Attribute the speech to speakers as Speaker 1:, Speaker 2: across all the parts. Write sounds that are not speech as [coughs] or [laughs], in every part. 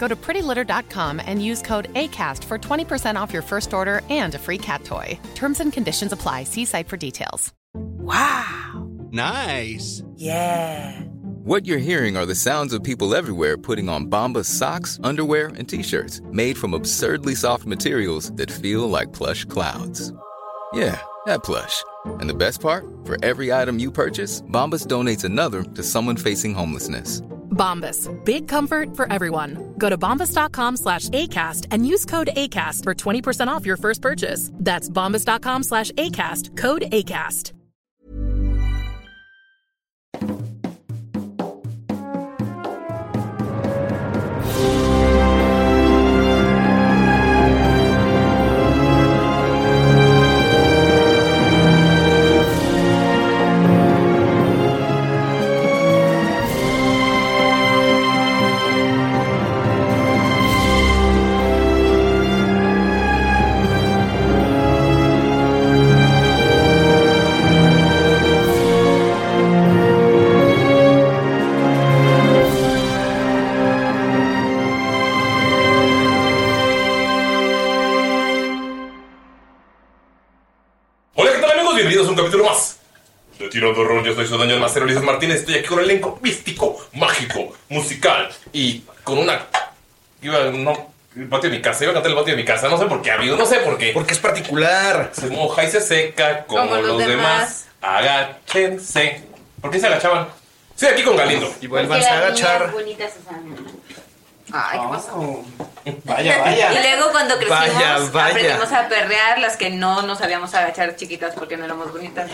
Speaker 1: Go to prettylitter.com and use code ACAST for 20% off your first order and a free cat toy. Terms and conditions apply. See site for details.
Speaker 2: Wow.
Speaker 3: Nice.
Speaker 2: Yeah.
Speaker 4: What you're hearing are the sounds of people everywhere putting on Bombas socks, underwear, and t-shirts made from absurdly soft materials that feel like plush clouds. Yeah, that plush. And the best part? For every item you purchase, Bombas donates another to someone facing homelessness.
Speaker 1: Bombas. Big comfort for everyone. Go to bombas.com slash ACAST and use code ACAST for 20% off your first purchase. That's bombas.com slash ACAST. Code ACAST.
Speaker 5: Hola, ¿qué tal amigos? Bienvenidos a un capítulo más. De Tiro de Horror, yo soy su dueño, el Macero Ulises Martínez. Estoy aquí con el elenco místico, mágico, musical y con una... Iba, no, el patio de mi casa, iba a cantar el patio de mi casa, no sé por qué ha habido, no sé por qué. Porque es particular. Se moja y se seca como,
Speaker 6: Como
Speaker 5: los,
Speaker 6: los
Speaker 5: demás. Agáchense. ¿Por qué se agachaban? Estoy aquí con Galindo. Y
Speaker 6: Porque las niñas bonitas se saben. Ay, qué pasó. Y luego cuando crecimos
Speaker 7: Vaya, vaya.
Speaker 6: aprendimos a perrear las que no nos sabíamos agachar chiquitas porque no éramos bonitas.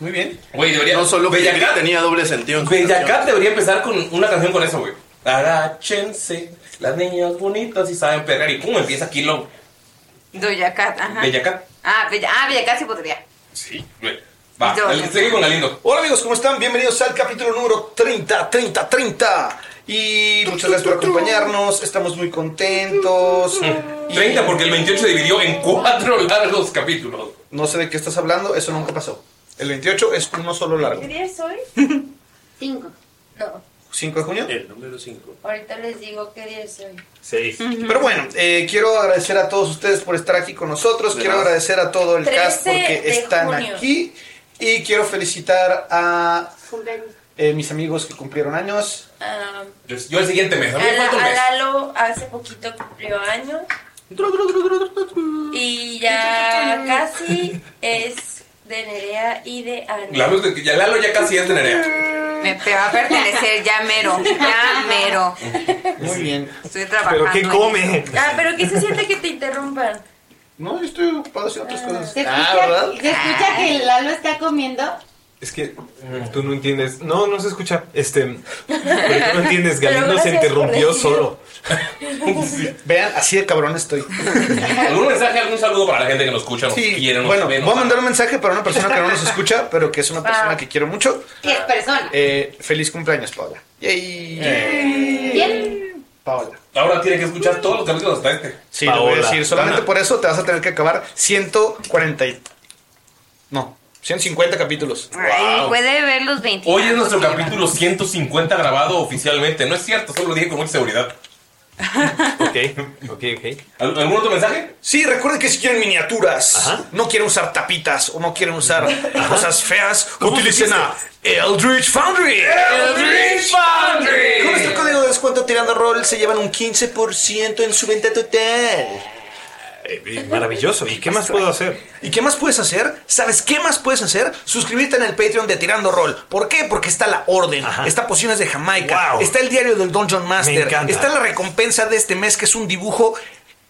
Speaker 5: Muy bien. Güey, debería. No
Speaker 8: solo
Speaker 5: Bellacat tenía doble sentido. Bellacat debería empezar con una canción con eso, güey. Agáchense, las niñas bonitas y saben perrear. ¿Y cómo empieza Kilo?
Speaker 6: Doja Cat, ajá.
Speaker 5: Bellacat.
Speaker 6: Ah, Bella, ah, Bella Cat sí podría.
Speaker 5: Sí, güey. Va,
Speaker 6: Yo-
Speaker 5: el- sigue con Galindo.
Speaker 8: Hola amigos, ¿cómo están? Bienvenidos al capítulo número 30, 30, 30. Y muchas gracias por acompañarnos, estamos muy contentos.
Speaker 5: 30 porque el 28 se dividió en cuatro largos capítulos.
Speaker 8: No sé de qué estás hablando, eso nunca pasó. El 28 es uno solo largo.
Speaker 9: días hoy? Cinco. No,
Speaker 8: ¿5 de junio? El número 5.
Speaker 9: ahorita les digo qué día es hoy.
Speaker 8: 6. Pero bueno, eh, quiero agradecer a todos ustedes por estar aquí con nosotros, quiero agradecer a todo el cast
Speaker 9: 13
Speaker 8: porque
Speaker 9: de
Speaker 8: están
Speaker 9: junio.
Speaker 8: aquí y quiero felicitar a
Speaker 9: Cumpleaños.
Speaker 8: eh, mis amigos que cumplieron años.
Speaker 9: Ah,
Speaker 5: Yo, el siguiente mes,
Speaker 9: a, la- a Lalo hace poquito cumplió años. Y ya casi es de Nerea y de Ana.
Speaker 5: Lalo, es de- ya, Lalo ya casi es de Nerea.
Speaker 6: Me te va a pertenecer ya mero, ya mero.
Speaker 8: Muy bien.
Speaker 6: Estoy trabajando.
Speaker 8: ¿Pero qué
Speaker 6: en
Speaker 8: come?
Speaker 6: eso.
Speaker 9: Ah, pero ¿qué se siente que te interrumpan?
Speaker 8: No, yo estoy ocupado haciendo otras cosas. Ah,
Speaker 10: ¿Se escucha, se escucha que Lalo está comiendo?
Speaker 7: Es que mm, tú no entiendes. No, no se escucha. Este. [laughs] porque tú no entiendes. Galindo se
Speaker 8: gracias por
Speaker 7: interrumpió
Speaker 8: decirlo.
Speaker 7: solo.
Speaker 8: [laughs] Vean, así de cabrón estoy.
Speaker 5: ¿Algún mensaje, algún saludo para la gente que nos escucha, nos
Speaker 8: Sí,
Speaker 5: quiere, nos
Speaker 8: bueno,
Speaker 5: ve, nos
Speaker 8: voy a
Speaker 5: ama?
Speaker 8: mandar un mensaje para una persona que no nos escucha, pero que es una persona que quiero mucho.
Speaker 10: ¿Qué persona?
Speaker 8: Eh, feliz cumpleaños, Paola. Yay.
Speaker 10: ¿Quién?
Speaker 8: Paola.
Speaker 5: Ahora tiene que escuchar todos los capítulos hasta este.
Speaker 8: Sí, lo voy a
Speaker 5: Paola.
Speaker 8: decir. Solamente
Speaker 5: Ana.
Speaker 8: por eso te vas a tener que acabar 140. y- No, 150 capítulos.
Speaker 6: Ay, puede ver los 20.
Speaker 5: Hoy es nuestro capítulo 150 grabado oficialmente. No es cierto, solo lo dije con
Speaker 6: [laughs]
Speaker 5: mucha seguridad.
Speaker 7: ok, ok, ok.
Speaker 5: ¿Algún otro mensaje?
Speaker 8: Sí, recuerden que si quieren miniaturas, no quieren usar tapitas o no quieren usar cosas feas, utilicen a Eldritch Foundry.
Speaker 5: Eldritch Foundry.
Speaker 8: Con nuestro código de descuento tirando roll se llevan un 15% en su venta total.
Speaker 7: Eh, Maravilloso. ¿Y qué más puedo hacer?
Speaker 8: ¿Y qué más puedes hacer? ¿Sabes qué más puedes hacer? Suscribirte en el Patreon de Tirando Roll. ¿Por qué? Porque está la orden, está Pociones de Jamaica,
Speaker 7: Wow.
Speaker 8: está el diario del Dungeon Master,
Speaker 7: Me encanta.
Speaker 8: está la recompensa de este mes que es un dibujo...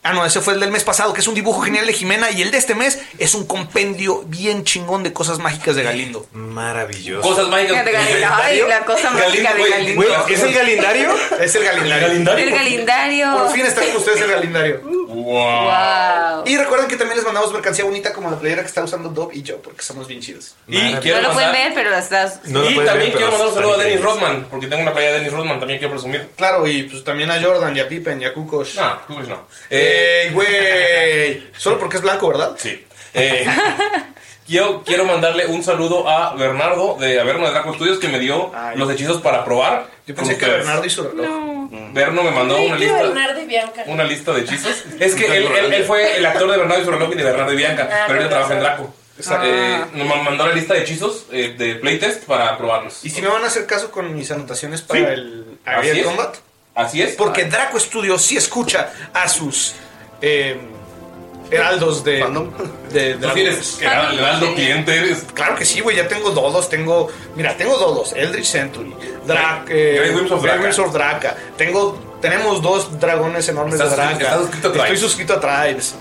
Speaker 8: Ah, no, ese fue el del mes pasado, que es un dibujo genial de Jimena, y el de este mes es un compendio bien chingón de cosas mágicas de Galindo.
Speaker 7: Maravilloso.
Speaker 8: Cosas mágicas
Speaker 6: De Galindo. Ay, la cosa mágica de Galindo.
Speaker 8: ¿Es el galindario? Es el galindario.
Speaker 6: El galindario.
Speaker 8: Por fin está con ustedes el galindario.
Speaker 11: Mm,
Speaker 6: Wow.
Speaker 8: Y recuerden que también les mandamos mercancía bonita como la playera que está usando Dob y yo, porque somos bien chidos.
Speaker 5: Y
Speaker 6: No
Speaker 5: quiero
Speaker 6: lo pueden
Speaker 5: mandar-
Speaker 6: ver, pero estás.
Speaker 5: y también quiero mandar un saludo a Dennis
Speaker 8: increíbles.
Speaker 5: Rodman, porque tengo una playa de Dennis Rodman, también quiero presumir. Ah.
Speaker 8: Claro, y pues también a Jordan, y a Pippen, y a Kukos.
Speaker 5: No, Kukos Pues no.
Speaker 8: ¡Ey,
Speaker 5: [laughs]
Speaker 8: güey! Solo porque es blanco, ¿verdad?
Speaker 5: Sí.
Speaker 6: [laughs]
Speaker 5: Eh, yo quiero mandarle un saludo a Bernardo de Averno de Draco Studios que me dio los hechizos para probar. Yo
Speaker 8: pensé que Bernardo hizo reloj.
Speaker 5: Berno me mandó
Speaker 12: Ay,
Speaker 5: una
Speaker 12: que
Speaker 5: lista.
Speaker 12: Bernardo y Bianca.
Speaker 5: Una lista de
Speaker 8: [laughs]
Speaker 5: hechizos. Es que él, él- él fue el actor de Bernardo y su reloj y de Bernardo y Bianca,
Speaker 12: Ah,
Speaker 5: pero él
Speaker 12: con
Speaker 5: trabaja en
Speaker 12: razón.
Speaker 5: Draco.
Speaker 8: Exacto.
Speaker 5: Eh, nos ma- mandó la lista de hechizos eh, de playtest para probarlos.
Speaker 8: ¿Y si me van a hacer caso con mis anotaciones para
Speaker 5: Sí.
Speaker 8: el
Speaker 5: Así
Speaker 8: Aerial
Speaker 5: es.
Speaker 8: Combat?
Speaker 5: Así es.
Speaker 8: Porque Draco Studios sí escucha a sus eh, heraldos de, de
Speaker 5: ¿Tú tienes heral- heraldo cliente?
Speaker 8: Claro que sí, güey. Ya tengo dodos. Tengo. Mira, tengo dodos. Eldritch Century. Drac. eh,
Speaker 5: Great Whips of
Speaker 8: Great
Speaker 5: Draca.
Speaker 8: Whips of Draca. Tengo. Tenemos dos dragones enormes
Speaker 5: Estás
Speaker 8: de Draca.
Speaker 5: suscrito- estás suscrito a Tribes.
Speaker 8: Estoy suscrito a Tribes.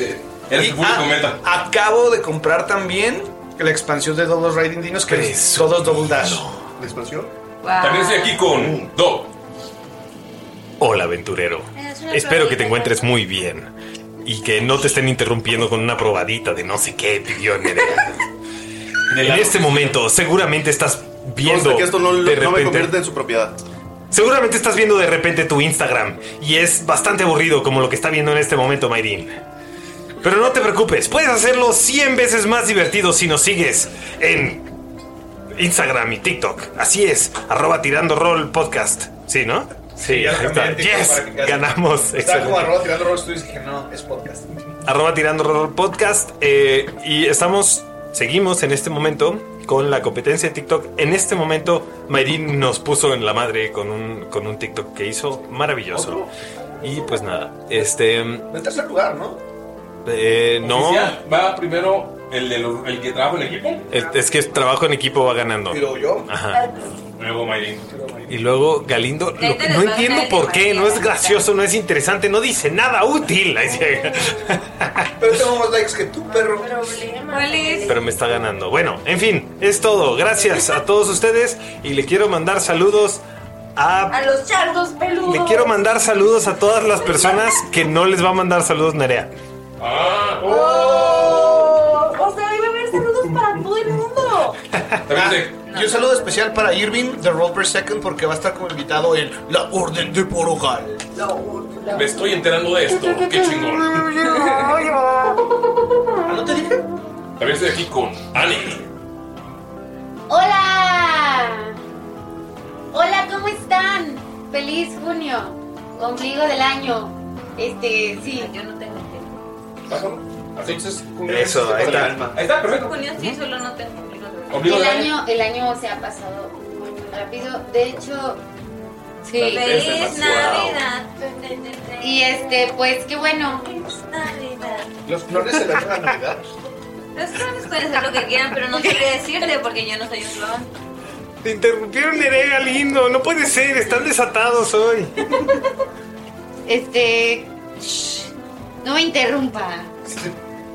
Speaker 5: Eh, Eres tu público
Speaker 8: ah,
Speaker 5: meta.
Speaker 8: Acabo de comprar también la expansión de Dodos Riding Dinos, que es Dodos Double Dash. ¿La expansión?
Speaker 5: También estoy aquí con Do.
Speaker 7: Hola, aventurero.
Speaker 12: Eh, Es una
Speaker 7: Espero que te
Speaker 12: probadita.
Speaker 7: encuentres muy bien y que no te estén interrumpiendo con una probadita de no sé qué pidió
Speaker 11: [laughs]
Speaker 7: Nerea. En este momento, seguramente estás viendo
Speaker 11: Consta que esto no,
Speaker 7: de
Speaker 11: no me
Speaker 7: repente-
Speaker 11: convierte en su propiedad.
Speaker 7: Seguramente estás viendo de repente tu Instagram y es bastante aburrido como lo que está viendo en este momento Mayrin. Pero no te preocupes, puedes hacerlo 100 veces más divertido si nos sigues en Instagram y TikTok. Así es, arroba tirando rol podcast. ¿Sí, no? Sí,
Speaker 8: ya
Speaker 7: ahí está.
Speaker 8: cambié de TikTok
Speaker 7: Yes,
Speaker 8: para que casi-
Speaker 7: ganamos.
Speaker 8: Estaba como
Speaker 7: Excelente.
Speaker 8: arroba tirando rolls, tú dices que no, es podcast.
Speaker 7: Arroba tirando rol podcast. eh, y estamos, seguimos en este momento con la competencia de TikTok. En este momento, Mayrin nos puso en la madre con un, con un TikTok que hizo maravilloso. Y pues nada, este.
Speaker 8: En tercer lugar, ¿no?
Speaker 7: eh, no,
Speaker 5: Oficial, Va primero
Speaker 8: Mm.
Speaker 5: el, de los- el que trabaja en el equipo.
Speaker 7: es, es que trabajo en equipo va ganando.
Speaker 5: Pero yo.
Speaker 7: Ajá.
Speaker 5: Luego Mayrin.
Speaker 7: Y luego Galindo, lo-
Speaker 5: Gente les
Speaker 7: no
Speaker 5: va a
Speaker 7: entiendo
Speaker 5: caer
Speaker 7: por
Speaker 5: de
Speaker 7: qué, no es gracioso, no es interesante, no dice nada útil. Ahí llega.
Speaker 8: Pero tengo más likes que tú, perro.
Speaker 12: ¿Cuál es?
Speaker 7: Pero me está ganando. Bueno, en fin, es todo. Gracias a todos ustedes y le quiero mandar saludos a...
Speaker 12: A los charcos peludos.
Speaker 7: Le quiero mandar saludos a todas las personas que no les va a mandar saludos Nerea.
Speaker 12: ¡Oh! O sea, iba a haber saludos para todo el mundo.
Speaker 8: Ah, Y un saludo especial para Irving de Roll Per Second porque va a estar como invitado en La Orden de Porogal.
Speaker 5: Me estoy enterando de esto. Qué chingón.
Speaker 8: ¿No te dije?
Speaker 5: También estoy aquí con Ani.
Speaker 9: ¡Hola! Hola, ¿cómo están? Feliz junio, ombligo del año. Este, sí. Yo no tengo
Speaker 5: Entonces,
Speaker 7: Eso, ahí está.
Speaker 5: Ahí está, perfecto.
Speaker 9: sí, solo no tengo ombligo del
Speaker 5: año. Ombligo
Speaker 9: el
Speaker 5: del
Speaker 9: año. El año se ha pasado muy rápido. De hecho, sí.
Speaker 12: ¡Feliz Navidad!
Speaker 9: Y este, pues qué bueno.
Speaker 8: Los flores se la llevan a Navidad.
Speaker 6: Los clones pueden hacer lo que quieran, pero no sabría decirle porque yo no soy un clon.
Speaker 7: Te interrumpieron Nerea, lindo. No puede ser, están desatados hoy.
Speaker 9: Este, shh, no me interrumpa.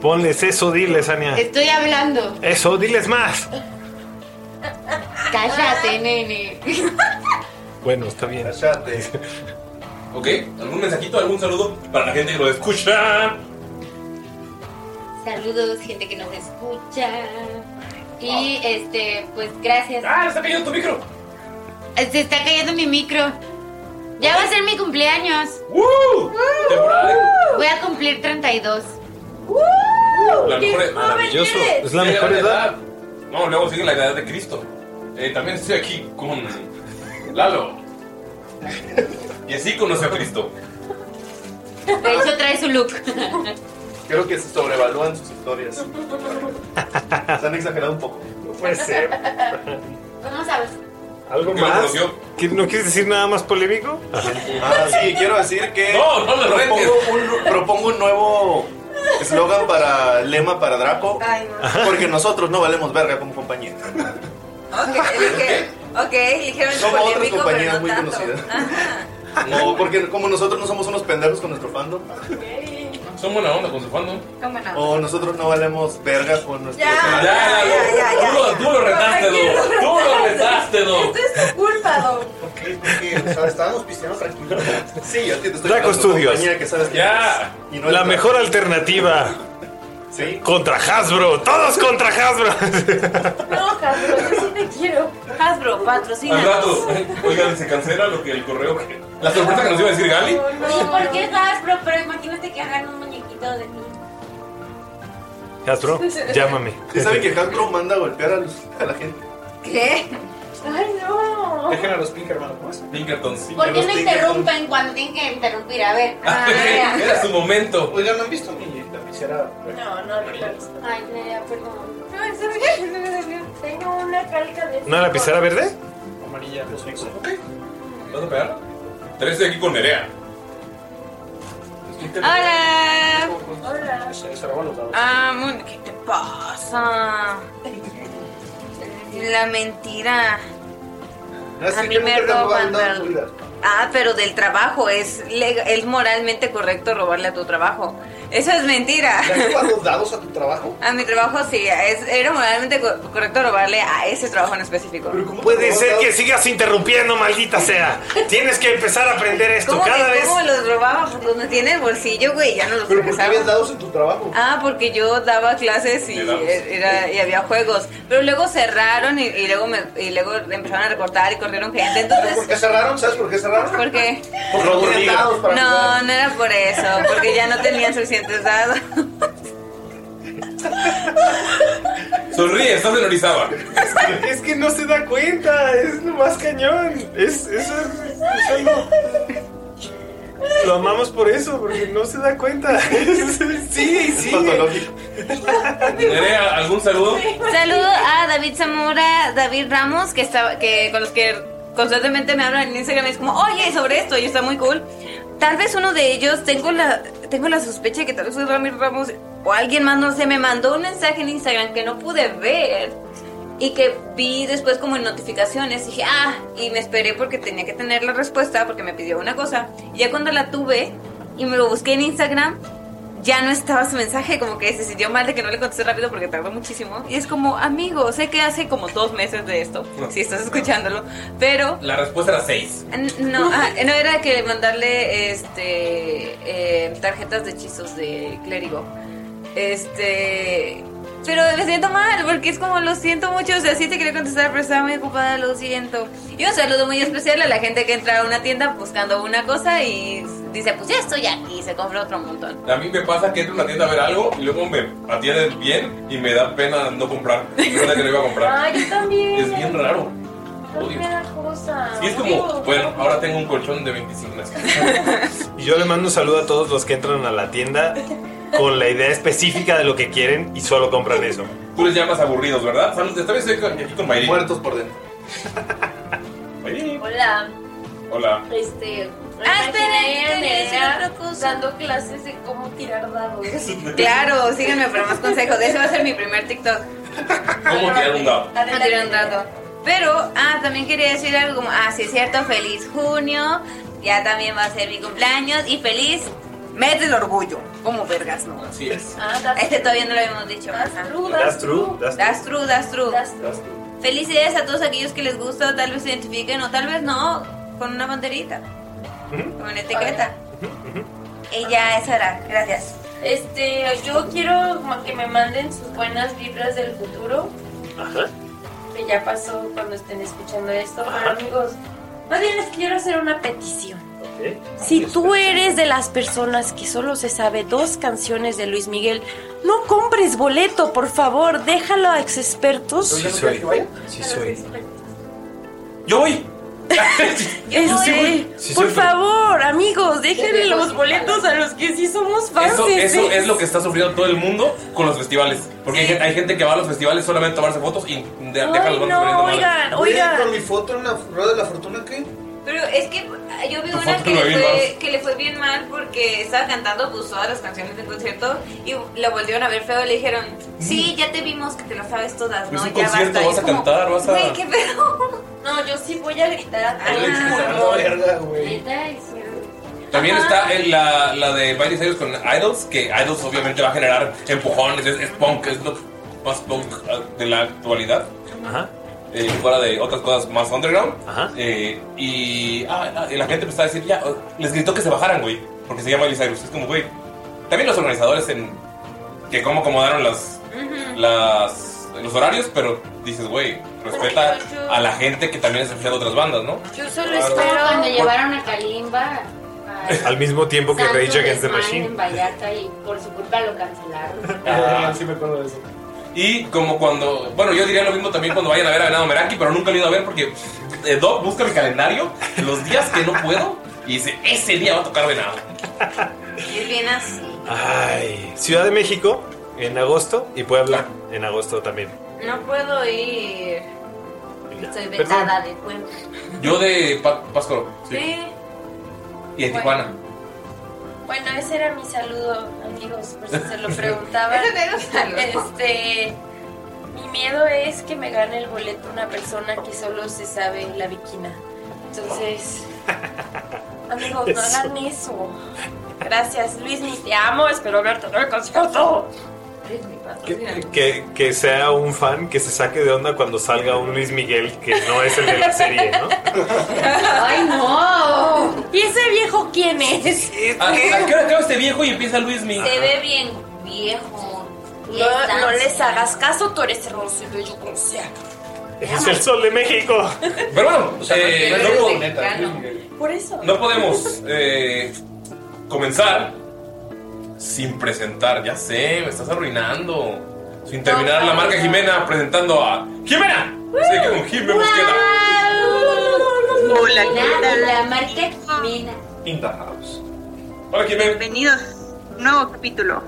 Speaker 7: Ponles eso, diles, Ania.
Speaker 9: Estoy hablando.
Speaker 7: Eso, diles más.
Speaker 9: Cállate, nene.
Speaker 7: Bueno, está bien.
Speaker 5: [laughs] Ok, ¿algún mensajito, algún saludo para la gente que lo escucha?
Speaker 9: Saludos, gente que nos escucha. Y este, pues gracias.
Speaker 5: ¡Ah, está cayendo tu micro!
Speaker 9: Se está cayendo mi micro. Ya va a ser mi cumpleaños. Voy a cumplir 32.
Speaker 5: La mejor
Speaker 9: ¡Qué
Speaker 5: maravilloso.
Speaker 9: joven eres! Es la mejor edad.
Speaker 5: No, luego sigue la edad de Cristo. Eh, también estoy aquí con Lalo. Y así conoce a Cristo.
Speaker 9: De hecho, trae su
Speaker 5: [laughs]
Speaker 9: look.
Speaker 11: Creo que se sobrevalúan sus historias. se han exagerado un poco.
Speaker 7: No puede ser.
Speaker 9: ¿Cómo sabes?
Speaker 7: ¿Algo
Speaker 5: ¿Qué lo
Speaker 7: más?
Speaker 5: conoció?
Speaker 7: ¿Qué- ¿No quieres decir nada más polémico?
Speaker 11: Ah, sí, quiero decir que
Speaker 7: No, no lo
Speaker 11: propongo, un, propongo un nuevo eslogan para lema para Draco.
Speaker 6: Ay, no.
Speaker 11: Porque nosotros no valemos verga como compañía.
Speaker 6: Ok, dije, ok, ligeramente
Speaker 11: Somos otras
Speaker 6: polémico, pero
Speaker 11: compañías
Speaker 6: no
Speaker 11: muy
Speaker 6: tanto.
Speaker 11: conocidas.
Speaker 6: [laughs]
Speaker 11: No, porque como nosotros no somos unos pendejos con nuestro fandom.
Speaker 5: Son buena onda con su fandom.
Speaker 6: ¿Cómo no?
Speaker 11: O nosotros no valemos verga con nuestro
Speaker 6: Ah. Ya,
Speaker 11: fandom.
Speaker 6: ya, ya, ya, ya,
Speaker 5: Tú lo- Tú lo retaste, Do. Tú lo retaste, Do.
Speaker 6: Es tu culpa, don.
Speaker 11: estábamos pisteando tranquilo. Sí, yo te estoy
Speaker 7: Draco
Speaker 11: hablando de
Speaker 7: Studios.
Speaker 11: compañía que sabes quién
Speaker 7: Ya.
Speaker 11: es. Y no
Speaker 7: La
Speaker 11: es-
Speaker 7: mejor alternativa. Contra Hasbro. Todos contra Hasbro.
Speaker 9: No, Hasbro, yo sí te quiero. Hasbro, patrocina.
Speaker 5: Al rato, eh, oigan, se cancela lo que el correo que. La sorpresa que nos iba a decir Gali.
Speaker 9: Sí, porque es Hasbro, pero imagínate que hagan un muñequito de mí.
Speaker 7: Hasbro, llámame.
Speaker 11: ¿Sí saben que Hasbro manda a golpear a, los- a la gente?
Speaker 13: ¿Qué? Ay, no.
Speaker 6: Oh.
Speaker 11: a los Pinkerman, ¿cómo
Speaker 5: Pinkertons.
Speaker 13: ¿Por qué no interrumpen cuando tienen que interrumpir? A ver.
Speaker 5: Ah,
Speaker 6: Ah,
Speaker 11: Ah,
Speaker 5: Era su momento.
Speaker 11: Oigan, ¿no han visto mi lapicera?
Speaker 9: No, no, no. Ay, Nerea, perdón. No, eso es Tengo una calca de.
Speaker 7: ¿Una lapicera verde?
Speaker 5: Amarilla, perfecto. Ok. ¿Vas a pegar? Tres estoy aquí con Nerea.
Speaker 9: Hola. Hola.
Speaker 5: Se robó los dados.
Speaker 6: Ah, mon- ¿qué te pasa? La mentira.
Speaker 11: Ah,
Speaker 6: A mí me roban. ¿verdad? Ah, pero del trabajo. Es, leg- es moralmente correcto robarle a tu trabajo. Eso es mentira.
Speaker 11: los dados a tu trabajo?
Speaker 6: [laughs] A mi trabajo sí, es, era moralmente co- correcto robarle a ese trabajo en específico.
Speaker 7: Puede ser que sigas interrumpiendo, maldita sea. Tienes que empezar a aprender esto
Speaker 6: ¿Cómo,
Speaker 7: cada
Speaker 6: que-
Speaker 7: vez.
Speaker 6: cómo los robaba? Pues los metí en el bolsillo, güey, ya no los ¿Pero
Speaker 11: habías dados en tu trabajo?
Speaker 6: Ah, porque yo daba clases y, e-,
Speaker 11: Le dabas.
Speaker 6: era- y había juegos. Pero luego cerraron y, y luego me, y luego empezaron a recortar y corrieron gente. Entonces,
Speaker 11: ¿Por qué cerraron? ¿Sabes por qué cerraron?
Speaker 6: ¿por qué?
Speaker 11: Por robo de dados para
Speaker 6: No, no era por eso, porque ya no tenían suficientes dados.
Speaker 5: Sonríe, estás en Orizaba.
Speaker 7: Es que no se da cuenta, es lo más cañón. Es, eso es, es algo- Lo amamos por eso, porque no se da cuenta. [laughs] Sí, sí. [laughs]
Speaker 5: Nerea, ¿algún saludo?
Speaker 6: Saludo a David Zamora, David Ramos, que está, que con los que constantemente me hablan en Instagram y es como, oye, sobre esto, y está muy cool. Tal vez uno de ellos, tengo la, tengo la sospecha de que tal vez fue David Ramos o alguien más, no sé, me mandó un mensaje en Instagram que no pude ver y que vi después como en notificaciones. Dije, ah, y me esperé porque tenía que tener la respuesta porque me pidió una cosa. Y ya cuando la tuve y me lo busqué en Instagram, ya no estaba su mensaje, como que se sintió mal de que no le contesté rápido porque tardó muchísimo. Y es como, amigo, sé que hace como dos meses de esto, si estás escuchándolo, pero
Speaker 5: La respuesta era seis.
Speaker 6: n- no, ah, no era que mandarle este eh, tarjetas de hechizos de clérigo. Este. Pero me siento mal, porque es como lo siento mucho. O sea, sí te quería contestar, pero estaba muy ocupada, lo siento. Y un saludo muy especial a la gente que entra a una tienda buscando una cosa y dice, pues ya estoy aquí, y se compra otro montón.
Speaker 5: A mí me pasa que entro a una tienda a ver algo y luego me atienden bien y me da pena no comprar. Me da pena que no iba a comprar.
Speaker 9: Ay, yo también.
Speaker 5: Es bien raro.
Speaker 9: No me da cosa.
Speaker 5: Y es como, bueno, ahora tengo un colchón de 25 meses.
Speaker 7: [laughs] Y yo le mando un saludo a todos los que entran a la tienda con la idea específica de lo que quieren y solo compran eso.
Speaker 5: Tú les llamas aburridos, Pues, ¿verdad? Salud, esta vez estoy aquí con Mayrin. Muertos por dentro.
Speaker 9: Hola.
Speaker 5: Hola.
Speaker 9: Este.
Speaker 6: Ah, espera,
Speaker 9: imaginé a
Speaker 6: quería decir
Speaker 9: Nerea
Speaker 6: otra
Speaker 9: Dando clases de cómo tirar
Speaker 5: [laughs]
Speaker 9: dados.
Speaker 6: Claro, síganme para más consejos. Ese va a ser mi primer TikTok.
Speaker 5: ¿Cómo tirar
Speaker 6: [laughs]
Speaker 5: un dado?
Speaker 6: No tirar un dato. Pero, ah, también quería decir algo como, ah, sí es cierto, feliz junio. Ya también va a ser mi cumpleaños. Y feliz mes del orgullo. Como vergas, ¿no?
Speaker 5: Así es.
Speaker 7: Ah,
Speaker 6: Este todavía no lo habíamos dicho. Ajá.
Speaker 7: That's true, that's true.
Speaker 6: That's true, that's true. Felicidades a todos aquellos que les gusta, tal vez se identifiquen o tal vez no, con una banderita, con una etiqueta. Ella es Sara, gracias.
Speaker 9: Este, yo quiero como que me manden sus buenas vibras del futuro. Que ya pasó cuando estén escuchando esto. Pero amigos, más bien les quiero hacer una petición. Si tú eres de las personas que solo se sabe dos canciones de Luis Miguel, no compres boleto, por favor, déjalo a expertos.
Speaker 7: Sí soy. Sí soy. Yo voy.
Speaker 9: Este,
Speaker 5: Sí,
Speaker 9: por
Speaker 5: soy fan.
Speaker 9: favor, amigos, déjenle los boletos a los que sí somos fans.
Speaker 5: Eso,
Speaker 9: de
Speaker 5: eso
Speaker 9: este.
Speaker 5: es lo que está sufriendo todo el mundo con los festivales. Porque hay, gen- hay gente que va a los festivales solamente a tomarse fotos y de- deja
Speaker 6: Ay, no,
Speaker 5: los boletos valiendo madre. Pues
Speaker 6: oigan, oigan.
Speaker 11: Con mi foto en la rueda de la fortuna, ¿qué?
Speaker 6: Pero es que ah, yo vi
Speaker 11: Tu
Speaker 6: una
Speaker 11: foto
Speaker 6: que
Speaker 11: la
Speaker 6: le,
Speaker 11: vi,
Speaker 6: fue,
Speaker 11: vamos.
Speaker 6: que le fue bien mal porque estaba cantando pues, todas las canciones del concierto y la volvieron a ver feo y le dijeron, sí, ya te vimos que te lo sabes todas,
Speaker 5: Es
Speaker 6: ¿no?
Speaker 5: un
Speaker 6: Ya
Speaker 5: concierto,
Speaker 6: basta. Y
Speaker 5: vas
Speaker 6: es
Speaker 5: a cantar, vas a-
Speaker 6: "Güey, qué pedo".
Speaker 9: [laughs] No, yo sí voy a gritar Ah, a
Speaker 5: Ay,
Speaker 9: todo el mundo.
Speaker 5: verga, También está el- la, la de Miley Cyrus con Idols, que Idols obviamente va a generar empujones, es, es punk, es lo más punk ah, de la actualidad.
Speaker 7: Ajá.
Speaker 5: eh, fuera de otras cosas más underground. Eh, y, ah, ah, y la gente empezó a decir, ya, oh, les gritó que se bajaran, güey, porque se llama Miley Cyrus. Es como, güey, también los organizadores en que cómo acomodaron las, las, los horarios, pero dices, güey, respeta a la gente que también está escuchando otras bandas, ¿no?
Speaker 14: Yo solo
Speaker 5: Claro.
Speaker 14: espero cuando
Speaker 5: Por-
Speaker 14: llevaron a Kalimba. a
Speaker 7: Al mismo tiempo que
Speaker 14: Santo
Speaker 7: Rage Against the
Speaker 14: Desmán
Speaker 7: Machine.
Speaker 14: En Vallarta y por su culpa lo cancelaron.
Speaker 5: Ah,
Speaker 11: sí me acuerdo de eso.
Speaker 5: Y como cuando, bueno, yo diría lo mismo también cuando vayan a ver a Venado Meraki, pero nunca lo he ido a ver porque eh, Doc busca mi calendario, los días que no puedo, y dice, ese día va a tocar Venado.
Speaker 6: Y es bien así.
Speaker 7: Ay, Ciudad de México en agosto y Puebla en agosto también.
Speaker 6: No puedo ir. Estoy vetada de pueblo.
Speaker 5: Yo de Pa- Pátzcuaro, sí.
Speaker 9: Sí.
Speaker 5: Y de Tijuana.
Speaker 9: Bueno, ese era mi saludo, amigos, por si se
Speaker 7: [laughs]
Speaker 9: lo preguntaban.
Speaker 6: Ese era un saludo.
Speaker 9: este, mi miedo es que me gane el boleto una persona que solo se sabe la viquina.
Speaker 7: [laughs]
Speaker 9: Entonces, amigos, no
Speaker 15: Eso.
Speaker 9: hagan eso. Gracias, Luis, ni te amo, espero verte en el concierto. Eres mi patrocinador.
Speaker 7: Que, que sea un fan que se saque de onda cuando salga un Luis Miguel que no es el de
Speaker 5: [laughs]
Speaker 7: la serie, ¿no?
Speaker 9: [laughs] ¡Ay, no! ¿Y ese viejo quién es?
Speaker 5: ¿A, a qué hora acaba este viejo y empieza Luis Miguel?
Speaker 9: Se ve
Speaker 6: bien viejo.
Speaker 9: No, no les hagas caso, tú eres hermoso y bello como sea.
Speaker 7: Es el sol de México.
Speaker 5: Pero bueno,
Speaker 9: porque
Speaker 5: eh, no,
Speaker 9: eres
Speaker 5: po-
Speaker 9: mexicano. Por eso.
Speaker 5: no podemos eh, comenzar sin presentar, ya sé, me estás arruinando. Sin terminar la marca Jimena presentando a Jimena. Así que con Jimena Mosqueda.
Speaker 16: Hola, ¿qué
Speaker 14: Nada,
Speaker 16: tal?
Speaker 14: la marca Jimena.
Speaker 5: In the house. Hola, Jimena.
Speaker 16: Bienvenidos. Nuevo capítulo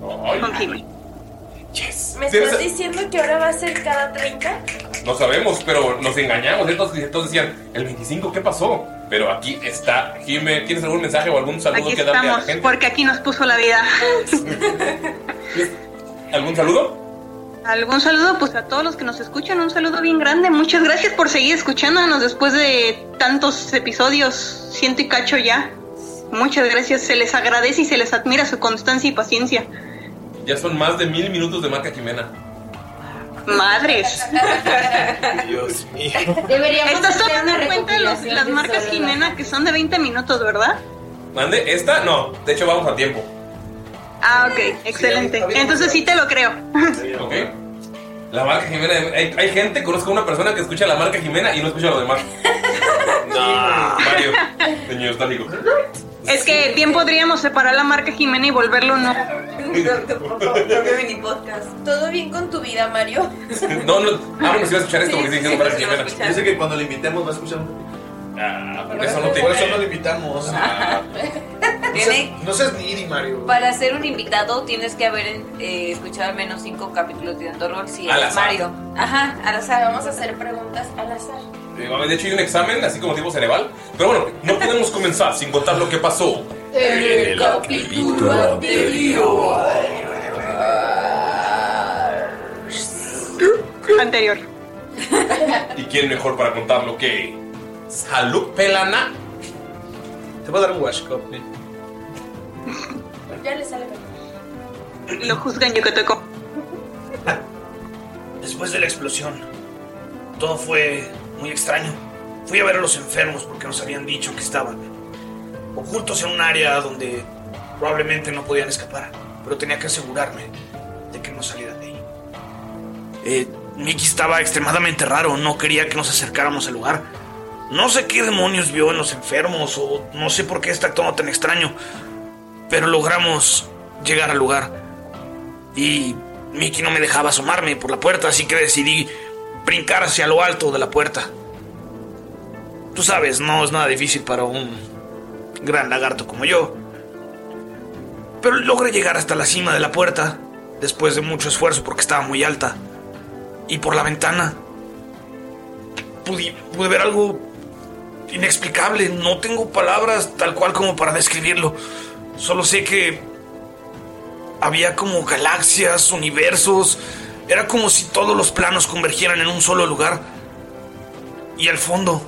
Speaker 16: con
Speaker 5: Ay,
Speaker 16: Jimmy.
Speaker 9: ¿Me
Speaker 5: Sí,
Speaker 9: estás
Speaker 5: esa-
Speaker 9: diciendo que ahora va a ser cada 30?
Speaker 5: No sabemos, pero nos engañamos. Entonces, entonces decían, el 25, ¿qué pasó? Pero aquí está Jimena. ¿Tienes algún mensaje o algún saludo
Speaker 16: Aquí
Speaker 5: que darle a la
Speaker 16: estamos,
Speaker 5: gente?
Speaker 16: porque aquí nos puso
Speaker 5: [laughs]
Speaker 16: la vida.
Speaker 5: ¿Algún saludo?
Speaker 16: ¿Algún saludo? Pues a todos los que nos escuchan, un saludo bien grande. Muchas gracias por seguir escuchándonos después de tantos episodios, ciento y cacho ya. Muchas gracias, se les agradece y se les admira su constancia y paciencia.
Speaker 5: Ya son más de mil minutos de marca Jimena.
Speaker 16: Madres.
Speaker 7: Dios mío.
Speaker 14: [laughs] Deberíamos
Speaker 16: Estas son
Speaker 14: hacer una
Speaker 16: dando cuenta los-
Speaker 14: recopilación
Speaker 16: las
Speaker 14: de
Speaker 16: marcas
Speaker 14: solo
Speaker 16: Jimena que son de 20 minutos, ¿verdad?
Speaker 5: ¿Mande? ¿Esta? No. De hecho, vamos a tiempo.
Speaker 16: Ah, ok, excelente. Entonces sí te lo creo.
Speaker 5: ¿Ok? La marca Jimena. de- Hay, hay gente, conozco a una persona que escucha la marca Jimena y no escucha lo demás. no. Mario, señor Tánico.
Speaker 16: Es que bien podríamos separar la marca Jimena y volverlo no.
Speaker 9: [laughs] ¿Todo bien con tu vida, Mario? [laughs]
Speaker 5: No, ah, no. Vámonos, iba a escuchar esto porque estoy diciendo marca Jimena.
Speaker 9: Yo
Speaker 5: sé que cuando le invitemos va a escuchar. Ah, por eso no te.
Speaker 11: Por eso no lo invitamos. No seas,
Speaker 6: Tiene-
Speaker 11: no seas needy, Mario.
Speaker 6: Para ser un invitado tienes que haber eh, escuchado al menos cinco capítulos de Andorra si
Speaker 5: Al
Speaker 6: eres
Speaker 5: azar.
Speaker 6: Mario. Ajá, al azar.
Speaker 9: Vamos a hacer preguntas al azar.
Speaker 5: Eh, De hecho, hay un examen, así como tipo Ceneval. Pero bueno, no podemos comenzar sin contar lo que pasó.
Speaker 15: En el capítulo anterior.
Speaker 16: Anterior.
Speaker 5: ¿Y quién mejor para contarlo que Salud Pelana?
Speaker 11: Te voy a dar un wash cup.
Speaker 9: Ya le sale
Speaker 16: Lo juzgan Yucateco.
Speaker 8: Después de la explosión, todo fue muy extraño. Fui a ver a los enfermos porque nos habían dicho que estaban ocultos en un área donde probablemente no podían escapar, pero tenía que asegurarme de que no salieran de ahí. Eh, Mickey estaba extremadamente raro, no quería que nos acercáramos al lugar. No sé qué demonios vio en los enfermos o no sé por qué está actuando tan extraño, pero logramos llegar al lugar. Y Mickey no me dejaba asomarme por la puerta, así que decidí brincar hacia lo alto de la puerta. Tú sabes, no es nada difícil para un gran lagarto como yo. Pero logré llegar hasta la cima de la puerta, después de mucho esfuerzo porque estaba muy alta. Y por la ventana pude, pude ver algo inexplicable. No tengo palabras tal cual como para describirlo. Solo sé que había como galaxias, universos. Era como si todos los planos convergieran en un solo lugar. Y al fondo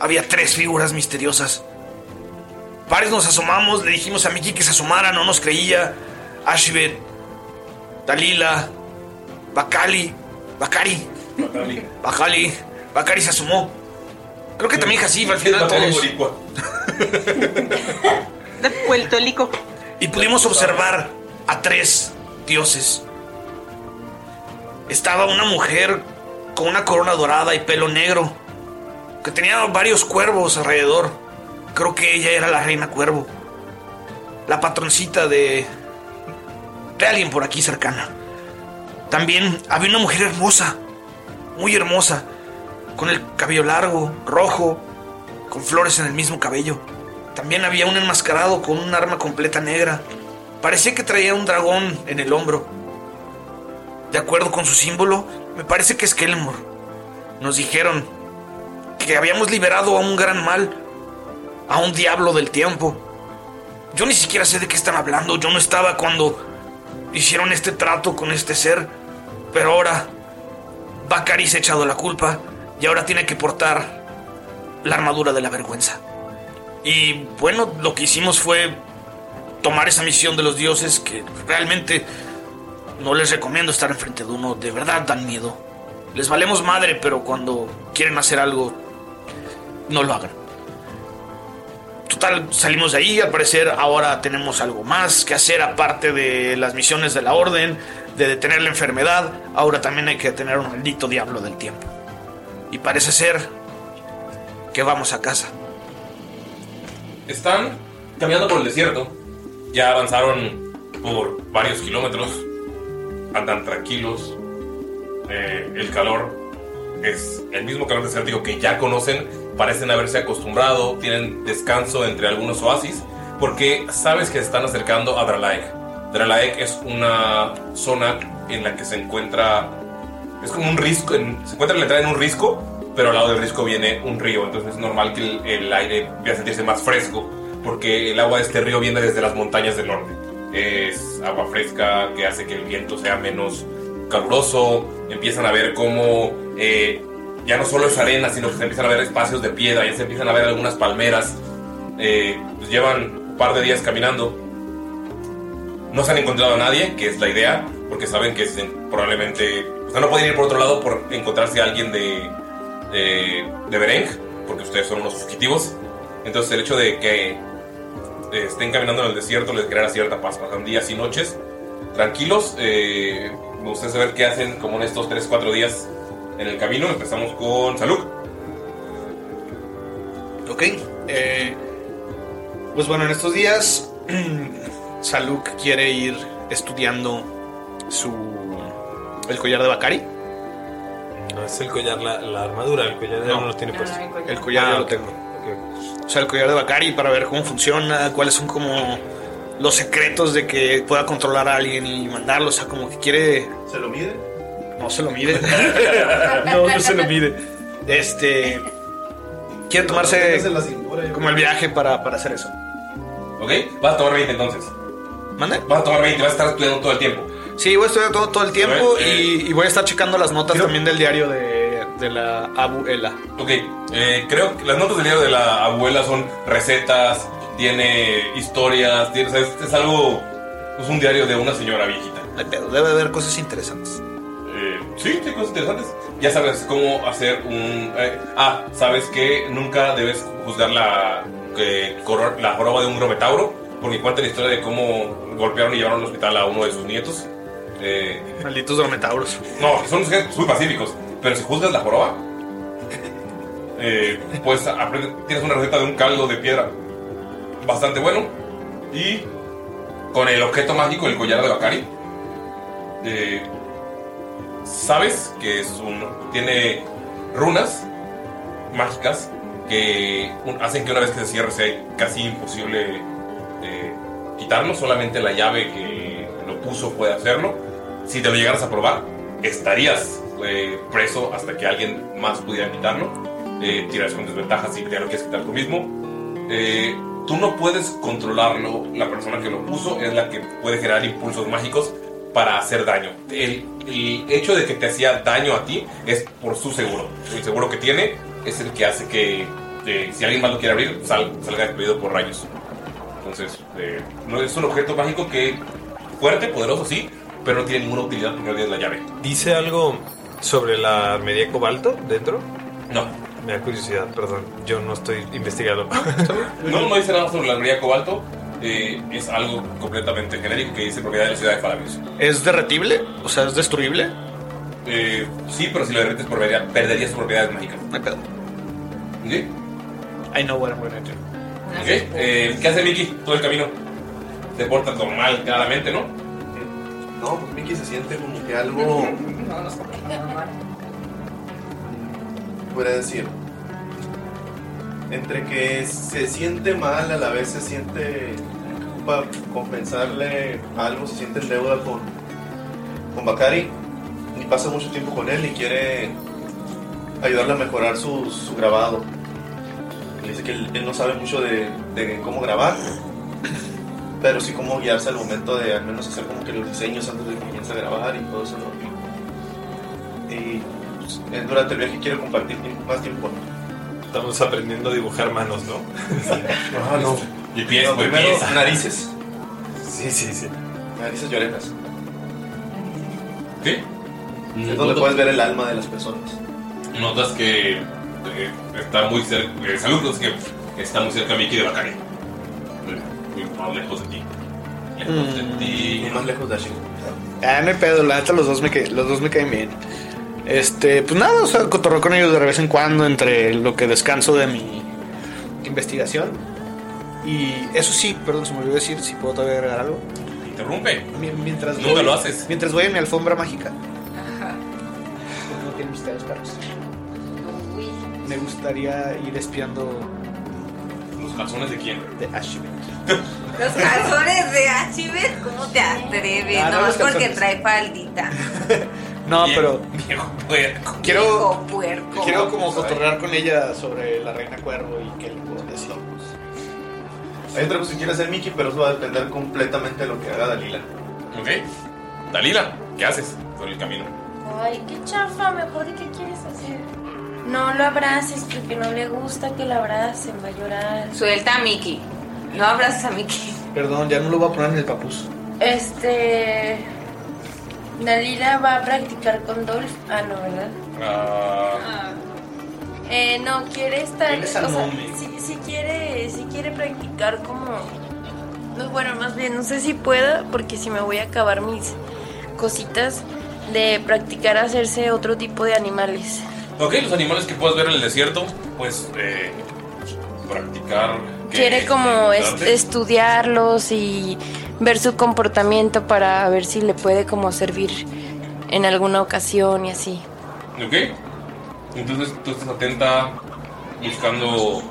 Speaker 8: había tres figuras misteriosas. Varios nos asomamos, le dijimos a Mickey que se asomara, no nos creía. Ashibet, Dalila, Bakali, Bakari, Bakali, Bakari se asomó. Creo que también Hasif al final. todos.
Speaker 17: [laughs] De Puerto Rico.
Speaker 8: Y pudimos observar a tres dioses. Estaba una mujer con una corona dorada y pelo negro, que tenía varios cuervos alrededor. Creo que ella era la reina cuervo, la patroncita de, de alguien por aquí cercana. También había una mujer hermosa, muy hermosa, con el cabello largo, rojo, con flores en el mismo cabello. También había un enmascarado con un arma completa negra. Parecía que traía un dragón en el hombro. De acuerdo con su símbolo, me parece que es Kelmor. Nos dijeron que habíamos liberado a un gran mal, a un diablo del tiempo. Yo ni siquiera sé de qué están hablando, yo no estaba cuando hicieron este trato con este ser, pero ahora Bakari se ha echado la culpa y ahora tiene que portar la armadura de la vergüenza. Y bueno, lo que hicimos fue tomar esa misión de los dioses que realmente no les recomiendo estar enfrente de uno, de verdad dan miedo. Les valemos madre, pero cuando quieren hacer algo, no lo hagan. Total, salimos de ahí, al parecer ahora tenemos algo más que hacer aparte de las misiones de la orden, de detener la enfermedad, ahora también hay que detener un maldito diablo del tiempo. Y parece ser que vamos a casa.
Speaker 5: Están caminando por el desierto. Ya avanzaron por varios kilómetros. Andan tranquilos. Eh, el calor es el mismo calor desértico que ya conocen. Parecen haberse acostumbrado. Tienen descanso entre algunos oasis. Porque sabes que se están acercando a Dralaek. Dralaek es una zona en la que se encuentra. Es como un risco. en- se encuentra la entrada en un risco. Pero al lado del risco viene un río. Entonces es normal que el, el aire vaya a sentirse más fresco. Porque el agua de este río viene desde las montañas del norte. Es agua fresca que hace que el viento sea menos caluroso, empiezan a ver cómo eh, ya no solo es arena, sino que se empiezan a ver espacios de piedra, ya se empiezan a ver algunas palmeras. Eh, pues llevan un par de días caminando. No se han encontrado a nadie, que es la idea, porque saben que se- probablemente... O sea, no pueden ir por otro lado por encontrarse a alguien de, de, de Bereng, porque ustedes son unos fugitivos. Entonces el hecho de que eh, estén caminando en el desierto les genera cierta paz. Pasan días y noches tranquilos. Eh, me gustaría saber qué hacen como en estos 3-4 días en el camino. Empezamos con Saluk.
Speaker 18: Ok. eh,
Speaker 8: Pues bueno, en estos días Saluk quiere ir estudiando su el collar de Bakari.
Speaker 7: No es el collar, la, la armadura, el collar ya no, lo tiene puesto. Ah,
Speaker 8: El collar ya lo tengo. O sea, el collar de Bakari para ver cómo funciona, cuáles son como los secretos de que pueda controlar a alguien y mandarlo. O sea, como que quiere. ¿Se lo mide? No se
Speaker 5: [laughs]
Speaker 8: lo mide. no, no se lo mide. Este. Quiere tomarse como el viaje para, para hacer eso.
Speaker 5: ¿Ok? Vas a tomar 20 entonces.
Speaker 8: ¿Mande?
Speaker 5: Vas a tomar 20, vas a estar estudiando todo el tiempo.
Speaker 8: Sí, voy a estudiar todo, todo el tiempo
Speaker 5: A ver, eh,
Speaker 8: y, y voy a estar checando las notas también del diario de, de la abuela.
Speaker 5: Ok, eh, creo que las notas del libro de la abuela son recetas, tiene historias, tiene- o sea, es, es algo. Es un diario de una señora viejita. Eh,
Speaker 8: debe haber cosas interesantes.
Speaker 5: sí, sí, cosas interesantes. Ya sabes cómo hacer un. eh, ah, sabes que nunca debes juzgar la, que coro- la joroba de un grometauro, porque cuenta la historia de cómo golpearon y llevaron al hospital a uno de sus nietos. Eh,
Speaker 8: Malditos grometauros.
Speaker 5: No, que son unos jefes muy pacíficos, pero si juzgas la joroba, eh, pues aprende- tienes una receta de un caldo de piedra bastante bueno. Y con el objeto mágico, el collar de Bakari, eh, sabes que es un, tiene runas mágicas que un- hacen que una vez que se cierre sea casi imposible eh, quitarlo. Solamente la llave que lo puso puede hacerlo. Si te lo llegaras a probar, estarías eh, preso hasta que alguien más pudiera quitarlo. Eh, tiras con desventajas si te lo quieres quitar tú mismo. Eh, tú no puedes controlarlo. La persona que lo puso es la que puede generar impulsos mágicos para hacer daño. El, el hecho de que te hacía daño a ti es por su seguro. El seguro que tiene es el que hace que eh, si alguien más lo quiere abrir, sal- salga despedido por rayos. Entonces, eh, no es un objeto mágico que fuerte, poderoso, sí, pero no tiene ninguna utilidad porque no tienes la llave.
Speaker 7: ¿Dice algo sobre la media cobalto dentro?
Speaker 5: No.
Speaker 7: Me da curiosidad, perdón. Yo no estoy investigando.
Speaker 5: No, no dice nada sobre la armería cobalto. eh, es algo completamente genérico que dice propiedad de la ciudad de Falabius.
Speaker 19: ¿Es derretible? O sea, ¿es destruible?
Speaker 5: Eh, sí, pero si lo derretes perdería, perdería sus propiedades mágicas.
Speaker 19: No hay pedo.
Speaker 5: I know what I'm gonna do. Ok, eh, ¿Qué hace Mickey todo el camino? Se porta normal, claramente, ¿no?
Speaker 11: No, pues Mickey se siente como que algo. Podría decir. Entre que se siente mal, a la vez se siente. Para compensarle algo, se siente en deuda con. Con Bakari. Y pasa mucho tiempo con él y quiere. Ayudarle a mejorar su, su grabado. Le dice que él, él no sabe mucho de, de cómo grabar pero sí como guiarse al momento de al menos hacer como que los diseños antes de que comience a grabar y todo eso. ¿no? Y pues, eh, durante el viaje quiero compartir tiempo- más tiempo.
Speaker 7: Estamos aprendiendo a dibujar manos, ¿no?
Speaker 11: Ah, no.
Speaker 5: Y pies,
Speaker 11: No,
Speaker 5: güey,
Speaker 11: primero
Speaker 5: pies.
Speaker 11: narices.
Speaker 7: [laughs] Sí, sí, sí.
Speaker 11: Narices llorenas.
Speaker 5: ¿Sí?
Speaker 8: Mm.
Speaker 11: Es donde puedes ver el alma de las personas.
Speaker 5: Notas que eh, está muy cerca. eh, saludos que está muy cerca Mickey de Bakari. Muy más lejos de ti. Lejos de ti.
Speaker 11: Y más lejos de Ashing.
Speaker 8: Ah, no hay pedo, la neta los dos me, ca- los dos me caen bien. Este, pues nada, o sea, cotorreo con ellos de vez en cuando entre lo que descanso de mi investigación. Y eso sí, perdón, se me olvidó decir si puedo todavía agregar algo.
Speaker 5: Interrumpe.
Speaker 8: Mientras
Speaker 5: Nunca lo haces.
Speaker 8: Mientras voy a mi alfombra mágica. No tienen ustedes perros. Me gustaría ir espiando
Speaker 5: ¿Los calzones de quién?
Speaker 8: de Ashby.
Speaker 6: Los calzones de Achiver, ¿cómo te atreves?
Speaker 8: Ah, no,
Speaker 6: no,
Speaker 8: los
Speaker 6: es porque
Speaker 8: calzones.
Speaker 6: trae faldita.
Speaker 8: No, pero quiero
Speaker 6: Viejo puerco.
Speaker 8: quiero como cotorrear con ella sobre la reina cuervo y qué le puedo decir.
Speaker 11: Hay otra cosa que quiere hacer Mickey, pero eso va a depender completamente de lo que haga Dalila.
Speaker 5: Ok. Dalila, ¿qué haces por el camino?
Speaker 9: Ay, qué chafa, mejor de qué quieres hacer. No lo abraces porque no le gusta que la abracen, va a llorar.
Speaker 6: Suelta a Mickey. No abrazas a Mickey.
Speaker 8: Perdón, ya no lo voy a poner en el papus.
Speaker 9: Este. Dalila va a practicar con Dolph. Ah, no, ¿verdad?
Speaker 5: Ah,
Speaker 9: Eh, no, quiere estar.
Speaker 8: Tienes al
Speaker 9: O sea,
Speaker 8: momento.
Speaker 9: si, si quiere, si quiere practicar como. No, bueno, más bien, no sé si pueda, porque si me voy a acabar mis cositas de practicar hacerse otro tipo de animales.
Speaker 5: Ok, los animales que puedes ver en el desierto, pues eh, practicar. que-
Speaker 9: Quiere como
Speaker 5: que-
Speaker 9: est- estudiarlos y ver su comportamiento para ver si le puede como servir en alguna ocasión y así.
Speaker 5: Ok. Entonces tú estás atenta buscando.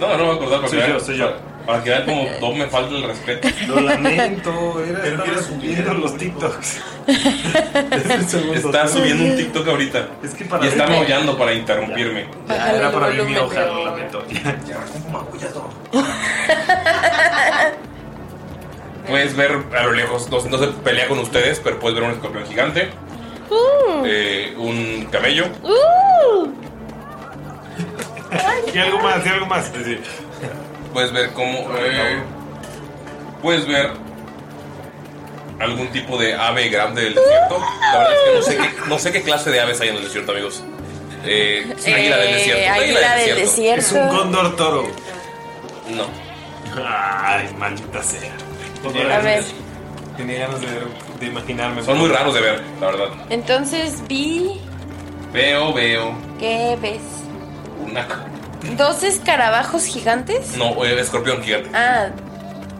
Speaker 5: No, no me voy a acordar para
Speaker 7: Soy
Speaker 5: que
Speaker 7: yo,
Speaker 5: vean-
Speaker 7: soy yo.
Speaker 5: Para que vean como todo me falta
Speaker 7: [laughs]
Speaker 5: el respeto.
Speaker 7: Lo lamento, era estaba subiendo los TikToks.
Speaker 5: Está subiendo un TikTok ahorita.
Speaker 7: Es que para
Speaker 5: y está
Speaker 7: mí-
Speaker 5: maullando para interrumpirme.
Speaker 7: Ya, era para abrir mi hoja,
Speaker 5: pero-
Speaker 7: lo lamento. [laughs]
Speaker 5: Puedes ver a lo lejos, no, no se pelea con ustedes, pero puedes ver un escorpión gigante,
Speaker 9: Uh.
Speaker 5: eh, un camello.
Speaker 7: Y algo más, y algo más.
Speaker 5: Puedes ver cómo. eh, puedes ver algún tipo de ave grande del desierto. La verdad es que no sé qué, no sé qué clase de aves hay en el desierto, amigos. Eh,
Speaker 9: Eh,
Speaker 5: águila del desierto.
Speaker 9: águila del desierto. Es un
Speaker 5: cóndor toro. No.
Speaker 7: Ay, maldita sea.
Speaker 9: A ver.
Speaker 7: Pues, Tenía ganas de, de imaginarme.
Speaker 5: Son muy raros de ver, la verdad.
Speaker 9: Entonces vi
Speaker 5: Veo, veo.
Speaker 9: ¿Qué ves?
Speaker 5: Una.
Speaker 9: ¿Dos escarabajos gigantes?
Speaker 5: No, eh, escorpión gigante.
Speaker 9: Ah,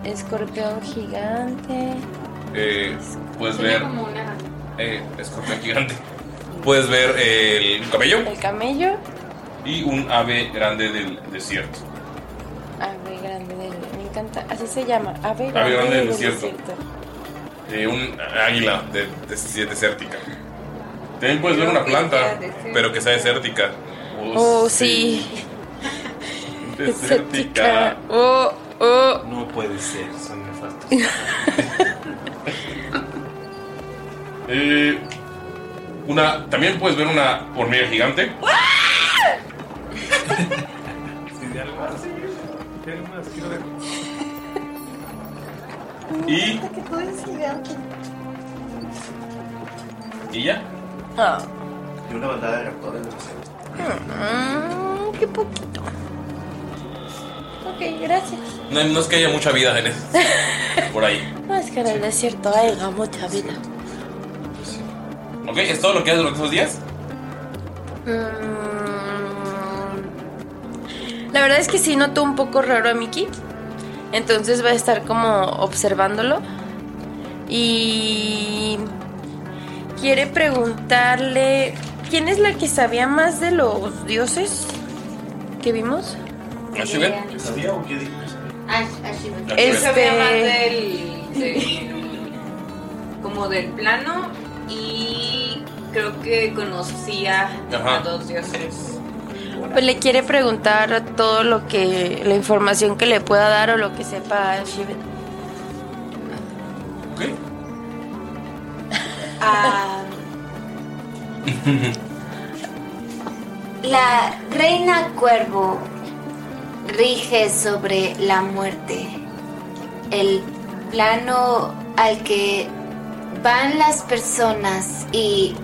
Speaker 9: escorpión gigante.
Speaker 5: Eh, puedes ver
Speaker 9: una.
Speaker 5: eh, escorpión gigante. Puedes ver eh, el cabello
Speaker 9: El camello,
Speaker 5: y un ave grande del desierto.
Speaker 9: ave grande del. Me encanta. Así se llama. Ave grande,
Speaker 5: Ave grande del
Speaker 9: del
Speaker 5: desierto. Eh, un águila de, de- desértica. También puedes ver una planta, pero que sea desértica.
Speaker 9: Oh, sí.
Speaker 5: Desértica.
Speaker 9: Oh, oh. [laughs]
Speaker 20: No puede ser, son nefastos.
Speaker 5: Eh, una, también puedes ver una hormiga gigante.
Speaker 7: ah,
Speaker 5: Y, y ya.
Speaker 9: Ah.
Speaker 11: Y una bandada de raptores.
Speaker 9: Mm, qué poquito. Ok, gracias.
Speaker 5: No, no es que haya mucha vida en eso, por ahí.
Speaker 9: No es que en el desierto haya mucha vida.
Speaker 5: ¿Ok? ¿Es todo lo que haces durante esos días?
Speaker 9: Mm, La verdad es que sí noto un poco raro a Mickey. Entonces va a estar como observándolo. Y quiere preguntarle, ¿quién es la que sabía más de los dioses que vimos?
Speaker 11: ¿Qué ¿Sabía o qué dijo?
Speaker 6: Él
Speaker 9: Este-
Speaker 6: sabía más del, del- como del plano y creo que conocía
Speaker 9: Ajá.
Speaker 6: a dos dioses.
Speaker 9: Pues le quiere preguntar todo lo que, la información que le pueda dar o lo que sepa Shivet.
Speaker 14: Ah, la reina cuervo rige sobre la muerte. El plano al que van las personas y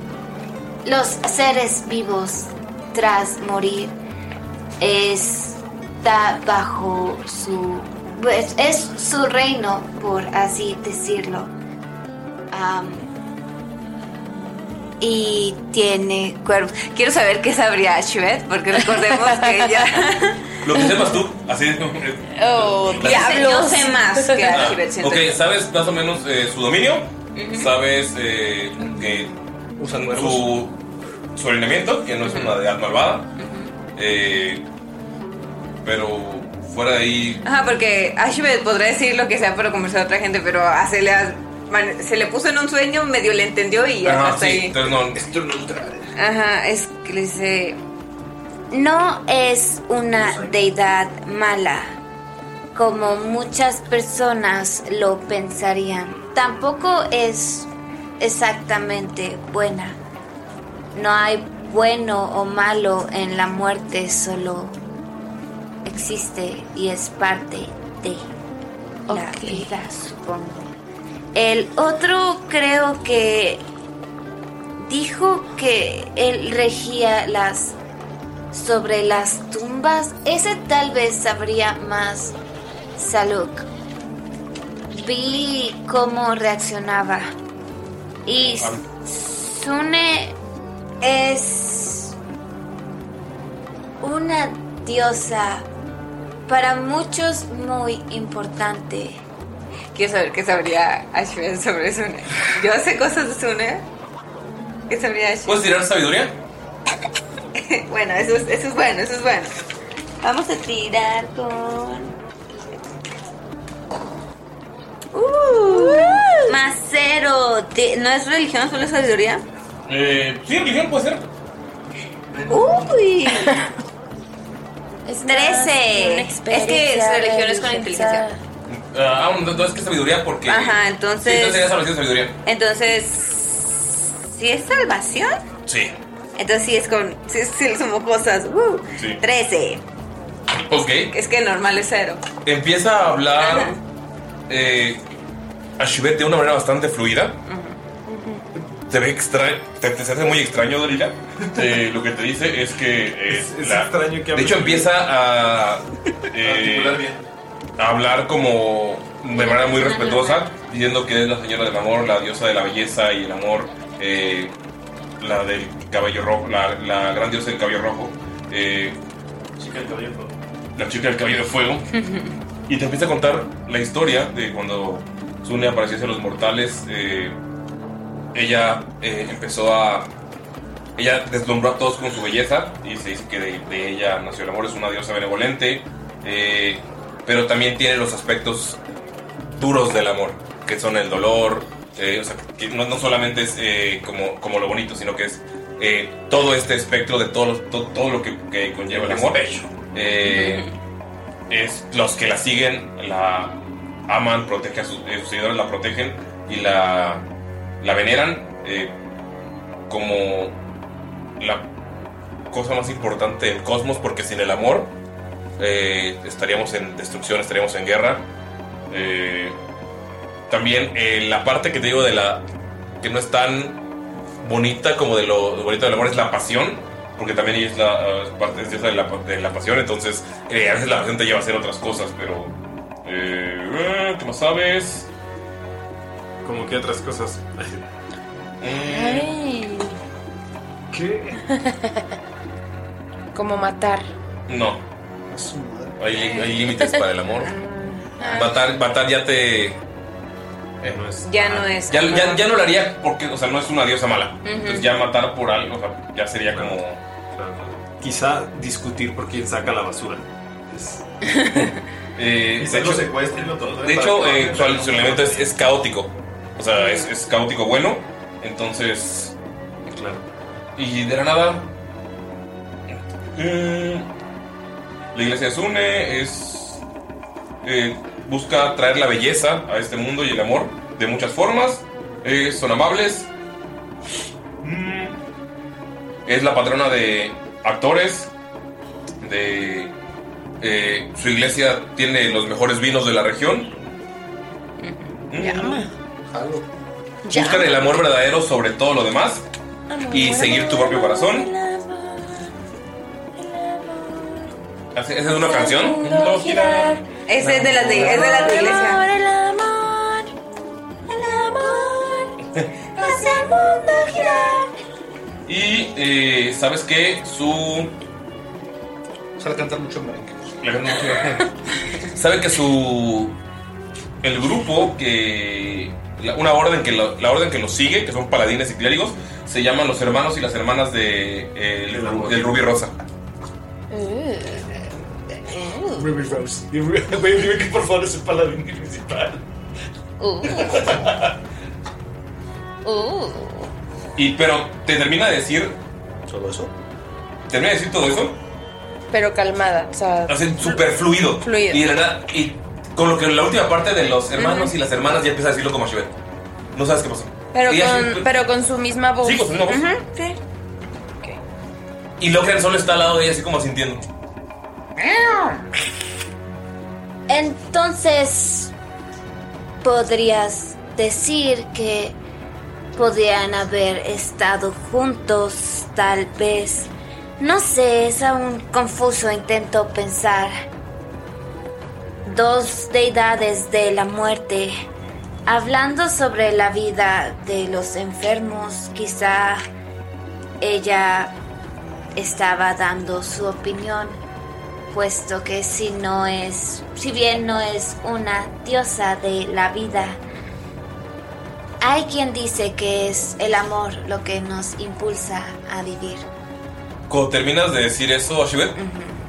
Speaker 14: los seres vivos tras morir está bajo su... pues, es su reino, por así decirlo. Am,
Speaker 6: Y tiene cuervos. Quiero saber qué sabría Shvet, porque recordemos que ella. [laughs]
Speaker 5: Lo que sepas tú, así es. como-
Speaker 6: oh,
Speaker 5: diablos.
Speaker 6: Yo sé más que a
Speaker 5: Ah,
Speaker 6: Shvet, siento
Speaker 5: ok,
Speaker 6: yo.
Speaker 5: sabes más o menos eh, su dominio, sabes eh, que usan su, su alineamiento, que no es una deidad malvada, eh, pero fuera de ahí
Speaker 6: Ajá, porque Ashbet podrá decir lo que sea para conversar a otra gente, pero a Celia man- se le puso en un sueño, medio le entendió y ya
Speaker 5: Ajá,
Speaker 6: hasta
Speaker 5: sí,
Speaker 6: ahí.
Speaker 5: entonces no.
Speaker 6: Ajá, es que le dice.
Speaker 14: No es una deidad mala, como muchas personas lo pensarían. Tampoco es exactamente buena. No hay bueno o malo en la muerte, solo existe y es parte de la vida, supongo. El otro creo que dijo que él regía las sobre las tumbas, ese tal vez sabría más Saluk. Vi cómo reaccionaba. Y Sune es una diosa para muchos muy importante.
Speaker 6: Quiero saber qué sabría Ashbet sobre Sune. Yo sé cosas de Sune. ¿Qué sabría Ashbet?
Speaker 5: ¿Puedes tirar sabiduría?
Speaker 6: [laughs] bueno, eso es, eso es bueno, eso es bueno. Vamos a tirar con. Uh, más cero. Ti- ¿No es religión, solo es sabiduría?
Speaker 5: Eh, sí, religión puede ser.
Speaker 6: Uy.
Speaker 9: Es
Speaker 6: Trece. Es que es religión es con inteligencia.
Speaker 5: Ah, ah, no, no, es que es sabiduría porque.
Speaker 6: Ajá,
Speaker 5: Sí, entonces ya
Speaker 6: entonces.
Speaker 5: sabes que es sabiduría.
Speaker 6: Entonces. ¿Sí es salvación?
Speaker 5: Sí.
Speaker 6: Entonces sí es con. Sí, sí le sumo cosas. Uh,
Speaker 5: Sí.
Speaker 6: Trece.
Speaker 5: Ok.
Speaker 6: [laughs] Es que normal es cero.
Speaker 5: Empieza a hablar eh, a Shivet de una manera bastante fluida. Te ve extraño, te, te hace muy extraño, Dorila. Eh, lo que te dice es que. eh, la- de hecho, empieza
Speaker 11: [laughs]
Speaker 5: a. eh, a hablar como de manera muy respetuosa, diciendo que es la señora del amor, la diosa de la belleza y el amor, eh, la del cabello rojo, la, la gran diosa del cabello rojo. eh,
Speaker 11: Chica del cabello rojo.
Speaker 5: la chica del cabello de fuego. Y te empieza a contar la historia de cuando Sune apareció hacia los mortales eh, ella eh, empezó a... Ella deslumbró a todos con su belleza y se dice que de, de ella nació el amor, es una diosa benevolente, eh, pero también tiene los aspectos duros del amor, que son el dolor, eh, o sea, que no, no solamente es eh, como, como lo bonito, sino que es eh, todo este espectro de todo, lo- to- todo lo que, que conlleva el amor. Eh, es los que la siguen, la aman, protegen a sus, eh, sus seguidores, la protegen y la, la veneran eh, como la cosa más importante del cosmos, porque sin el amor eh, estaríamos en destrucción, estaríamos en guerra. Eh, también eh, la parte que te digo de la que no es tan bonita como de lo bonito del amor es la pasión porque también ella es la eh, parte es diosa de la, de la pasión entonces eh, a veces la pasión te lleva a hacer otras cosas pero eh, eh, ¿qué más sabes?
Speaker 11: Como que otras
Speaker 5: [laughs]
Speaker 11: cosas.
Speaker 5: Eh,
Speaker 9: Ay, [laughs]
Speaker 11: ¿Qué?
Speaker 9: como matar.
Speaker 5: No. Hay, li- hay límites para el amor.
Speaker 9: Mm.
Speaker 5: Matar, matar ya te. eh,
Speaker 6: Ya no es.
Speaker 5: Ya, ya- ya no lo haría porque, o sea, no es una diosa mala.
Speaker 6: Ujú.
Speaker 5: Entonces ya matar por algo, o sea, ya sería como.
Speaker 11: Quizá discutir por quién saca la basura.
Speaker 5: [laughs] Eh,
Speaker 11: Quizá
Speaker 5: de hecho,
Speaker 11: lo secuestren y lo tomen
Speaker 5: de
Speaker 11: para
Speaker 5: hecho,
Speaker 11: que
Speaker 5: eh,
Speaker 11: lo
Speaker 5: su,
Speaker 11: hagan.
Speaker 5: su elemento es, es caótico. O sea, es, es caótico bueno. Entonces. Claro. Y de la nada. eh, la iglesia se une, es. eh, busca traer la belleza a este mundo y el amor de muchas formas. eh, son amables. Mm, Es la patrona de actores. De. eh, su iglesia tiene los mejores vinos de la región.
Speaker 7: Mm.
Speaker 15: Llama.
Speaker 5: Buscan el amor verdadero sobre todo lo demás y seguir tu propio corazón. Así- Esa es una canción.
Speaker 6: Ese es de las de, es de las de iglesia.
Speaker 15: El amor, el amor, hace el mundo girar.
Speaker 5: Y eh, sabes que su.
Speaker 8: Sale a cantar mucho merengue.
Speaker 5: La gente no- [laughs] Sabe que su. El grupo que. la- una orden que lo- la orden que los sigue, que son paladines y clérigos, se llaman los hermanos y las hermanas de, eh, el ru- del Ruby Rosa.
Speaker 11: Ruby Rose. Güey, dime que por favor es el paladín principal.
Speaker 6: Uh.
Speaker 5: Y pero te termina de decir. ¿Solo eso? Termina de decir todo eso.
Speaker 9: Pero calmada, o sea,
Speaker 5: Hacen súper fluido.
Speaker 9: Fluido.
Speaker 5: Y de verdad, y con lo que la última parte de los hermanos y las hermanas ya empieza a decirlo como Shiver. No sabes qué pasó.
Speaker 9: pero
Speaker 5: Y ya-
Speaker 9: con, pero con su misma voz.
Speaker 5: pues. Sí, con su misma voz.
Speaker 9: Ujú, sí.
Speaker 5: Y Lockhart solo está al lado de ella, así como sintiendo.
Speaker 14: Entonces, podrías decir que podían haber estado juntos, tal vez. No sé, es aún confuso, intento pensar. Dos deidades de la muerte. Hablando sobre la vida de los enfermos, quizá ella estaba dando su opinión puesto que si no es, si bien no es una diosa de la vida, hay quien dice que es el amor lo que nos impulsa a vivir.
Speaker 5: Cuando terminas de decir eso, Shiver,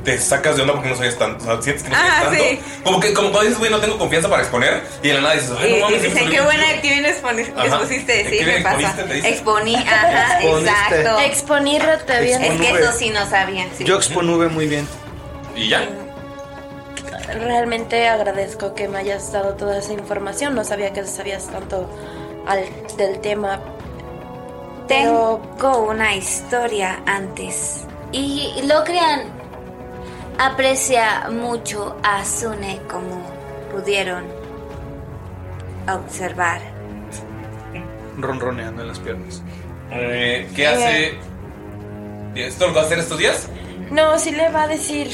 Speaker 5: te sacas de onda porque no sabías tanto. O sea, sientes que no sabías
Speaker 6: Ajá,
Speaker 5: tanto.
Speaker 6: Ah, sí.
Speaker 5: Como que como cuando dices, güey, no tengo confianza para exponer. Y de la nada dices,
Speaker 6: Y-
Speaker 5: ay, no
Speaker 6: y
Speaker 5: mames,
Speaker 6: dicen,
Speaker 5: esto-
Speaker 6: qué buena actividad exponi-
Speaker 5: Ajá.
Speaker 6: expusiste. Sí,
Speaker 5: ¿Qué
Speaker 6: me
Speaker 5: bien
Speaker 6: pasa.
Speaker 5: exponiste? Te dice.
Speaker 6: Exponí,
Speaker 5: [laughs]
Speaker 6: ajá,
Speaker 8: Exponiste.
Speaker 6: exacto.
Speaker 9: Exponírate
Speaker 8: bien.
Speaker 6: Es que
Speaker 8: Exponube.
Speaker 6: eso sí no sabía. sí.
Speaker 8: Yo exponube muy bien.
Speaker 5: Y ya.
Speaker 9: Realmente agradezco que me hayas dado toda esa información. No sabía que sabías tanto al, del tema.
Speaker 14: Tengo una historia antes. Y Locrian aprecia mucho a Sune como pudieron observar.
Speaker 8: Ronroneando en las piernas.
Speaker 5: Eh, ¿Qué hace? ¿Esto lo va a hacer estos días?
Speaker 9: No, sí le va a decir.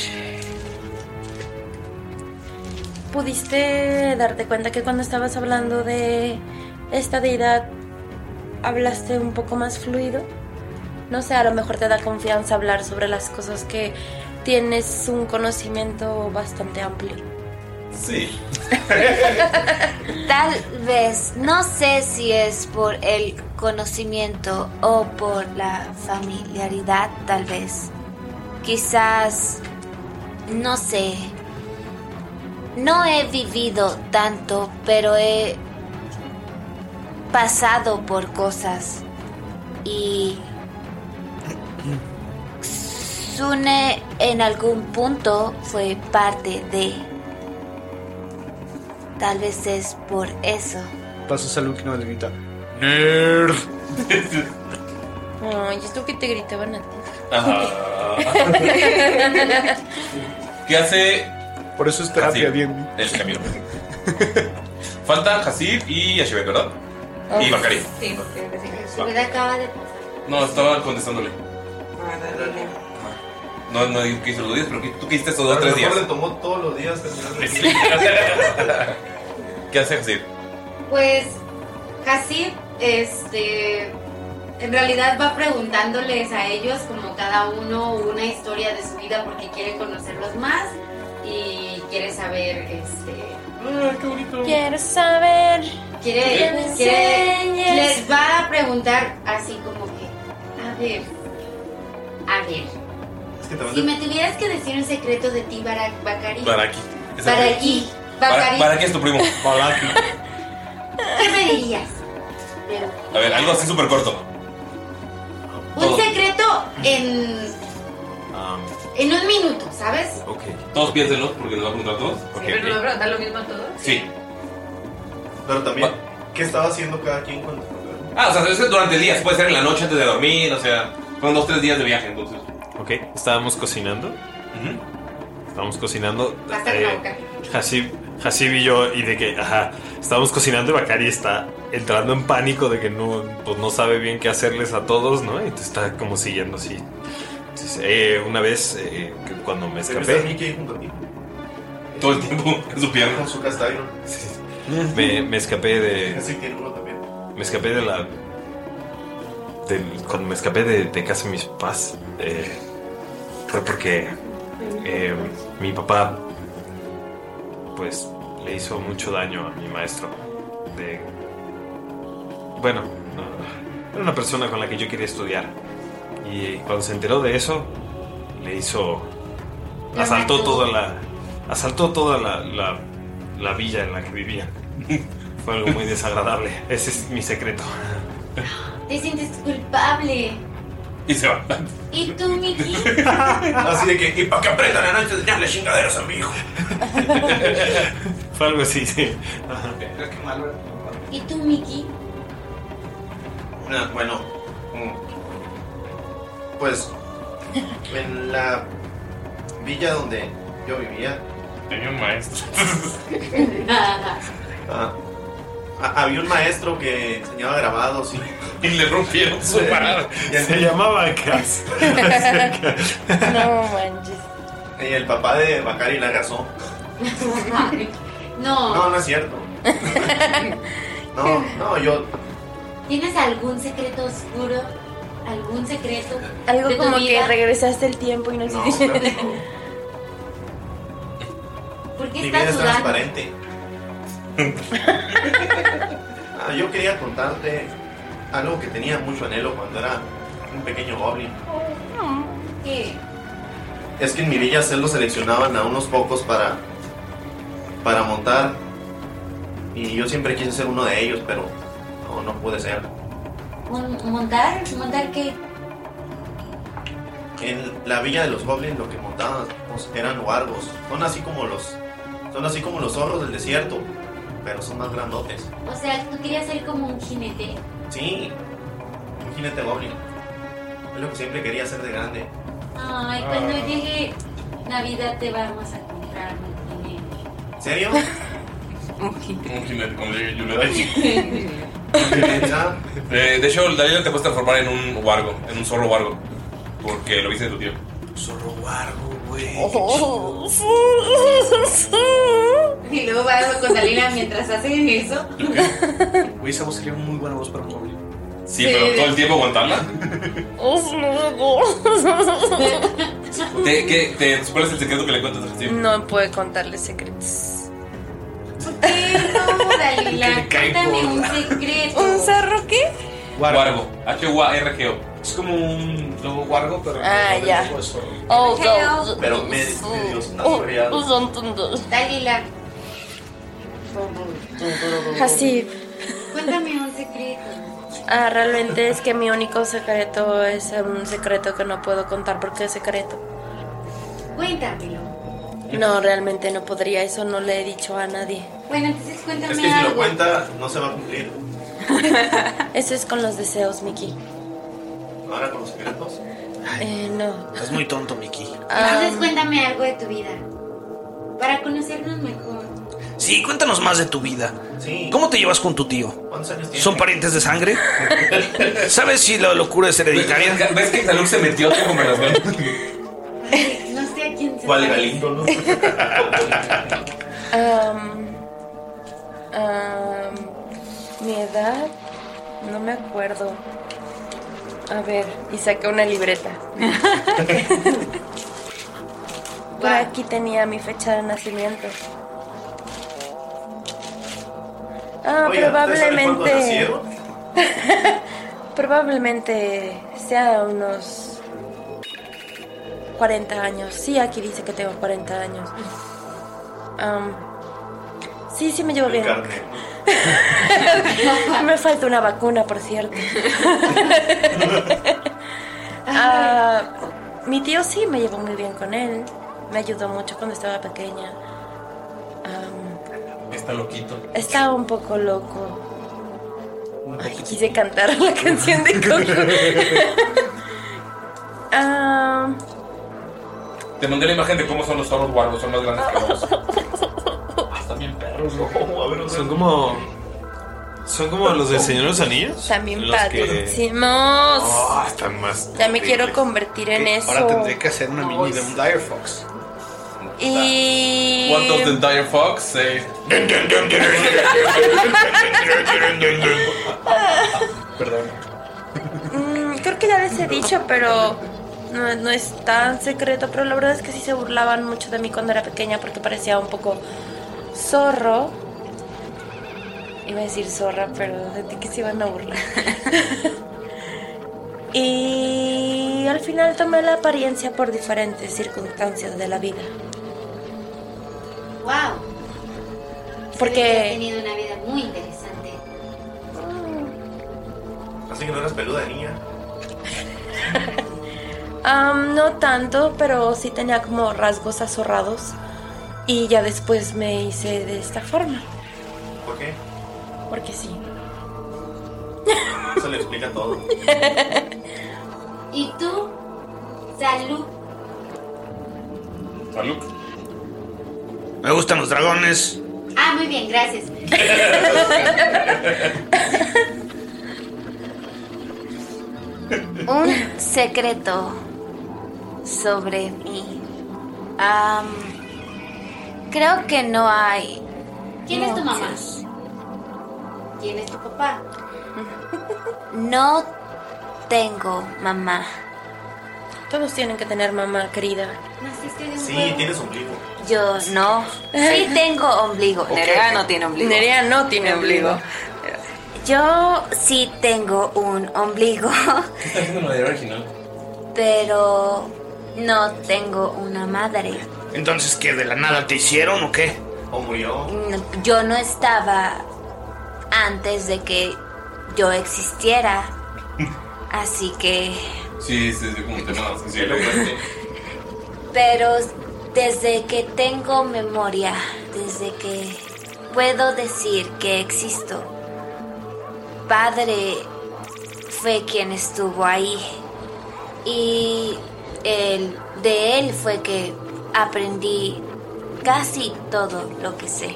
Speaker 9: ¿Pudiste darte cuenta que cuando estabas hablando de esta deidad hablaste un poco más fluido? No sé, a lo mejor te da confianza hablar sobre las cosas que tienes un conocimiento bastante amplio.
Speaker 5: Sí.
Speaker 14: Tal vez, no sé si es por el conocimiento o por la familiaridad, tal vez. Quizás, no sé. No he vivido tanto, pero he pasado por cosas. Y Sune en algún punto fue parte de... Tal vez es por eso.
Speaker 8: Pasas al último le grita. Nerd.
Speaker 6: Ay, esto que te gritaban a [laughs] ti. [laughs]
Speaker 5: ¿Qué hace?
Speaker 8: Por eso es terapia bien.
Speaker 5: El camino. [laughs] Falta Hasib y Ashibet, ¿verdad?
Speaker 14: Ah.
Speaker 5: y Bakari.
Speaker 9: Sí, Me acaba de pasar.
Speaker 5: No, estaba contestándole. No, no digo que hice los días, pero que- tú quisiste esos dos
Speaker 11: A
Speaker 5: o
Speaker 11: lo
Speaker 5: tres días.
Speaker 11: mejor le tomó todos los días terminar
Speaker 5: [laughs]
Speaker 11: de-
Speaker 5: ¿Qué hace Hasib?
Speaker 9: Pues casi, este, en realidad va preguntándoles a ellos como cada uno una historia de su vida porque quiere conocerlos más y quiere saber, este,
Speaker 5: Ah,
Speaker 6: qué bonito. Quiero saber.
Speaker 9: quiere,
Speaker 6: Que me
Speaker 9: quiere-
Speaker 6: enseñes.
Speaker 9: les va a preguntar así como que, a ver, a ver,
Speaker 11: Es que también
Speaker 9: si me tuvieras que decir un secreto de ti, Barak- Bacari,
Speaker 5: Baraki. Es el-
Speaker 9: Baraki,
Speaker 5: Bar-
Speaker 9: Bacari,
Speaker 5: Baraki es tu primo. Baraki.
Speaker 9: ¿qué me dirías? Pero,
Speaker 5: A ver, algo así súper corto.
Speaker 9: un
Speaker 5: Todo.
Speaker 9: secreto en En un minuto, ¿sabes?
Speaker 5: ok. Todos piénsenlo porque les va a preguntar a todos. Porque-
Speaker 6: Pero no preguntar lo mismo a [laughs] todos.
Speaker 5: Sí.
Speaker 11: Pero también, ¿qué estaba haciendo cada quien cuando
Speaker 5: Ah, o sea, es durante el día, puede ser en la noche antes de dormir, o sea, fueron dos, tres días de viaje entonces.
Speaker 7: Ok, estábamos cocinando. Estábamos cocinando. eh, Hasib, Hasib y yo, y de que, ajá, estábamos cocinando y Bakari está entrando en pánico de que no, pues no sabe bien qué hacerles a todos, ¿no? Y te está como siguiendo así. Entonces, eh, una vez, eh, que cuando me
Speaker 11: se viste a
Speaker 7: escapé,
Speaker 11: Mickey junto a ti?
Speaker 7: todo el tiempo en su pierna, [laughs]
Speaker 11: Con su castaño.
Speaker 7: me, me escapé de.
Speaker 11: Así tiene uno también.
Speaker 7: Me escapé de la. del- cuando me escapé de, de casa de mis papás, eh, fue porque eh, mi papá, pues, le hizo mucho daño a mi maestro. De, bueno, no, era una persona con la que yo quería estudiar. Y cuando se enteró de eso, le hizo.
Speaker 5: Lo
Speaker 7: asaltó
Speaker 5: mató.
Speaker 7: toda la. asaltó toda la- la, la villa en la que vivía. [laughs] Fue algo muy desagradable. Ese es mi secreto.
Speaker 9: Te sientes culpable.
Speaker 5: Y se va.
Speaker 9: ¿Y tú,
Speaker 11: [laughs]
Speaker 9: Miki?
Speaker 5: Así de que, y para que aprendan la noche, ya le chingaderas a mi hijo.
Speaker 7: Fue algo así, sí.
Speaker 9: ¿Y tú, Miki?
Speaker 11: Ah, bueno. mm, Pues en la villa donde yo vivía.
Speaker 5: Tenía
Speaker 11: [laughs]
Speaker 5: un maestro.
Speaker 11: Ah, había un maestro que enseñaba grabados
Speaker 5: [laughs]
Speaker 11: y.
Speaker 5: le rompieron
Speaker 11: su parada.
Speaker 7: Se llamaba Cas.
Speaker 6: [laughs] No
Speaker 9: [laughs]
Speaker 6: manches.
Speaker 11: [laughs] Y el papá de Bacari la casó.
Speaker 9: no.
Speaker 11: No, no es
Speaker 9: [laughs]
Speaker 11: cierto. No, no, yo.
Speaker 9: ¿Tienes algún secreto oscuro? ¿Algún secreto?
Speaker 6: Algo
Speaker 9: de tu
Speaker 6: como
Speaker 9: vida?
Speaker 6: que regresaste el tiempo y no,
Speaker 11: No,
Speaker 6: hiciste-
Speaker 11: claro que
Speaker 9: ¿Por qué
Speaker 11: Mi vida
Speaker 9: estás
Speaker 11: es
Speaker 9: sudando? [laughs]
Speaker 11: transparente. Ah, yo quería contarte algo que tenía mucho anhelo cuando era un pequeño goblin.
Speaker 6: eh,
Speaker 9: ¿Qué?
Speaker 11: Es que en mi villa se lo seleccionaban a unos pocos para, para montar. Y yo siempre quise ser uno de ellos, pero no, no pude ser.
Speaker 9: ¿Mon- ¿Montar? ¿Montar qué?
Speaker 11: En la villa de los goblins lo que montaban pues, eran huargos. Son así como los. Son así como los zorros del desierto. Pero son más grandotes.
Speaker 9: [laughs] O sea, tú querías ser como un jinete.
Speaker 11: Sí. Un jinete goblin. Es lo que siempre quería hacer de grande.
Speaker 9: Ay,
Speaker 11: Ah.
Speaker 9: cuando llegue Navidad te vamos a comprar un jinete.
Speaker 11: ¿En
Speaker 5: [laughs]
Speaker 11: serio?
Speaker 5: Un jinete, como le- yo le
Speaker 6: [laughs]
Speaker 5: Eh, de hecho, Daniel te puedes transformar en un wargo, en un zorro wargo. Porque lo viste de tu tío. Zorro wargo, güey.
Speaker 9: Y luego vas con Salina mientras haces eso.
Speaker 21: Güey, esa voz sería muy buena voz para un goblin.
Speaker 5: Sí, pero todo el tiempo aguantarla. ¿Te, qué, te, ¿Cuál es el secreto que le cuentas a Hasib?
Speaker 6: No puede contarles secretos.
Speaker 9: No, Dalí.
Speaker 4: Wargo. H-U-A-R-G-O. Es como un lobo Wargo, pero.
Speaker 14: Ah,
Speaker 4: no
Speaker 14: ya.
Speaker 4: tengo
Speaker 11: pues.
Speaker 4: eso.
Speaker 14: Oh, go.
Speaker 4: Pero me Dios, una
Speaker 14: Oh,
Speaker 4: zorreada.
Speaker 9: pues
Speaker 14: oh, son tontos.
Speaker 10: Dalila,
Speaker 9: Así.
Speaker 10: cuéntame un secreto.
Speaker 9: Ah, realmente es que mi único secreto es un secreto que no puedo contar porque es secreto.
Speaker 10: Cuéntamelo.
Speaker 9: No, realmente no podría, eso no le he dicho a nadie.
Speaker 10: Bueno, entonces cuéntame
Speaker 11: Es que si lo
Speaker 10: algo.
Speaker 11: cuenta, no se va a cumplir.
Speaker 9: [laughs] Eso es con los deseos, Mickey.
Speaker 11: Ahora con los secretos.
Speaker 9: Eh, no.
Speaker 8: Es muy tonto, Mickey.
Speaker 10: Entonces cuéntame algo de tu vida. Para conocernos
Speaker 9: [laughs]
Speaker 10: mejor.
Speaker 8: Sí, cuéntanos más de tu vida. ¿Cómo te llevas con tu tío?
Speaker 11: ¿Cuántos años tiene?
Speaker 8: ¿Son parientes
Speaker 4: [laughs]
Speaker 8: de sangre? ¿Sabes si la locura es hereditaria?
Speaker 4: ¿Ves que Taluk se metió a tu conversación?
Speaker 10: No sé a quién se
Speaker 4: ¿Cuál
Speaker 10: parece.
Speaker 4: Galindo, no?
Speaker 9: Am, am, mi edad, no me acuerdo. A ver, y saqué una libreta. Por aquí tenía mi fecha de nacimiento. Ah,
Speaker 2: Oiga, ¿ustedes saben cuándo
Speaker 9: probablemente.
Speaker 2: nacieron?
Speaker 9: [laughs] probablemente sea unos 40 años. Sí, aquí dice que tengo 40 años. Am, sí, sí me llevo bien. [laughs] me falta una vacuna, por
Speaker 22: [laughs]
Speaker 9: cierto. Ah, mi tío sí me llevó muy bien con él. Me ayudó mucho cuando estaba pequeña. Am,
Speaker 4: Está loquito.
Speaker 9: estaba un poco loco. Ay, quise cantar
Speaker 22: [laughs]
Speaker 9: la canción de Coco. Ah,
Speaker 4: Te mandé la imagen de cómo son los zorros Wargo, son más grandes que vos. Ah, están bien perros, ¿no? A ver,
Speaker 7: Son como. Son como los del Señor de los Anillos.
Speaker 9: también
Speaker 7: Los que-
Speaker 9: padrísimos.
Speaker 7: Oh,
Speaker 22: Ah,
Speaker 7: están más.
Speaker 9: ya me quiero convertir en eso.
Speaker 22: Ahora tendré que hacer una mini de un Dire Fox.
Speaker 9: Y.
Speaker 4: What does the dire fox say? Ah,
Speaker 22: Perdón.
Speaker 9: Mm, creo que ya les he dicho, pero no, no es tan secreto. Pero la verdad es que sí se burlaban mucho de mí cuando era pequeña porque parecía un poco zorro. Iba a decir zorra, pero sentí que se iban a burlar. [laughs] y al final tomé la apariencia por diferentes circunstancias de la vida.
Speaker 10: Wow. He
Speaker 9: Porque
Speaker 10: tenido una vida muy interesante.
Speaker 11: Así que no eras peluda de niña.
Speaker 9: Am, no tanto, pero sí tenía como rasgos azorrados. Y ya después me hice de esta forma,
Speaker 11: ¿Por qué?
Speaker 9: porque sí.
Speaker 11: Se le explica todo.
Speaker 10: [laughs] ¿Y tú? Salud.
Speaker 4: Salud.
Speaker 8: Me gustan los dragones.
Speaker 10: Ah, muy bien,
Speaker 9: [laughs]
Speaker 10: gracias.
Speaker 14: [laughs] Un secreto sobre mí. Am, creo que no hay.
Speaker 10: ¿Quién es tu mamá?
Speaker 14: muchos.
Speaker 10: ¿Quién es tu papá?
Speaker 14: No tengo mamá.
Speaker 9: Todos tienen que tener mamá querida.
Speaker 10: Naciste de un
Speaker 11: Sí, tienes ombligo.
Speaker 14: Yo no. Sí tengo ombligo.
Speaker 6: Nerea no tiene ombligo. Nerea
Speaker 9: no tiene ombligo.
Speaker 14: Yo sí tengo un ombligo, [laughs]
Speaker 4: ¿Qué está haciendo la de original?
Speaker 14: pero no tengo una madre.
Speaker 8: Entonces, ¿qué? ¿De la nada te hicieron o qué?
Speaker 11: O murió.
Speaker 14: Mm, Yo no estaba antes de que yo existiera. Así que,
Speaker 4: Sí, sí, sí, como te nada sensible.
Speaker 14: pero desde que tengo memoria, desde que puedo decir que existo, padre fue quien estuvo ahí. Y él- de él fue que aprendí casi todo lo que sé.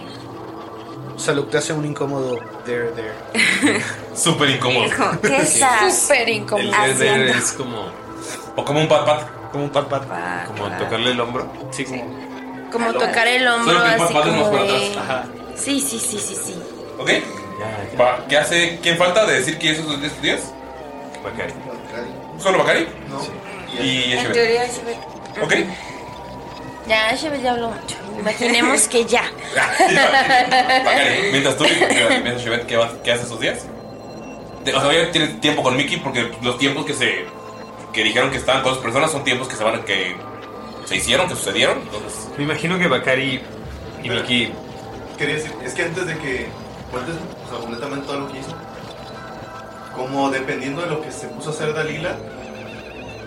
Speaker 22: Salud te hace un incómodo. There, there.
Speaker 4: Súper incómodo.
Speaker 9: [laughs]
Speaker 14: ¿Qué estás
Speaker 7: El
Speaker 9: Ah,
Speaker 14: haciendo?
Speaker 7: Nether es como. O como un pat pat. Como un pat pat. como tocarle el hombro. Sí, como.
Speaker 9: Como tocar el hombro
Speaker 4: Solo que el
Speaker 9: así
Speaker 4: papá de
Speaker 9: como
Speaker 4: unos
Speaker 9: de...
Speaker 4: cuartos. Ajá.
Speaker 9: Sí, sí, sí, sí, sí.
Speaker 4: ¿Ok? Va, ¿Qué hace? ¿Quién falta de decir que esos son de sus días?
Speaker 7: Bacari.
Speaker 4: ¿Solo Bacari? No. Y
Speaker 9: En
Speaker 4: Eshebet.
Speaker 9: teoría, Shebe-
Speaker 4: Ok. [laughs]
Speaker 9: Ya, Shebe ya habló mucho. Imaginemos que ya.
Speaker 4: [laughs]
Speaker 9: [laughs]
Speaker 4: Bacari, mientras tú mientras Eshebet, ¿qué, va- qué hace esos días?
Speaker 5: de- o sea, voy a tener tiempo con Mickey porque los tiempos que se que dijeron que estaban con las personas son tiempos que se van a- que se hicieron, que sucedieron. Entonces,
Speaker 7: Me imagino que Bakari y Miki.
Speaker 11: Quería decir, es que antes de que cuentes o sea, completamente todo lo que hizo, como dependiendo de lo que se puso a hacer Dalila,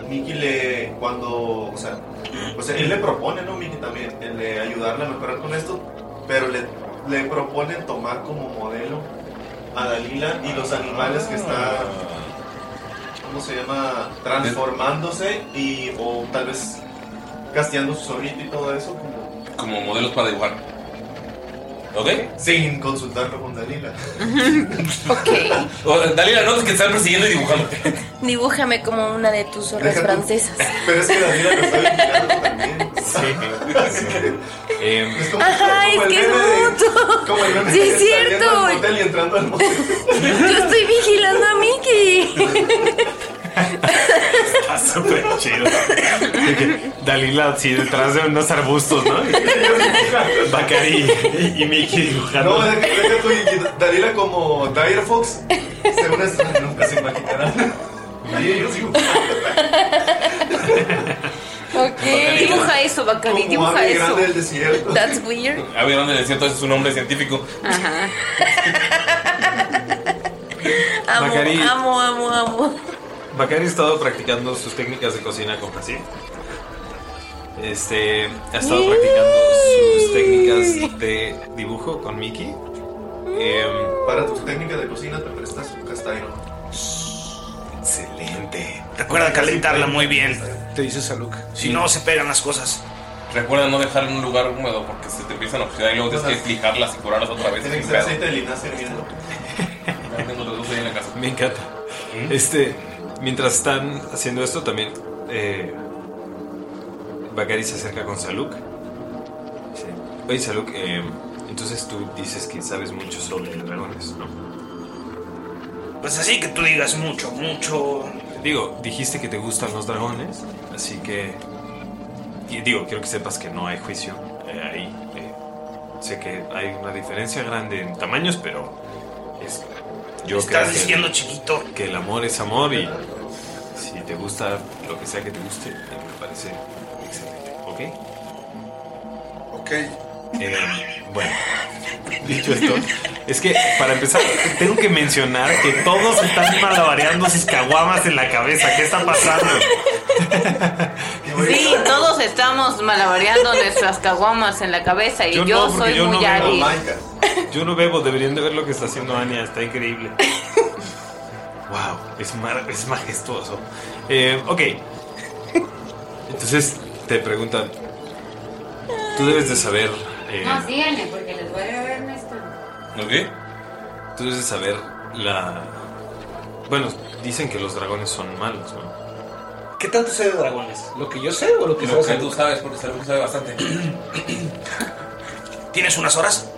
Speaker 11: Mickey le, cuando, o sea, pues él le propone, ¿no? Mickey también, el de ayudarle a mejorar con esto, pero le, le propone tomar como modelo a Dalila y los animales que está, ¿cómo se llama? Transformándose y, o tal vez casteando su sonrita y todo eso, como
Speaker 5: como modelos para dibujar. ¿Ok?
Speaker 11: Sin consultarlo con Dalila.
Speaker 9: ok.
Speaker 5: [laughs] O- Dalila, notas que te están persiguiendo y dibujando.
Speaker 9: Dibújame como una de tus zorras
Speaker 5: Deja tú.
Speaker 9: francesas.
Speaker 11: Pero es que Dalila lo está vigilando también.
Speaker 5: Em,
Speaker 9: Ajá, es que es mutuo.
Speaker 11: Como el meme
Speaker 9: Sí,
Speaker 11: que
Speaker 9: es
Speaker 11: está yendo
Speaker 9: cierto.
Speaker 11: al motel y entrando al motel.
Speaker 9: Yo estoy vigilando a Mickey.
Speaker 7: [laughs] Está súper chido. De que Dalila, sí, detrás de unos arbustos, [laughs] ¿no? Bakari y, y Miki dibujando.
Speaker 11: No, es que deja tú y- y Dalila como Dire Fox. Según esto, [laughs] nunca se imaginarán. Y yo sigo
Speaker 9: ok.
Speaker 6: Dibuja eso, Bacari, dibuja
Speaker 5: ave
Speaker 6: eso.
Speaker 5: grande del desierto.
Speaker 6: That's weird.
Speaker 5: Había donde decía entonces es un hombre científico.
Speaker 6: Ajá.
Speaker 9: [laughs] Amo,
Speaker 7: Bacari.
Speaker 9: amo, amo, amo.
Speaker 7: Bakari ha estado practicando sus técnicas de cocina con Cassie. Este, ha estado practicando sus técnicas de dibujo con Miki.
Speaker 11: Para tus técnicas de cocina te prestas un castaño.
Speaker 7: Excelente.
Speaker 8: Recuerda calentarla muy bien.
Speaker 23: Te dices a Luke.
Speaker 8: Si no, se pegan las cosas.
Speaker 5: Recuerda no dejarla en un lugar húmedo porque se te empiezan a oxidar y luego tienes que lijarlas y curarlas otra vez.
Speaker 11: Tiene que
Speaker 5: sin
Speaker 11: ser
Speaker 5: pedo.
Speaker 11: aceite de linaza hirviendo.
Speaker 7: [laughs]
Speaker 5: Ya tengo los dos ahí en la casa.
Speaker 7: Me encanta. Este, mientras están haciendo esto, también eh, Bakari se acerca con Saluk. Dice, Oye, Saluk, eh, entonces tú dices que sabes mucho sobre dragones, ¿no?
Speaker 8: Pues así que tú digas mucho, mucho.
Speaker 7: Digo, dijiste que te gustan los dragones, así que. y digo, quiero que sepas que no hay juicio eh, ahí. eh, sé que hay una diferencia grande en tamaños, pero. Es, yo
Speaker 8: Estás
Speaker 7: creo que-
Speaker 8: diciendo chiquito.
Speaker 7: Que el amor es amor y. Si te gusta lo que sea que te guste, eh, me parece excelente, ¿ok?
Speaker 24: Ok.
Speaker 7: Eh, bueno, dicho esto, es que para empezar, tengo que mencionar que todos están malabareando sus caguamas en la cabeza. ¿Qué está pasando?
Speaker 6: Sí, todos estamos malabareando nuestras caguamas en la cabeza y yo,
Speaker 7: no, porque
Speaker 6: soy muy ágil.
Speaker 7: bebo. Yo no bebo, deberían de ver lo que está haciendo Anya, está increíble. wow, es, mar- es majestuoso. Eh, ok. Entonces te preguntan, tú debes de saber... eh,
Speaker 25: No, síganme porque les voy a ver esto.
Speaker 7: ok. Tú debes de saber la... Bueno, dicen que los dragones son malos, ¿no?
Speaker 24: ¿Qué tanto sé de dragones? ¿Lo que yo sé o lo que
Speaker 7: Lo
Speaker 24: sabes?
Speaker 7: que
Speaker 24: tú
Speaker 5: sabes, porque Salud sabe bastante.
Speaker 8: [coughs] ¿Tienes unas horas?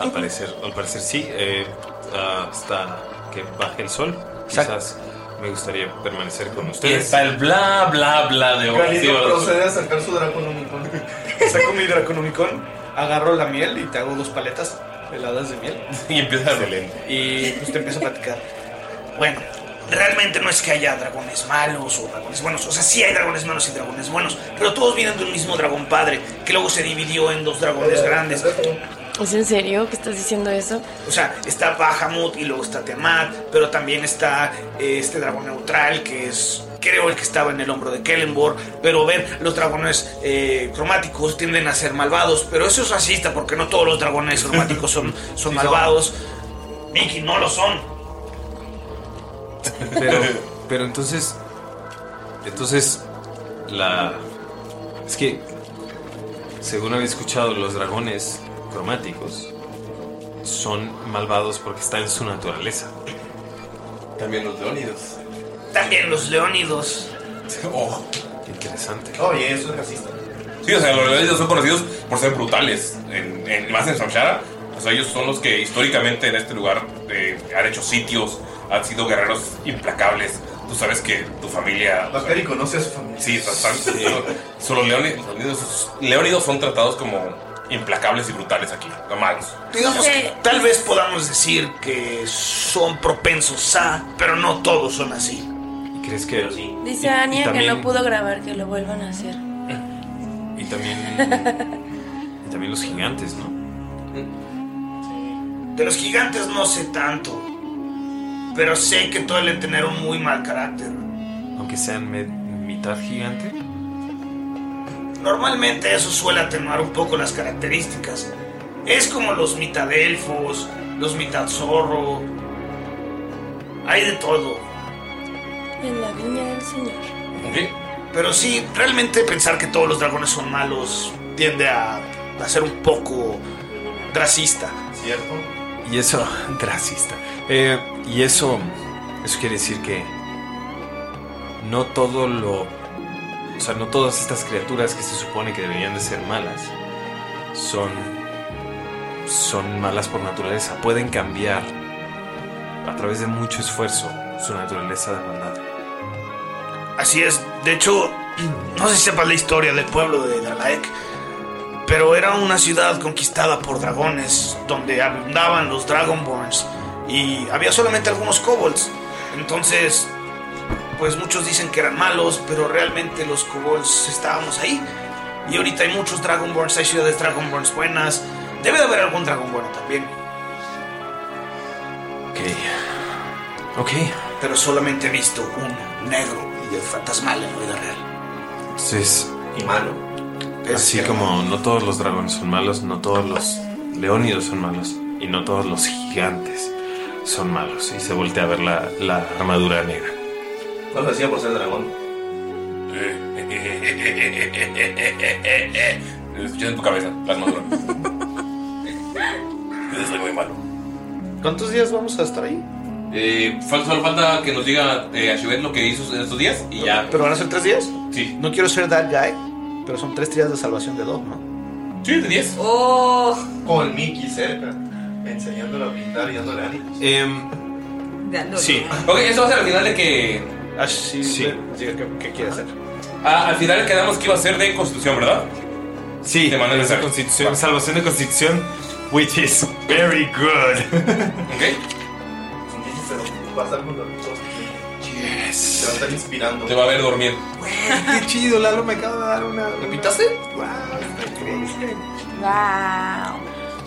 Speaker 7: Al parecer, al parecer sí. eh, hasta que baje el sol. Quizás me gustaría permanecer con ustedes.
Speaker 5: Y está el bla, bla, bla de
Speaker 7: Ocativa.
Speaker 11: Galindo procede a sacar su
Speaker 8: [laughs]
Speaker 11: draconomicon.
Speaker 23: Saco mi Draconomicon, agarro la miel y te hago dos paletas heladas de miel.
Speaker 5: [laughs] Y empieza a
Speaker 23: Y pues te empiezo a platicar.
Speaker 8: Bueno, realmente no es que haya dragones malos o dragones buenos. O sea, sí hay dragones malos y dragones buenos. Pero todos vienen de un mismo dragón padre, que luego se dividió en dos dragones grandes.
Speaker 9: ¿Es en serio que estás diciendo eso?
Speaker 8: O sea, está Bahamut y luego está Tiamat, pero también está eh, este dragón neutral que es, creo, el que estaba en el hombro de Kellenborg. Pero ven, los dragones eh, cromáticos tienden a ser malvados, pero eso es racista porque no todos los dragones cromáticos son, son malvados. Mickey, no lo son.
Speaker 7: Pero, pero entonces. Entonces. La. Es que. Según había escuchado, los dragones cromáticos son malvados porque está en su naturaleza.
Speaker 5: También los leónidos.
Speaker 8: También los leónidos.
Speaker 5: Oh,
Speaker 7: interesante.
Speaker 11: Oye, Oh, eso es racista.
Speaker 5: Sí, o sea, los leones son conocidos por ser brutales, en, en- más en Samshara. O sea, ellos son los que históricamente en este lugar eh, han hecho sitios, han sido guerreros implacables. Tú sabes que tu familia...
Speaker 11: Bacari conoce a su familia.
Speaker 5: [laughs] Sí, están- son- son los leones- los leónidos, leónidos son tratados como implacables y brutales aquí, magos.
Speaker 8: Digamos que tal vez podamos decir que son propensos a, pero no todos son así.
Speaker 7: ¿Crees que
Speaker 9: Dice
Speaker 7: y- y
Speaker 9: Ania que
Speaker 7: también-
Speaker 9: no pudo grabar, que lo vuelvan a hacer.
Speaker 7: Y
Speaker 5: [laughs]
Speaker 7: también, y también los gigantes, ¿no?
Speaker 8: De los gigantes no sé tanto, pero sé que suelen tener un muy mal carácter.
Speaker 7: Aunque sean me- mitad gigante.
Speaker 8: Normalmente eso suele atenuar un poco las características. Es como los mitad elfos, los mitad zorro. Hay de todo.
Speaker 9: En la viña del señor.
Speaker 8: Pero sí, realmente pensar que todos los dragones son malos tiende a, a ser un poco racista. ¿Cierto?
Speaker 7: Y eso, [laughs] racista. Eh, y eso, eso quiere decir que no todo lo, o sea, no todas estas criaturas que se supone que deberían de ser malas son, son malas por naturaleza. Pueden cambiar a través de mucho esfuerzo su naturaleza demandada.
Speaker 8: Así es. De hecho, no sé si sepas la historia del pueblo de Dalaek, pero era una ciudad conquistada por dragones, donde abundaban los Dragonborns y había solamente algunos kobolds. Entonces, pues muchos dicen que eran malos, pero realmente los kobolds estábamos ahí. Y ahorita hay muchos Dragonborns, hay ciudades Dragonborns buenas. Debe de haber algún Dragonborn también.
Speaker 7: Ok. Ok.
Speaker 8: Pero solamente he visto un negro y el fantasmal en la vida real.
Speaker 7: Entonces,
Speaker 8: Y malo.
Speaker 7: Así como no todos los dragones son malos, no todos los leónidos son malos y no todos los gigantes son malos. Y se voltea a ver la, la armadura negra.
Speaker 11: No lo hacía por ser dragón.
Speaker 5: Eh, [laughs] Lo escuché en tu cabeza, la armadura. Yo soy muy malo.
Speaker 26: ¿Cuántos días vamos a estar ahí?
Speaker 5: Eh, fal- solo falta que nos diga eh, Ashibet lo que hizo en estos días y ya.
Speaker 26: ¿Pero van a ser tres días?
Speaker 5: Sí.
Speaker 26: No quiero ser that guy, pero son tres días de salvación de Dog, ¿no?
Speaker 5: Sí, de 10.
Speaker 6: Oh.
Speaker 11: Con Mickey cerca, enseñándolo a pintar y dándole ánimos.
Speaker 7: sí.
Speaker 5: Ok, eso va a ser al final de que.
Speaker 26: sí. ¿Qué, qué quiere hacer?
Speaker 5: Ah, al final quedamos que iba a ser de constitución, ¿verdad?
Speaker 7: Sí,
Speaker 5: Te mandé
Speaker 7: esa
Speaker 5: mensaje.
Speaker 7: constitución, salvación de constitución, which is very good. [laughs]
Speaker 11: Va a estar con los dos.
Speaker 7: Yes. Se
Speaker 11: va a estar inspirando.
Speaker 5: Te va a ver dormir.
Speaker 26: Qué chido, Lalo me acaba de dar una. ¿Lo pintaste?
Speaker 6: Wow.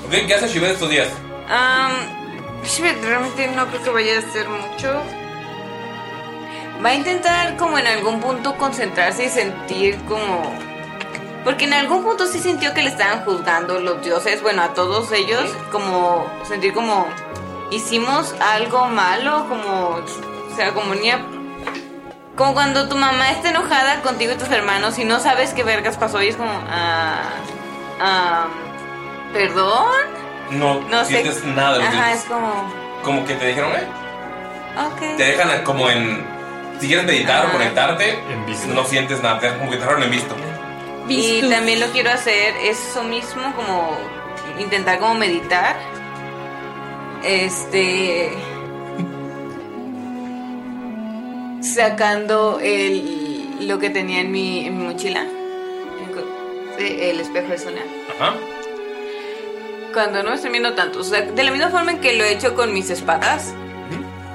Speaker 5: Ok, ¿qué hace Ashibet estos días?
Speaker 6: Um, Shibet, realmente no creo que vaya a hacer mucho. Va a intentar como en algún punto concentrarse y sentir como... Porque en algún punto sí sintió que le estaban juzgando los dioses, bueno, a todos ellos, como sentir como hicimos algo malo, como, o sea, como ni a- Como cuando tu mamá está enojada contigo y tus hermanos y no sabes qué vergas pasó y es como, ah, ah, perdón.
Speaker 5: No,
Speaker 6: No sé.
Speaker 5: sientes nada de los
Speaker 6: Ajá,
Speaker 5: dioses.
Speaker 6: es como.
Speaker 5: Como que te dijeron, eh.
Speaker 6: Ok.
Speaker 5: Te dejan como en. Si quieres meditar o
Speaker 6: Ajá.
Speaker 5: conectarte, no sientes nada. Te- Como que te dejaron en visto.
Speaker 6: Y también lo quiero hacer eso mismo, como intentar como meditar. Este. Sacando el, lo que tenía en mi, en mi mochila. Eh, El espejo de Sonia.
Speaker 5: Ajá.
Speaker 6: Cuando no me estoy viendo tanto. O sea, de la misma forma en que lo he hecho con mis espadas.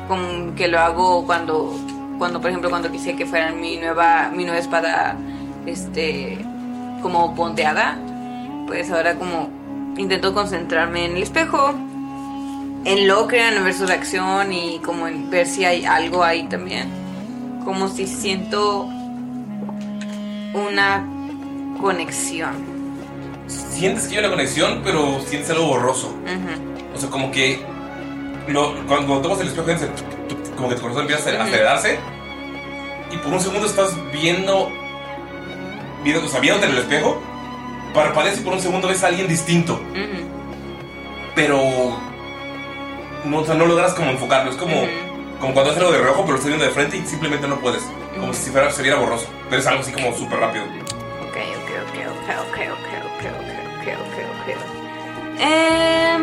Speaker 6: Con que lo hago cuando. Cuando, por ejemplo, cuando quise que fuera mi nueva. Mi nueva espada. Este. como ponteada. Pues ahora como. Intento concentrarme en el espejo. En lo que eran versus de acción. Y como en ver si hay algo ahí también. Como si siento una conexión.
Speaker 5: Sientes que hay una conexión, pero sientes algo borroso.
Speaker 6: Ujú.
Speaker 5: O sea, como que. lo- cuando, cuando tomas el espejo, dice, tu- tu- como que tu corazón empieza a acelerarse. Y por un segundo estás viendo. viendo o sea, viéndote en el espejo. Parpadeas y por un segundo ves a alguien distinto.
Speaker 7: Mm.
Speaker 6: Ujú.
Speaker 5: Pero. No, o sea, no logras como enfocarlo. Es como. Como cuando haces algo de reojo, pero lo estás viendo de frente y simplemente no puedes. Como si fuera, se viera borroso. Pero es algo así como súper rápido.
Speaker 6: Ok, ok, ok, ok, ok, ok, ok, ok, ok, ok, ok. Em,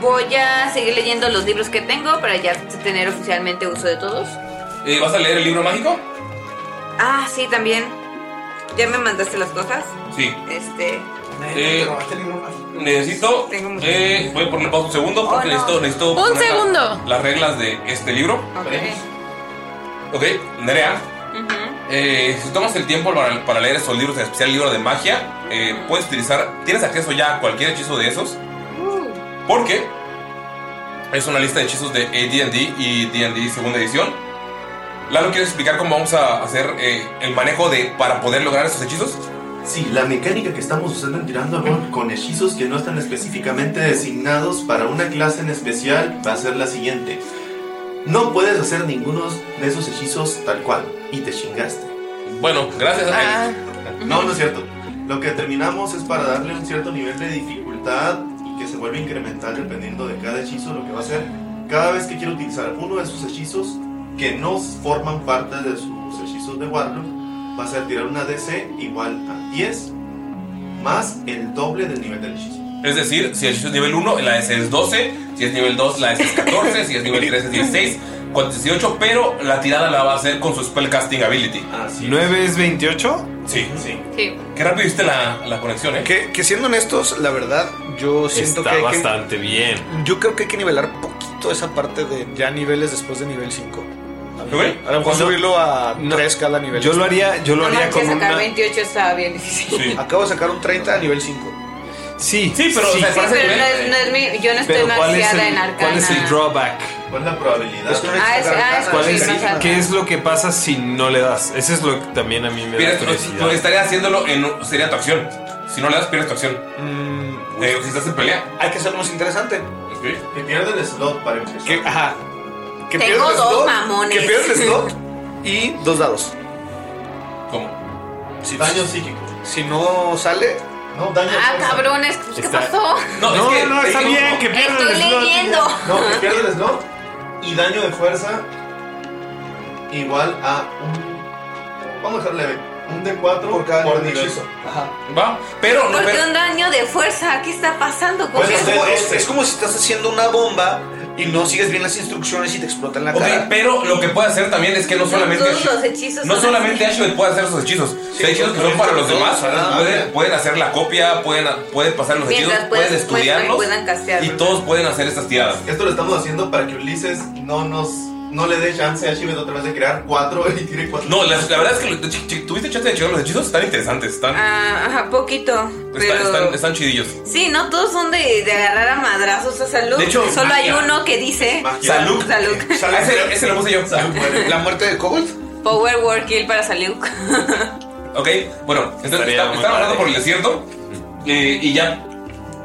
Speaker 6: voy a seguir leyendo los libros que tengo para ya tener oficialmente uso de todos.
Speaker 5: Eh, ¿Vas a leer el libro mágico?
Speaker 6: Ah, sí, también. Ya me mandaste las cosas.
Speaker 5: Sí.
Speaker 6: Este.
Speaker 5: Eh, necesito. eh, voy a poner pausa un segundo porque necesito, necesito.
Speaker 9: Un
Speaker 5: poner la-
Speaker 9: segundo.
Speaker 5: las reglas de este libro. Ok, Nerea. eh, si tomas el tiempo para, para leer esos libros, en especial el libro de magia, eh, puedes utilizar. Tienes acceso ya a cualquier hechizo de esos. Porque es una lista de hechizos de ADD y DD segunda edición. Lalo, ¿quieres explicar cómo vamos a hacer eh, el manejo de para poder lograr esos hechizos?
Speaker 11: Sí, la mecánica que estamos usando en Tirando a Gol con hechizos que no están específicamente designados para una clase en especial va a ser la siguiente. No puedes hacer ninguno de esos hechizos tal cual y te chingaste.
Speaker 5: Bueno, gracias a
Speaker 9: Ah.
Speaker 11: No, no es cierto. Lo que terminamos es para darle un cierto nivel de dificultad y que se vuelve incremental dependiendo de cada hechizo lo que va a hacer. Cada vez que quiero utilizar uno de sus hechizos que no forman parte de sus hechizos de Warlock, vas a tirar una DC igual a 10 más el doble del nivel del hechizo.
Speaker 5: Es decir, si el hechizo es nivel 1, la DC es 12. Si es nivel 2, la DC es 14. si es nivel 3, es 16. Con 18, pero la tirada la va a hacer con su Spellcasting Ability.
Speaker 27: ¿9 es 28?
Speaker 5: Sí, sí.
Speaker 6: Sí.
Speaker 5: Qué rápido hiciste la, la conexión, ¿eh?
Speaker 27: Que, que siendo honestos, la verdad, yo siento
Speaker 7: Está
Speaker 27: que. hay que-
Speaker 7: bastante bien.
Speaker 27: Yo creo que hay que nivelar poquito esa parte de ya niveles después de nivel 5. A mí-
Speaker 7: ¿Qué?
Speaker 27: A lo mejor
Speaker 7: No.
Speaker 27: subirlo a 3 cada nivel.
Speaker 7: Yo lo haría- yo lo No haría manches, con
Speaker 6: Sacar 28 estaba bien
Speaker 8: [laughs]
Speaker 27: [laughs]
Speaker 6: difícil.
Speaker 27: Acabo de sacar un 30 a nivel 5.
Speaker 7: Sí.
Speaker 5: Sí, pero,
Speaker 6: Sí, pero no es, no es mi, yo no estoy
Speaker 7: Pero ¿cuál es,
Speaker 6: maxiada
Speaker 7: el,
Speaker 6: en arcana.
Speaker 7: cuál es el drawback?
Speaker 11: ¿Cuál es la probabilidad?
Speaker 6: Ah, es- ah, es
Speaker 7: ¿Cuál es-
Speaker 6: muchísimo.
Speaker 7: ¿Qué es lo que pasa si no le das? Eso es lo que también a mí me da
Speaker 5: Pierdes-
Speaker 7: curiosidad.
Speaker 5: porque estarías haciéndolo en. Sería tu acción. Si no le das, pierdes tu acción. Eh, si estás en pelea.
Speaker 27: Hay que ser más interesante.
Speaker 11: Que pierda el slot para empezar.
Speaker 27: ajá. Que
Speaker 6: Tengo
Speaker 27: pierda el
Speaker 6: dos
Speaker 27: slot,
Speaker 6: mamones.
Speaker 27: Que pierda el slot y dos dados.
Speaker 5: ¿Cómo?
Speaker 27: Si
Speaker 11: daño psíquico.
Speaker 27: Si no sale.
Speaker 11: No, daño
Speaker 6: Ah, cabrones, ¿qué
Speaker 27: Está-
Speaker 6: pasó?
Speaker 27: No, es No, que- no, está es que- bien, que pierda
Speaker 6: Estoy
Speaker 27: el slot.
Speaker 6: leyendo.
Speaker 11: No, que pierda el slot y daño de fuerza igual a un. Vamos a dejarle un D4 por cada nivel de hechizo.
Speaker 5: Va, pero
Speaker 6: ¿Por qué un daño de fuerza? ¿Qué está pasando con
Speaker 28: Bueno, es,
Speaker 6: eso?
Speaker 28: como,
Speaker 7: este.
Speaker 28: es- es como si estás haciendo una bomba y no sigues bien las instrucciones y te explotan la
Speaker 5: Ok,
Speaker 28: cara.
Speaker 5: pero lo que puede hacer también es que no solamente.
Speaker 6: Todos los hechizos
Speaker 5: No
Speaker 6: son
Speaker 5: solamente
Speaker 6: así.
Speaker 5: Ashwood puede hacer sus hechizos. Si hay hechizos que son para los demás, pueden, pueden hacer la copia, pueden, pueden pasar los hechizos,
Speaker 6: Mientras puedas-
Speaker 5: pueden estudiarlos.
Speaker 6: puedan castear.
Speaker 5: y todos pueden hacer estas tiradas.
Speaker 11: Esto lo estamos haciendo para que Ulises no nos. No le dé chance a Shivet otra vez de crear 4 y tire 4.
Speaker 5: No, la, Pues la verdad es que lo- ch- ch- tuviste chance de checar los hechizos, están interesantes, están,
Speaker 6: Ah, ajá, poquito.
Speaker 5: están,
Speaker 6: Pero.
Speaker 5: están- están chidillos.
Speaker 6: Sí, no todos son de, de agarrar a madrazos a salud.
Speaker 5: De hecho,
Speaker 6: solo hay
Speaker 5: magia.
Speaker 6: uno que dice.
Speaker 5: Salud.
Speaker 6: Salud.
Speaker 5: Ah, Ese, ese lo puse yo.
Speaker 27: La muerte de Kobold.
Speaker 6: Power Word Kill para salud.
Speaker 5: [laughs] Ok, bueno, están, están- están hablando por el desierto eh, y ya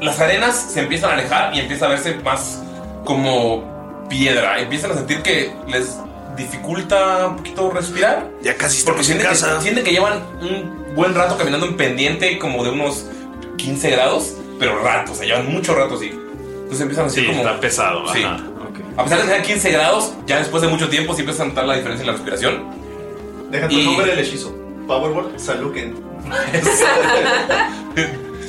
Speaker 5: las arenas se empiezan a alejar y empieza a verse más como piedra. Empiezan a sentir que les dificulta un poquito respirar.
Speaker 7: Ya casi
Speaker 5: Porque
Speaker 7: en
Speaker 5: sienten que,
Speaker 7: casa.
Speaker 5: sienten que llevan un buen rato caminando en pendiente como de unos 15 grados, pero rato, o sea, llevan mucho rato así. Entonces empiezan a sentir como... está
Speaker 7: pesado,
Speaker 5: sí.
Speaker 7: ajá,
Speaker 5: A pesar de tener 15 grados, ya después de mucho tiempo sí empieza a notar la diferencia en la respiración.
Speaker 11: Deja tu
Speaker 5: Y-
Speaker 11: nombre del hechizo. Powerboard, Saluken. [laughs]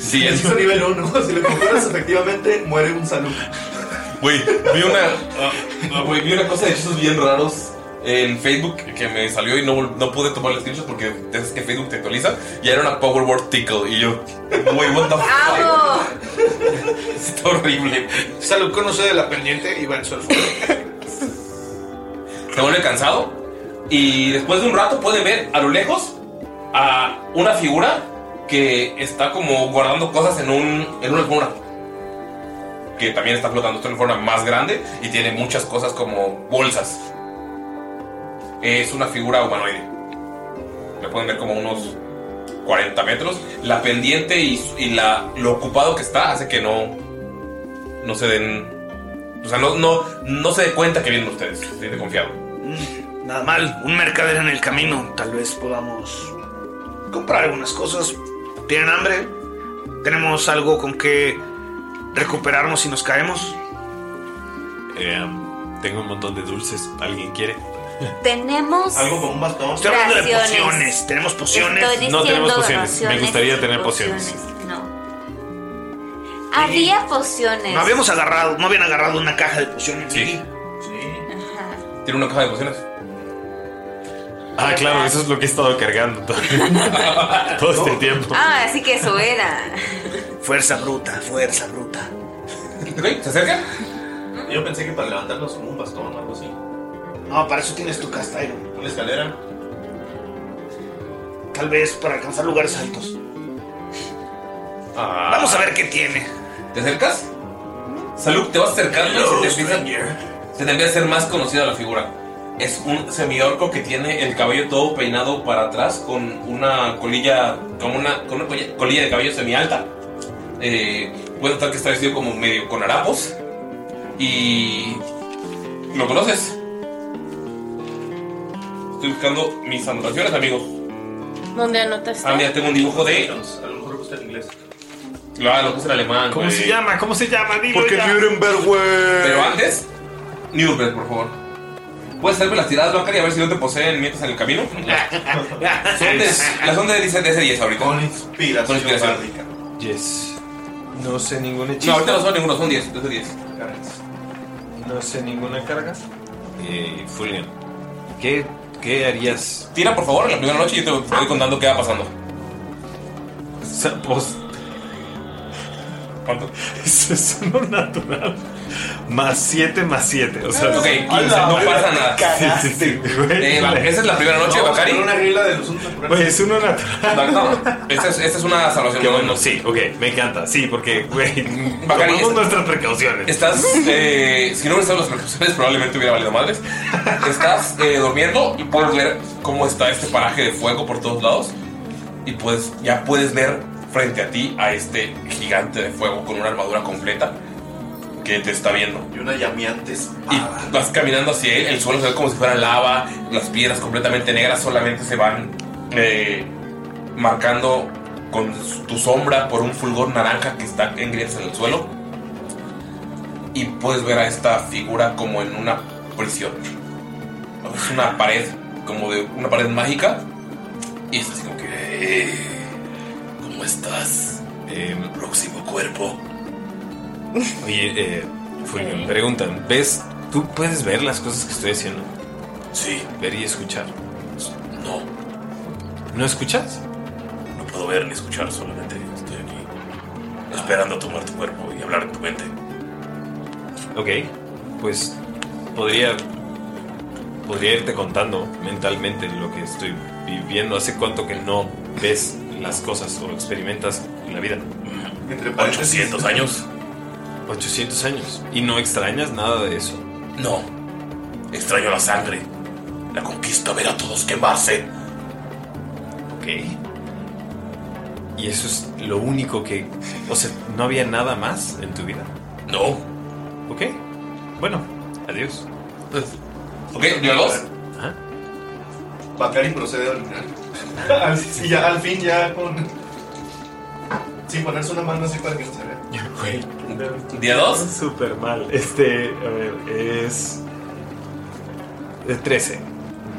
Speaker 5: Sí, es
Speaker 11: Hechizo nivel 1. Si lo conjuras efectivamente, muere un Saluk.
Speaker 5: Güey, vi
Speaker 11: [laughs]
Speaker 5: una. ah, ah, güey, vi una cosa de hechizos bien raros en Facebook que me salió y no, vol- no pude tomar el screenshot porque es que Facebook te actualiza. Y era una Power Word Tickle. Y yo, güey, what the fuck.
Speaker 6: ¡Amo!
Speaker 5: Está horrible.
Speaker 27: Salud conoce de la pendiente y va en su alfombra.
Speaker 5: Se vuelve cansado. Y después de un rato puede ver a lo lejos a una figura que está como guardando cosas en, un, en una alfombra. Que también está flotando. Es una alfombra más grande y tiene muchas cosas como bolsas. Es una figura humanoide. Le pueden ver como unos 40 metros. La pendiente y, y la, lo ocupado que está hace que no, no se den. O sea, no, no, no se dé cuenta que vienen ustedes. Se siente confiado.
Speaker 8: Nada mal, un mercader en el camino. Tal vez podamos comprar algunas cosas. ¿Tienen hambre? ¿Tenemos algo con que recuperarnos si nos caemos?
Speaker 7: Eh, tengo un montón de dulces. ¿Alguien quiere?
Speaker 14: Tenemos.
Speaker 11: un bastón.
Speaker 8: Estoy hablando de
Speaker 14: Raciones.
Speaker 8: pociones. Tenemos pociones.
Speaker 14: Estoy
Speaker 7: No tenemos
Speaker 14: diciendo
Speaker 7: pociones. Me
Speaker 14: raciones
Speaker 7: gustaría
Speaker 14: y
Speaker 7: tener pociones.
Speaker 14: No. Había pociones.
Speaker 8: No habíamos agarrado, no habían agarrado una caja de pociones. Sí.
Speaker 5: Tiene una caja de pociones.
Speaker 7: Ah, claro, eso es lo que he estado cargando todo, [laughs] todo este tiempo.
Speaker 6: Ah, así que eso era.
Speaker 8: Fuerza bruta, fuerza bruta.
Speaker 7: ¿Se acerca?
Speaker 11: Yo pensé que para levantarlos con un bastón o algo así.
Speaker 8: No, para eso tienes tu cast iron.
Speaker 11: Una escalera.
Speaker 8: Tal vez para alcanzar lugares altos. Vamos a ver qué tiene.
Speaker 5: ¿Te acercas? Salud, te vas acercando y se te, empieza, se te empieza a hacer más conocida la figura. Es un semiorco que tiene el cabello todo peinado para atrás con una colilla, como una, con una colilla, colilla de cabello semialta. Eh, puede notar que está vestido como medio con harapos. Y... ¿Lo conoces? Estoy buscando mis anotaciones, amigos.
Speaker 9: ¿Dónde anotaste?
Speaker 5: Ah, mira, tengo un dibujo de...
Speaker 11: A lo mejor gusta en inglés.
Speaker 5: Claro, lo puse en alemán.
Speaker 7: ¿Cómo
Speaker 5: güey.
Speaker 7: se llama? ¿Cómo se llama? Dilo
Speaker 5: Porque
Speaker 7: ya.
Speaker 5: Nuremberg, güey. Pero antes, Nuremberg, por favor. Puedes hacerme las tiradas, Bacari, a ver si no te poseen mientras en
Speaker 7: [laughs]
Speaker 5: el camino. son de, las son de, dice, de ese 10 ahorita. Con inspiración. Con
Speaker 7: Yes. [laughs] No sé ningún hechizo.
Speaker 5: No, ahorita no son ninguno, son 10. De ese 10.
Speaker 7: No sé ninguna carga. Eh, Fulian, ¿qué, ¿qué harías?
Speaker 5: Tira, por favor, la primera noche y yo te voy contando qué va pasando.
Speaker 7: pues, ¿Cuánto? [laughs] Eso es uno natural. Más 7 más 7. O sea,
Speaker 5: Ok, 15, no pasa nada.
Speaker 7: Sí, sí, sí, güey.
Speaker 5: Eh, va- esa es la primera noche de
Speaker 7: Vamos a
Speaker 5: Bacari.
Speaker 7: poner una regla de los Güey, es uno [laughs] natural.
Speaker 5: No, no, Esta es, esta es una salvación.
Speaker 7: Qué bueno, sí, ok, me encanta. Sí, porque,
Speaker 5: [laughs]
Speaker 7: güey,
Speaker 5: Bacari,
Speaker 7: tomamos
Speaker 5: es-
Speaker 7: nuestras precauciones.
Speaker 5: Estás, eh, si no hubieras estado en las precauciones, probablemente hubiera valido madres. Estás eh, durmiendo y puedes ver cómo está este paraje de fuego por todos lados. Y pues ya puedes ver frente a ti a este gigante de fuego con una armadura completa que te está viendo. Y una llameante Y vas caminando hacia él, el suelo se ve como si fuera lava, las piedras completamente negras solamente se van eh, marcando con tu sombra por un fulgor naranja que está en grietas en el suelo y puedes ver a esta figura como en una prisión. Es una pared, como de una pared mágica. Y es así como que. "Eh, ¿Cómo estás? próximo cuerpo.
Speaker 7: Em, Oye, eh, Fulvio, preguntan, ¿ves? ¿Tú puedes ver las cosas que estoy haciendo?
Speaker 5: Sí.
Speaker 7: Ver y escuchar.
Speaker 5: No.
Speaker 7: ¿No escuchas?
Speaker 5: No puedo ver ni escuchar, solamente estoy aquí. Esperando a tomar tu cuerpo y hablar en tu mente.
Speaker 7: Ok, pues podría, podría irte contando mentalmente lo que estoy viviendo. ¿Hace cuánto que no ves las cosas o experimentas en la vida?
Speaker 11: Entre paréntesis.
Speaker 7: 800 años. 800 años. ¿Y no extrañas nada de eso?
Speaker 5: No. Extraño la sangre. La conquista, ver a todos quemarse.
Speaker 7: Ok. ¿Y eso es lo único que... O sea, ¿no había nada más en tu vida?
Speaker 5: No.
Speaker 7: Ok. Bueno, adiós.
Speaker 5: Pues, Ok, ¿yo dos?
Speaker 11: Bacari procede a orinar. [laughs] Al- sí, ya, al fin, ya con. Sin ponerse una mano así para que no se vea.
Speaker 5: ¿Día 2?
Speaker 7: Súper mal. Este, a ver, es. es 13.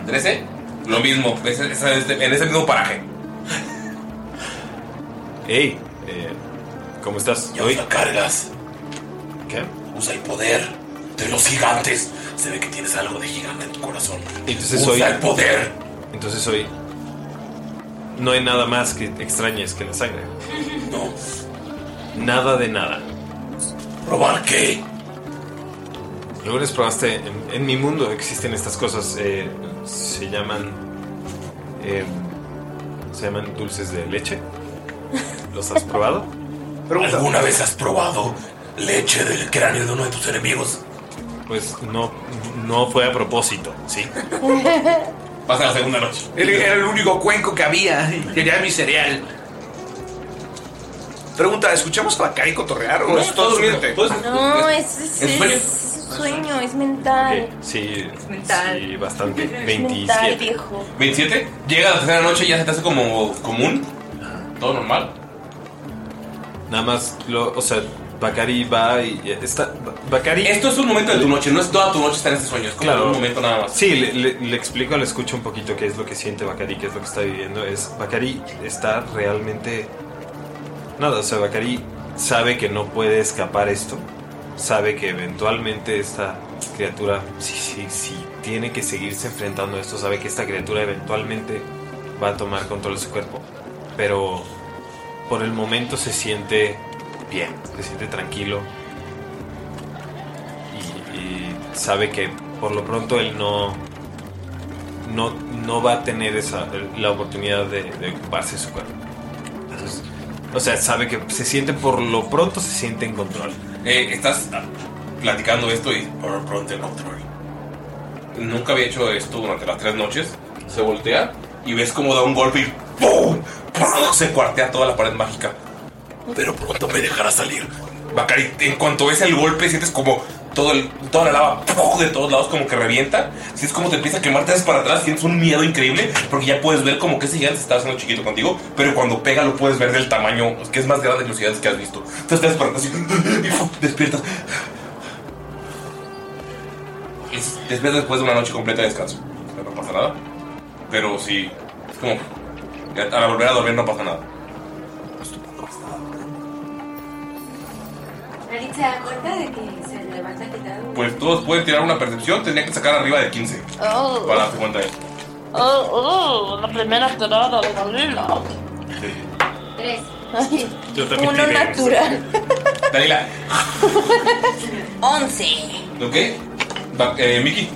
Speaker 5: 13. eh? Lo mismo, es- es- es- en ese mismo paraje.
Speaker 7: Hey, eh, ¿cómo estás?
Speaker 5: Ya usa cargas.
Speaker 7: ¿Qué?
Speaker 5: Usa el poder de los gigantes. Se ve que tienes algo de gigante en tu corazón.
Speaker 7: Entonces
Speaker 5: Usa
Speaker 7: soy.
Speaker 5: el poder.
Speaker 7: Entonces soy. No hay nada más que extrañes que la sangre.
Speaker 5: No.
Speaker 7: Nada de nada.
Speaker 5: ¿Probar qué?
Speaker 7: Alguna vez probaste. En, en mi mundo existen estas cosas. eh, se llaman. eh, se llaman dulces de leche. ¿Los has
Speaker 5: [laughs]
Speaker 7: probado?
Speaker 5: ¿Alguna vez has probado leche del cráneo de uno de tus enemigos?
Speaker 7: Pues no, no fue a propósito, ¿sí?
Speaker 5: Pasa la segunda noche.
Speaker 10: Él era el único cuenco que había y quería mi cereal. Pregunta, ¿escuchamos para acá y cotorrear o
Speaker 5: No,
Speaker 10: es todo
Speaker 5: todo bien,
Speaker 10: suerte?
Speaker 9: No, es, es,
Speaker 10: ¿En sueño?
Speaker 9: es sueño, es mental.
Speaker 7: Sí,
Speaker 9: Es mental.
Speaker 7: sí, bastante.
Speaker 9: Es [laughs] mental, viejo.
Speaker 5: 27. Llega la tercera noche y ya se te hace como común. Todo normal.
Speaker 7: Nada más, lo, o sea, Bakari va y eh, está. Bakari.
Speaker 5: Esto es un momento de tu noche, no es toda tu noche estar en este sueño, es como un momento nada más.
Speaker 7: Sí, le, le- le explico, le escucho un poquito qué es lo que siente Bakari, qué es lo que está viviendo. Es Bakari está realmente. Nada, o sea, Bakari sabe que no puede escapar esto. Sabe que eventualmente esta criatura, si, si, si tiene que seguirse enfrentando a esto, sabe que esta criatura eventualmente va a tomar control de su cuerpo. Pero por el momento se siente bien, se siente tranquilo. Y, y sabe que por lo pronto él no, no, no va a tener esa, la oportunidad de, de ocuparse de su cuerpo. Entonces, o sea, sabe que se siente por lo pronto se siente en control.
Speaker 5: Eh, estás ah, platicando esto y por pronto el control. Nunca había hecho esto durante las tres noches. Se voltea y ves cómo da un golpe y ¡pum! ¡Pum! Se cuartea toda la pared mágica. Pero pronto me dejará salir. Bacari, en cuanto ves el golpe, sientes como todo el- toda la lava ¡pum! de todos lados como que revienta. Sientes como te empieza a quemar, te haces para atrás, sientes un miedo increíble porque ya puedes ver como que ese gigante se está haciendo chiquito contigo, pero cuando pega lo puedes ver del tamaño que es más grande que los gigantes que has visto. Entonces te haces para atrás y, y ¡pum! despiertas. Es- despiertas después de una noche completa de descanso. O sea, No pasa nada. Pero sí, es como ya a la volver a dormir no pasa nada.
Speaker 10: ¿Nadie se da cuenta de que se levanta quitando?
Speaker 5: Pues todos pueden tirar una percepción, tendría que sacar arriba de 15
Speaker 10: Oh.
Speaker 5: para darse cuenta de
Speaker 9: Oh, oh, la primera tirada de Dalila.
Speaker 10: Tres.
Speaker 5: Yo
Speaker 6: Uno natural.
Speaker 5: Dalila,
Speaker 6: 11.
Speaker 5: ¿ok? Va- eh, Miki.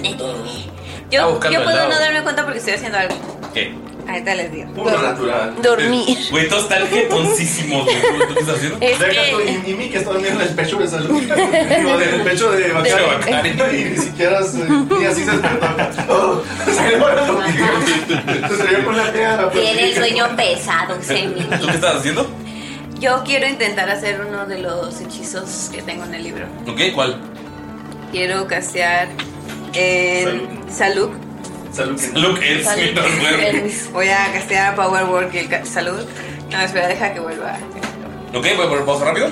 Speaker 5: Miki.
Speaker 6: Yo,
Speaker 5: buscando
Speaker 6: yo
Speaker 5: el
Speaker 6: puedo
Speaker 5: dado.
Speaker 6: no darme cuenta porque estoy haciendo algo.
Speaker 5: ¿Qué?
Speaker 6: Ahorita les digo.
Speaker 5: Uno natural.
Speaker 6: Dormir.
Speaker 5: Güey, todos
Speaker 6: [laughs]
Speaker 5: están jetoncísimos, güey. ¿Tú qué estás haciendo?
Speaker 6: Es
Speaker 11: que- Y Miki está durmiendo en el pecho de salud. No, en el pecho de Bacari. Y ni siquiera se- ni así se despertó. Se salió con la piedra. pues.
Speaker 6: Tiene el sueño
Speaker 5: [laughs]
Speaker 6: pesado, Semi.
Speaker 5: ¿Tú qué estás haciendo?
Speaker 6: Yo quiero intentar hacer uno de los hechizos que tengo en el libro.
Speaker 5: ¿Ok? ¿Cuál?
Speaker 6: Quiero castear en salud.
Speaker 5: Salud. Salud
Speaker 29: [laughs]
Speaker 5: es
Speaker 6: Salud.
Speaker 5: mientras duerme.
Speaker 6: Voy a castear a Power Work y el ca- salud. No, espera, deja que vuelva.
Speaker 5: Ok, voy a poner pausa rápido.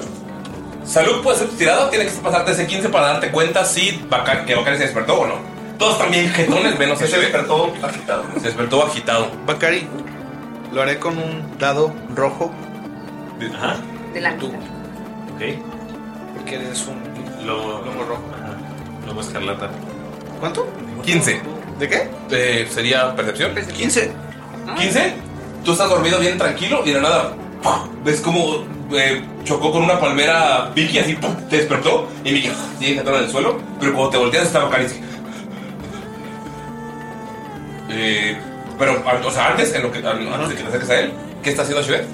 Speaker 5: Salud puede ser tu tirada, tienes que pasarte ese 15 para darte cuenta si Bacari, que Bacari se despertó o no. Todos también jetones, menos ese. Se despertó agitado. Se despertó agitado.
Speaker 29: Bacari, lo haré con un dado rojo.
Speaker 7: Ajá.
Speaker 6: De la
Speaker 7: Ok.
Speaker 29: Porque eres un
Speaker 7: lobo,
Speaker 29: rojo.
Speaker 7: Lobo escarlata.
Speaker 29: ¿Cuánto?
Speaker 5: 15.
Speaker 29: ¿De qué?
Speaker 5: sería percepción.
Speaker 29: 15.
Speaker 5: 15. Tú estás dormido bien tranquilo y de la nada ¡pum! ves como eh, chocó con una palmera Vicky así ¡pum! te despertó y Vicky sigue cantando en el suelo, pero cuando te volteas estaba Bacari. así. Eh, pero a- o sea, antes en lo que antes de que te acerques a él, ¿qué está haciendo Shivet?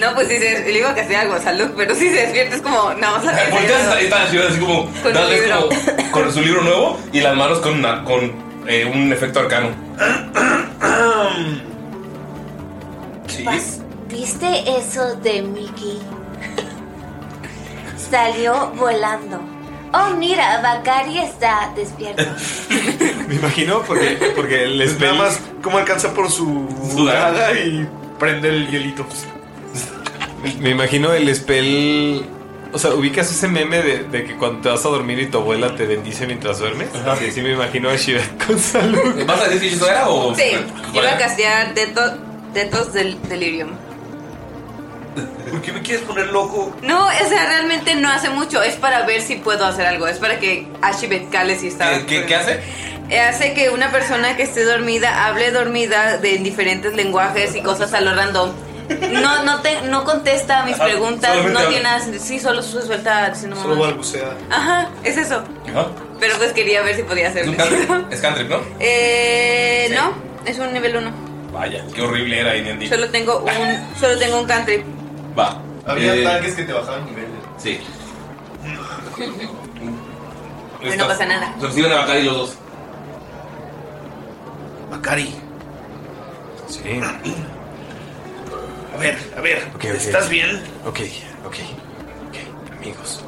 Speaker 6: No, pues sí, se, le iba a castear algo a salud, pero si se despierta es como, nada más la
Speaker 5: Volteas está, está Shivet así como
Speaker 6: Con
Speaker 5: nada,
Speaker 6: el
Speaker 5: es
Speaker 6: libro.
Speaker 5: como con su libro nuevo y las manos con una- con eh, un efecto arcano. Sí.
Speaker 14: ¿Viste eso de Mickey? Salió volando. Oh, mira, Bakari está despierto.
Speaker 7: Me imagino porque, porque el spell. Nada más
Speaker 29: como alcanza por su daga y prende el hielito.
Speaker 7: Me imagino el spell. O sea, ubicas ese meme de, de que cuando te vas a dormir y tu abuela te bendice mientras duermes. Sí, sí, me imagino a Shivet [laughs] con salud.
Speaker 5: ¿Vas a decir que eso era o.?
Speaker 6: Sí, iba a castear teto- tetos del delirium.
Speaker 5: ¿Por qué me quieres poner loco?
Speaker 6: No, o sea, realmente no hace mucho. Es para ver si puedo hacer algo. Es para que Ashibet cale si está.
Speaker 5: ¿Qué, qué hace?
Speaker 6: Eh, Hace que una persona que esté dormida hable dormida de en diferentes lenguajes y cosas a lo random. No, no, te, no contesta a mis
Speaker 29: Ajá,
Speaker 6: preguntas,
Speaker 29: solamente
Speaker 6: no
Speaker 29: habla.
Speaker 6: tiene. as- Sí, solo su suelta diciendo
Speaker 29: Solo
Speaker 6: mamadas.
Speaker 29: balbucea.
Speaker 6: Ajá, es eso.
Speaker 5: Ajá.
Speaker 6: Pero pues quería ver si podía hacer un
Speaker 5: Es cantrip, ¿no?
Speaker 6: Eh, no, es un nivel 1.
Speaker 5: Vaya, qué horrible era D&D.
Speaker 6: Solo tengo un, solo tengo un country.
Speaker 5: Va.
Speaker 11: Había
Speaker 5: Eh,
Speaker 11: ataques que te bajaban niveles.
Speaker 5: Sí.
Speaker 6: Bueno, no pasa nada.
Speaker 5: Se reciben a Bacari los dos.
Speaker 8: Macari.
Speaker 7: Sí.
Speaker 8: A ver, a ver.
Speaker 7: Ok, ok.
Speaker 8: ¿Estás bien?
Speaker 7: Ok, ok, ok, amigos.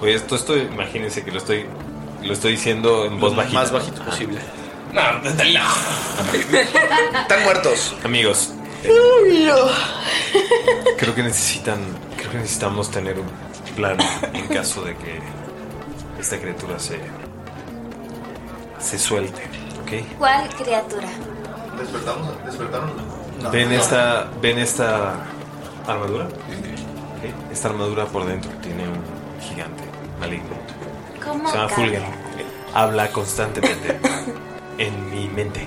Speaker 7: Pues esto, esto, imagínense que lo estoy, lo estoy diciendo en voz bajita. Más bajito posible.
Speaker 5: No,
Speaker 29: Están muertos.
Speaker 7: Amigos, creo que necesitan, creo que necesitamos tener un plan en caso de que esta criatura se, se suelte, ¿ok?
Speaker 14: ¿Cuál criatura?
Speaker 11: Despertamos, despertaron.
Speaker 7: ven esta, ven esta armadura. Ok, Esta armadura por dentro tiene un gigante maligno.
Speaker 6: ¿Cómo
Speaker 7: Se llama
Speaker 6: cambia?
Speaker 7: Fulgen. Habla constantemente en mi mente.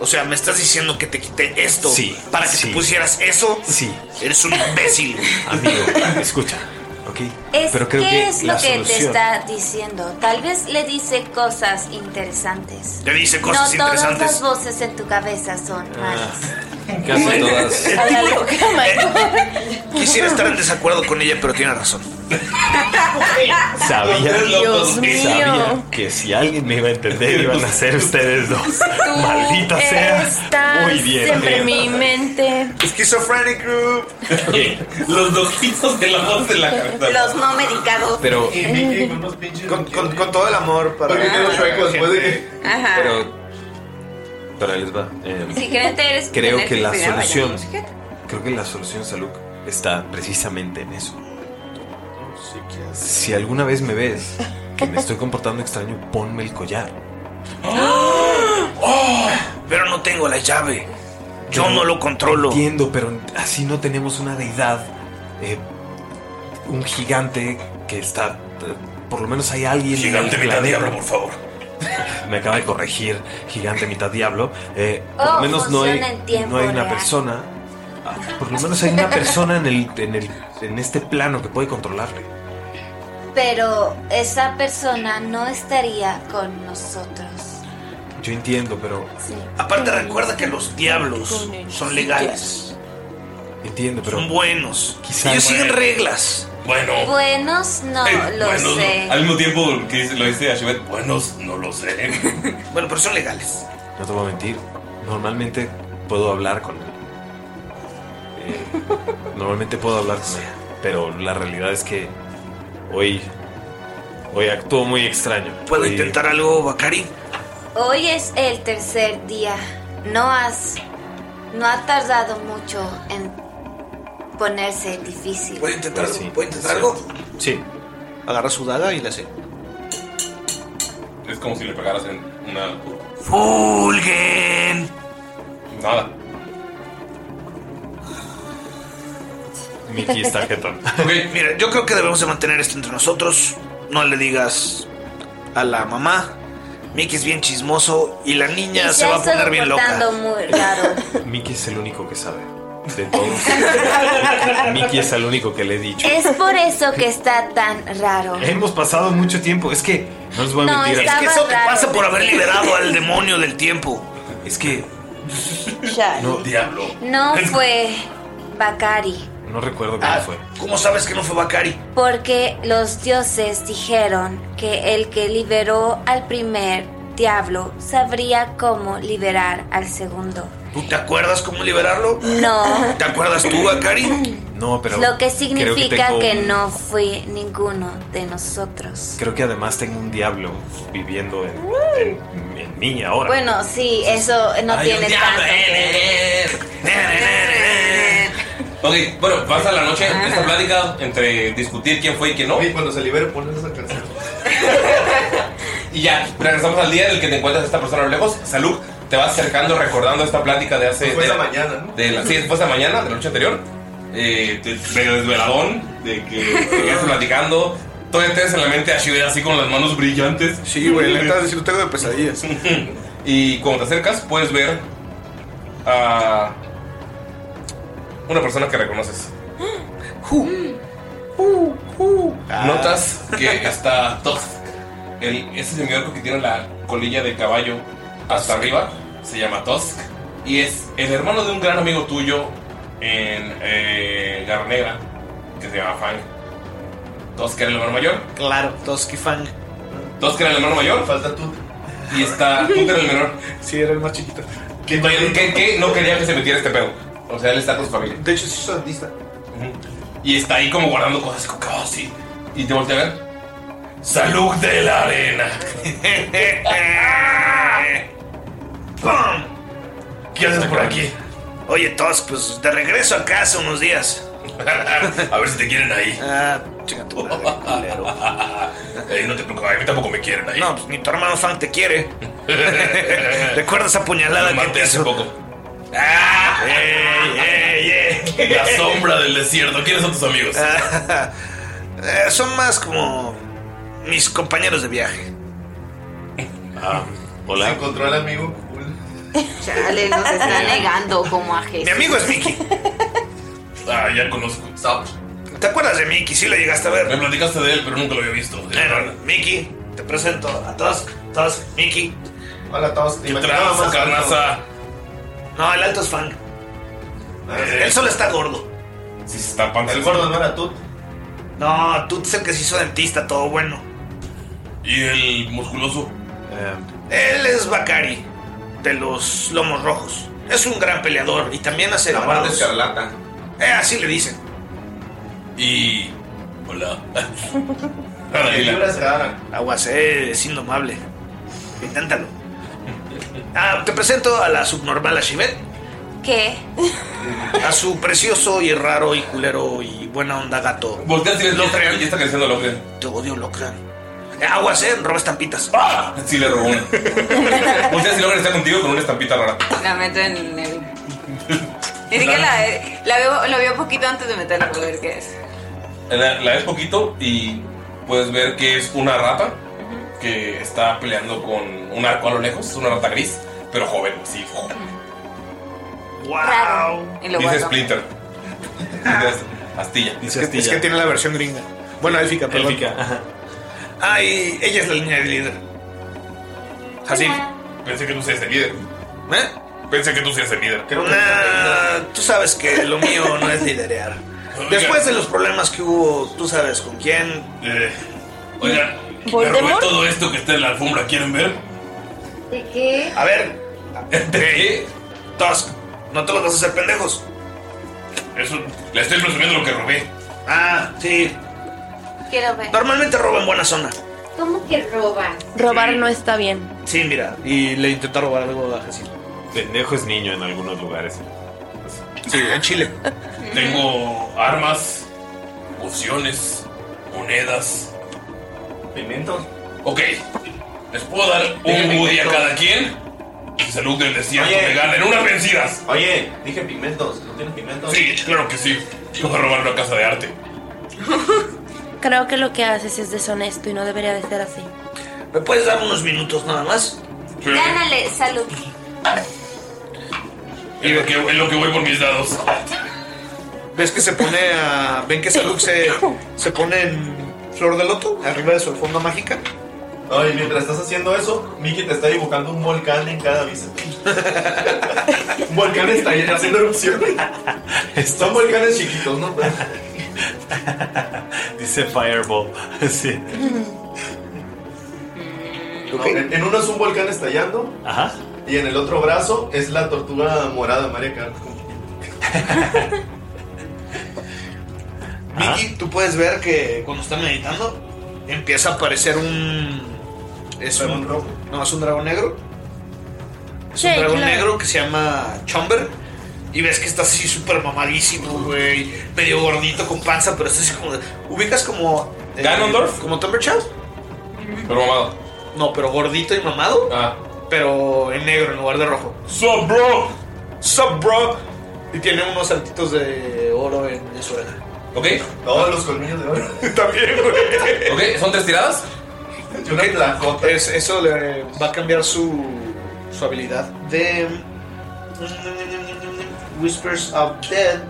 Speaker 8: O sea, me estás diciendo que te quité esto
Speaker 7: Sí,
Speaker 8: para que
Speaker 7: sí.
Speaker 8: te pusieras eso.
Speaker 7: Sí.
Speaker 8: Eres un imbécil.
Speaker 7: Amigo, escucha, ¿ok?
Speaker 14: Es,
Speaker 7: Pero creo
Speaker 14: ¿Qué
Speaker 7: que
Speaker 14: es
Speaker 7: la
Speaker 14: lo que te
Speaker 7: solución...
Speaker 14: está diciendo? Tal vez le dice cosas interesantes.
Speaker 7: Te dice
Speaker 14: no todas las voces en tu cabeza son
Speaker 7: Ah.
Speaker 14: malas. [laughs]
Speaker 7: Casi todas.
Speaker 14: Hola, loca, Michael.
Speaker 8: Quisiera estar en desacuerdo con ella, pero tiene razón.
Speaker 7: Sabía,
Speaker 8: Dios mío.
Speaker 7: sabía que si alguien me iba a entender iban a ser ustedes dos.
Speaker 9: Tú
Speaker 7: Maldita sea.
Speaker 9: estás
Speaker 7: Muy bien.
Speaker 9: Siempre en mi mente.
Speaker 8: Schizophrenic Group.
Speaker 5: Los doctitos de la voz de la carta.
Speaker 6: Los no medicados.
Speaker 7: Pero-
Speaker 8: Eh,
Speaker 29: Con, con- con todo el amor para.
Speaker 6: Porque quedó chueco después de Ajá.
Speaker 7: Pero, pero ahí les va. eh,
Speaker 6: Si gerente eres.
Speaker 7: creo
Speaker 6: tener
Speaker 7: que la
Speaker 6: cuidar,
Speaker 7: solución,
Speaker 6: vaya, ¿no?
Speaker 7: creo que la solución, Saluk, está precisamente en eso. Si alguna vez me ves que me estoy comportando extraño, ponme el collar.
Speaker 8: Oh, pero no tengo la llave. Yo
Speaker 7: Pero
Speaker 8: no lo controlo.
Speaker 7: Entiendo, pero así no tenemos una deidad, eh, un gigante que está. eh, por lo menos hay alguien. en
Speaker 4: Gigante
Speaker 7: el
Speaker 4: mitad
Speaker 7: planeta.
Speaker 4: diablo, por favor.
Speaker 7: [laughs] Me acaba de corregir, gigante mitad diablo. eh, por
Speaker 14: Oh,
Speaker 7: lo menos no hay,
Speaker 14: funciona en tiempo
Speaker 7: no hay una
Speaker 14: real.
Speaker 7: persona. ah, Por lo menos hay una persona en el, en el en este plano que puede controlarle.
Speaker 14: Pero esa persona no estaría con nosotros.
Speaker 7: Yo entiendo, pero
Speaker 8: Aparte, recuerda que los diablos son legales.
Speaker 7: entiendo, pero
Speaker 8: Son buenos.
Speaker 7: Quizá-
Speaker 8: Ellos siguen reglas.
Speaker 5: Bueno.
Speaker 14: Buenos, no lo
Speaker 5: buenos,
Speaker 14: sé.
Speaker 5: no. Al mismo tiempo que dice- lo dice Ashibet, buenos, no lo sé.
Speaker 8: [laughs] bueno, pero son legales.
Speaker 7: no te voy a mentir. Normalmente puedo hablar con él. Eh, normalmente puedo hablar con él, pero la realidad es que hoy hoy actúo muy extraño.
Speaker 8: ¿Puedo
Speaker 7: Hoy-
Speaker 8: intentar algo, Bakari?
Speaker 14: Hoy es el tercer día. No has. No ha tardado mucho en ponerse difícil.
Speaker 29: ¿Puedo intentar,
Speaker 7: Pues sí,
Speaker 29: ¿puedo intentar algo?
Speaker 7: Sí.
Speaker 29: Agarra su daga y la hace.
Speaker 5: Es como si le pegaras en una curva.
Speaker 8: ¡Fulgen!
Speaker 5: Nada.
Speaker 7: Mickey está jetón.
Speaker 8: Ok, mira, yo creo que debemos de mantener esto entre nosotros. No le digas a la mamá. Mickey es bien chismoso y la
Speaker 14: Y
Speaker 8: niña se va a
Speaker 14: estado
Speaker 8: poner bien loca.
Speaker 14: portando muy raro.
Speaker 7: Mickey es el único que sabe. De [laughs] todos. Mickey es el único que le he dicho.
Speaker 14: Es por eso que está tan raro.
Speaker 8: ¿Eh?
Speaker 7: Hemos pasado mucho tiempo. pues Es que no les voy a
Speaker 14: No,
Speaker 7: mentir.
Speaker 14: estaba Es que eso te raro.
Speaker 8: Pasa por haber liberado
Speaker 14: [laughs]
Speaker 8: al demonio del tiempo.
Speaker 7: Es que
Speaker 14: Ya.
Speaker 7: no
Speaker 8: diablo.
Speaker 14: No fue Bakari,
Speaker 7: No recuerdo cómo fue.
Speaker 8: Ah, ¿Cómo sabes que no fue Bakari?
Speaker 14: porque los dioses dijeron que el que liberó al primer diablo sabría cómo liberar al segundo.
Speaker 8: ¿Tú te acuerdas cómo liberarlo?
Speaker 14: No.
Speaker 8: ¿Te acuerdas tú, Bakari?
Speaker 7: No, pero
Speaker 14: Lo que
Speaker 7: creo
Speaker 14: significa
Speaker 7: tengo
Speaker 14: que,
Speaker 7: un-
Speaker 14: no fui ninguno de nosotros.
Speaker 7: Creo que además tengo un diablo viviendo en, en- en mí ahora.
Speaker 14: Bueno, sí, eso no
Speaker 7: Hay un
Speaker 14: tiene
Speaker 7: diablo
Speaker 14: tanto.
Speaker 5: Ok, bueno, pasa la noche, esta plática entre discutir quién fue y quién no. Y cuando se libere pones esa canción. y ya, regresamos al día en el que te encuentras a esta persona a lo lejos. Salud, te vas acercando recordando esta plática de hace...
Speaker 11: Después de
Speaker 5: de-
Speaker 11: la mañana, ¿no?
Speaker 5: de la- sí, después de la mañana, de la noche anterior. Eh, te- medio desveladón, de que te quedas platicando. Todavía tienes en la mente a Shibet así con las manos brillantes.
Speaker 29: Sí, güey, neta, sí lo tengo de
Speaker 8: [laughs]
Speaker 29: pesadillas.
Speaker 5: y cuando te acercas, puedes ver a una persona que reconoces.
Speaker 29: Ah.
Speaker 5: Notas que está Toth. El, ese señor que tiene la colilla de caballo hasta arriba se llama Tosk y es el hermano de un gran amigo tuyo en eh, Garnera que se llama Fang. Tosk era el hermano mayor.
Speaker 29: Claro, Toskifang.
Speaker 5: Tosk era el hermano mayor. Falta tú. Y
Speaker 29: [laughs]
Speaker 5: está tú era el menor.
Speaker 29: Sí, era el más chiquito.
Speaker 5: Que, que- que no quería que se metiera este pedo. O sea, él está con su familia.
Speaker 29: De hecho, sí, soy artista.
Speaker 5: Y está ahí como guardando cosas como que, "Oh, sí". Y te voltea a ver. Salud de la
Speaker 8: [laughs]
Speaker 5: arena.
Speaker 8: ¡Pum! ¿Qué haces por aquí? Oye, Tosk, pues de regreso a casa unos días.
Speaker 5: [laughs] a ver si te quieren ahí.
Speaker 8: Ah, chinga tu madre, culero.
Speaker 5: [laughs] Ey, no te preocupes, a mí tampoco me quieren ahí.
Speaker 8: No, pues ni tu hermano Fang te
Speaker 5: [laughs]
Speaker 8: quiere. ¿Recuerdas esa puñalada que te hizo?
Speaker 5: poco. La
Speaker 8: [laughs]
Speaker 5: sombra del desierto. ¿Quiénes son tus amigos?
Speaker 8: Eh, son más como mis compañeros de viaje.
Speaker 7: Ah,
Speaker 11: hola. encontró al amigo.
Speaker 10: Chale, nos
Speaker 7: [laughs]
Speaker 10: está
Speaker 5: Eh,
Speaker 10: negando como a Jesús.
Speaker 8: Mi amigo es Mickey.
Speaker 5: Ah, ya conozco.
Speaker 8: ¿Te acuerdas de Mickey? Sí lo llegaste a ver.
Speaker 5: Me platicaste de él, pero nunca lo había visto.
Speaker 8: Bueno, Mickey, te presento a Tusk. Tusk, Mickey.
Speaker 11: Hola, Tusk.
Speaker 8: ¿Qué traza, carnaza? No, el alto es fan.
Speaker 11: Ah,
Speaker 8: él solo está gordo.
Speaker 5: Si se está
Speaker 8: El gordo no era Tut. No, Tut es el que se hizo dentista, todo bueno.
Speaker 5: ¿Y el musculoso?
Speaker 8: Eh, Él es Bakari, de los lomos rojos. Es un gran peleador y también hace
Speaker 5: La Barba
Speaker 8: lavados.
Speaker 5: Escarlata.
Speaker 8: Eh, así le dicen.
Speaker 5: Y.
Speaker 8: [laughs]
Speaker 5: Hola.
Speaker 8: Aguas, eh, es indomable. Inténtalo. Ah, te presento a la subnormal Ashibet,
Speaker 6: ¿Qué?
Speaker 8: a su precioso y raro y culero y buena onda gato.
Speaker 5: Voltea si ves Locran. Ya está creciendo Locran.
Speaker 8: Te odio Locran. Eh, Aguas, eh, roba estampitas.
Speaker 5: ¡Ah! Sí, le robó una. Voltea si Locran está contigo con una estampita rara.
Speaker 6: [laughs] La meto en el. Ni siquiera la, eh, la veo, lo veo poquito antes de meterla para ver qué es.
Speaker 5: Eh, La, la ves poquito y puedes ver que es una rata que está peleando con un arco a lo lejos. Es una rata gris, pero joven, sí.
Speaker 6: Raro. Y lo
Speaker 5: Dice
Speaker 6: guardo.
Speaker 8: [laughs]
Speaker 5: Splinter. Dice Astilla. Dice
Speaker 22: Es que,
Speaker 5: Astilla.
Speaker 22: es que tiene la versión gringa. Bueno, élfica, perdón.
Speaker 8: Ay, ella es la línea de líder.
Speaker 5: Así. Pensé que tú seas el líder.
Speaker 8: ¿Eh?
Speaker 5: Pensé que tú seas el líder.
Speaker 8: Nah, tú sabes que lo mío no es liderear. Después de los problemas que hubo, tú sabes con quién.
Speaker 5: Eh, oigan, me
Speaker 8: ¿Voldemort?
Speaker 5: robé todo esto que está en la alfombra. ¿Quieren ver?
Speaker 10: ¿De qué?
Speaker 8: A ver. Hey, Tusk, no te los vas a hacer pendejos.
Speaker 5: Eso, le estoy presumiendo lo que robé.
Speaker 8: Ah, sí.
Speaker 10: Quiero ver.
Speaker 8: Normalmente robo en buena zona.
Speaker 10: ¿Cómo que roba?
Speaker 9: Robar no está bien. [laughs]
Speaker 8: Sí, mira.
Speaker 7: Y le intentó robar algo a Jesús. Pendejo es niño en algunos lugares.
Speaker 8: Sí, en Chile.
Speaker 5: Tengo armas, opciones, monedas. ¿Pimientos? Ok. Les puedo dar
Speaker 11: Dije
Speaker 5: un Woody a
Speaker 11: pimientos.
Speaker 5: cada quien. Y salud del desierto me ganen unas vencidas.
Speaker 11: Oye, dije pimentos. ¿No tienes pimentos?
Speaker 5: Sí, claro que sí. Vamos a robar una casa de arte.
Speaker 9: Creo que lo que haces es deshonesto y no debería de ser así.
Speaker 8: ¿Me puedes dar unos minutos nada más?
Speaker 6: Gánale, salud.
Speaker 5: Es lo, que, es lo que voy por mis dados.
Speaker 22: ¿Ves que se pone a. ¿Ven que Saluk se, se pone en flor de loto? Arriba de su alfombra mágica.
Speaker 11: Ay, mientras estás haciendo eso, Mickey te está dibujando un volcán en
Speaker 22: [laughs]
Speaker 11: cada bíceps. un volcán está ahí haciendo erupción. Son volcanes chiquitos, ¿no?
Speaker 7: Dice Fireball. [laughs] Sí.
Speaker 11: No, en, en uno es un volcán estallando
Speaker 7: Ajá.
Speaker 11: y en el otro brazo es la tortuga morada, María Carmen.
Speaker 8: Mickey, tú puedes ver que cuando está meditando empieza a aparecer un. Es un rojo. No, es un dragón negro. Es un
Speaker 9: Sí,
Speaker 8: dragón
Speaker 9: claro.
Speaker 8: negro que se llama Chomber. Y ves que está así súper mamadísimo, güey. Medio gordito con panza, pero es así como. de- ¿Ubicas como. eh,
Speaker 5: ¿Ganondorf?
Speaker 8: Como Tumberchild?
Speaker 5: Pero mamado.
Speaker 8: No, pero gordito y mamado.
Speaker 5: Ah.
Speaker 8: Pero en negro en lugar de rojo.
Speaker 5: ¡Sup, bro!
Speaker 8: ¡Sup, bro! Y tiene unos saltitos de oro en, en su oreja.
Speaker 5: ¿Ok?
Speaker 11: Todos los colmillos de oro. [laughs]
Speaker 8: También, güey.
Speaker 5: ¿Ok? ¿Son tres tiradas?
Speaker 11: Una
Speaker 8: plajota. Es, eso le va a cambiar su, su habilidad de mm, Whispers of Dead,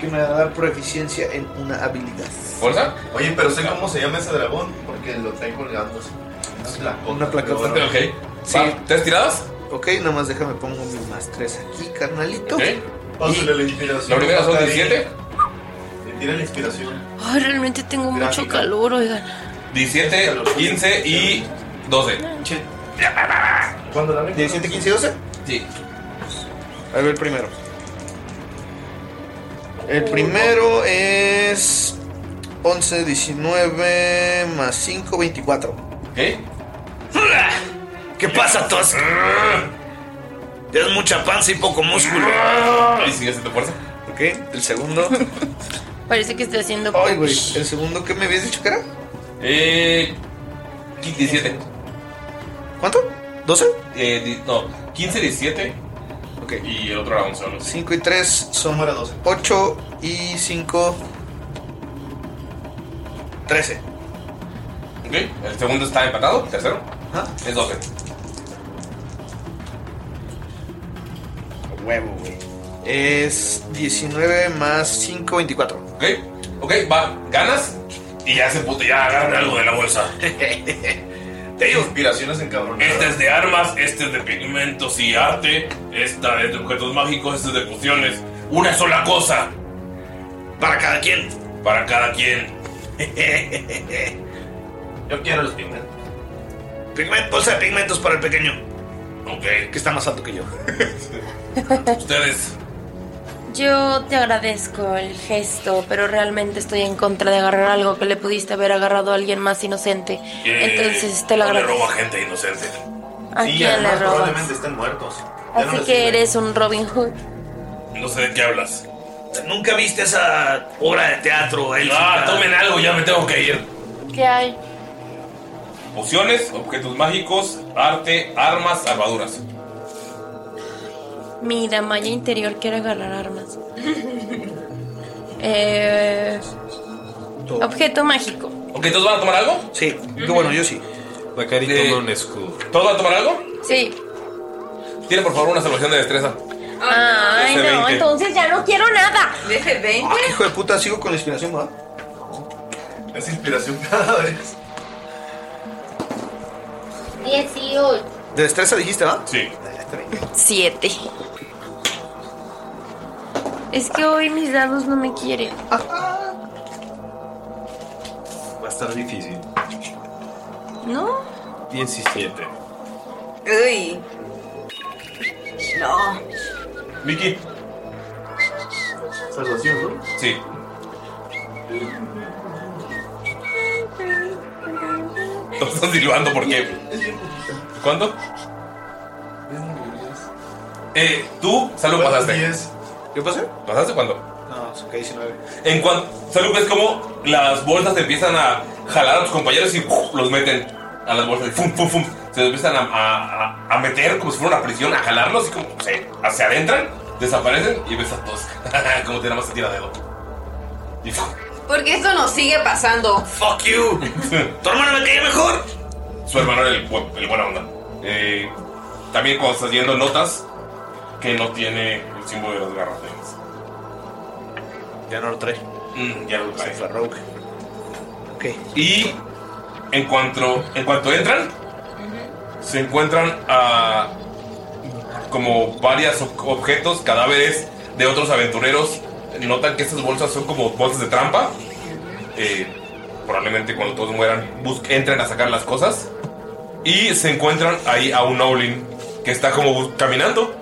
Speaker 8: que me va a dar por eficiencia en una habilidad.
Speaker 5: ¿Fuerza?
Speaker 11: Oye, pero sé cómo se llama ese dragón porque lo trae colgando.
Speaker 8: Una placota.
Speaker 11: Ok.
Speaker 8: Sí.
Speaker 5: ¿Tres tiradas?
Speaker 8: Ok, nada más déjame pongo mi más tres aquí, carnalito.
Speaker 11: Ok. Pásale la
Speaker 8: La
Speaker 11: inspiración.
Speaker 8: primera son
Speaker 11: Bacari.
Speaker 8: 17.
Speaker 11: Le tira la inspiración.
Speaker 9: Ay, realmente tengo mucho
Speaker 5: Gráfica.
Speaker 9: calor, oigan.
Speaker 5: 17, 15 y 12.
Speaker 11: ¿Cuándo la
Speaker 8: 17, 15 y 12.
Speaker 5: Sí.
Speaker 8: Ahí va el primero. El
Speaker 11: Uh,
Speaker 8: primero es 11, 19 más 5, 24.
Speaker 5: ¿Qué?
Speaker 8: ¿Qué pasa, Tos? Es mucha panza y poco músculo.
Speaker 5: ¿Y sigue haciendo fuerza?
Speaker 8: Ok, el segundo.
Speaker 9: Parece que estoy haciendo.
Speaker 8: Ay, güey, el segundo que me habías dicho que era.
Speaker 5: Eh. 17.
Speaker 8: ¿Cuánto? ¿12?
Speaker 5: Eh, di- no, 15, 17.
Speaker 8: Ok.
Speaker 5: Y el otro era 11 solo.
Speaker 8: 5 y 3 son 8 y 5. 13.
Speaker 5: Ok, el segundo está empatado, tercero. Es 12.
Speaker 22: Huevo, güey. Es 19 más 5, 24.
Speaker 5: Ok, ok, va, ganas y ya se puto, ya agarran algo de la bolsa.
Speaker 4: [laughs] Te digo, inspiraciones en cabrón. Este es de armas, este es de pigmentos y arte, esta es de objetos mágicos, este es de pociones. Una sola cosa. Para cada quien. Para cada quien.
Speaker 8: Yo quiero los pigmentos. Pigment, bolsa de pigmentos para el pequeño.
Speaker 5: Ok.
Speaker 22: Que está más alto que yo.
Speaker 5: Ustedes.
Speaker 9: Yo te agradezco el gesto, pero realmente estoy en contra de agarrar algo que le pudiste haber agarrado a alguien más inocente.
Speaker 4: Eh,
Speaker 9: Entonces te lo
Speaker 4: no le
Speaker 9: agradezco.
Speaker 4: roba gente inocente.
Speaker 9: ¿A
Speaker 4: Sí,
Speaker 9: quién le
Speaker 4: además
Speaker 9: robas?
Speaker 4: probablemente estén muertos. Ya no
Speaker 9: Así
Speaker 4: les
Speaker 9: que eres un Robin Hood.
Speaker 4: No sé de qué hablas.
Speaker 8: Nunca viste esa obra de teatro. El
Speaker 5: Ah, tomen algo, ya me tengo que ir.
Speaker 9: ¿Qué hay?
Speaker 5: Pociones, objetos mágicos, arte, armas, armaduras.
Speaker 9: Mira, malla interior quiere agarrar
Speaker 4: [laughs]
Speaker 9: armas. Eh, objeto mágico.
Speaker 5: Ok, ¿todos van a tomar algo?
Speaker 22: Sí, bueno, yo sí.
Speaker 5: Bacari toma un escudo. ¿Todos van a tomar algo?
Speaker 9: Sí.
Speaker 5: Tienen por favor una salvación de destreza.
Speaker 9: Ay,
Speaker 22: Ese
Speaker 9: no,
Speaker 22: 20.
Speaker 9: entonces ya no quiero nada. ¿Deje 20?
Speaker 22: Hijo de puta, sigo con la inspiración, ¿verdad?
Speaker 11: Es inspiración cada vez.
Speaker 10: 18.
Speaker 22: De destreza dijiste, ¿verdad?
Speaker 5: Sí.
Speaker 9: Siete. Es que hoy mis dados no me quieren.
Speaker 10: Va a estar difícil.
Speaker 9: ¿No?
Speaker 10: 17.
Speaker 6: Uy. No.
Speaker 5: Vicky.
Speaker 11: Salvación, ¿no?
Speaker 5: Sí. [laughs] Todos están silbando porque. ¿Cuánto? Eh, tú, Salud, pasaste.
Speaker 22: ¿Qué pasé?
Speaker 5: ¿Pasaste cuándo?
Speaker 22: No, saqué 19.
Speaker 5: En cuanto Salud ves como las bolsas te empiezan a jalar a tus compañeros y ¡puf! los meten a las bolsas y ¡fum, fum, fum! Se los empiezan a, a- a- a meter como si fuera una prisión, a jalarlos y como se, se adentran, desaparecen y ves a todos [laughs] como te nada más te tira dedo. Y ¡fum!
Speaker 6: Porque esto nos sigue pasando.
Speaker 5: ¡Fuck you! ¡Tu hermano me caía mejor! Su hermano era el, bu- el buena onda. Eh, también cuando estás yendo notas que no tiene el símbolo de las garras negras.
Speaker 22: Ya no lo trae.
Speaker 5: Mm, ya no lo trae.
Speaker 22: Ok.
Speaker 5: Y en cuanto, en cuanto entran, se encuentran a como varios objetos, cadáveres de otros aventureros. Notan que estas bolsas son como bolsas de trampa. Eh, probablemente cuando todos mueran, bus- entren a sacar las cosas. Y se encuentran ahí a un Oblin que está como bus- caminando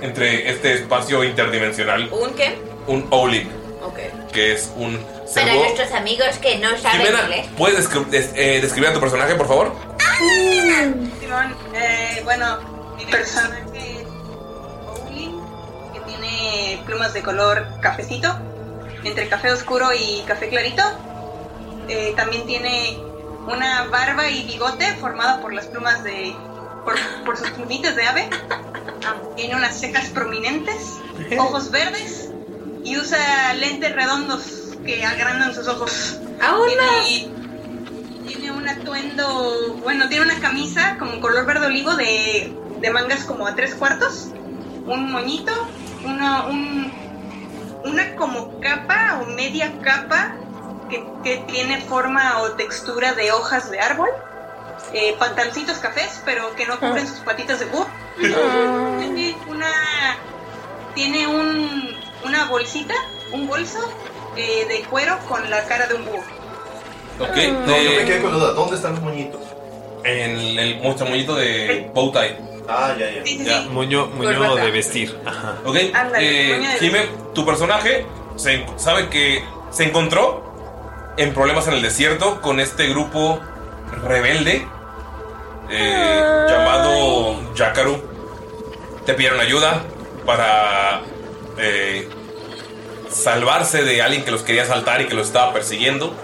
Speaker 5: entre este espacio interdimensional.
Speaker 14: ¿Un qué?
Speaker 5: Un Oblin,
Speaker 14: Ok.
Speaker 5: que es un
Speaker 14: Para
Speaker 5: cerdo.
Speaker 14: nuestros amigos que no saben
Speaker 5: Jimena,
Speaker 14: inglés.
Speaker 5: ¿puedes descri- des- eh, describir a tu personaje, por favor?
Speaker 16: Simón, eh, bueno, mi personaje es Oulin, que tiene plumas de color cafecito, entre café oscuro y café clarito. Eh, también tiene una barba y bigote formada por las plumas de. por, por sus plumitas de ave. Ah, Tiene unas cejas prominentes, ojos verdes y usa lentes redondos que agrandan sus ojos. Tiene- tiene un atuendo, bueno, tiene una camisa como color verde olivo de, de mangas como a tres cuartos, un moñito, una, un- una como capa o media capa que, que tiene forma o textura de hojas de árbol, eh, pantaloncitos cafés, pero que no cubren sus patitas de burro. Tiene una, tiene un, una bolsita, un bolso eh, de cuero con la cara de un búho.
Speaker 5: Ok.
Speaker 11: No, yo me quedé con duda. ¿Dónde están los moñitos?
Speaker 5: En el, el muestra moñito de Bowtie.
Speaker 11: Ah, ya, ya.
Speaker 5: Moño,
Speaker 11: moño Corbata. de
Speaker 5: vestir. Ok.
Speaker 11: Ándale,
Speaker 5: eh,
Speaker 11: moño de
Speaker 5: Jime, tu personaje se en- sabe que se encontró en problemas en el desierto con este grupo rebelde eh, llamado Yakaru. Te pidieron ayuda para eh, salvarse de alguien que los quería saltar y que los estaba persiguiendo.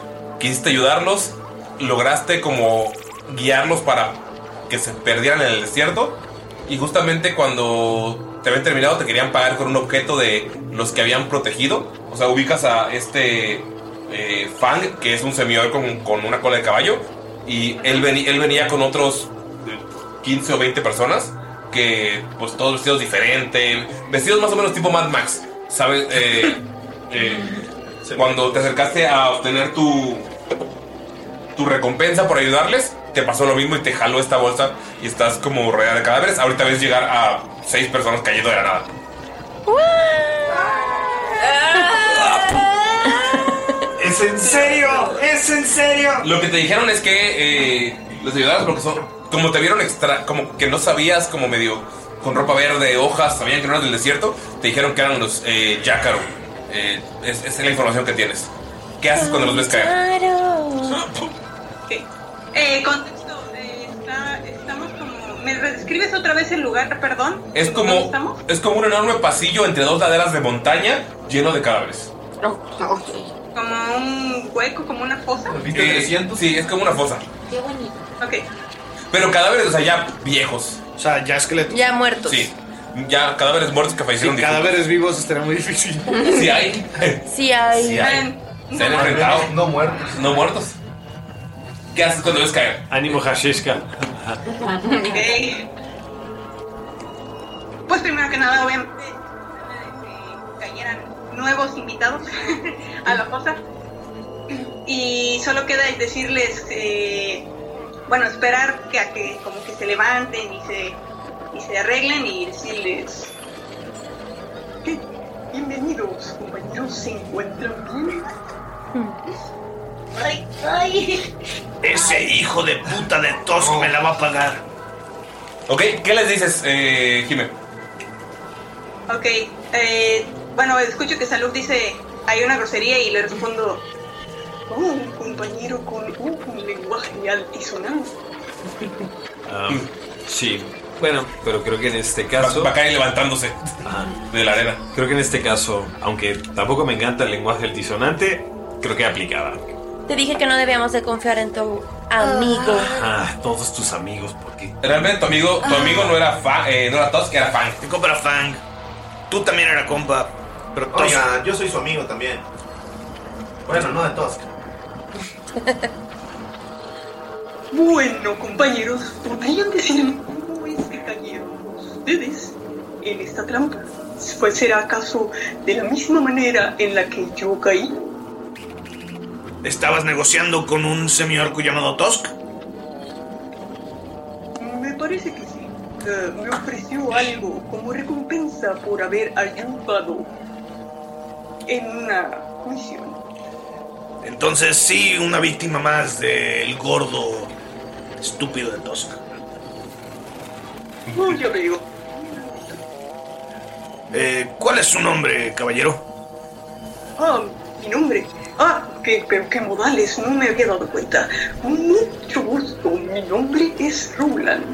Speaker 5: Quisiste ayudarlos, lograste como guiarlos para que se perdieran en el desierto. Y justamente cuando te habían terminado, te querían pagar con un objeto de los que habían protegido. O sea, ubicas a este eh, eh, Fang, que es un semidor con, con una cola de caballo. Y él, veni- él venía con otros eh, 15 o 20 personas, que pues todos vestidos diferentes, vestidos más o menos tipo Mad Max. ¿Sabes? Eh, eh, cuando te acercaste a obtener tu, tu recompensa por ayudarles, te pasó lo mismo y te jaló esta bolsa y estás como rodeada de cadáveres. Ahorita ves llegar a seis personas cayendo de la nada.
Speaker 7: ¿Es en serio? ¿Es en serio?
Speaker 5: Lo que te dijeron es que eh, los ayudaras porque son. Como te vieron extra. Como que no sabías, como medio. Con ropa verde, hojas, sabían que no eras del desierto. Te dijeron que eran los eh, Yakaro. Eh, es, esa es la información que tienes. ¿Qué haces cuando los ves caer?
Speaker 16: Eh, contexto, eh, está- estamos como... ¿Me describes otra vez el lugar, perdón?
Speaker 5: Es como, es como un enorme pasillo entre dos laderas de montaña lleno de cadáveres.
Speaker 16: Como un hueco, como una fosa.
Speaker 5: Eh, sí, es como una fosa.
Speaker 16: Qué bonito. Ok.
Speaker 5: Pero cadáveres, o sea, ya viejos.
Speaker 22: O sea, ya esqueletos.
Speaker 9: Ya muertos.
Speaker 5: Sí. Ya cadáveres muertos que fallecieron.
Speaker 22: cadáveres vivos estaría muy difícil.
Speaker 5: [laughs] Sí hay.
Speaker 9: Sí hay.
Speaker 5: Sí hay. Se han
Speaker 9: No
Speaker 5: enfrentado. No muertos. No muertos. ¿Qué haces cuando ves caer?
Speaker 7: Ánimo Hashishka.
Speaker 16: Pues primero que nada, obviamente, que cayeran nuevos invitados [laughs] a la fosa. Y solo queda el decirles, eh, bueno, esperar que a que como que se levanten y se, y se arreglen y decirles... "Bien- Bienvenidos, compañeros, ¿se encuentran bien? Ay, ay.
Speaker 8: Ese hijo de puta de Tosco me la va a pagar.
Speaker 5: Ok, ¿qué les dices, eh, Jimé?
Speaker 16: Ok, eh, bueno, escucho que Salud dice, hay una grosería y le respondo, oh, un compañero con uh, un lenguaje altisonante.
Speaker 7: Um, sí. Bueno, pero creo que en este caso.
Speaker 5: Mm. Va, a caer levantándose de la arena.
Speaker 7: Creo que en este caso, aunque tampoco me encanta el lenguaje altisonante, creo que aplicaba.
Speaker 9: Te dije que no debíamos de confiar en tu amigo.
Speaker 7: Ah, todos tus amigos, ¿por qué?
Speaker 5: Realmente tu amigo, tu amigo no era fan, eh, no era Tosk, era fan.
Speaker 8: Tu compa era fan. Tú también era compa. Pero Tosk-
Speaker 11: Oiga, yo soy su amigo también. Bueno, no de todos.
Speaker 16: Bueno, compañeros, podrían decirme cómo es que cayeron ustedes en esta trampa. ¿Pues será acaso de la misma manera en la que yo caí?
Speaker 8: ¿Estabas negociando con un semiorco llamado Tosk?
Speaker 16: Me parece que sí. Eh, me ofreció algo como recompensa por haber ayudado en una misión.
Speaker 8: Entonces sí, una víctima más del gordo estúpido de Tosk.
Speaker 16: No, ya veo.
Speaker 8: Eh, ¿Cuál es su nombre, caballero?
Speaker 16: Ah, mi nombre. Ah, qué, pero qué modales, no me había dado cuenta. Mucho gusto, mi nombre es Roland.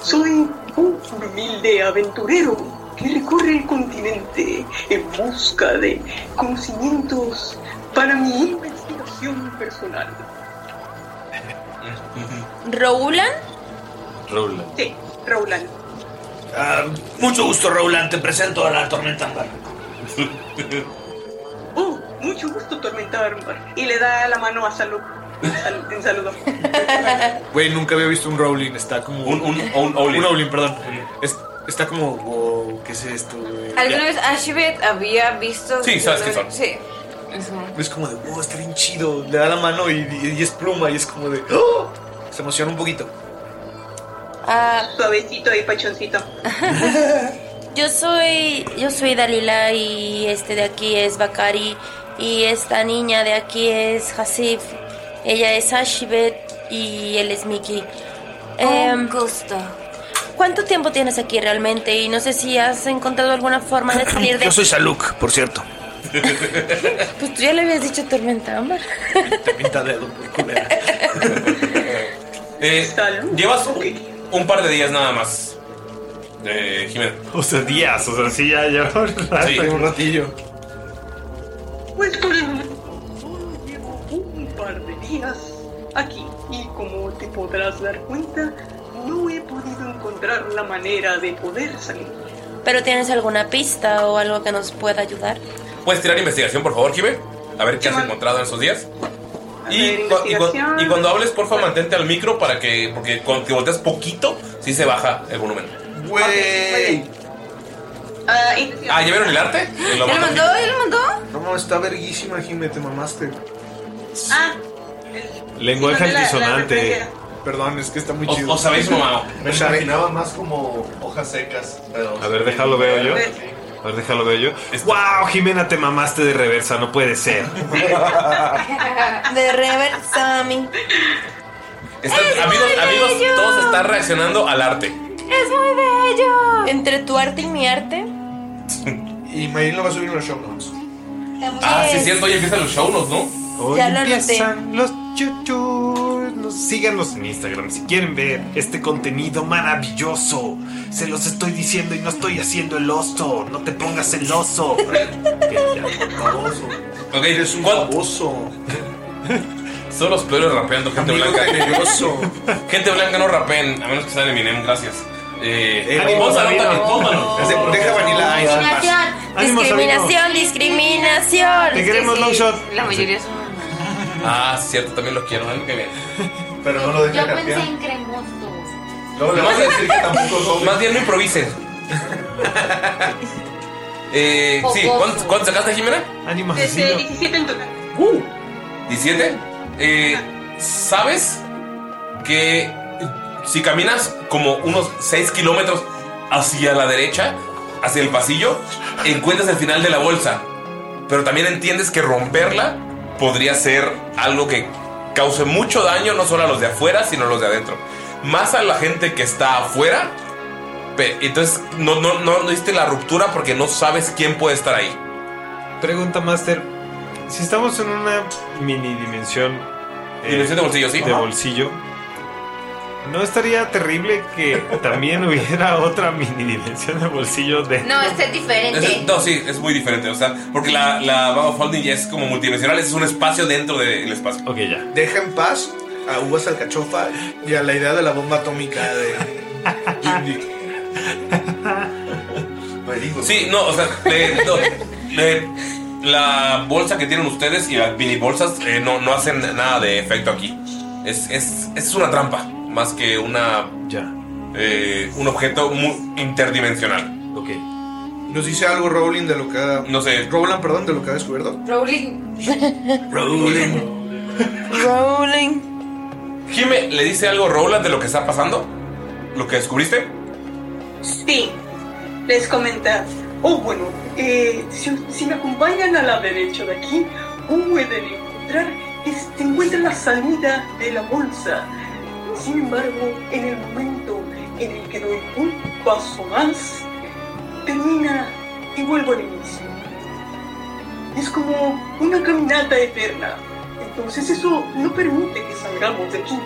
Speaker 16: Soy un humilde aventurero que recorre el continente en busca de conocimientos para mi investigación personal.
Speaker 5: Mm.
Speaker 9: ¿Roulan?
Speaker 7: Roland.
Speaker 16: Sí, Roland.
Speaker 8: Ah, mucho gusto, Roland. Te presento a la tormenta ámbar.
Speaker 16: Oh, mucho gusto, Tormenta Ámbar. Y le da la mano a Salud. Sal- En saludo.
Speaker 22: [laughs] Güey, nunca había visto un Rowling. Está como. Un,
Speaker 5: un,
Speaker 22: Owling. perdón. Es- está como, wow, ¿qué es esto, güey?
Speaker 6: ¿Alguna
Speaker 22: Ya.
Speaker 6: vez Ashibet había visto?
Speaker 22: Sí, sabes qué son.
Speaker 6: Sí.
Speaker 22: Es como de, wow, está bien chido. Le da la mano y, y- y es pluma y es como de, ¡oh! Se emociona un poquito.
Speaker 16: Suavecito y pachoncito.
Speaker 9: Yo soy, yo soy Dalila y este de aquí es Bakari y esta niña de aquí es Hasif. Ella es Ashibet y él es Mickey.
Speaker 14: Un
Speaker 9: gusto. ¿Cuánto tiempo tienes aquí realmente? Y no sé si has encontrado alguna forma de salir de...
Speaker 8: Yo soy Saluk,
Speaker 22: [laughs]
Speaker 8: por cierto.
Speaker 9: Pues tú ya le habías dicho tormenta ámbar.
Speaker 5: Te pinta dedo por [laughs] eh, Llevas un, un par de días nada más. Eh, Jimena.
Speaker 7: O sea,
Speaker 5: [laughs]
Speaker 7: días, o sea, sí, ya, ya.
Speaker 5: Sí.
Speaker 7: un ratillo.
Speaker 16: Pues por el momento llevo un par de días aquí y como te podrás dar cuenta, no he podido encontrar la manera de poder salir.
Speaker 9: ¿Pero tienes alguna pista o algo que nos pueda ayudar?
Speaker 5: ¿Puedes tirar investigación, por favor, Jimé? a ver qué has encontrado en esos días. Y,
Speaker 15: ver,
Speaker 5: cua- y cua-
Speaker 15: investigación.
Speaker 5: y cuando hables, porfa, mantente al micro para que. Porque cuando te volteas poquito, sí se baja el volumen.
Speaker 15: Güey. Ah, y-
Speaker 5: Ah, ¿ya vieron el arte? El
Speaker 6: ¿Ya lo mandó? ¿Ya lo mandó?
Speaker 8: No, está verguísima, Jimé, te mamaste.
Speaker 6: Ah,
Speaker 7: Lenguaje
Speaker 11: Sí, mandé la- la
Speaker 7: altisonante.
Speaker 11: referencia.
Speaker 8: Perdón, es que está muy
Speaker 11: O-
Speaker 8: chido.
Speaker 11: os habéis
Speaker 8: [laughs]
Speaker 11: mamado. Me
Speaker 8: Sabe-
Speaker 11: imaginaba más como hojas secas. pero-
Speaker 7: A ver, déjalo veo yo. A ver, déjalo veo yo. ¡Wow! Jimena, te mamaste de reversa, no puede ser.
Speaker 9: [laughs] De reversa, mi.
Speaker 5: Están-
Speaker 9: ¡Es
Speaker 5: amigos,
Speaker 9: muy
Speaker 5: amigos,
Speaker 9: bello!
Speaker 5: todos están reaccionando al arte.
Speaker 9: Es muy bello. Entre tu arte y mi arte.
Speaker 8: Y Mayrin lo va a subir en los show notes.
Speaker 5: Ah, sí,
Speaker 9: es-
Speaker 5: es cierto, hoy empiezan los show notes, ¿no?
Speaker 7: Hoy
Speaker 9: Ya lo anoté.
Speaker 7: empiezan los chuchus. Los- Síganos en Instagram si quieren ver este contenido maravilloso. Se los estoy diciendo y no estoy haciendo el oso. No te pongas el oso.
Speaker 5: Ok, eres un baboso. [laughs] Son los peores rapeando, gente blanca. [laughs] gente blanca no rapeen, a menos que sean Eminem, gracias. Eh, ánimo, Sabino, ánimo.
Speaker 8: Deja Vanilla Ice.
Speaker 5: Ánimo,
Speaker 9: discriminación, discriminación.
Speaker 5: Te queremos,
Speaker 9: Es que sí,
Speaker 5: Longshot.
Speaker 9: La mayoría son.
Speaker 5: Ah, sí, cierto, también los quiero, ¿no? Qué bien. Pero no lo
Speaker 14: Yo pensé en cremoso.
Speaker 5: más, más bien no improvisen. eh, sí,
Speaker 15: Jocoso.
Speaker 5: ¿cuánto, cuánto sacaste, Jimena? Ánimo,
Speaker 15: desde 17 en total.
Speaker 5: ¿17? Eh, ¿Sabes que si caminas como unos 6 kilómetros hacia la derecha, hacia el pasillo, encuentras el final de la bolsa? Pero también entiendes que romperla podría ser algo que cause mucho daño no solo a los de afuera, sino a los de adentro. Más a la gente que está afuera. pe- Entonces no, no, no, no hiciste la ruptura porque no sabes quién puede estar ahí.
Speaker 7: Pregunta Master. Si estamos en una mini dimensión. eh,
Speaker 5: Dimensión de bolsillo, sí.
Speaker 7: De
Speaker 5: Ajá.
Speaker 7: bolsillo. ¿No estaría terrible que también [laughs] hubiera otra mini dimensión de bolsillo de
Speaker 14: No, este es
Speaker 5: Es-
Speaker 14: diferente.
Speaker 5: no, sí, es muy diferente. O sea, porque la, la Bag of Holding ya es como multidimensional, es un espacio dentro del espacio.
Speaker 7: Ok, ya.
Speaker 8: Deja en paz a Uvas Alcachofa y a la idea de la bomba atómica de.
Speaker 5: Sí, no, o sea, le- no, le- la bolsa que tienen ustedes y las mini bolsas eh, no, no hacen nada de efecto aquí. Es, es, es una trampa, más que una. eh,
Speaker 7: Ya.
Speaker 5: un objeto mu- interdimensional.
Speaker 7: Ok.
Speaker 8: ¿Nos dice algo Rowling de lo que ha.
Speaker 5: No sé.
Speaker 8: Rowland, perdón, de lo que ha descubierto?
Speaker 9: [laughs]
Speaker 14: Rowling.
Speaker 5: Rowling.
Speaker 9: Rolling.
Speaker 5: Jime, ¿le dice algo Rowland de lo que está pasando? ¿Lo que descubriste?
Speaker 15: Sí, les comenta. Oh, bueno, eh, si, si me acompañan a la derecha de aquí, pueden encontrar, es- se encuentra la salida de la bolsa. Sin embargo, en el momento en el que doy un paso más, termina y vuelvo al inicio. Es como una caminata eterna. Entonces eso no permite que salgamos de aquí.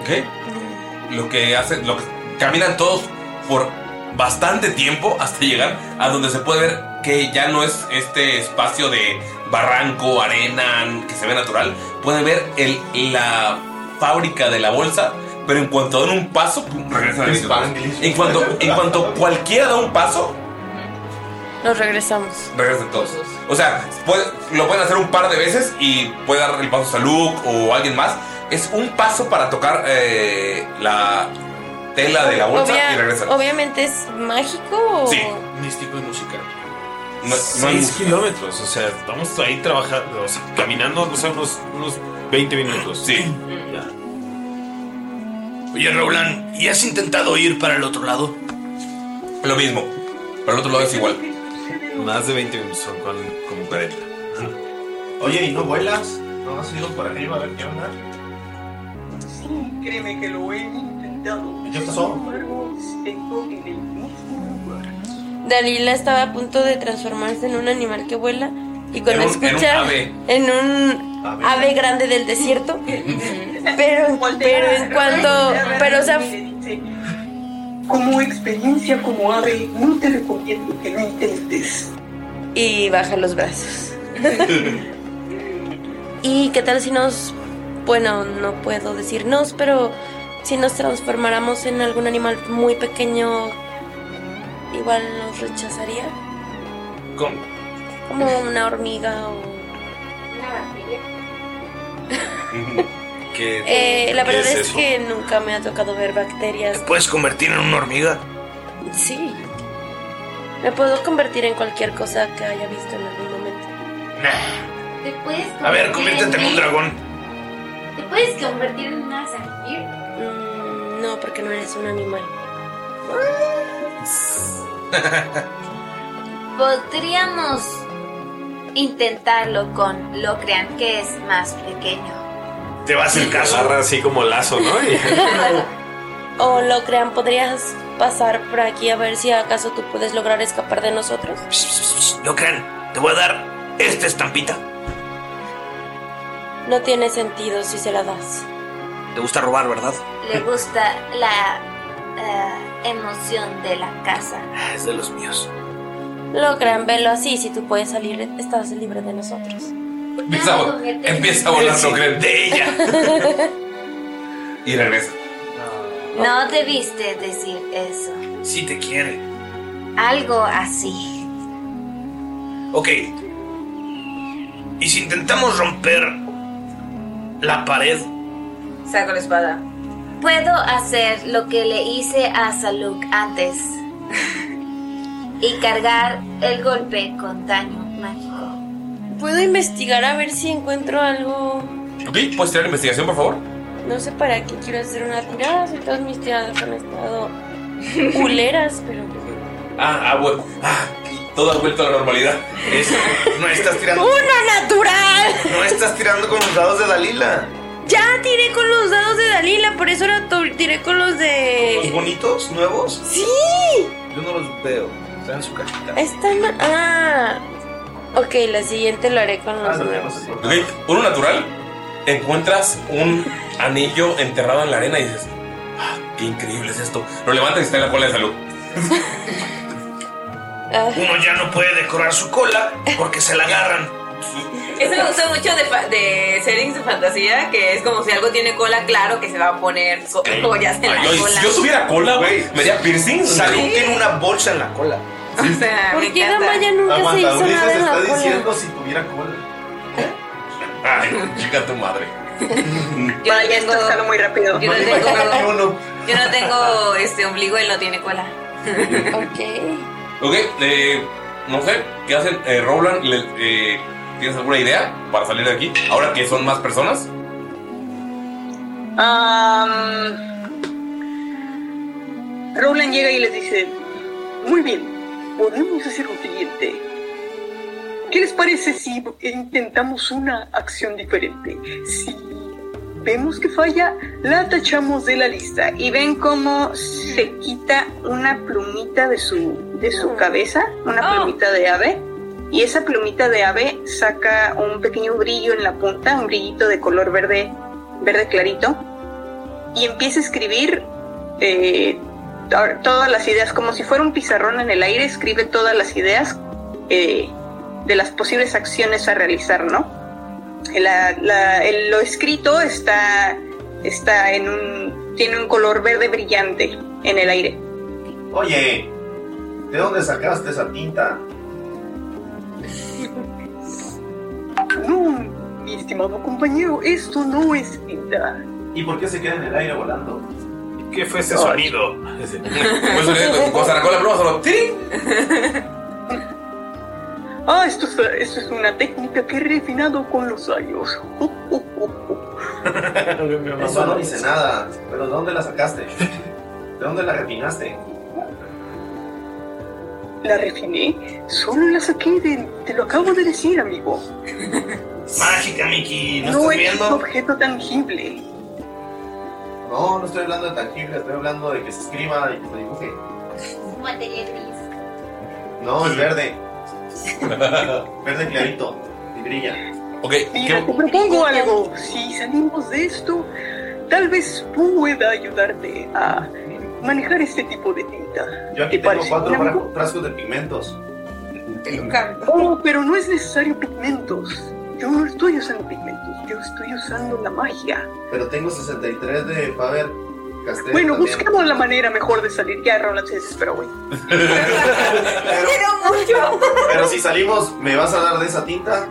Speaker 5: ¿Ok? Lo que hacen, lo que caminan todos por bastante tiempo hasta llegar a donde se puede ver que ya no es este espacio de barranco, arena que se ve natural. Pueden ver el, la fábrica de la bolsa, pero en cuanto dan un paso, pum, regresan al sitio. En cuanto, en cuanto cualquiera da un paso,
Speaker 9: Nos regresamos.
Speaker 5: regresan todos. O sea, puede- lo pueden hacer un par de veces y puede dar el paso a Luke o alguien más. Es un paso para tocar eh, la tela de la bolsa
Speaker 9: Obvia-
Speaker 5: y regresan.
Speaker 9: Obviamente es mágico. o-
Speaker 5: Sí.
Speaker 7: Místico y música.
Speaker 5: No- no hay
Speaker 7: 6
Speaker 5: música.
Speaker 7: kilómetros, o sea, estamos ahí trabajando, o sea, caminando, no sé, unos, unos 20 minutos.
Speaker 5: Sí.
Speaker 30: Oye, Roland, ¿y has intentado ir para el otro lado?
Speaker 5: Lo mismo. Para el otro lado es igual.
Speaker 7: Más de 20 minutos son con, como 40.
Speaker 5: [laughs]
Speaker 11: Oye, ¿y no vuelas? ¿No has ido para arriba a ver qué onda?
Speaker 15: Sí, créeme que lo he intentado.
Speaker 11: ¿Ya pasó?
Speaker 15: Sin embargo, tengo en el mismo lugar.
Speaker 9: Dalila estaba a punto de transformarse en un animal que vuela y cuando
Speaker 5: En un- en un
Speaker 9: escucha
Speaker 5: ave.
Speaker 9: en un
Speaker 5: Ave.
Speaker 9: ave, grande del desierto, pero, pero en cuanto, pero o sea,
Speaker 15: Como experiencia como ave, no te recomiendo que lo intentes.
Speaker 9: y baja los brazos. ¿Y qué tal si nos, bueno, no puedo decir nos, pero si nos transformáramos en algún animal muy pequeño, igual nos rechazaría?
Speaker 5: ¿Cómo?
Speaker 9: Como una hormiga o...
Speaker 31: ¿Qué,
Speaker 9: Eh, la
Speaker 31: qué
Speaker 9: verdad es,
Speaker 31: eso?
Speaker 9: que nunca me ha tocado ver bacterias.
Speaker 8: ¿Puedes convertir en una hormiga?
Speaker 9: Sí. Me puedo convertir en cualquier cosa que haya visto en algún momento.
Speaker 10: Te puedes
Speaker 8: A ver,
Speaker 10: convertir
Speaker 8: conviértete en un dragón.
Speaker 5: [laughs]
Speaker 10: Te puedes convertir en una zafir.
Speaker 9: Mm, No, porque no eres un animal.
Speaker 14: Podríamos intentarlo con lo crean que es más pequeño.
Speaker 7: Te va a hacer caso. Agarra así como lazo, ¿no? [laughs]
Speaker 9: o lo crean, podrías pasar por aquí a ver si acaso tú puedes lograr escapar de nosotros.
Speaker 8: Lo crean, te voy a dar esta estampita.
Speaker 9: No tiene sentido si se la das.
Speaker 8: Te gusta robar, ¿verdad?
Speaker 14: Le gusta la eh, emoción de la casa.
Speaker 8: Ah, Es de los míos.
Speaker 9: Lo crean, velo así. Si tú puedes salir, estás libre de nosotros.
Speaker 5: Empieza a, empieza a volar, no creen. De ella.
Speaker 8: Y regresa.
Speaker 14: No debiste decir eso.
Speaker 8: Sí te quiere.
Speaker 14: Algo así.
Speaker 8: Ok. ¿Y si intentamos romper la pared?
Speaker 6: Saco la espada.
Speaker 14: Puedo hacer lo que le hice a Saluk
Speaker 6: [laughs]
Speaker 14: antes y cargar el golpe con daño mágico.
Speaker 9: [laughs] Puedo investigar a ver si encuentro algo.
Speaker 5: Ok, ¿puedes tirar la investigación, por favor?
Speaker 9: No sé para qué quiero hacer una tirada. Si todas mis tiradas han estado culeras, pero.
Speaker 5: Ah, ah, bueno. Ah, todo ha vuelto a la normalidad.
Speaker 29: no estás tirando.
Speaker 9: ¡Una natural!
Speaker 29: No estás tirando con los dados de Dalila.
Speaker 9: Ya tiré con los dados de Dalila, por eso ahora to- tiré con los
Speaker 29: ¿Los
Speaker 9: de.
Speaker 29: bonitos, nuevos?
Speaker 9: ¡Sí!
Speaker 29: Yo no los veo. Están en su cajita.
Speaker 9: Están. Ah. Ok, la siguiente lo haré con los nuevos.
Speaker 5: Ok, uno natural. Encuentras un anillo enterrado en la arena y dices, "Ah, qué increíble es esto. Lo levantas y está en la cola de salud.
Speaker 9: ah.
Speaker 8: Uno ya no puede decorar su cola porque se
Speaker 9: [laughs]
Speaker 8: la agarran.
Speaker 6: Eso me gusta mucho de, fa- de settings de fantasía, que es como si algo tiene cola, claro que se va a poner co- joyas en la
Speaker 5: Ay, yo,
Speaker 6: cola.
Speaker 5: si yo subiera cola, güey, me haría piercing.
Speaker 29: Salud tiene una bolsa en la cola.
Speaker 6: O sea, me
Speaker 9: ¿Por qué
Speaker 6: encanta.
Speaker 9: Damaya nunca se hizo nada en la cola?
Speaker 11: si tuviera cola.
Speaker 5: Ay, [laughs] chica tu madre.
Speaker 6: Yo no tengo, muy rápido. Yo no tengo,
Speaker 11: Uno.
Speaker 6: yo no tengo este ombligo, él no tiene cola.
Speaker 9: ok.
Speaker 5: Ok, eh, no sé, ¿qué hacen? Eh, Roland, le- eh, ¿tienes alguna idea para salir de aquí? Ahora que son más personas.
Speaker 16: Am, Rowland llega y les dice, muy bien, podemos hacer lo siguiente. ¿Qué les parece si intentamos una acción diferente? Si vemos que falla, la tachamos de la lista. Y ven cómo se quita una plumita de su, de su cabeza, una plumita de ave. Y esa plumita de ave saca un pequeño brillo en la punta, un brillito de color verde, verde clarito. Y empieza a escribir eh, to- todas las ideas, como si fuera un pizarrón en el aire, escribe todas las ideas eh, de las posibles acciones a realizar, ¿no? La- la- el- lo escrito está, está en un, tiene un color verde brillante en el aire.
Speaker 11: Oye, ¿de dónde sacaste esa tinta?
Speaker 16: No, mi estimado compañero, esto no es vida.
Speaker 11: ¿Y por qué se queda en el aire volando?
Speaker 7: ¿Qué fue ese sonido?
Speaker 5: Pues eh, cuando se arrancó la pluma, solo ¡ting!
Speaker 16: Ah, esto es, esto es una técnica que he refinado con los años.
Speaker 11: Eso no dice nada. ¿Pero de dónde la sacaste? ¿De dónde la refinaste?
Speaker 16: La refiné, solo la saqué de... Te lo acabo de decir, amigo.
Speaker 8: Mágica, Mickey. ¿No,
Speaker 16: No
Speaker 8: estás
Speaker 16: es un
Speaker 8: viendo?
Speaker 16: objeto tangible.
Speaker 11: No, no estoy hablando de tangible, estoy hablando de que se escriba y que se dibuje.
Speaker 10: Materia gris.
Speaker 11: No, es verde. verde clarito y brilla.
Speaker 5: Ok,
Speaker 16: Mira, te propongo algo. Si salimos de esto, tal vez pueda ayudarte a manejar este tipo de tinta.
Speaker 11: Yo aquí
Speaker 16: ¿Te
Speaker 11: tengo
Speaker 16: parece
Speaker 11: cuatro
Speaker 16: bien, amigo?
Speaker 11: fra- frascos de pigmentos.
Speaker 16: Oh, pero no es necesario pigmentos. Yo no estoy usando pigmentos, yo estoy usando la magia.
Speaker 11: Pero tengo 63 de Faber. Castel
Speaker 15: Bueno,
Speaker 11: también.
Speaker 15: busquemos la manera mejor de salir. Ya Roland se desesperó, güey.
Speaker 6: Pero mucho.
Speaker 11: Pero si salimos, ¿me vas a dar de esa tinta?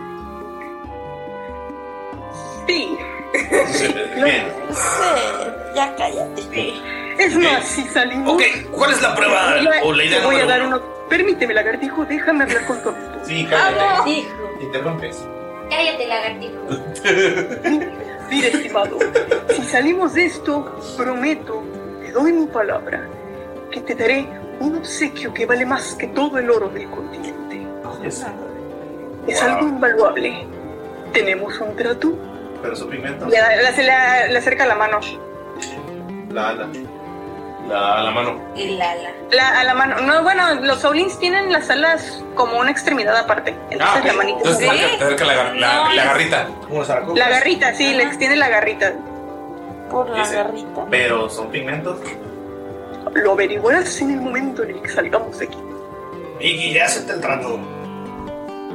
Speaker 15: Sí.
Speaker 11: [laughs] Bien.
Speaker 15: ya cállate. Es más, si salimos. Ok,
Speaker 8: ¿Cuál es la prueba o la idea
Speaker 15: Te voy a
Speaker 8: número
Speaker 15: dar uno. Permíteme, lagartijo, déjame hablar con tu
Speaker 11: Sí,
Speaker 15: Vamos.
Speaker 11: cállate.
Speaker 15: Hijo.
Speaker 11: Interrumpes.
Speaker 15: Cállate, lagartijo. Mira, estimado, si salimos de esto, prometo, te doy mi palabra, que te daré un obsequio que vale más que todo el oro del continente. Es algo invaluable. Tenemos un trato.
Speaker 11: Pero su pigmento.
Speaker 15: Le, acerca la mano.
Speaker 11: La ala. La, la mano.
Speaker 15: El ala. a la mano. No, bueno, los Saulins tienen las alas como una extremidad aparte.
Speaker 5: Ah,
Speaker 15: Entonces la manita.
Speaker 5: entonces te acerca- te acerca la, gar- la-
Speaker 15: No,
Speaker 5: la
Speaker 15: es-
Speaker 5: garrita.
Speaker 15: La garrita, sí, le extiende la garrita. Por
Speaker 11: la Dice,
Speaker 15: garrita.
Speaker 11: Pero son pigmentos.
Speaker 15: Lo averiguarás en el momento en el que salgamos de aquí.
Speaker 11: Iggy, ya se te trato.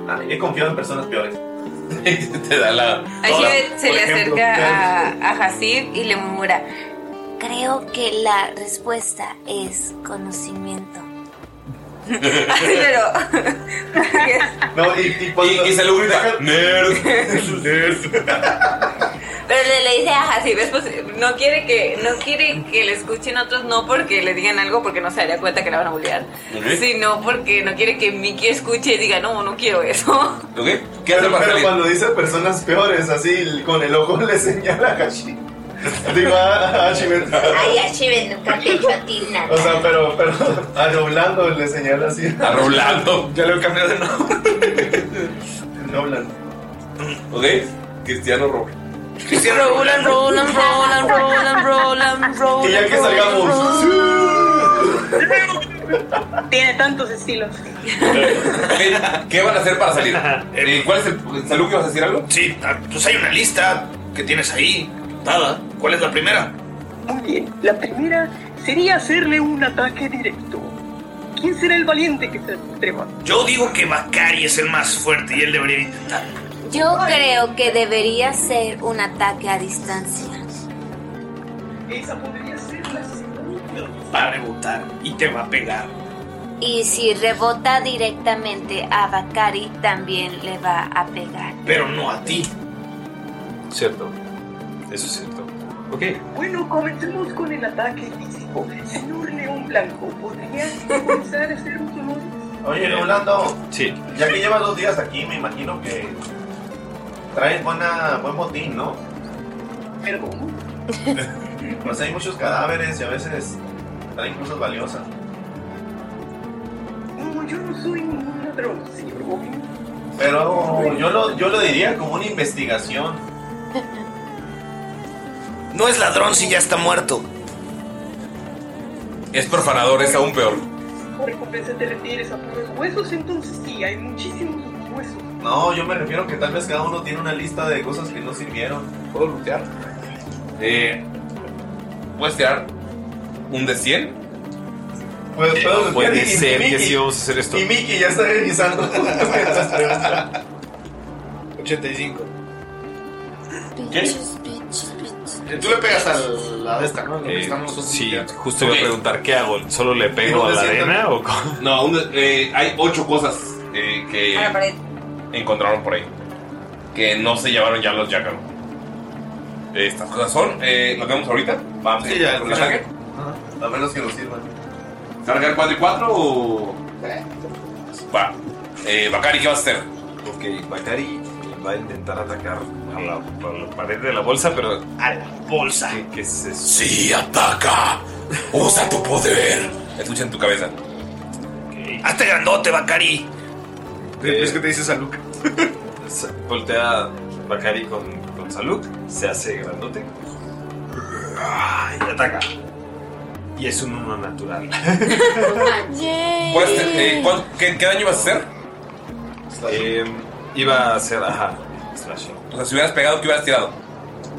Speaker 11: Ah, he confiado en personas peores.
Speaker 5: [laughs] te da la.
Speaker 6: Allí se
Speaker 11: por
Speaker 6: le
Speaker 11: ejemplo,
Speaker 6: acerca
Speaker 5: [laughs]
Speaker 6: a,
Speaker 11: claro.
Speaker 6: a Hasib y le murmura.
Speaker 14: Creo que la respuesta es conocimiento.
Speaker 6: Pero
Speaker 11: No, y, y, cuando-
Speaker 5: Y se lo grita.
Speaker 11: [laughs]
Speaker 5: Nerd.
Speaker 6: Pero le, le dice a Hasib, es posi- no quiere que no quiere que le escuchen otros, no porque le digan algo, porque no se daría cuenta que la van a bullear,
Speaker 5: Ok.
Speaker 6: sino porque no quiere que Mickey escuche y diga, no, no quiero eso.
Speaker 5: ¿Ok? ¿Qué
Speaker 11: Pero,
Speaker 5: hace
Speaker 11: pero
Speaker 5: Marcelín?
Speaker 11: cuando dice personas peores, así con el ojo [laughs] le señala a Hashi. Digo, a a Hashimer.
Speaker 32: Ay, Ashiven nunca te echó a ti nada.
Speaker 11: O sea, pero, pero [laughs] a Roblando le señala así.
Speaker 5: A Roblando.
Speaker 11: Ya lo he cambiado de nombre. Roblando.
Speaker 5: ¿Ok? Cristiano Roble.
Speaker 6: Roland, Roland, Roland, Roland,
Speaker 9: [laughs]
Speaker 15: [laughs]
Speaker 6: Roland, Roland.
Speaker 5: Y ya que salgamos.
Speaker 15: [laughs] Tiene tantos estilos.
Speaker 5: Ok, ¿Qué van a hacer para salir? Eh, ¿Cuál es el. ¿Salud que vas a decir algo?
Speaker 8: Sí, ah, pues hay una lista que tienes ahí. Nada. ¿Cuál es la primera?
Speaker 15: Muy bien, la primera sería hacerle un ataque directo. ¿Quién será el valiente que se atreva?
Speaker 8: Yo digo que Bakari es el más fuerte y él debería intentarlo.
Speaker 14: Yo creo que debería ser un ataque a distancia.
Speaker 15: Esa podría ser la segunda.
Speaker 8: Va a rebotar y te va a pegar.
Speaker 14: Y si rebota directamente a Bakari, también le va a pegar.
Speaker 8: Pero no a ti.
Speaker 7: Cierto. Eso es cierto. Ok.
Speaker 15: Bueno, comencemos con el ataque físico. Señor León Blanco, ¿podría comenzar a hacer un honor?
Speaker 11: Oye, Roblando.
Speaker 7: Sí.
Speaker 11: Ya que llevas dos días aquí, me imagino que traes buena, buen botín, ¿no?
Speaker 15: Pero,
Speaker 11: [laughs] Pues hay muchos cadáveres y a veces traen cosas valiosas.
Speaker 15: como yo no soy ningún ladrón, señor Bobby.
Speaker 11: Pero yo lo, yo lo diría como una investigación.
Speaker 8: No es ladrón si ya está muerto.
Speaker 5: Es profanador, es aún peor.
Speaker 15: Por recompensa te refieres a puros huesos, entonces sí, hay muchísimos huesos.
Speaker 11: No, yo me refiero que tal vez cada uno tiene una lista de cosas que no sirvieron. ¿Puedo lootear?
Speaker 5: Eh, ¿Puedes tirar un de Eh, 100?
Speaker 11: Puedo, puedo
Speaker 7: Puede
Speaker 11: lootear y- y
Speaker 7: ser que
Speaker 11: Mickey-
Speaker 7: sí vamos a hacer esto.
Speaker 11: Y Mickey ya está revisando.
Speaker 7: [laughs]
Speaker 11: las preguntas.
Speaker 33: 85.
Speaker 11: Tú le pegas a la de esta, ¿no? Lo que
Speaker 7: Eh,
Speaker 11: estamos usando.
Speaker 7: sí, justo iba a preguntar, ¿qué hago? ¿Solo le
Speaker 5: ¿Y
Speaker 7: pego
Speaker 5: un
Speaker 7: a
Speaker 5: de
Speaker 7: la
Speaker 5: 100
Speaker 7: arena
Speaker 5: también?
Speaker 7: o cómo?
Speaker 5: No, un de- eh, hay ocho cosas eh, que
Speaker 6: A la pared.
Speaker 5: encontraron por ahí. Que no se llevaron ya los Jackal. Estas cosas son, eh, lo que vemos ahorita. Vamos a
Speaker 11: Sí, ya,
Speaker 5: con
Speaker 11: ya.
Speaker 5: el ataque.
Speaker 11: Ajá, A menos que nos sirvan.
Speaker 5: ¿Se van a quedar 4 y 4 o.? Va. Eh, Bakari, ¿qué vas a hacer?
Speaker 7: Ok, Bakari va a intentar atacar a la, a la pared de la bolsa, pero. A la bolsa. ¿Qué, qué es eso?
Speaker 5: Sí, ataca. Usa tu poder. Escucha en tu cabeza.
Speaker 8: Hazte grandote,
Speaker 5: Eh,
Speaker 8: Bakari.
Speaker 5: pues,
Speaker 7: es que te dice Saluk. [laughs] Voltea Bakari con, con Saluk, se hace grandote. Y ataca. Y es un uno natural.
Speaker 5: ¿Puedes hacer- eh, cuán- qué, qué daño vas a hacer?
Speaker 7: Em, iba a hacer, ajá, slashing.
Speaker 5: O sea, si hubieras pegado, ¿qué hubieras tirado?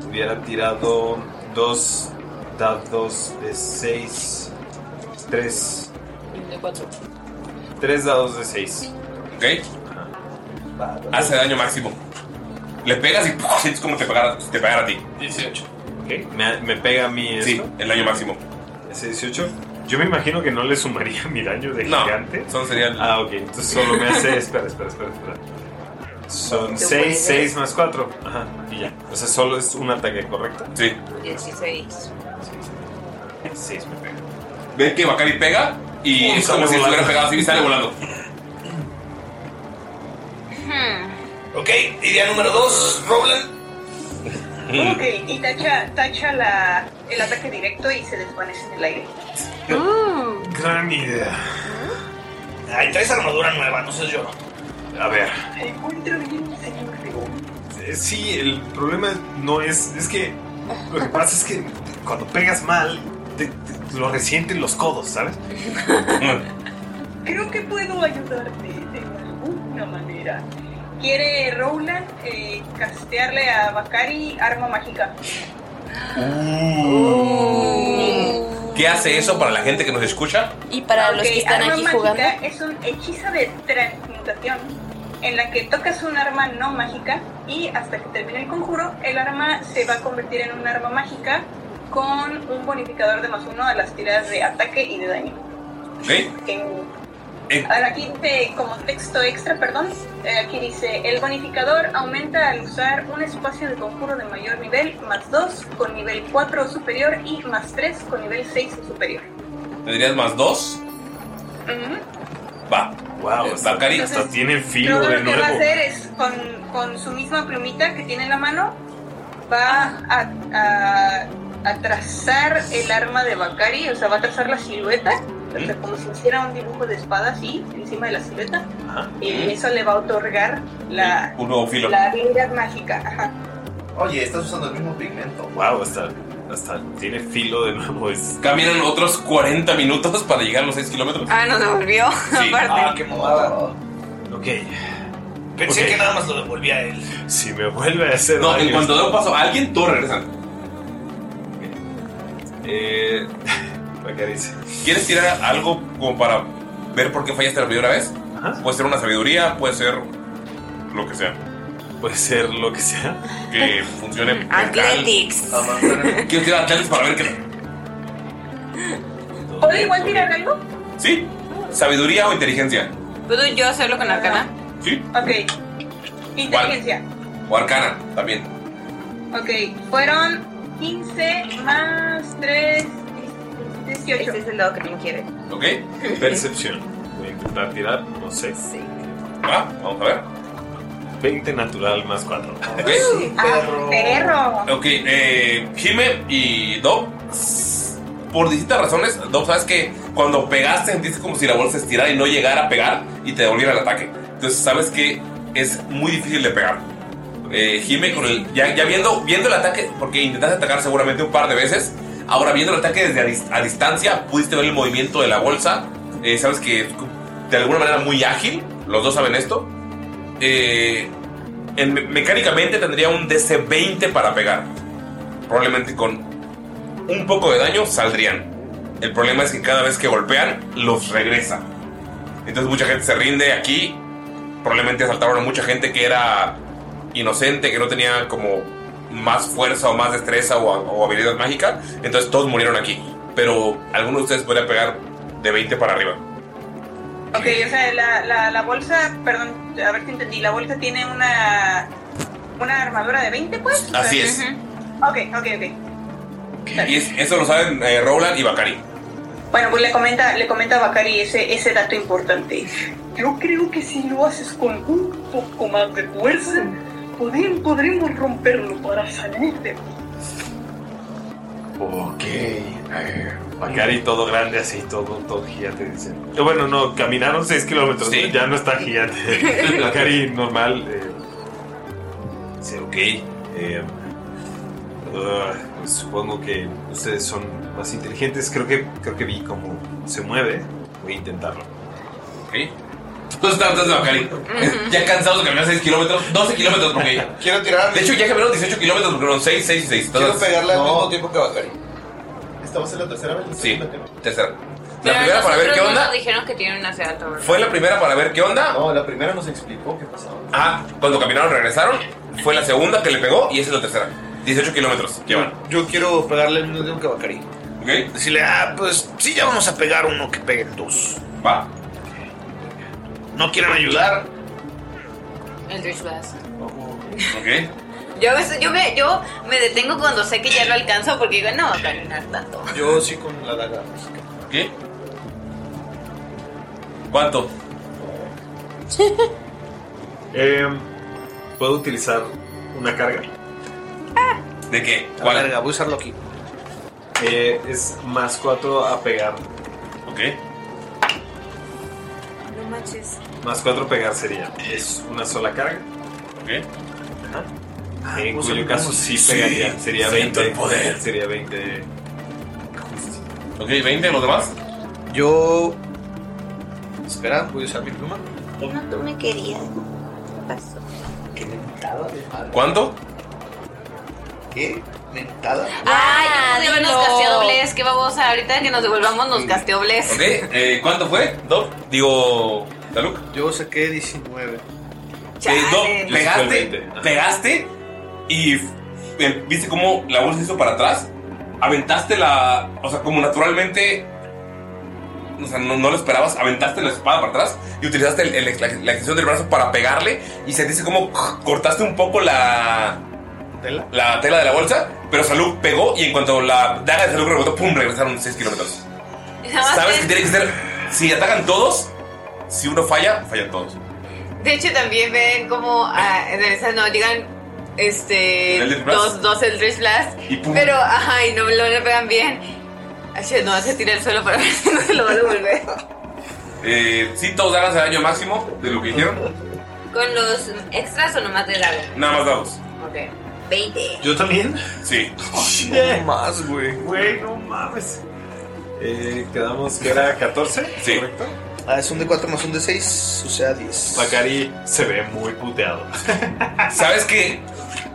Speaker 7: Hubiera tirado dos dados de seis, tres, tres dados de seis.
Speaker 5: Ok. Hace daño máximo. Le pegas y ¡pum! sientes como te pegara, te pegara a ti.
Speaker 7: 18. ¿Me, me pega a mí Sí,
Speaker 5: el daño máximo.
Speaker 7: ¿Es 18? Yo me imagino que no le sumaría [laughs] mi daño de
Speaker 5: No,
Speaker 7: gigante.
Speaker 5: son serial.
Speaker 7: Ah, ok. Entonces solo [laughs] me hace...
Speaker 5: [laughs]
Speaker 7: espera, espera, espera, espera. Son 6, 6 más 4. Ajá, y ya. O sea, solo es un ataque, ¿correcto?
Speaker 5: Sí.
Speaker 6: 16.
Speaker 7: 6 me pega.
Speaker 5: Ven que Bakari pega y
Speaker 7: Pum,
Speaker 5: es como
Speaker 7: sale
Speaker 5: si estuviera
Speaker 7: volando.
Speaker 5: pegado así y sale
Speaker 7: [laughs]
Speaker 5: volando.
Speaker 15: Hmm.
Speaker 8: Ok, idea número 2, Roland.
Speaker 16: Ok, y tacha, tacha la, el ataque directo y se desvanece en el aire.
Speaker 7: Gran idea.
Speaker 8: Ay, traes armadura nueva, no seas yo.
Speaker 7: A ver.
Speaker 16: Encuentro bien mi señor Rigón.
Speaker 7: Eh, Sí, el problema no es. Es que lo que pasa es que cuando pegas mal, te- te- lo resienten los codos, ¿sabes?
Speaker 5: [laughs]
Speaker 16: Creo que puedo ayudarte de alguna manera. Quiere Roland eh, castearle a Bakari arma mágica.
Speaker 5: Uh. ¿Qué hace eso para la gente que nos escucha?
Speaker 16: Y
Speaker 9: Mm, para los que están
Speaker 16: arma
Speaker 9: aquí
Speaker 16: mágica
Speaker 9: jugando.
Speaker 16: Es un hechizo de transmutación en la que tocas un arma no mágica y hasta que termine el conjuro, el arma se va a convertir en un arma mágica con un bonificador de más uno a las tiradas de ataque y de daño.
Speaker 5: Ok.
Speaker 16: En-
Speaker 5: Eh.
Speaker 16: Ahora aquí dice, como texto extra, perdón, eh, aquí dice, el bonificador aumenta al usar un espacio de conjuro de mayor nivel, más 2 con nivel 4 o superior y más 3 con nivel 6 o superior.
Speaker 5: Tendrías más dos.
Speaker 16: Ujú.
Speaker 5: Va. Eh,
Speaker 7: Wow,
Speaker 5: Bakari
Speaker 16: hasta
Speaker 7: tiene
Speaker 5: filo
Speaker 16: Luego lo que va a hacer es, con, con su misma plumita que tiene en la mano, va a, a- a trazar el arma de Bakari, o sea, va a trazar la silueta, o sea, como si hiciera un dibujo de espada así, encima de la silueta. Y eso le va a otorgar la,
Speaker 5: Un nuevo filo.
Speaker 16: la habilidad mágica. Ajá.
Speaker 11: Oye, estás usando el mismo pigmento.
Speaker 7: Wow, hasta, hasta tiene filo de nuevo. Es...
Speaker 5: Caminan otros 40 minutos para llegar a los 6 kilómetros.
Speaker 6: Ah, nos [laughs] devolvió. Aparte.
Speaker 8: Ah, qué mamada.
Speaker 7: Ok.
Speaker 8: Pensé
Speaker 7: Ok.
Speaker 8: que nada más lo devolvía a él.
Speaker 7: Si me vuelve a hacer.
Speaker 5: No, en
Speaker 7: daño-
Speaker 5: cuanto da un paso a alguien, todos
Speaker 7: [laughs]
Speaker 5: regresan.
Speaker 7: Eh. Bakari dice.
Speaker 5: ¿Quieres tirar algo como para ver por qué fallaste la primera vez? Puede ser una sabiduría, puede ser lo que sea.
Speaker 7: Puede ser lo que sea.
Speaker 5: Que funcione.
Speaker 4: [laughs]
Speaker 6: Athletics.
Speaker 5: Quiero tirar Athletics para ver qué.
Speaker 16: ¿Puedo igual tirar algo?
Speaker 5: ¿Sí? ¿Sabiduría o inteligencia?
Speaker 6: ¿Puedo yo hacerlo con arcana?
Speaker 5: Sí.
Speaker 16: Ok. Inteligencia.
Speaker 5: O arcana también.
Speaker 16: Ok. Fueron 15 más 3, 18. Este es el lado que no quiere.
Speaker 5: ¿Ok?
Speaker 7: Percepción. Voy a intentar tirar, no sé.
Speaker 5: Va, vamos a ver.
Speaker 7: 20 natural más 4.
Speaker 5: Ok.
Speaker 16: Perro.
Speaker 5: Ok, eh, Jime y Dob, por distintas razones, Dob, sabes que cuando pegaste sentiste como si la bola se estirara y no llegara a pegar y te devolviera el ataque. Entonces sabes que es muy difícil de pegar. Eh, Jime, con el, ya, ya viendo, viendo el ataque, porque intentaste atacar seguramente un par de veces, ahora viendo el ataque desde a, dis- a distancia, pudiste ver el movimiento de la bolsa, eh, sabes que es de alguna manera muy ágil, los dos saben esto. Eh, en- me- mecánicamente tendría un DC-20 para pegar. Probablemente con un poco de daño saldrían. El problema es que cada vez que golpean, los regresa. Entonces mucha gente se rinde aquí. Probablemente asaltaron a mucha gente que era inocente, que no tenía como más fuerza o más destreza o, o habilidad mágica. Entonces todos murieron aquí. Pero alguno de ustedes podría pegar de 20 para arriba.
Speaker 16: Ok, o sea, la, la, la bolsa, perdón, a ver si entendí, la bolsa tiene una, una armadura de 20, pues.
Speaker 5: Así es.
Speaker 16: Ok, ok, ok.
Speaker 5: Y es- eso lo saben eh, Roland y Bakari.
Speaker 16: Bueno, pues le comenta, le comenta a Bakari ese, ese dato importante. Yo creo que si lo haces con un poco más de fuerza, poden- podremos romperlo para salir de
Speaker 7: Ok. Bakari todo grande así, todo, todo gigante, dice. Eh, Bueno, no, caminaron 6 kilómetros, ya no está
Speaker 5: [laughs]
Speaker 7: gigante. Bakari normal. eh, dice, ok. eh, ah, pues supongo que ustedes son más inteligentes. Creo que, creo que vi cómo se mueve. Voy a intentarlo.
Speaker 5: Todos están atrás de Bacari. Ya cansados de caminar 6 kilómetros, 12 kilómetros porque.
Speaker 7: Quiero tirar.
Speaker 5: De hecho, ya caminaron 18 kilómetros porque fueron 6, 6 y 6.
Speaker 11: Quiero pegarle al mismo
Speaker 5: tiempo que Bacari.
Speaker 11: Estamos en la tercera vez.
Speaker 5: Sí, tercera. La
Speaker 6: Pero
Speaker 5: primera para ver
Speaker 6: nosotros
Speaker 5: qué
Speaker 6: no
Speaker 5: onda.
Speaker 6: nos dijeron que tienen una seda torre.
Speaker 5: Fue la primera para ver qué onda. No, la primera nos explicó qué pasaba. Ah, cuando caminaron regresaron. Fue la segunda que le pegó y esa es la tercera. 18 kilómetros. Llevan.
Speaker 22: Yo quiero pegarle el mismo tiempo que a Bacari.
Speaker 5: Ok.
Speaker 22: Decirle, ah, pues sí, ya vamos a pegar uno que pegue dos.
Speaker 5: Va.
Speaker 22: No quieren ayudar.
Speaker 6: Eldritch Blast.
Speaker 5: Ok.
Speaker 6: Yo, yo, me, yo me detengo cuando sé que ya lo alcanzo porque digo, no va a caminar tanto.
Speaker 22: Yo sí con la daga.
Speaker 5: ¿Qué? ¿Cuánto?
Speaker 7: Em, Puedo utilizar una carga.
Speaker 5: ¿De qué?
Speaker 7: ¿Cuál? carga, voy a usarlo aquí. Eh, es más 4 a pegar.
Speaker 5: Ok.
Speaker 6: No manches.
Speaker 7: Más 4 pegar sería. Es una sola carga.
Speaker 5: Ok.
Speaker 7: Ajá. en
Speaker 5: usa
Speaker 7: cuyo
Speaker 5: mi
Speaker 7: caso Ah,
Speaker 5: mano.
Speaker 7: pues, sí
Speaker 5: Sí,
Speaker 7: pegaría. sería 20.
Speaker 5: siento el poder.
Speaker 7: Sería 20.
Speaker 5: Ok, 20, ¿los demás?
Speaker 22: Yo. Espera, voy a usar mi pluma.
Speaker 14: No, tú me querías.
Speaker 22: Qué mentada de madre.
Speaker 5: ¿Cuánto?
Speaker 22: ¿Qué? Mentada.
Speaker 6: Ay, ya nos
Speaker 14: dilo.
Speaker 6: casteó doblez, qué babosa. Ahorita que nos devolvamos nos casteó doblez. [laughs]
Speaker 5: Ok, eh, ¿cuánto fue? ¿Dob? Digo, ¿Taluk?
Speaker 22: Yo saqué 19.
Speaker 5: Eh, Dob,
Speaker 22: Casualmente,
Speaker 5: pegaste,
Speaker 22: ajá.
Speaker 5: pegaste y f- eh, viste cómo la bolsa se hizo para atrás. Aventaste la. O sea, como naturalmente. O sea, no, no lo esperabas. Aventaste la espada para atrás y utilizaste el- el- la, la extensión del brazo para pegarle. Y sentiste como cortaste un poco la.
Speaker 22: ¿Tela?
Speaker 5: La tela de la bolsa. Pero Salud pegó y en cuanto la daga de Salud rebotó, ¡pum! regresaron 6 kilómetros. Sabes que tiene que ser. Si atacan todos, si uno falla, fallan todos.
Speaker 6: De hecho, también ven como ah, en esas no llegan este
Speaker 5: ¿El Eldritch Blast?
Speaker 6: dos, dos Eldritch Blast,
Speaker 5: Y pum.
Speaker 6: pero ajá, y no no le pegan bien. Ay, shit, no se tira al suelo para [laughs] ver si no se lo va a devolver.
Speaker 5: Eh, si todos ganan el daño máximo de lo que hicieron,
Speaker 6: ¿Con los extras o nomás de dago?
Speaker 5: nada más dados.
Speaker 6: Ok. 20.
Speaker 7: ¿Yo también?
Speaker 5: Sí.
Speaker 7: no más, güey. Güey, no mames. Eh, quedamos que era 14, ¿correcto?
Speaker 22: Ah, es un D4 más un D6, o sea 10.
Speaker 7: Bacari se ve muy puteado. [laughs]
Speaker 5: Sabes que,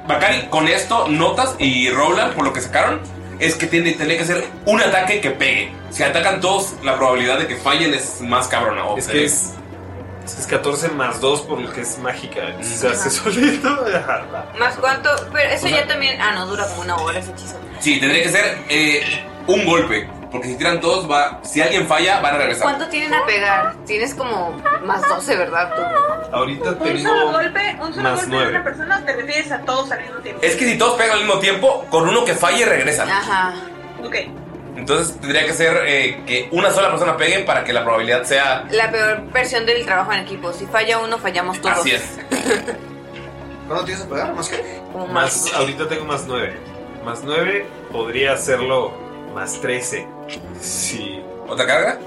Speaker 5: Bakari, con esto notas y Roland, por lo que sacaron, es que tiene, tenía que ser un ataque que pegue. Si atacan todos, la probabilidad de que fallen es más cabrona. o
Speaker 7: Es
Speaker 5: sea,
Speaker 7: que es, es que es 14 más 2 por lo que es mágica. entonces Se
Speaker 6: Ajá.
Speaker 7: hace solito. [laughs] Ajá, va.
Speaker 6: ¿Más cuánto? Pero eso
Speaker 5: O sea-
Speaker 6: ya también. Ah, no, dura como una hora ese hechizo.
Speaker 5: Sí, tendría que ser eh, un golpe. Porque si tiran todos, va, si alguien falla, van a regresar.
Speaker 6: ¿Cuánto tienen a pegar? Tienes como más 12, ¿verdad? Tú?
Speaker 5: Ahorita
Speaker 16: Un solo golpe, un solo
Speaker 5: más
Speaker 16: golpe
Speaker 5: nueve.
Speaker 16: de una persona o te refieres a todos al mismo tiempo.
Speaker 5: Es que si todos pegan al mismo tiempo, con uno que falle, regresan.
Speaker 16: Ah.
Speaker 6: Ajá.
Speaker 16: Ok.
Speaker 5: Entonces tendría que ser eh, que una sola persona pegue para que la probabilidad sea
Speaker 6: La peor versión del trabajo en equipo. Si falla uno, fallamos todos.
Speaker 5: así es.
Speaker 22: ¿Cuándo tienes que pegar? ¿Más que?
Speaker 6: Como
Speaker 7: Más, ahorita tengo más 9. Más 9 podría hacerlo más 13. Sí.
Speaker 5: ¿Otra carga?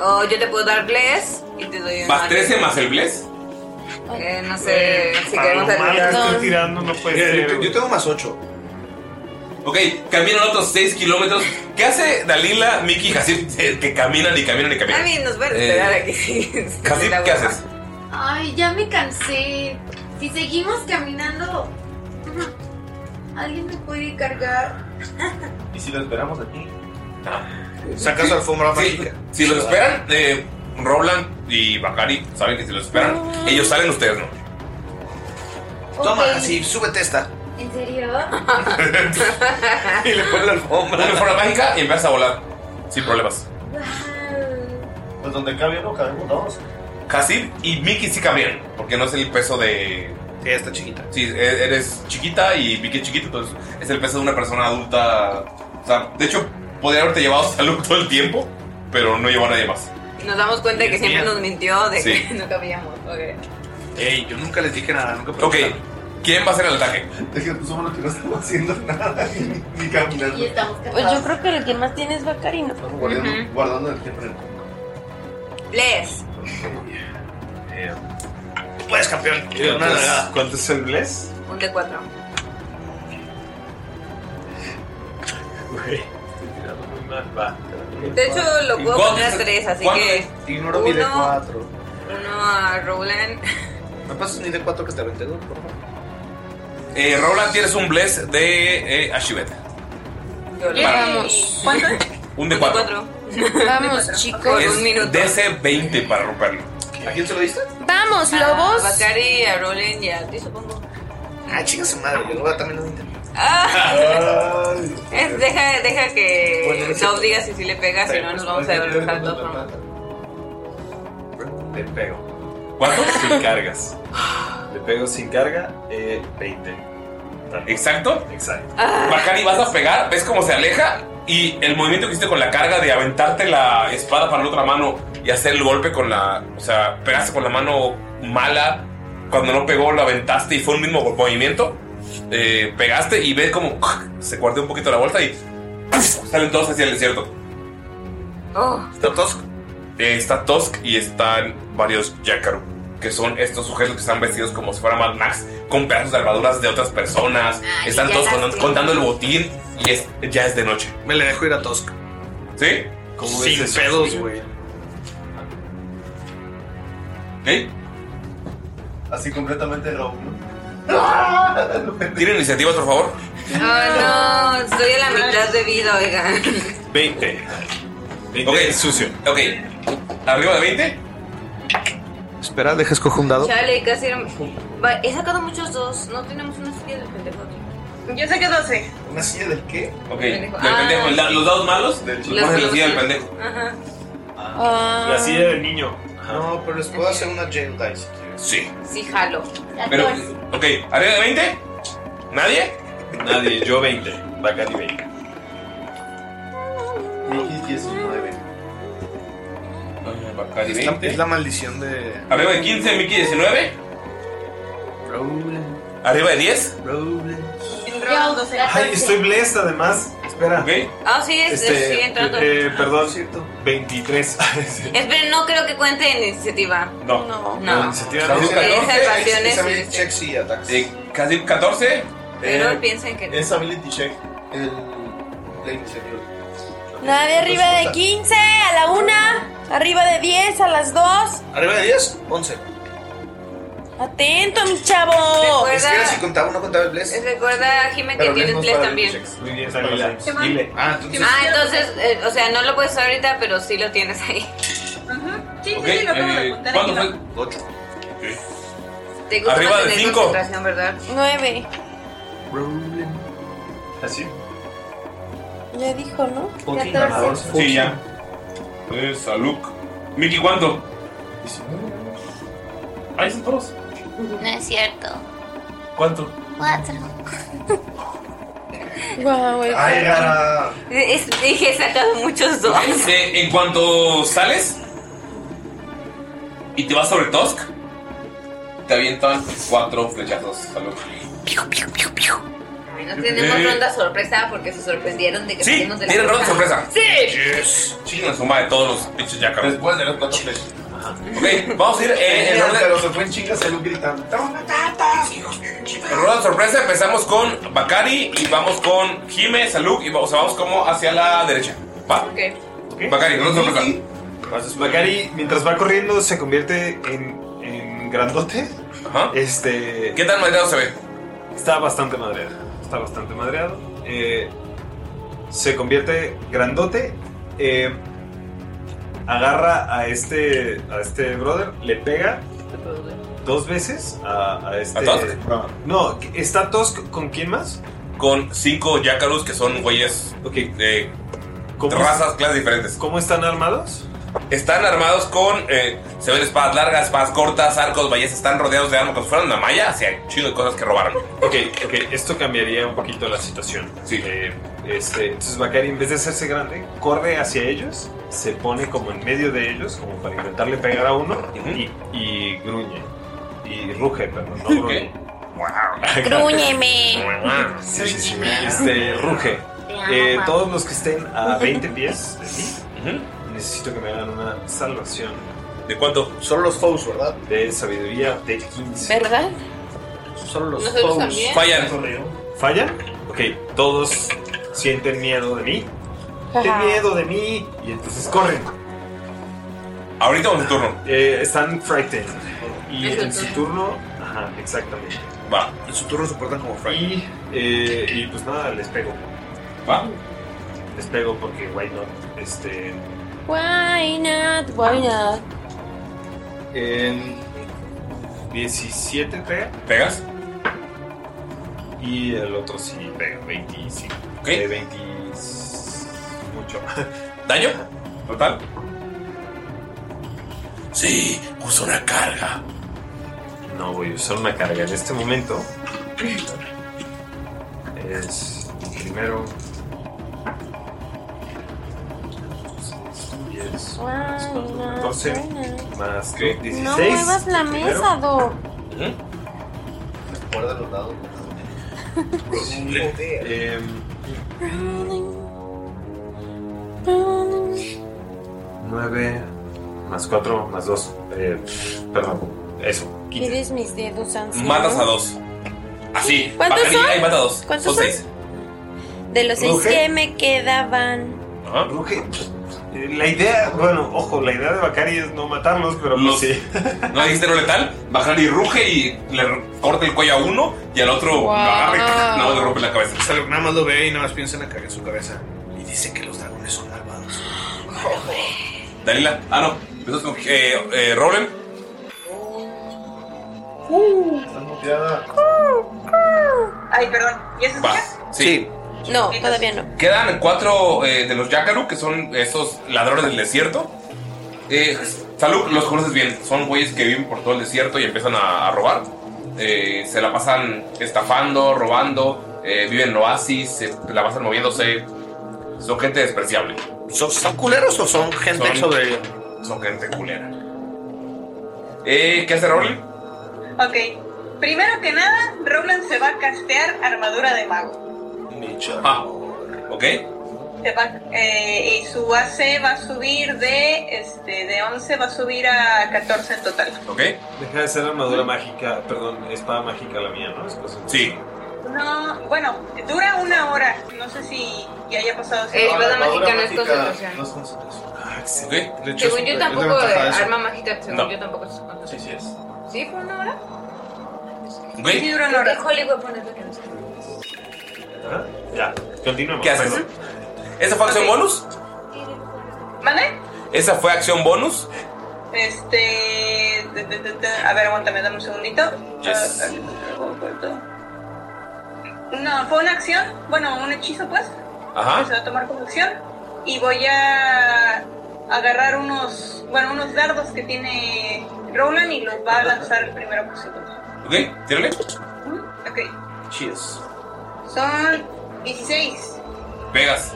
Speaker 6: O oh, yo te puedo dar bless y te doy un
Speaker 5: Más 13 más el bless.
Speaker 6: Eh, no sé si
Speaker 7: para
Speaker 6: queremos
Speaker 7: lo malo que Ah, estoy
Speaker 6: hacer
Speaker 7: tirando no puede
Speaker 5: Mira, yo
Speaker 7: ser.
Speaker 5: te- yo
Speaker 22: tengo más 8.
Speaker 5: Ok, caminan otros 6 kilómetros. ¿Qué hace Dalila, Miki y Hasib eh, [laughs] que caminan y caminan y
Speaker 6: A
Speaker 5: caminan?
Speaker 6: mí nos van a
Speaker 5: Eh,
Speaker 6: esperar aquí. sí.
Speaker 5: Hasib, ¿qué haces?
Speaker 10: Ay, ya me cansé. Si seguimos caminando, alguien me puede
Speaker 9: [laughs]
Speaker 10: cargar.
Speaker 11: ¿Y si lo esperamos aquí?
Speaker 22: Sacas
Speaker 5: Ah, Sí,
Speaker 22: la alfombra
Speaker 5: sí.
Speaker 22: mágica.
Speaker 5: Si los esperan, eh, Roland y Bakari saben que si los esperan, ellos salen, ustedes no. ah,
Speaker 22: Toma,
Speaker 10: Ok.
Speaker 22: así, súbete esta.
Speaker 10: ¿En serio?
Speaker 5: [laughs] y le ponen la alfombra. Una alfombra mágica y empiezas a volar. Sin problemas.
Speaker 11: Pues donde cabe uno, cabemos dos.
Speaker 5: Hasib y Miki sí cambian, porque no es el peso de.
Speaker 22: Sí, está chiquita.
Speaker 5: Sí, e- eres chiquita y Miki es chiquito, entonces es el peso de una persona adulta. O sea, de hecho, podría haberte llevado [laughs] salud todo el tiempo, pero no llevó a nadie más.
Speaker 6: Nos damos cuenta de que siempre nos mintió de
Speaker 5: Sí.
Speaker 6: [laughs] que no cambiamos. Ok.
Speaker 22: Ey, yo nunca les dije nada, nunca
Speaker 5: Ok, ¿quién va a hacer el ataque?
Speaker 11: Es que somos los que no estamos haciendo nada, ni, ni caminando.
Speaker 9: Pues yo creo que el que más tiene es Bacarino.
Speaker 11: Guardando, guardando el tiempo en el
Speaker 6: Bless.
Speaker 5: eh,
Speaker 7: Puedes, campeón.
Speaker 5: pues,
Speaker 22: nada.
Speaker 7: ¿Cuánto es el bless?
Speaker 6: Un de cuatro.
Speaker 7: Güey, estoy tirando muy mal, va.
Speaker 6: De hecho, lo puedo
Speaker 7: ¿Cuánto
Speaker 6: poner a
Speaker 7: es-
Speaker 6: tres, así
Speaker 7: cuánto
Speaker 6: que
Speaker 7: es?
Speaker 22: Ignoro mi
Speaker 6: Uno.
Speaker 22: D4.
Speaker 6: uno a Roland.
Speaker 22: ¿Me pasas mi D4 que te aventé dos, por favor?
Speaker 5: Eh, Roland, tienes un bless de eh, Ashibet.
Speaker 6: Yo le
Speaker 5: Vale.
Speaker 6: Vamos.
Speaker 5: Un de 4.
Speaker 9: Vamos, chicos.
Speaker 5: Es DC 20 para romperlo.
Speaker 22: ¿A quién se lo diste?
Speaker 9: Vamos,
Speaker 6: A
Speaker 9: lobos.
Speaker 6: Bacari, a Roland y a ti, supongo.
Speaker 22: [laughs] Ah, chinga su madre, yo lo voy a también lo intentar.
Speaker 8: [laughs]
Speaker 6: Ah. [laughs] Es- deja, deja que Dob diga si sí le pega, si no nos
Speaker 22: pues,
Speaker 6: vamos a devolver al dos.
Speaker 34: Te pego.
Speaker 6: [laughs]
Speaker 34: ¿Cuánto? Sin cargas. Te pego sin carga, eh, 20.
Speaker 5: ¿Exacto?
Speaker 34: Exacto.
Speaker 5: Bacari, vas a pegar, ves cómo se aleja y el movimiento que hiciste con la carga de aventarte la espada para la otra mano y hacer el golpe con la. O sea, pegaste con la mano mala. Cuando no pegó, la aventaste y fue un mismo movimiento. Eh, pegaste y ves como [laughs] se guardó un poquito la vuelta y salen todos hacia el desierto.
Speaker 6: Oh,
Speaker 5: ¿Está Tusk? Eh, está Tusk y están varios Yakaru, que son estos sujetos que están vestidos como si fueran Mad Max, con pedazos de armaduras de otras personas.
Speaker 29: Ay,
Speaker 5: están
Speaker 29: ya
Speaker 5: todos
Speaker 29: las
Speaker 5: contando,
Speaker 29: tengo.
Speaker 5: contando el botín y es- ya es de noche.
Speaker 29: Me le dejo ir a Tosca.
Speaker 5: ¿Sí?
Speaker 29: ¿Cómo ves Sin eso? pedos,
Speaker 5: güey.
Speaker 11: Así completamente robo.
Speaker 5: ¿Tienen iniciativa, por favor?
Speaker 9: Oh,
Speaker 6: no, estoy a la mitad de vida, oigan.
Speaker 5: 20. ok, sucio. Ok. ¿Arriba de 20?
Speaker 29: Espera, deja escojo un dado.
Speaker 6: Chale, casi era... Va, He sacado muchos dos, no tenemos una silla del pendejo aquí.
Speaker 16: Yo saqué 12.
Speaker 11: ¿Una silla del qué?
Speaker 5: Ok. Del
Speaker 6: Pendejo.
Speaker 5: pendejo.
Speaker 6: Ah.
Speaker 5: el da- Los dados malos. Del
Speaker 6: Las
Speaker 5: la silla del
Speaker 6: dos.
Speaker 5: pendejo.
Speaker 6: Ajá.
Speaker 5: Ah.
Speaker 6: Ah,
Speaker 34: La silla del niño.
Speaker 11: No, pero les puedo hacer una jail dice si quieres.
Speaker 5: Sí.
Speaker 6: Sí, jalo.
Speaker 5: Pero, ok, ¿arriba de 20? ¿Nadie?
Speaker 34: Nadie, yo 20. Bacari 20.
Speaker 11: Mickey 19.
Speaker 5: Bacari
Speaker 29: Es la,
Speaker 5: 20.
Speaker 29: es la maldición de.
Speaker 5: Arriba de 15, Mickey 19. Arriba de 10.
Speaker 6: Yo, 12.
Speaker 7: Ay, estoy blessed además. Espera.
Speaker 6: Ah, sí, es, es-
Speaker 5: Este,
Speaker 6: sí, entrando. Eh.
Speaker 7: eh, eh, perdón, 23. Sí. [laughs]
Speaker 6: Esperen, no creo que cuente en iniciativa.
Speaker 7: No.
Speaker 6: No.
Speaker 7: No.
Speaker 5: Iniciativa
Speaker 6: No.
Speaker 5: no.
Speaker 6: Eh, salvaciones,
Speaker 11: Es
Speaker 6: sí.
Speaker 11: ability check, sí, attacks.
Speaker 5: Eh, casi 14.
Speaker 6: Pero
Speaker 5: eh,
Speaker 6: piensen que no.
Speaker 11: Eh, Es ability check. El. La iniciativa.
Speaker 9: Nadie arriba de 15, a la 1, arriba de 10, a las 2.
Speaker 29: Arriba de 10, 11.
Speaker 9: Atento, mi chavo.
Speaker 29: Es que era si contaba, no contaba el bless.
Speaker 6: Recuerda, Jime, que tienes Bless también.
Speaker 29: Muy bien,
Speaker 6: ¿Qué más? Dile.
Speaker 29: Ah,
Speaker 6: Ah, entonces, eh, o sea, no lo puedes usar ahorita, pero sí lo tienes ahí. Sí,
Speaker 5: Ok, eh, ¿cuánto fue? 8.
Speaker 6: Te gusta
Speaker 5: Arriba
Speaker 6: más
Speaker 5: de
Speaker 6: tener
Speaker 5: cinco.
Speaker 6: concentración, ¿verdad?
Speaker 9: 9.
Speaker 34: Así.
Speaker 9: Ya dijo, ¿no?
Speaker 34: Fourteen,
Speaker 9: 14.
Speaker 5: Sí, ya. Eh, salud. Mickey, ¿cuánto? Ahí son todos.
Speaker 2: No es cierto.
Speaker 5: ¿Cuánto?
Speaker 2: Cuatro.
Speaker 9: Guau, güey.
Speaker 5: Ay, era-
Speaker 6: Es- Dije, he sacado muchos dos.
Speaker 5: Este, en cuanto sales y te vas sobre Tusk, te avientan cuatro flechazos. Salud.
Speaker 6: No tenemos
Speaker 5: Eh.
Speaker 6: ronda sorpresa porque se sorprendieron de que
Speaker 5: Sí,
Speaker 6: salimos de la
Speaker 5: tienen ronda
Speaker 6: casa.
Speaker 5: sorpresa.
Speaker 6: Sí.
Speaker 5: Yes. Chingan su madre todos los pinches yacaros. Después de los cuatro flechas. Ok, vamos a ir eh, en
Speaker 11: Pero
Speaker 5: orden.
Speaker 11: se fue en chinga salud gritando. ¡Toma,
Speaker 5: Ronda sorpresa, empezamos con Bakari y vamos con Jime, Saluk y vamos, o sea, vamos como hacia la derecha. Va. Bakari, ronda sorpresa.
Speaker 7: Macari, mientras va corriendo, se convierte en, en grandote. Este.
Speaker 5: ¿Qué tan madreado se ve?
Speaker 7: Está bastante madreado. Está bastante madreado. Eh, se convierte grandote. eh, agarra a este. a este brother. Le pega dos veces a, a este.
Speaker 5: ¿A Tusk?
Speaker 7: No, está Tusk con quién más?
Speaker 5: Con cinco yacaros que son güeyes de eh, razas, clases diferentes.
Speaker 7: ¿Cómo están armados?
Speaker 5: Están armados con. eh, se ven espadas largas, espadas cortas, arcos, ballestas. Están rodeados de armas como si fueran una malla. Hacían chido de cosas que robaron.
Speaker 7: Ok, ok, esto cambiaría un poquito la situación. Sí. este, entonces Bakari, en vez de hacerse grande, corre hacia ellos, se pone como en medio de ellos, como para intentarle pegar a uno, y, y gruñe. Y ruge, perdón, no gruñe.
Speaker 9: Grúñeme.
Speaker 7: Sí, sí, sí. Este, ruge. Eh, todos los que estén a 20 pies de ti, necesito que me hagan una salvación.
Speaker 5: ¿De cuánto?
Speaker 7: Solo los foes, ¿verdad? De sabiduría de 15.
Speaker 9: ¿Verdad?
Speaker 7: Solo los
Speaker 9: Nosotros
Speaker 7: foes.
Speaker 9: también.
Speaker 5: Fallan.
Speaker 7: ¿Fallan? Ok, todos sienten miedo de mí. ¡Qué miedo de mí! Y entonces corren. Eh,
Speaker 5: Ahorita vamos su turno.
Speaker 7: están frightened. Y en su turno. Ajá, exactamente.
Speaker 5: Va.
Speaker 7: En su turno se portan como frightened. Y, eh, y pues nada, les pego.
Speaker 5: Va.
Speaker 7: Les pego porque, why not? Este.
Speaker 9: Why not? Why not?
Speaker 7: En 17 pega.
Speaker 5: ¿Pegas?
Speaker 7: Y el otro sí pega 25.
Speaker 5: Ok.
Speaker 7: Eh, 28.
Speaker 5: [laughs] ¿Daño?
Speaker 7: ¿Total?
Speaker 5: Sí, usa una carga.
Speaker 7: No voy a usar una carga en este momento. Es primero. 10, 12, más que 16.
Speaker 9: No muevas la
Speaker 7: primero.
Speaker 9: mesa, Do.
Speaker 11: Recuerda los dados.
Speaker 5: [laughs]
Speaker 11: Eh,
Speaker 7: Em, 9 más 4 más 2. Eh, perdón, eso.
Speaker 9: ¿Quieres mis dedos ancianos?
Speaker 5: Matas a dos. Así.
Speaker 9: ¿Cuántos
Speaker 5: Bacari-
Speaker 9: son?
Speaker 5: Ahí mata a dos.
Speaker 9: ¿Cuántos son?
Speaker 5: son seis.
Speaker 9: De los seis
Speaker 35: Ruge.
Speaker 9: que me quedaban.
Speaker 35: Ruge. Eh, La idea, bueno, ojo, la idea de Bakari es no matarlos, pero pues sí.
Speaker 5: ¿No dijiste no letal? Bajar y ruge y le r- corta el cuello a uno y al otro lo
Speaker 35: Wow.
Speaker 5: agarra y [laughs] ¡tac! nada más le rompe la cabeza.
Speaker 8: Nada más lo ve y nada más piensa en la caga en su cabeza. Y dice que los dragones son malvados.
Speaker 5: Dalila. Ah, no. Empezó con eh, eh, Roland.
Speaker 11: Estás muteada.
Speaker 16: Ay, perdón. ¿Ya se
Speaker 5: Va.
Speaker 16: escucha?
Speaker 5: Sí.
Speaker 9: No, todavía no.
Speaker 5: Quedan cuatro eh, de los Yakaru, que son esos ladrones del desierto. Eh, Salud, los conoces bien. Son güeyes que viven por todo el desierto y empiezan a, a robar. Eh, se la pasan estafando, robando. eh, viven en oasis, se la pasan moviéndose. Son gente despreciable.
Speaker 8: ¿Son, son culeros o son gente sobre-
Speaker 5: Son gente culera. Eh, ¿Qué hace Rolly?
Speaker 16: Ok. Primero que nada, Roland se va a castear armadura de mago.
Speaker 5: Ah, ok.
Speaker 16: Se va- eh, y su AC va a subir de, este, de 11, va a subir a 14 en total.
Speaker 5: Ok.
Speaker 35: Deja de ser armadura mágica, perdón, espada mágica la mía, ¿no? Es cosa
Speaker 5: sí.
Speaker 16: No, bueno, dura una hora. No sé si ya haya pasado.
Speaker 6: Eh, espada mágica no es concentración.
Speaker 11: No es concentración.
Speaker 8: Ah,
Speaker 5: excelente.
Speaker 11: De hecho,
Speaker 6: Según
Speaker 11: es-
Speaker 6: yo
Speaker 11: es
Speaker 6: tampoco,
Speaker 11: ventaja
Speaker 6: eh,
Speaker 11: eso.
Speaker 6: arma mágica, según
Speaker 11: No.
Speaker 6: yo tampoco es
Speaker 11: Sí, sí es.
Speaker 6: ¿Sí? ¿Fue una hora?
Speaker 5: Ok.
Speaker 6: Sí, dura una hora. Hollywood pone lo que no sé.
Speaker 35: Ah, Ya, continuemos.
Speaker 5: ¿Qué haces? ¿Esa fue acción bonus?
Speaker 16: ¿Vale?
Speaker 5: ¿Esa fue acción bonus?
Speaker 16: Este. de- de- de- de- a ver, aguántame, dame un segundito.
Speaker 5: Yes.
Speaker 16: No, fue una acción. Bueno, un hechizo, pues.
Speaker 5: Ajá.
Speaker 16: que Se va a tomar como acción. Y voy a agarrar unos. Bueno, unos dardos que tiene Roland y los va a lanzar el primero posible. ¿Mm?
Speaker 5: Ok, tírale.
Speaker 16: Ok.
Speaker 5: Cheers.
Speaker 16: Son 16.
Speaker 5: Pegas.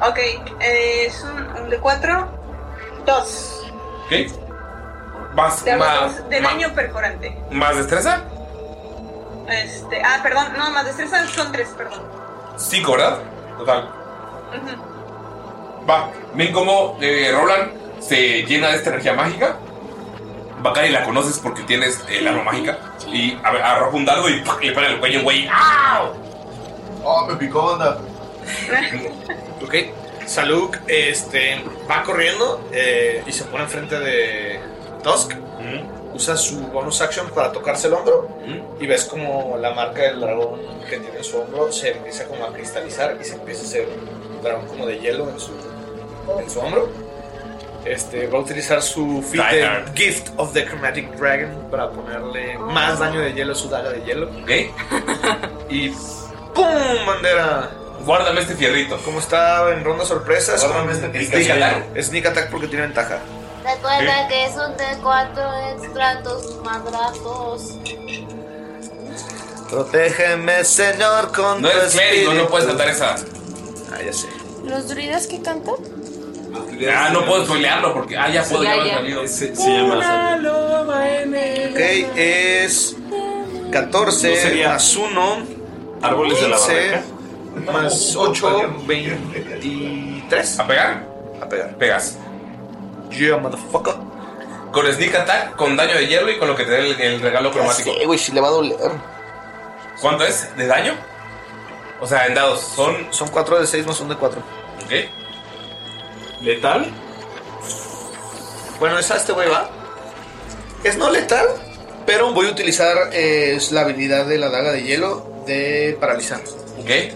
Speaker 16: Ok, eh, es un, un de 4. 2.
Speaker 5: Ok. Más,
Speaker 16: De,
Speaker 5: más,
Speaker 16: de
Speaker 5: ma-
Speaker 16: daño perforante.
Speaker 5: más destreza.
Speaker 16: Este, ah, perdón, no, más destreza son tres, perdón.
Speaker 5: 5, ¿verdad? Total.
Speaker 16: Ujú.
Speaker 5: Va. Ven cómo eh, Roland se llena de esta energía mágica. Bacari la conoces porque tienes eh, el arma mágica. Y a- arroja un dardo y ¡pac! le pone el cuello, güey. ¡Au!
Speaker 11: Oh, me picó
Speaker 8: pues?
Speaker 11: onda.
Speaker 8: Ok. Saluk este, va corriendo eh, y se pone enfrente de Tusk. Usa su bonus action para tocarse el hombro. Y ves como la marca del dragón que tiene en su hombro se empieza como a cristalizar y se empieza a hacer un dragón como de hielo en su, en su hombro. Este, va a utilizar su feat
Speaker 35: Die
Speaker 8: de
Speaker 35: hard.
Speaker 8: Gift of the Chromatic Dragon para ponerle más daño de hielo a su daga de hielo.
Speaker 5: Y
Speaker 8: ¡pum! Bandera.
Speaker 5: Guárdame este fierrito.
Speaker 8: Como está en ronda sorpresas,
Speaker 11: Guárdame
Speaker 8: con
Speaker 11: este
Speaker 8: sneak
Speaker 11: fierrito.
Speaker 8: attack. Sneak attack porque tiene ventaja.
Speaker 14: Recuerda que es un D4 extra tus madrazos.
Speaker 8: Protégeme, Señor, con
Speaker 5: No eres clérigo, no puedes cantar esa.
Speaker 8: Ah, ya sé.
Speaker 9: ¿Los druidas que cantan?
Speaker 5: Ah, no puedo spoilearlo porque. Ah, ya puedo,
Speaker 9: Sí,
Speaker 5: ya
Speaker 9: ya,
Speaker 5: me han
Speaker 9: ya.
Speaker 5: salido.
Speaker 9: Una loba en el
Speaker 8: Ok, es 14
Speaker 35: No sería-
Speaker 8: más 1.
Speaker 35: Árboles de la
Speaker 8: Más 8, 23.
Speaker 5: ¿A pegar?
Speaker 8: A pegar.
Speaker 5: Pegas.
Speaker 8: Yeah, motherfucker.
Speaker 5: Con sneak attack, con daño de hielo y con lo que te dé el, el regalo cromático.
Speaker 36: Sí, güey, si le va a doler.
Speaker 5: ¿Cuánto es de daño? O sea, en dados. Son.
Speaker 8: Son 4 de 6 más 1 de 4.
Speaker 5: Ok.
Speaker 35: ¿Letal?
Speaker 8: Bueno, esa este güey va. Es no letal, pero voy a utilizar eh, es la habilidad de la daga de hielo de paralizar.
Speaker 5: Ok.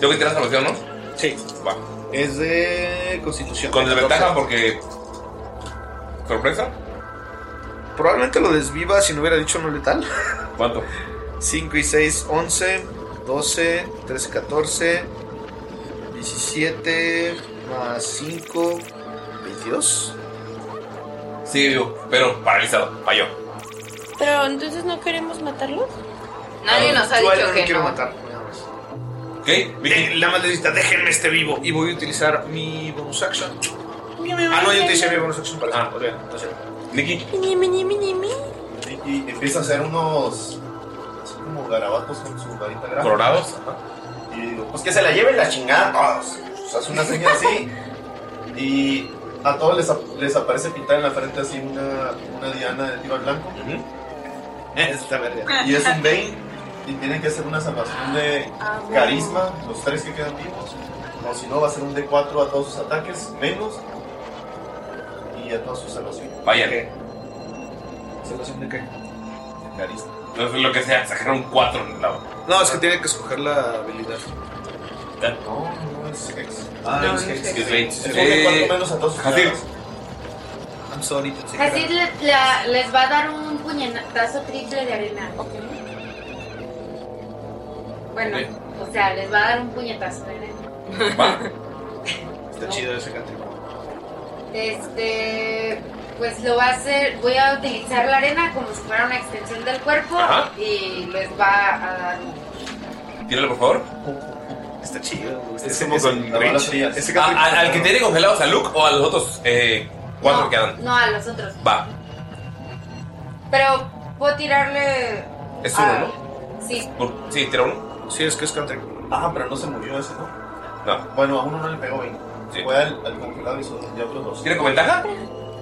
Speaker 5: Tengo que tirar salvación, ¿no?
Speaker 8: Sí.
Speaker 5: Va.
Speaker 8: Es de
Speaker 5: Eh,
Speaker 8: constitución.
Speaker 5: Con desventaja porque. ¿Sorpresa?
Speaker 8: Probablemente lo desviva si no hubiera dicho no letal.
Speaker 5: ¿Cuánto?
Speaker 37: 5 y 6, 11, 12, 13, 14, 17, más 5, 22.
Speaker 5: Sigue vivo, pero paralizado. Falló.
Speaker 38: Pero entonces no queremos matarlo.
Speaker 8: Ah,
Speaker 6: Nadie
Speaker 29: Ah,
Speaker 6: nos ha dicho que
Speaker 37: quiero
Speaker 6: no.
Speaker 37: matar.
Speaker 5: ¿Qué?
Speaker 29: Eh,
Speaker 8: La maldita, déjenme este vivo.
Speaker 7: Y voy a utilizar mi bonus action.
Speaker 8: Ah, no, yo te hice mi bonus action para Ah, ok, entonces.
Speaker 5: Nicky.
Speaker 38: Mini, mini, mini, mini.
Speaker 11: Y empieza a hacer unos. Así como garabatos con su varita grande.
Speaker 5: ¿Colorados?
Speaker 11: Y digo, pues que se la lleven la chingada a todos. Pues hace una señal así. Y a todos les, ap- les aparece pintada en la frente así una, una diana de tiro al blanco. Esta verga. Y es un Bane. Y tienen que hacer una salvación de
Speaker 39: Ah, bueno.
Speaker 11: carisma, los tres que quedan vivos. O si no, va a ser un D4 a todos sus ataques, menos. Y a todas sus salvaciones.
Speaker 5: Vayan.
Speaker 11: ¿Salvación de qué? De carisma.
Speaker 5: Entonces, lo que sea, sacaron cuatro en el lado.
Speaker 7: No, es que tiene que escoger la habilidad.
Speaker 5: Ah,
Speaker 11: No, no es Hex.
Speaker 7: Ah,
Speaker 11: No,
Speaker 7: no es
Speaker 11: no es
Speaker 7: Hex.
Speaker 11: Hex. Es
Speaker 7: Es un
Speaker 11: un
Speaker 7: D4
Speaker 5: Eh,
Speaker 11: D4 menos a todos sus
Speaker 7: Hasib.
Speaker 11: dados.
Speaker 7: I'm sorry. pensé que era-
Speaker 9: Así le- la- les va a dar un puñetazo triple de arena. Bueno, o sea, les va a dar un puñetazo de arena.
Speaker 37: Está chido ese cantripo.
Speaker 9: Este, pues lo va a hacer, voy a utilizar la arena como si fuera una extensión del cuerpo
Speaker 5: Ajá.
Speaker 9: y les va a dar un
Speaker 5: Tíralo, por favor.
Speaker 37: Está chido.
Speaker 5: Es como con
Speaker 11: la bala
Speaker 5: Rich.
Speaker 11: fría.
Speaker 5: Ese que- Ah, ¿Al al que tiene congelados a Luke o a los otros eh, cuatro que quedan?
Speaker 9: No, a los otros.
Speaker 5: Va.
Speaker 9: Pero puedo tirarle.
Speaker 5: Es uno,
Speaker 9: a-
Speaker 5: ¿no?
Speaker 9: Sí.
Speaker 5: Por- Sí, tira uno.
Speaker 11: Sí, es que es country. Ah, pero no se movió ese, ¿no?
Speaker 5: No.
Speaker 11: Bueno, a uno no le pegó bien. Fue al, al congelado y, son- y a otros dos.
Speaker 5: ¿Tiene con ventaja?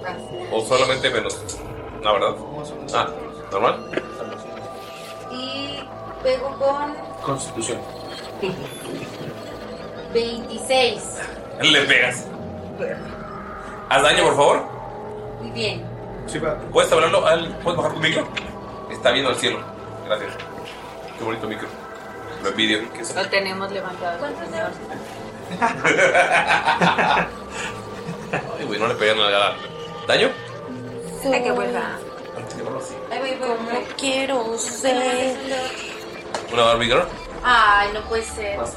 Speaker 9: Ah.
Speaker 5: ¿O solamente menos? No, ¿verdad? Ah, ¿normal?
Speaker 9: Y pego con
Speaker 5: Constitución.
Speaker 9: 26.
Speaker 5: [laughs] Le pegas. Haz daño, por favor.
Speaker 9: Muy bien.
Speaker 5: ¿Puedes hablarlo al. ¿Puedes bajar tu micro? Está viendo al cielo. Gracias. Qué bonito micro. Lo envidio.
Speaker 6: Lo tenemos levantado.
Speaker 5: Ay, güey, no le pegué nada. ¿Daño?
Speaker 6: Ay, que vuelva.
Speaker 9: Como
Speaker 38: quiero ser.
Speaker 5: ¿Una Barbie Girl?
Speaker 9: Ay, no puede ser.
Speaker 5: Más.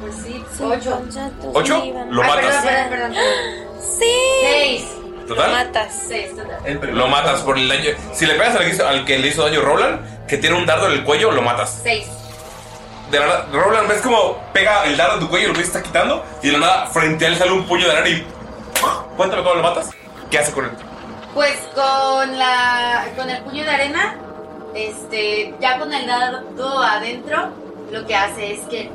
Speaker 9: Pues sí, 8.
Speaker 5: ¿Ocho? Lo matas.
Speaker 9: Perdón, perdón, perdón. Sí. 6.
Speaker 5: ¿Total?
Speaker 9: matas. 6, total.
Speaker 5: Lo matas por el daño. Si le pegas al que, hizo- al que le hizo daño Roland, que tiene un dardo en el cuello, lo matas.
Speaker 9: 6.
Speaker 5: De la nada, Roland, ves como pega el dardo en tu cuello, lo que se está quitando, y de la nada, frente a él sale un puño de arena y. Cuéntame cómo lo matas. ¿Qué hace con él?
Speaker 9: Pues con la con el puño de arena, este, ya con el dado adentro, lo que hace es que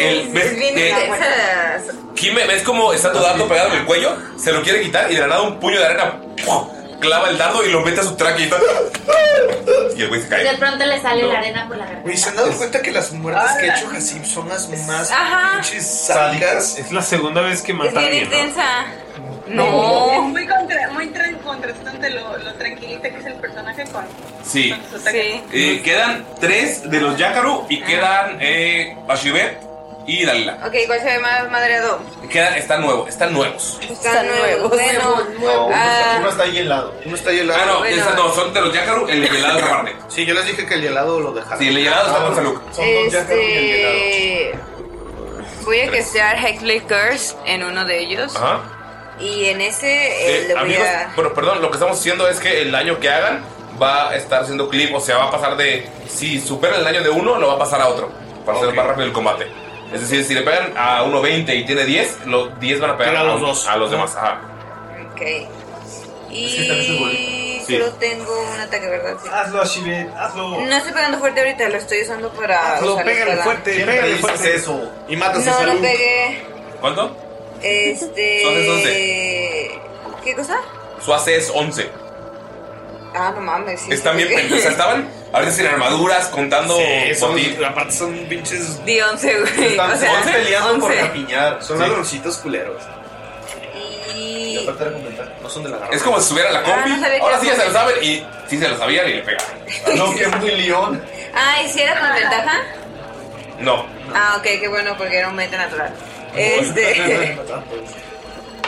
Speaker 5: Él- ves, eh,
Speaker 6: esas.
Speaker 5: Jime, ves como está tu dardo pegado en el cuello, se lo quiere quitar y de la nada un puño de arena ¡pum! clava el dardo y lo mete a su traque y está- [laughs] Y el güey se
Speaker 9: de
Speaker 5: cae.
Speaker 9: pronto le sale
Speaker 5: No.
Speaker 9: la arena por la garganta.
Speaker 7: Güey, ¿se han dado cuenta que las muertes que ha hecho
Speaker 9: Ah.
Speaker 7: Hasib son las más
Speaker 6: Ajá.
Speaker 7: pinches sádicas?
Speaker 40: Es la segunda vez que
Speaker 6: Es
Speaker 40: mata a
Speaker 6: bien
Speaker 40: alguien, ¿no?
Speaker 6: intensa.
Speaker 40: No.
Speaker 6: No.
Speaker 16: Es muy, contra, muy tran- contrastante lo, lo tranquilita que es el personaje con,
Speaker 5: Sí.
Speaker 16: con sus ataques.
Speaker 5: Eh, quedan tres de los Yakaru
Speaker 6: Ah.
Speaker 5: y quedan eh, Ashibet y Dalila.
Speaker 6: Ok, ¿cuál se ve más madreado?
Speaker 5: Quedan, están nuevos, están nuevos.
Speaker 6: Están nuevos. Bueno,
Speaker 11: No, uno, está, uno
Speaker 6: ah,
Speaker 11: está hielado.
Speaker 37: Uno está hielado.
Speaker 5: Ah, no, esas no, son de los Yakaru, el helado
Speaker 6: [laughs]
Speaker 5: es aparte.
Speaker 37: Sí, yo les dije que el hielado lo dejaron.
Speaker 5: Sí, el helado
Speaker 29: Ah,
Speaker 5: está con Saluk.
Speaker 6: ah, este. Voy a castear Hexblade Curse en uno de ellos.
Speaker 5: Ajá.
Speaker 6: Y en ese eh,
Speaker 5: Eh,
Speaker 6: le voy
Speaker 5: amigos,
Speaker 6: a.
Speaker 5: bueno, perdón, lo que estamos haciendo es que el daño que hagan va a estar haciendo clip, o sea, va a pasar de. Si superan el daño de uno, lo va a pasar a otro. Para hacer más rápido el combate. Es decir, si le pegan a uno 20 y tiene 10, los 10 van a pegar
Speaker 37: Pega a los
Speaker 5: un-
Speaker 37: dos.
Speaker 5: a los demás. Ajá.
Speaker 6: Ok.
Speaker 5: está bien,
Speaker 6: Y
Speaker 5: Sí.
Speaker 6: solo tengo un ataque, ¿verdad?
Speaker 7: Ah,
Speaker 6: Sí.
Speaker 37: Hazlo, Ashibet, hazlo.
Speaker 6: No estoy pegando fuerte ahorita, lo estoy usando
Speaker 11: Ah,
Speaker 6: para.
Speaker 37: Hazlo,
Speaker 6: usarlo
Speaker 37: pégale
Speaker 6: para-
Speaker 37: fuerte, pégale fuerte. eso. Y matas a
Speaker 6: No, no
Speaker 37: Salud.
Speaker 6: pegué.
Speaker 5: ¿Cuánto?
Speaker 6: Este.
Speaker 5: Son de
Speaker 6: ¿Qué cosa?
Speaker 5: Su AC es 11.
Speaker 6: Ah, no mames. sí,
Speaker 5: Están bien
Speaker 6: porque-
Speaker 5: pen- O sea, estaban ahorita sin armaduras, contando.
Speaker 37: Sí, son-
Speaker 5: aparte son
Speaker 6: [laughs]
Speaker 5: pinches.
Speaker 6: Di 11, güey.
Speaker 37: Están
Speaker 6: O sea,
Speaker 37: todos peleando por
Speaker 6: 11.
Speaker 37: capiñar. Son
Speaker 5: Sí.
Speaker 37: ladroncitos culeros.
Speaker 6: Y
Speaker 37: aparte de comentar, no son de la garra.
Speaker 5: Es como si subiera la
Speaker 6: Ah,
Speaker 5: combi.
Speaker 6: no sabía
Speaker 5: Ahora
Speaker 6: que
Speaker 5: sí ya
Speaker 6: era
Speaker 5: se lo saben y sí se lo sabían y le pegan. No, que es muy león.
Speaker 6: Ah, ¿y si era con ventaja?
Speaker 5: No.
Speaker 6: Ah, ok, qué bueno, porque era un mete natural.
Speaker 5: [laughs]
Speaker 6: Este.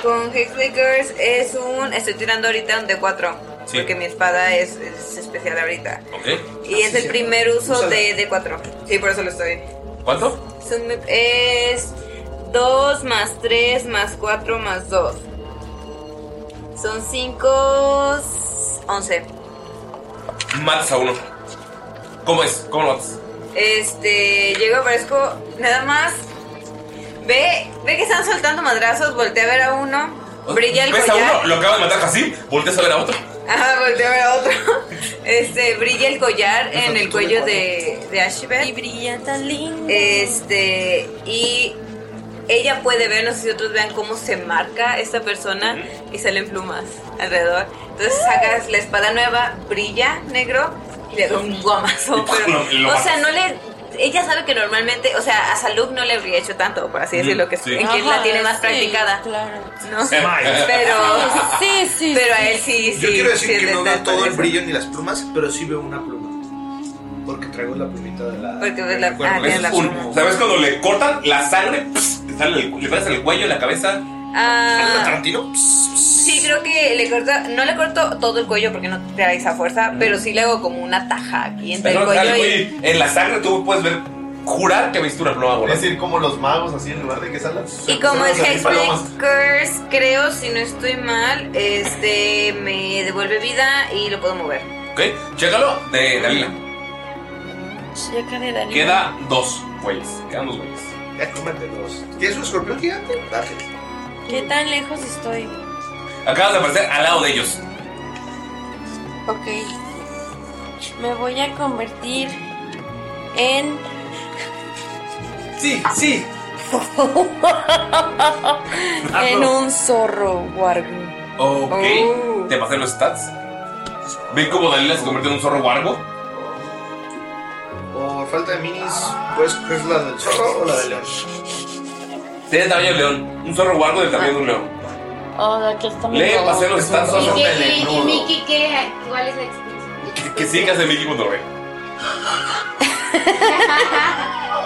Speaker 6: Con Hexbreakers es un. Estoy tirando ahorita un D4.
Speaker 34: Sí.
Speaker 6: porque mi espada es, es especial ahorita.
Speaker 34: Ok.
Speaker 6: Y es el primer uso
Speaker 34: Úsala.
Speaker 6: de, de cuatro. Sí, por eso lo estoy.
Speaker 34: ¿Cuánto?
Speaker 6: Son- Es 2 más 3 más 4 más 2. Son 5, 11.
Speaker 5: Matas a uno. ¿Cómo es? ¿Cómo lo matas?
Speaker 6: Este, llego, aparezco, nada más. Ve, ve que están soltando madrazos, voltea a ver a uno, brilla el
Speaker 5: Oh, ¿Ves a
Speaker 6: collar.
Speaker 5: uno? Lo acabas de matar así, volteas a ver a otro.
Speaker 6: Ajá, voltea a ver a otro. [laughs] Este, brilla el collar en el cuello de, de Ashibet. Y brilla tan lindo. Este, y ella puede ver, no sé si otros vean cómo se marca esta persona y salen plumas alrededor. Entonces sacas la espada nueva, brilla negro y le das un
Speaker 29: [laughs]
Speaker 6: guamazo. Pero,
Speaker 5: Lo- lo
Speaker 6: o sea,
Speaker 5: matas.
Speaker 6: no le. Ella sabe que normalmente, o sea, a Salud no le habría hecho tanto, por así
Speaker 5: Mm,
Speaker 6: decirlo, que
Speaker 5: sí.
Speaker 6: es en quien la
Speaker 5: Ajá,
Speaker 6: tiene más
Speaker 9: sí,
Speaker 6: practicada. Claro.
Speaker 9: Eh,
Speaker 6: No sé.
Speaker 5: Smile.
Speaker 6: Pero.
Speaker 9: Sí, sí.
Speaker 6: Pero a él sí, sí.
Speaker 29: Yo quiero decir
Speaker 6: sí es
Speaker 29: que no veo
Speaker 6: letal
Speaker 29: todo
Speaker 6: por
Speaker 29: el
Speaker 6: eso.
Speaker 29: brillo ni las plumas, pero sí veo una pluma. Porque traigo la plumita de la.
Speaker 6: Porque ves la-
Speaker 29: recuerdo.
Speaker 6: ah, tienes la
Speaker 29: Es
Speaker 6: pluma.
Speaker 29: un-
Speaker 5: ¿Sabes cuando le cortan la sangre? pss, le sale el- le traes el cuello, en la cabeza. ¿Sangre de
Speaker 6: Ah,
Speaker 5: Tarantino? Pss,
Speaker 6: sí, creo que le corta, no le corto todo el cuello porque no trae esa fuerza, pero sí le hago como una taja aquí entre el
Speaker 5: Pero no,
Speaker 6: cuello
Speaker 5: sale,
Speaker 6: y...
Speaker 5: güey, En la sangre tú puedes ver, jurar que viste una pluma
Speaker 11: Es
Speaker 5: volando.
Speaker 11: decir, como los magos, así en lugar de que salgan.
Speaker 6: Y como es
Speaker 11: salgan palomas.
Speaker 6: Hexbreak Curse, creo, si no estoy mal, este me devuelve vida y lo puedo mover.
Speaker 5: Ok, chécalo de Dalila. Queda dos güeyes. Quedan dos güeyes.
Speaker 29: Ya cómete dos. ¿Tienes un escorpión gigante? Dale.
Speaker 9: ¿Qué tan lejos estoy?
Speaker 5: Acabas de aparecer al lado de ellos.
Speaker 9: Ok. Me voy a convertir en.
Speaker 29: Sí, sí.
Speaker 9: [laughs] en un zorro, Wargo.
Speaker 5: Ok.
Speaker 29: Oh.
Speaker 5: Te pasé los stats. ¿Ven cómo Dalila se convirtió en un zorro guargo?
Speaker 29: Por falta de minis, ¿puedes coger la del zorro o la del león?
Speaker 5: Tiene tamaño de león. Un zorro guargo del tamaño de un león.
Speaker 9: Oh, aquí está mi
Speaker 5: Lee,
Speaker 9: robot.
Speaker 5: pasé los stats a
Speaker 10: ¿Y,
Speaker 5: los
Speaker 10: qué, y, y
Speaker 5: pelenudos.
Speaker 10: Mickey qué? ¿Cuál es el
Speaker 5: Que- Que sí que hace Mickey cuando
Speaker 29: [laughs]
Speaker 5: ve.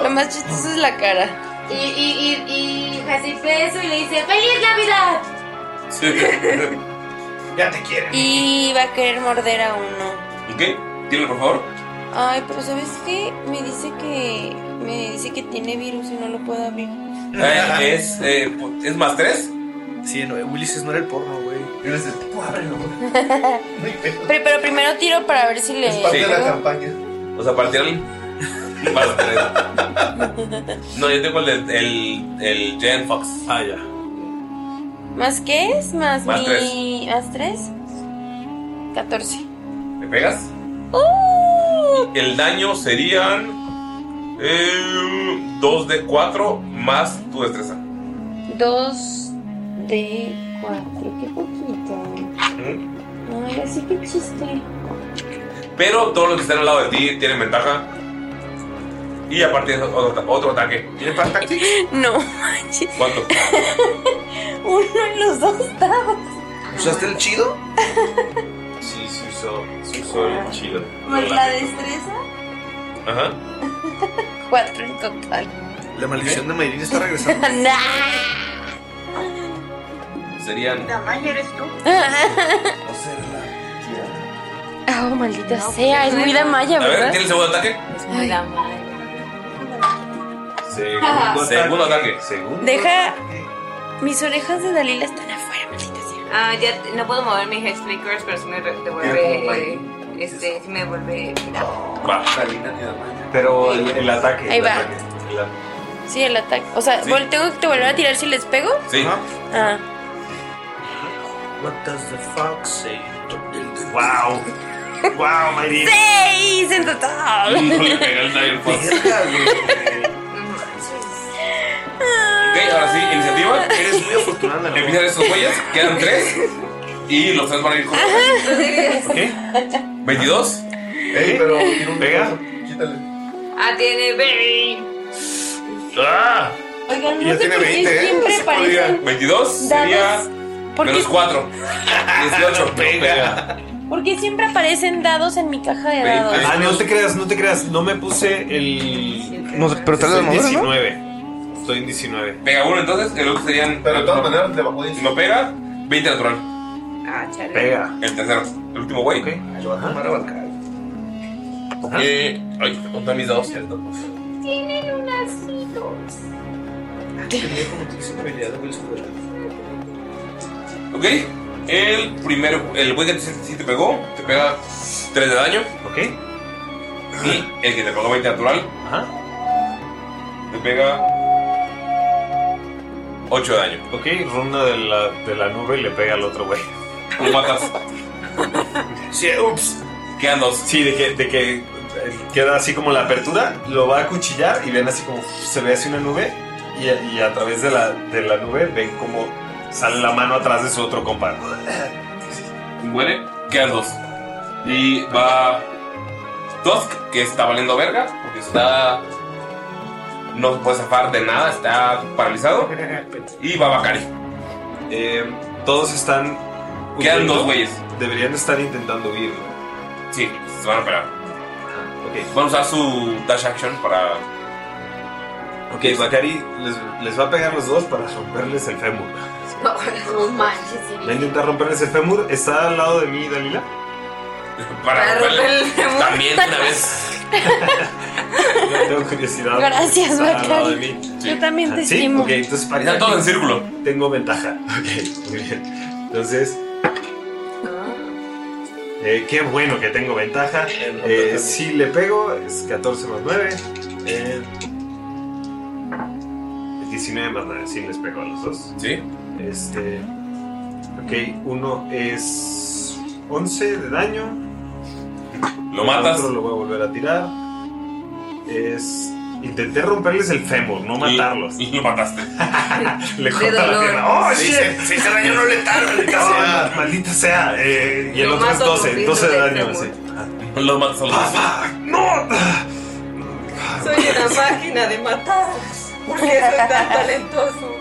Speaker 9: Lo más chistoso es la cara.
Speaker 10: Y, y, y, y Hasif ve eso y le dice, ¡Feliz Navidad!
Speaker 5: Ya te quieren.
Speaker 9: Y va a querer morder a uno.
Speaker 5: Ok, tírale por favor.
Speaker 9: Ay, pero ¿sabes qué? Me dice que. Me dice que tiene virus y no lo puedo abrir. [laughs]
Speaker 29: [laughs]
Speaker 5: Eh, es, eh, es más tres.
Speaker 29: Sí, no, Ulises no era el porno, güey. Era el tipo, ábrelo, güey.
Speaker 9: pero, pero primero tiro para ver si le.
Speaker 29: campaña.
Speaker 5: O sea, para tirarle. Más tres. No, yo tengo el, de- el, el Jen Fox. Ah, ya.
Speaker 9: ¿Más qué es? Más,
Speaker 5: Más
Speaker 9: mi. ¿Más tres? 14.
Speaker 5: ¿Me pegas? El daño serían. 2 de 4 más tu destreza.
Speaker 9: 2 de 4. Qué poquito.
Speaker 5: Ujú.
Speaker 9: Ay, así que chiste.
Speaker 5: Pero todos los que están al lado de ti tienen ventaja. Y aparte es otro, otro ataque. ¿Tienes ventaja?
Speaker 9: No, [laughs] manches.
Speaker 5: ¿Cuánto?
Speaker 9: Uno en los dos dados.
Speaker 29: ¿Usaste el chido?
Speaker 34: [laughs] Sí, se usó, se usó el chido.
Speaker 9: Más la destreza.
Speaker 5: Ajá.
Speaker 9: 4 en total. [laughs]
Speaker 29: La maldición de Mayrin está
Speaker 5: [laughs]
Speaker 29: regresando.
Speaker 9: Nah.
Speaker 5: Serían.
Speaker 16: Tamaño eres tú.
Speaker 9: Oh, maldita sea. Es muy damaya,
Speaker 5: A ver,
Speaker 9: ¿verdad?
Speaker 5: ¿tiene el segundo ataque?
Speaker 9: Es muy damaya.
Speaker 5: Segundo, ataque. Segundo.
Speaker 9: Deja. Mis orejas de Dalila están afuera, maldita sea.
Speaker 6: Ah, ya t- no puedo mover mis Hexbreakers, pero si me re- devuelve. Este, si me devuelve vida.
Speaker 5: Va.
Speaker 34: Pero el, el ataque.
Speaker 9: Ahí
Speaker 34: el
Speaker 9: va.
Speaker 34: ataque, el ataque.
Speaker 9: Sí, el ataque. O sea,
Speaker 34: Sí.
Speaker 9: vol- ¿tengo que volver a tirar si les pego?
Speaker 5: Sí.
Speaker 9: Ah.
Speaker 29: What does the fuck say?
Speaker 7: Wow. Wow, Mayrin.
Speaker 9: ¡Seis en total!
Speaker 5: Ok, ahora sí, iniciativa. Eres muy afortunada. Empiezan esos güeyes, quedan tres. Y los tres van a ir juntos.
Speaker 6: [laughs]
Speaker 5: ¿22?
Speaker 11: Ey, pero tiene un pega.
Speaker 6: Ah, tiene Berry.
Speaker 5: ¡Ah!
Speaker 9: Oigan, no sé por qué
Speaker 8: ¿eh?
Speaker 6: ¿eh?
Speaker 9: siempre parecen.
Speaker 5: 22 sería
Speaker 9: ¿Por qué?
Speaker 5: menos 4.
Speaker 29: Ah,
Speaker 5: 18. No pega.
Speaker 9: [laughs] Porque siempre aparecen dados en mi caja de dados.
Speaker 7: Ah, no te creas, no te creas. No me puse el.
Speaker 22: No, pero trae la
Speaker 7: Estoy en
Speaker 22: armadura, ¿no?
Speaker 7: 19. Estoy en 19.
Speaker 5: Pega uno entonces, el otro serían. Pero de todas maneras, te bajó No pega, 20 natural.
Speaker 6: Ah, chale.
Speaker 5: El tercero. El último güey.
Speaker 11: Yo voy a tomar Avalcar.
Speaker 5: Eh, ay, ¿dónde están mis dados?
Speaker 2: Tienen unas vidas.
Speaker 5: Ok. El primero, el güey que te, sí te pegó, te pega 3 de daño. Ok. Y el que te pegó 20 natural. Ajá. Te pega 8 de daño.
Speaker 7: Ok, ronda de la, de la nube y le pega al otro güey.
Speaker 5: [laughs] Lo matas.
Speaker 7: Sí, ups. Quedan dos. Sí, de que, de que eh, queda así como la apertura, lo va a cuchillar y ven así como uf, se ve así una nube y, a- y a través de la, de la nube ven como sale la mano atrás de su otro compa.
Speaker 5: Muere, quedan dos. Y va Tusk, que está valiendo verga, porque está. No se puede zafar de nada, está paralizado. Y va Bakari.
Speaker 7: Eh, todos están.
Speaker 5: Quedan dos güeyes.
Speaker 7: Deberían estar intentando huir. Ah,
Speaker 5: Sí, se van a pegar. Ok, Van a usar su dash action para.
Speaker 7: Ok, Bakari les, les va a pegar los dos para romperles el fémur.
Speaker 10: No, no manches. sí.
Speaker 7: Va a intentar romperles el fémur. ¿Está al lado de mí, Dalila?
Speaker 5: [laughs] Para
Speaker 10: romperle el fémur.
Speaker 5: También una vez.
Speaker 7: [laughs] Yo tengo curiosidad.
Speaker 9: Gracias,
Speaker 7: Está al lado
Speaker 9: Bakari.
Speaker 7: de mí. Ah,
Speaker 9: Yo también te
Speaker 7: ¿Sí?
Speaker 9: estimo.
Speaker 7: Ok, entonces para
Speaker 5: Están todos en círculo.
Speaker 7: Tengo ventaja. [laughs] Ok, muy bien. Entonces. eh, qué bueno que tengo ventaja. Eh, si le pego, es 14 más 9. Eh, es 19 más 9, sí les pego a los dos.
Speaker 5: Sí.
Speaker 7: Este. Ok, uno es 11 de daño.
Speaker 5: Lo matas.
Speaker 7: Otro lo voy a volver a tirar. Es. Intenté romperles el fémur, no matarlos.
Speaker 5: Y
Speaker 7: [laughs]
Speaker 5: lo mataste.
Speaker 7: Le
Speaker 5: De
Speaker 7: corta la
Speaker 5: dolor.
Speaker 7: pierna. ¡Oh,
Speaker 5: Sí,
Speaker 7: shit!
Speaker 5: se-
Speaker 7: Sí, se dañó no letal, maldita sea. Maldita sea. Eh, y el
Speaker 5: Lo
Speaker 7: otro es
Speaker 5: mato
Speaker 7: 12,
Speaker 5: con
Speaker 7: 12 de
Speaker 5: pinzas de
Speaker 7: daño. Sí. Ah,
Speaker 5: Los matas a los dos.
Speaker 12: Soy una máquina de matar. Porque soy tan talentoso.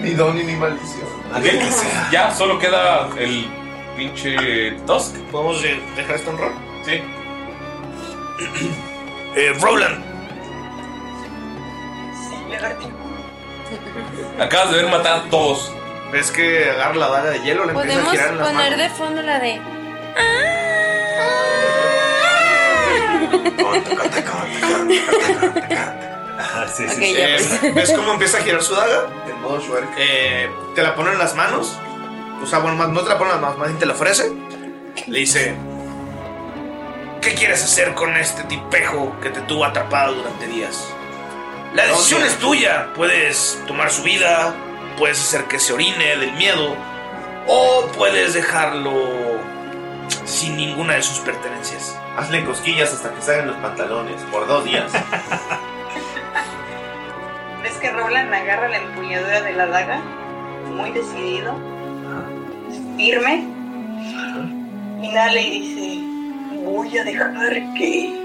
Speaker 11: Ni don ni ni maldición.
Speaker 5: Ok, Ya solo queda el pinche Tusk.
Speaker 22: ¿Podemos dejar esto en rock?
Speaker 5: Sí.
Speaker 22: Eh, Roland.
Speaker 5: Acabas de ver matar a todos.
Speaker 22: ¿Ves que agarra la vara de hielo? Le empieza a
Speaker 9: Podemos
Speaker 22: girar en las
Speaker 9: poner
Speaker 22: manos.
Speaker 9: de fondo la de.
Speaker 22: Ah, sí,
Speaker 9: sí, Ok, sí. ya,
Speaker 7: [laughs]
Speaker 9: pues.
Speaker 22: ¿Ves cómo empieza a girar su daga? En modo shuriken. Eh, te la pone en las manos. O sea, bueno, más, no te la pone en las manos, más bien te la ofrece.
Speaker 8: Le dice: ¿Qué quieres hacer con este tipejo que te tuvo atrapado durante días? La decisión es tuya. Puedes tomar su vida, puedes hacer que se orine del miedo, o puedes dejarlo sin ninguna de sus pertenencias.
Speaker 11: Hazle cosquillas hasta que salgan los pantalones por dos días.
Speaker 16: ¿Ves que Roland agarra la empuñadura de la daga? Muy decidido. Firme. Inhala y dice, voy a dejar que...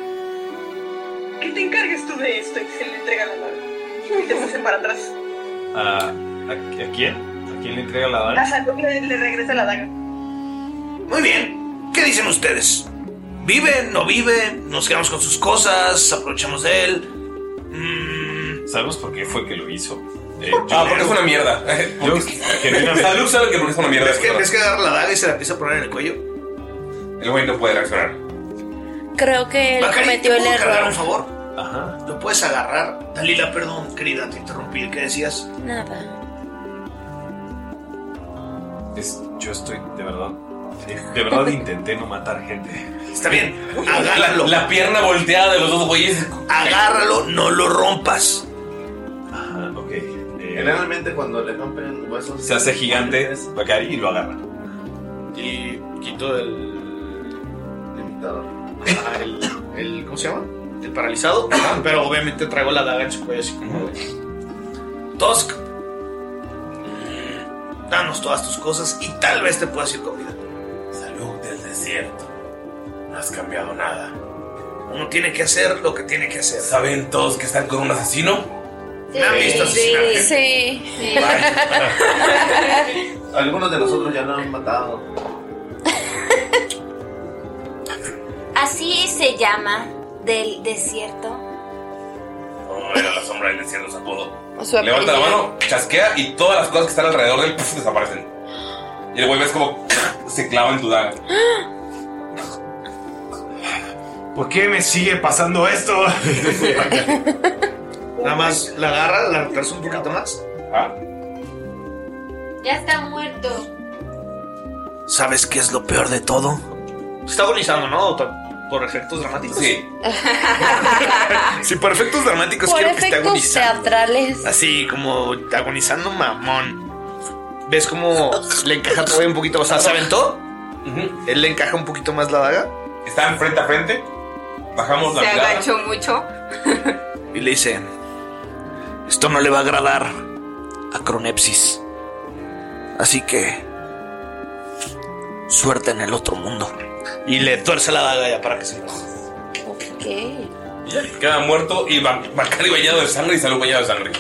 Speaker 16: Que te encargues tú de esto y se le entrega la daga. Y te hace para atrás.
Speaker 7: ¿A, Ah, a, a quién? ¿A [laughs] quién le entrega la
Speaker 16: Ah,
Speaker 7: vara?
Speaker 16: sacó- le, le regresa la daga.
Speaker 8: Muy bien, ¿qué dicen ustedes? ¿Vive? ¿No vive? ¿Nos quedamos con sus cosas? ¿Aprovechamos de él? Mm.
Speaker 7: Sabemos por qué fue que lo hizo.
Speaker 5: ah, porque es una mierda.
Speaker 7: [laughs]
Speaker 5: Salud sabe que porque es una mierda.
Speaker 29: ¿Ves que,
Speaker 5: persona.
Speaker 29: ves que agarra la daga y se la empieza a poner en el cuello?
Speaker 5: El güey no puede reaccionar.
Speaker 9: Creo que él
Speaker 16: Bacari,
Speaker 9: cometió
Speaker 16: ¿te
Speaker 9: el
Speaker 16: puedo cargar
Speaker 9: error.
Speaker 16: un favor? ¿Lo puedes agarrar? Dalila, perdón, querida, te interrumpí. ¿Qué decías?
Speaker 9: Nada.
Speaker 7: Es- yo estoy, de verdad. de- De verdad intenté no matar gente.
Speaker 16: Está bien.
Speaker 5: Agárralo. La, la pierna volteada de los dos güeyes.
Speaker 16: Agárralo, no lo rompas.
Speaker 7: Ajá, Ah, ok.
Speaker 5: Eh.
Speaker 11: Generalmente cuando le rompen huesos
Speaker 7: Se hace gigante Bakari y lo agarra.
Speaker 22: Y quito el.
Speaker 11: limitador.
Speaker 22: Ah, el, el- ¿Cómo se llama? El paralizado. Ah, Pero obviamente traigo la daga en su cuello así como.
Speaker 8: Tusk,
Speaker 16: Danos todas tus cosas y tal vez te puedas ir con vida.
Speaker 8: Salud del desierto. No has cambiado nada. Uno tiene que hacer lo que tiene que hacer.
Speaker 5: ¿Saben todos que están con un asesino?
Speaker 8: Me han visto asesinar.
Speaker 9: Sí.
Speaker 11: Algunos de nosotros ya lo han matado.
Speaker 14: Así se llama del desierto.
Speaker 5: Oh, era la sombra del desierto, sacudo.
Speaker 14: Su
Speaker 5: Levanta la
Speaker 14: apellido.
Speaker 5: mano, chasquea y todas las cosas que están alrededor de él puf, desaparecen. Y el güey ves como se clava en tu daga.
Speaker 8: [laughs]
Speaker 7: ¿Por qué me sigue pasando
Speaker 8: [laughs]
Speaker 7: esto?
Speaker 8: Nada más la agarra, la retrasa un poquito más.
Speaker 9: [laughs]
Speaker 7: Ah.
Speaker 9: Ya está muerto.
Speaker 41: ¿Sabes qué es lo peor de todo?
Speaker 8: Está agonizando, ¿no? Doctor? Por efectos dramáticos.
Speaker 5: Sí.
Speaker 8: sí, por efectos dramáticos
Speaker 42: Por
Speaker 8: quiero que esté
Speaker 42: efectos
Speaker 8: agonizando.
Speaker 42: teatrales.
Speaker 8: Así, como agonizando mamón. ¿Ves cómo le encaja todavía un poquito? O sea, se aventó. Él le encaja un poquito más la daga.
Speaker 5: Están frente a frente. Bajamos
Speaker 6: Se agachó mucho.
Speaker 41: Y le dice: Esto no le va a agradar a Cronepsis. Así que. Suerte en el otro mundo.
Speaker 8: Y le tuerce la daga ya para que se
Speaker 42: Ok.
Speaker 5: Y ya, queda muerto y va Macari bañado de sangre y sale un bañado de sangre.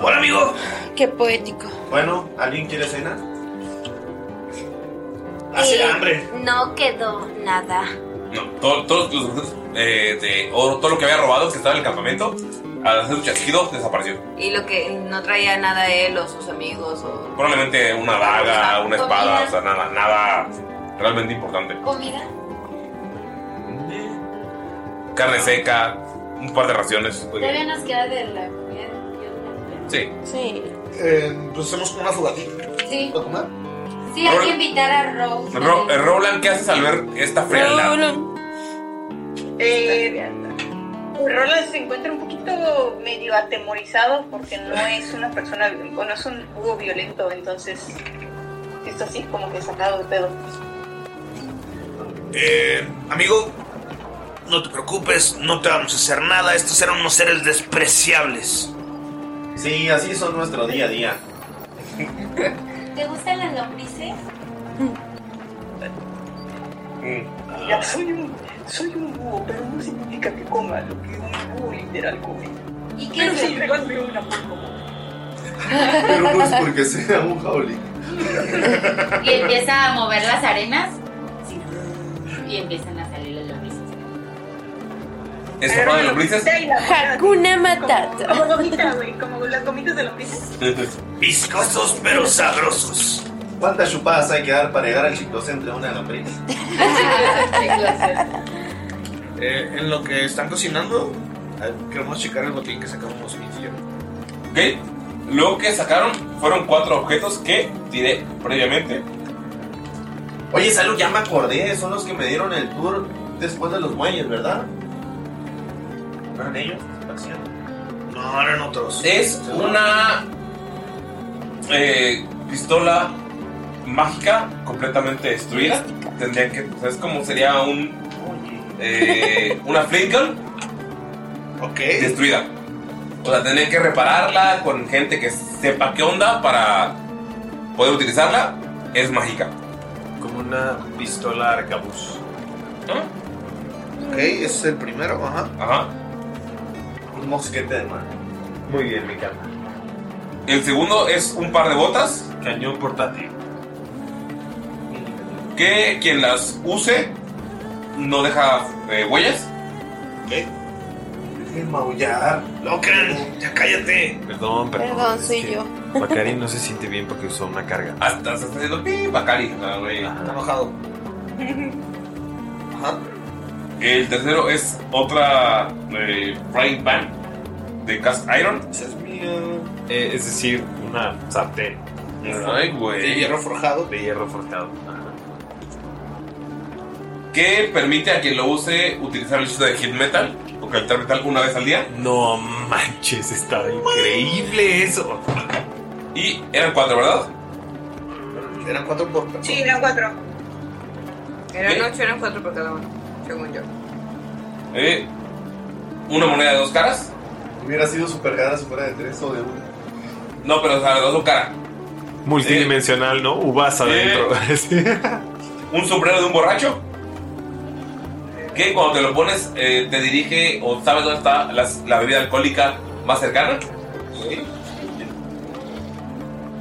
Speaker 8: Hola, amigo.
Speaker 42: Qué poético.
Speaker 11: Bueno, ¿alguien quiere cenar?
Speaker 14: Eh, No quedó nada.
Speaker 5: No, todo- todos los objetos, eh, de oro, todo lo que había robado que estaba en el campamento, al hacer un chasquido, desapareció.
Speaker 6: Y lo que no traía nada él o sus amigos o.
Speaker 5: Probablemente una daga, una espada, o sea, nada, nada realmente importante.
Speaker 9: ¿Comida?
Speaker 5: Carne seca, un par de raciones.
Speaker 9: Todavía nos queda de la comida.
Speaker 5: Sí.
Speaker 42: Sí.
Speaker 8: pues hacemos como una fogatita.
Speaker 9: Sí.
Speaker 8: ¿Para comer?
Speaker 9: Sí, hay que invitar a Rob.
Speaker 5: Ro- eh, Roland, ¿qué haces al ver esta frialdad?
Speaker 16: Eh, Roland se encuentra un poquito medio atemorizado porque no es una persona, bueno, es un jugo violento, entonces está así como que sacado de pedo.
Speaker 43: Eh, amigo, no te preocupes, no te vamos a hacer nada. Estos eran unos seres despreciables.
Speaker 11: Sí, así son nuestro día a día.
Speaker 9: ¿Te gustan las lombrices?
Speaker 16: Mm. Ya, soy un, soy un búho, pero no significa que coma lo que un búho literal come.
Speaker 9: ¿Y
Speaker 16: qué pero sí, regálame una, por favor.
Speaker 11: Pero no es porque sea un jaulí.
Speaker 9: [laughs] Y empieza a mover las arenas. Sí. Y empiezan a salir las lombrices.
Speaker 5: [laughs] ¿Es sopa de [laughs] lombrices?
Speaker 42: Hakuna Matata.
Speaker 16: Como
Speaker 9: [laughs]
Speaker 16: gomita, güey, como las gomitas de lombrices.
Speaker 11: Viscosos pero sabrosos. ¿Cuántas chupadas hay que dar para llegar al chiclocentro de una lombriz?
Speaker 8: Eh, en lo que están cocinando, eh, queremos checar el botín que sacamos Smith y yo.
Speaker 5: Ok. Lo que sacaron fueron cuatro objetos que tiré previamente.
Speaker 11: Oye, Salud, ya me acordé, son los que me dieron el tour después de los muelles, ¿verdad? ¿Fueron ellos? ¿Acción?
Speaker 8: No, eran otros.
Speaker 5: Es una eh, pistola mágica completamente destruida. Tendrían que. o sea, es como sería un. eh, una flint gun Destruida. O sea, tendrían que repararla con gente que sepa qué onda para poder utilizarla. Es mágica.
Speaker 8: Como una pistola arcabuz. Ok, ese es el primero, ajá.
Speaker 5: Ajá.
Speaker 11: Un mosquete de mano.
Speaker 8: Muy bien, me encanta.
Speaker 5: El segundo es un par de botas. Cañón portátil. Que quien las use no deja eh, huellas. ¿Qué?
Speaker 11: maullar.
Speaker 5: Locan, ya cállate.
Speaker 7: Eh, Perdón, perdón.
Speaker 42: Perdón, soy yo.
Speaker 7: Bacari no se siente bien porque usó una carga.
Speaker 5: Hasta se está haciendo pi, Bacari. Está
Speaker 8: enojado. Ajá.
Speaker 5: El tercero es otra eh, frying pan de cast iron.
Speaker 7: Eh, es decir, una sartén.
Speaker 5: Ay, güey.
Speaker 7: De hierro
Speaker 8: forjado.
Speaker 7: De hierro forjado. Ajá.
Speaker 5: Que permite a quien lo use utilizar el hechizo de hit metal o calentar metal una vez al día.
Speaker 7: No manches, está increíble eso.
Speaker 5: Y eran cuatro, ¿verdad?
Speaker 8: Eran cuatro por
Speaker 16: Sí, eran cuatro.
Speaker 6: Eran ocho, eran cuatro por cada uno, según yo.
Speaker 5: Eh, una moneda de dos caras.
Speaker 11: Hubiera sido super cara si fuera de tres o de una.
Speaker 5: No, pero o sea, de dos caras.
Speaker 7: Multidimensional, ¿no? Ubas adentro. Sí.
Speaker 5: un sombrero de un borracho que cuando te lo pones eh, te dirige o sabes dónde está las- la bebida alcohólica más cercana.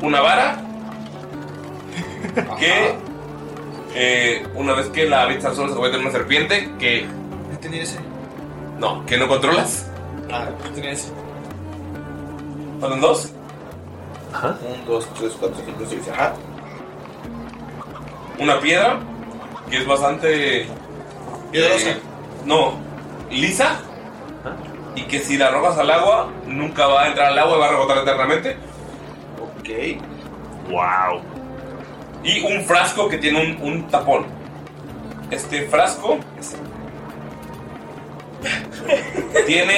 Speaker 5: Una vara que eh, una vez que la habitas al sol se convierte en una serpiente que
Speaker 8: tenía ese?
Speaker 5: no, que no controlas.
Speaker 8: Ah, tenía ese?
Speaker 5: Faltan dos.
Speaker 8: Ajá. Un, dos, tres, cuatro, cinco, seis. Ajá.
Speaker 5: una piedra que es bastante. Piedrosa. no, lisa. Y que si la arrojas al agua, nunca va a entrar al agua y va a rebotar eternamente. Ok. Wow. Y un frasco que tiene un, un tapón. Este frasco tiene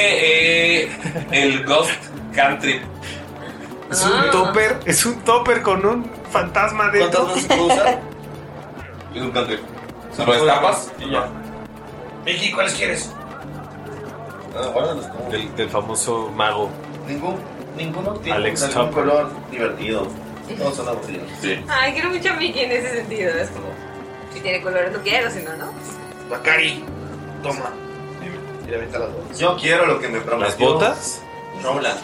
Speaker 5: eh, el Ghost Country.
Speaker 7: Es un topper, es un topper con un fantasma de
Speaker 5: Es un country. Se lo destapas y ya.
Speaker 8: Pues, Miki, ¿cuáles quieres?
Speaker 7: Del, del famoso mago.
Speaker 11: Ningún, ninguno tiene
Speaker 7: Alex
Speaker 11: algún
Speaker 7: Topper.
Speaker 11: color divertido. Todos son aburridos.
Speaker 7: Sí.
Speaker 6: Ay, quiero mucho a Mickey en ese sentido. Es como, si tiene colores lo quiero, si no, no.
Speaker 8: Bakari, toma.
Speaker 11: Y le avienta las botas. Yo quiero lo que me prometió.
Speaker 8: ¿Las botas?
Speaker 11: Roland.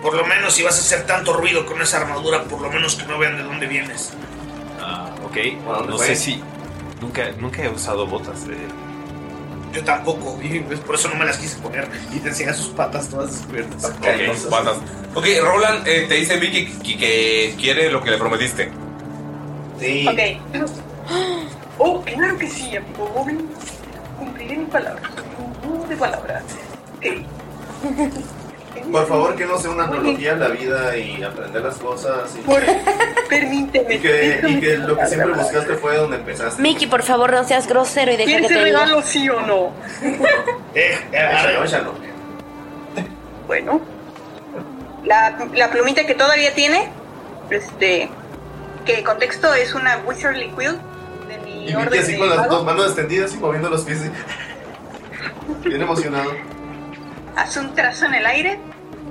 Speaker 8: Por lo menos si vas a hacer tanto ruido con esa armadura, por lo menos que no vean de dónde vienes.
Speaker 7: Ah, ok.
Speaker 8: dónde
Speaker 7: no
Speaker 8: fue?
Speaker 7: sé si. Nunca, nunca he usado botas. eh.
Speaker 8: Yo tampoco, [laughs] y es por eso no me las quise poner. Y te enseñan sus patas todas descubiertas.
Speaker 5: Ok, patas. Ok, Roland, eh, te dice Vicky que, que quiere lo que le prometiste. Sí.
Speaker 15: Ok. Oh, claro que sí, amor. Cumpliré mi palabra. Cumpliré mi palabra.
Speaker 11: Por favor, que no sea una analogía a la vida y aprender las cosas. Y,
Speaker 15: [laughs] Permíteme.
Speaker 11: y que, y que lo que siempre buscaste fue donde empezaste.
Speaker 9: Miki, por favor, no seas grosero y deja que
Speaker 15: ¿Quieres
Speaker 9: te
Speaker 15: el
Speaker 9: diga.
Speaker 15: regalo, sí o no?
Speaker 8: Eh,
Speaker 11: Échalo, échalo.
Speaker 15: Bueno. La, la plumita que todavía tiene, este, que contexto es una Wizardly Quill de mi
Speaker 11: Y Vicky
Speaker 15: orden
Speaker 11: así
Speaker 15: de
Speaker 11: con las
Speaker 15: mago.
Speaker 11: dos manos extendidas y moviendo los pies. y- Bien emocionado.
Speaker 15: Hace un trazo en el aire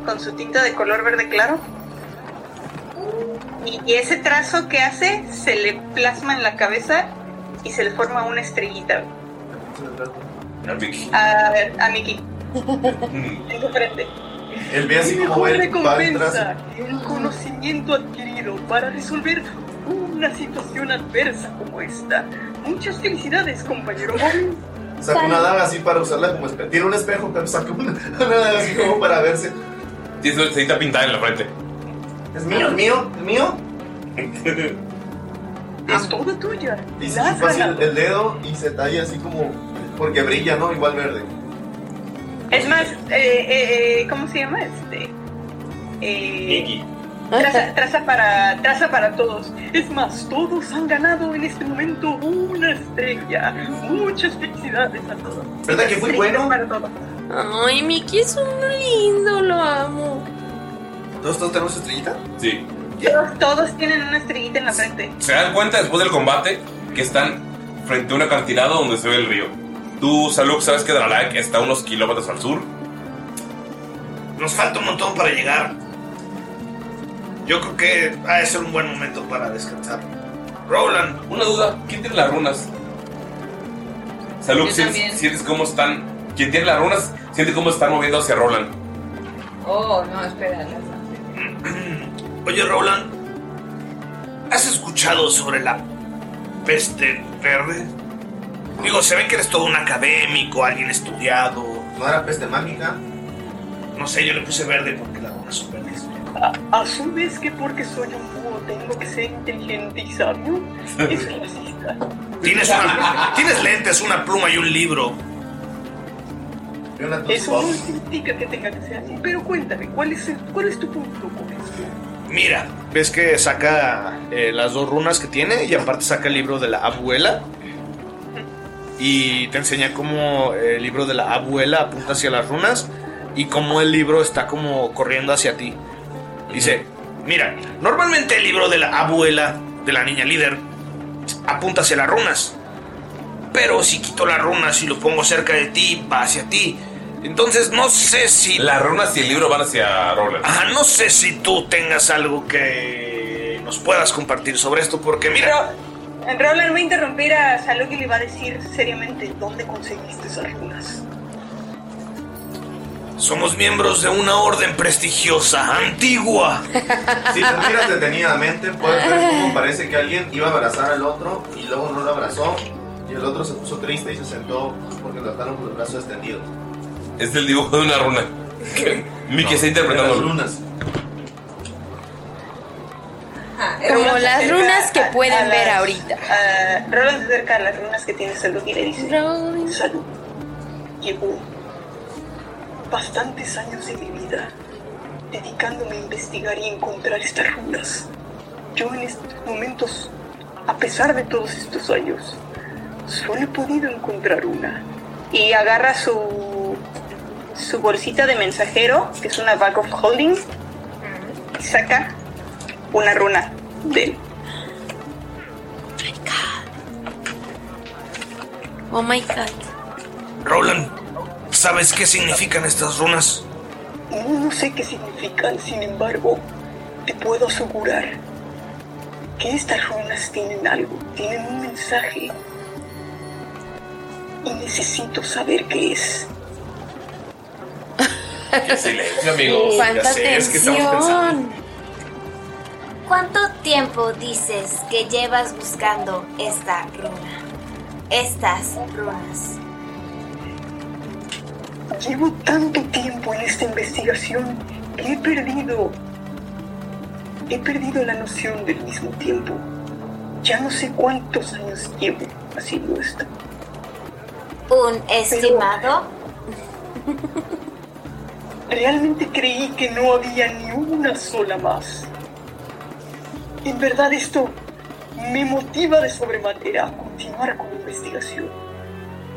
Speaker 15: con su tinta de color verde claro. Y, y ese trazo que hace se le plasma en la cabeza y se le forma una estrellita Ah, a, a Mickey. En su frente.
Speaker 11: Él ve así como
Speaker 15: Una
Speaker 11: él va el trazo.
Speaker 15: recompensa, el conocimiento adquirido para resolver una situación adversa como esta. Muchas felicidades, compañero móvil.
Speaker 11: Saca una daga así para usarla como espejo. Tiene un espejo, pero saca una, una daga así como para verse.
Speaker 5: Tienes una estrellita pintada en la frente.
Speaker 11: ¿Es mío? ¿Es mío? ¿Es mío?
Speaker 15: Es todo tuya.
Speaker 11: Ah. Y se
Speaker 15: La has
Speaker 11: chupa así el,
Speaker 15: ganado.
Speaker 11: el dedo y se talla así como. Porque brilla, ¿no? Igual verde.
Speaker 15: Es más, eh, eh, eh, ¿cómo se llama? Este. eh,
Speaker 11: Mickey.
Speaker 15: traza, traza para, traza para todos. Es más, todos han ganado en este momento una estrella. Muchas felicidades a todos.
Speaker 11: ¿Verdad que fui
Speaker 15: Estrellitas Para todos.
Speaker 9: Ay, Miki es un lindo, lo amo.
Speaker 11: ¿Todos, todos tenemos estrellita?
Speaker 5: Sí.
Speaker 15: Todos, todos tienen una estrellita en la frente.
Speaker 5: Se dan cuenta después del combate que están frente a un acantilado donde se ve el río. Tú, Saluk, sabes que Dralak está a unos kilómetros al sur.
Speaker 8: Nos falta un montón para llegar. Yo creo que ha de ser un buen momento para descansar. Roland,
Speaker 5: una duda. ¿Quién tiene las runas? Saluk,
Speaker 6: Yo
Speaker 5: sientes,
Speaker 6: también.
Speaker 5: sientes cómo están. Quien tiene las runas, siente cómo están moviendo hacia Roland.
Speaker 6: Oh, no, espera.
Speaker 8: Oye, Roland, ¿has escuchado sobre la peste verde? Digo, se ve que eres todo un académico, alguien estudiado.
Speaker 11: ¿No era peste mágica?
Speaker 8: No sé, yo le puse verde porque las runas son verdes. [laughs]
Speaker 15: ¿Asumes que porque soy un búho tengo que ser inteligente
Speaker 11: [laughs]
Speaker 15: y sabio? Es racista.
Speaker 8: Tienes, una- [laughs] tienes lentes, una pluma y un libro.
Speaker 15: Eso no significa que tenga que ser así. Pero cuéntame, ¿cuál es, el- cuál es tu punto con esto?
Speaker 8: Mira,
Speaker 22: ves que saca eh, las dos runas que tiene y aparte saca el libro de la abuela. Y te enseña cómo el libro de la abuela apunta hacia las runas y cómo el libro está como corriendo hacia ti.
Speaker 8: Dice, mira, normalmente el libro de la abuela, de la niña líder, apunta hacia las runas. Pero si quito las runas y lo pongo cerca de ti, va hacia ti. Entonces no sé si...
Speaker 5: Las runas y el libro van hacia Roland.
Speaker 8: Ajá, no sé si tú tengas algo que nos puedas compartir sobre esto, porque mira,
Speaker 15: Roland va a interrumpir a Salud y le va a decir seriamente dónde conseguiste esas runas.
Speaker 8: somos miembros de una orden prestigiosa, antigua.
Speaker 11: Si te miras detenidamente, puedes ver cómo parece que alguien iba a abrazar al otro y luego no lo abrazó. Y el otro se puso triste y se sentó porque lo ataron con los brazos extendidos.
Speaker 5: Es el dibujo de una runa. Mickey está interpretando.
Speaker 11: Las runas.
Speaker 6: Ah,
Speaker 16: Eh,
Speaker 6: Como
Speaker 15: Roland se
Speaker 6: las
Speaker 15: acerca
Speaker 6: runas que
Speaker 15: a-
Speaker 6: pueden
Speaker 15: a
Speaker 6: ver
Speaker 15: las-
Speaker 6: ahorita.
Speaker 15: a- Roland se acerca a las runas que tiene salud y le dice: Salud. Llevo bastantes años de mi vida dedicándome a investigar y encontrar estas runas. Yo en estos momentos, a pesar de todos estos años, solo he podido encontrar una. Y agarra su, su bolsita de mensajero, que es una bag of holding, y saca una runa de él.
Speaker 9: Oh my god.
Speaker 8: Roland, ¿sabes qué significan estas runas?
Speaker 15: No sé qué significan, sin embargo, te puedo asegurar que estas runas tienen algo, tienen un mensaje. Y necesito saber qué es.
Speaker 5: Silencio, amigos.
Speaker 14: Cuánta
Speaker 5: Ya sé, es que estamos pensando.
Speaker 14: atención. ¿Cuánto tiempo dices que llevas buscando esta runa? Estas runas.
Speaker 15: Llevo tanto tiempo en esta investigación que he perdido. He perdido la noción del mismo tiempo. Ya no sé cuántos años llevo haciendo esto.
Speaker 14: Un estimado.
Speaker 15: Realmente creí que no había ni una sola más. En verdad esto me motiva de sobremanera a continuar con la investigación.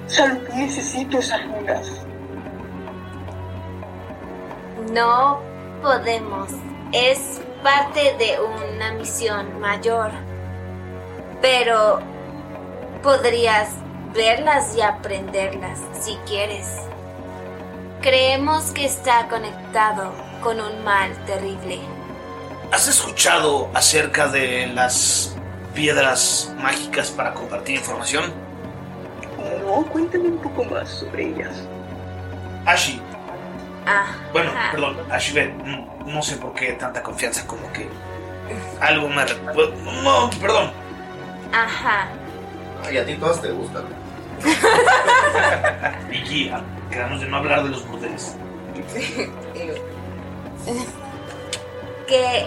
Speaker 15: Salud, necesito esas runas.
Speaker 14: No podemos. Es parte de una misión mayor. Pero podrías verlas y aprenderlas si quieres. Creemos que está conectado con un mal terrible.
Speaker 8: ¿Has escuchado acerca de las piedras mágicas para compartir información?
Speaker 15: No, cuéntame un poco más sobre ellas.
Speaker 8: Ashi,
Speaker 14: Ah,
Speaker 8: bueno,
Speaker 14: Ajá.
Speaker 8: perdón, Ashibet, mm, no sé por qué tanta confianza, como que algo me... re- No, perdón.
Speaker 14: ajá.
Speaker 11: Ay, a ti todas te gustan.
Speaker 8: [laughs] Vicky, ah, quedamos de no hablar de los burdeles.
Speaker 14: que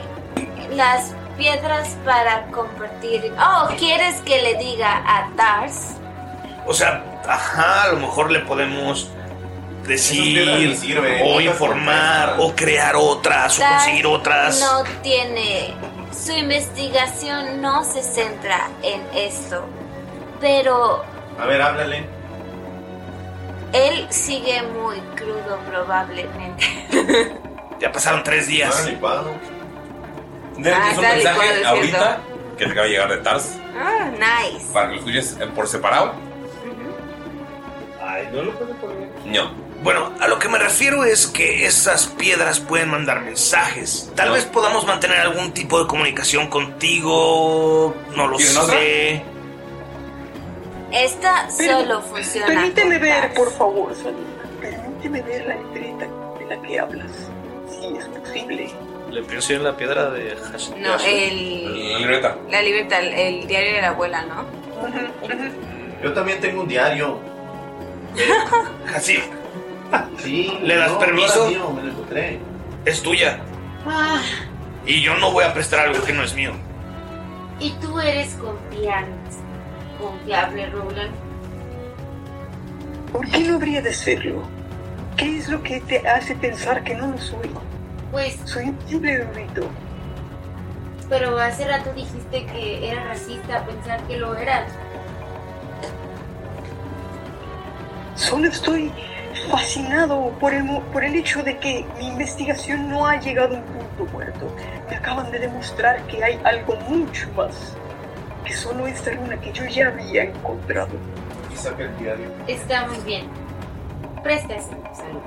Speaker 14: las piedras para compartir. Oh, ¿quieres que le diga a Tars?
Speaker 8: O sea, ajá, a lo mejor le podemos
Speaker 11: piedras
Speaker 8: decir
Speaker 11: ni sirven.
Speaker 8: o informar o crear otras o
Speaker 14: Tars
Speaker 8: conseguir otras.
Speaker 14: No tiene. Su investigación no se centra en esto. Pero
Speaker 11: A ver, háblale.
Speaker 14: él sigue muy crudo, probablemente. [laughs]
Speaker 8: Ya pasaron tres días.
Speaker 5: Nel,
Speaker 14: Ah,
Speaker 5: es un
Speaker 14: está licuado,
Speaker 5: mensaje
Speaker 14: es
Speaker 5: ahorita que te acaba de llegar de Tars
Speaker 14: Ah, nice.
Speaker 5: para que lo escuches eh, por separado.
Speaker 8: Ay, no lo puedo poner.
Speaker 5: No.
Speaker 8: Bueno, a lo que me refiero es que esas piedras pueden mandar mensajes. Tal vez podamos mantener algún tipo de comunicación contigo. No lo
Speaker 5: ¿Tienen
Speaker 8: sé.
Speaker 14: Esta
Speaker 15: Pero-
Speaker 14: solo funciona.
Speaker 15: Permíteme
Speaker 14: con
Speaker 15: ver,
Speaker 14: Tars.
Speaker 15: por favor, Salud. Permíteme ver la letrita de la que hablas. Si es posible.
Speaker 22: Le pienso en la piedra de Hash.
Speaker 6: No, el-
Speaker 5: La libreta.
Speaker 6: La libreta, el, el diario de la abuela, ¿no?
Speaker 11: Yo también tengo un diario.
Speaker 8: Así.
Speaker 11: Sí.
Speaker 8: [laughs] ¿Le das
Speaker 11: no, no
Speaker 8: permiso?
Speaker 11: era mío, me lo encontré.
Speaker 8: Es tuya.
Speaker 44: Ah,
Speaker 8: Y yo no voy a prestar algo que no es mío.
Speaker 44: Y tú eres confiante, confiable, Roland.
Speaker 15: ¿Por qué no habría de serlo? ¿Qué es lo que te hace pensar que no lo soy?
Speaker 44: Pues,
Speaker 15: Soy un simple erudito.
Speaker 44: pero hace rato dijiste que era racista pensar que lo eras.
Speaker 15: Solo estoy fascinado por el, mo- por el hecho de que mi investigación no ha llegado a un punto muerto. Me acaban de demostrar que hay algo mucho más que solo esta luna que yo ya había encontrado.
Speaker 11: Y saca el diario.
Speaker 44: Está muy bien. Préstase, salud.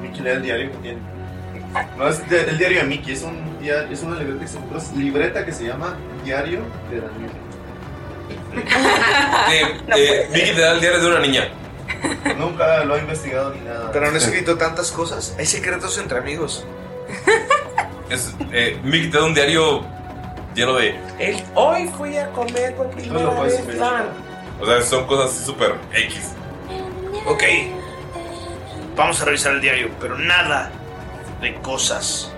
Speaker 11: Mickey lee el diario que tiene. No es de- el diario de Mickey, es, un diario, es una libreta que, se encontró, es libreta que se llama Diario de Daniel.
Speaker 5: Eh, eh, Vicky te da el diario de una niña.
Speaker 11: Nunca lo ha investigado ni nada.
Speaker 29: Pero han escrito tantas cosas. Hay secretos entre amigos.
Speaker 5: Es, eh, Mickey te da un diario lleno de.
Speaker 2: Hoy fui a comer por primera
Speaker 5: lo puedes
Speaker 2: vez
Speaker 5: investigar.
Speaker 2: pan.
Speaker 5: O sea, son cosas súper X.
Speaker 8: Ok. Vamos a revisar el diario, pero nada de cosas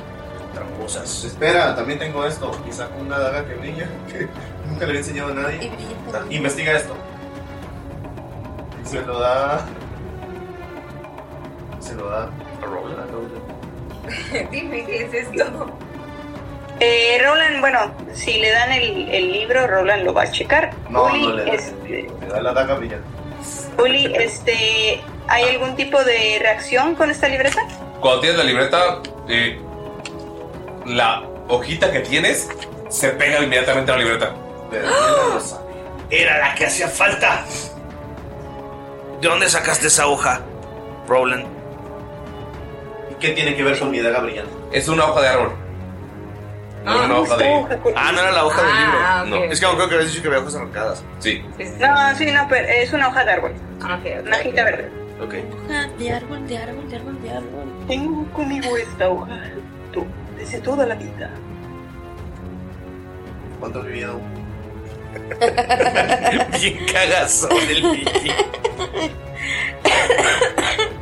Speaker 45: tramposas.
Speaker 11: Pues Espera, también tengo esto. Y saco una daga que brilla, [laughs] que nunca le había enseñado a nadie. Investiga esto. Y se lo da. Se lo da a Roland. a
Speaker 6: [laughs]
Speaker 11: Roland.
Speaker 16: Dime qué es esto. Eh, Roland, bueno, si le dan el, el libro, Roland lo va a checar.
Speaker 11: No,
Speaker 16: Uli,
Speaker 11: no le da.
Speaker 16: este,
Speaker 11: Le da la daga brillante.
Speaker 16: Uli, este, ¿hay algún tipo de reacción con esta libreta?
Speaker 5: Cuando tienes la libreta, eh, la hojita que tienes se pega inmediatamente a la libreta.
Speaker 45: Era la que hacía falta. ¿De dónde sacaste esa hoja, Roland?
Speaker 11: ¿Qué tiene que ver con mi daga brillante?
Speaker 5: Es una hoja de árbol. No es una hoja de.
Speaker 46: Ah, no era la hoja del libro.
Speaker 16: Ah, ok.
Speaker 46: No. Es que creo que habías dicho que había hojas arrancadas.
Speaker 5: Sí.
Speaker 16: No, sí, no, pero es una hoja de árbol.
Speaker 6: Ah,
Speaker 16: Una hojita verde.
Speaker 46: Ok.
Speaker 16: De árbol, de árbol, de árbol, de árbol. Tengo conmigo esta hoja. Tú, desde toda la vida.
Speaker 11: ¿Cuánto
Speaker 46: [laughs]
Speaker 11: has vivido?
Speaker 45: Bien cagazón el Mickey.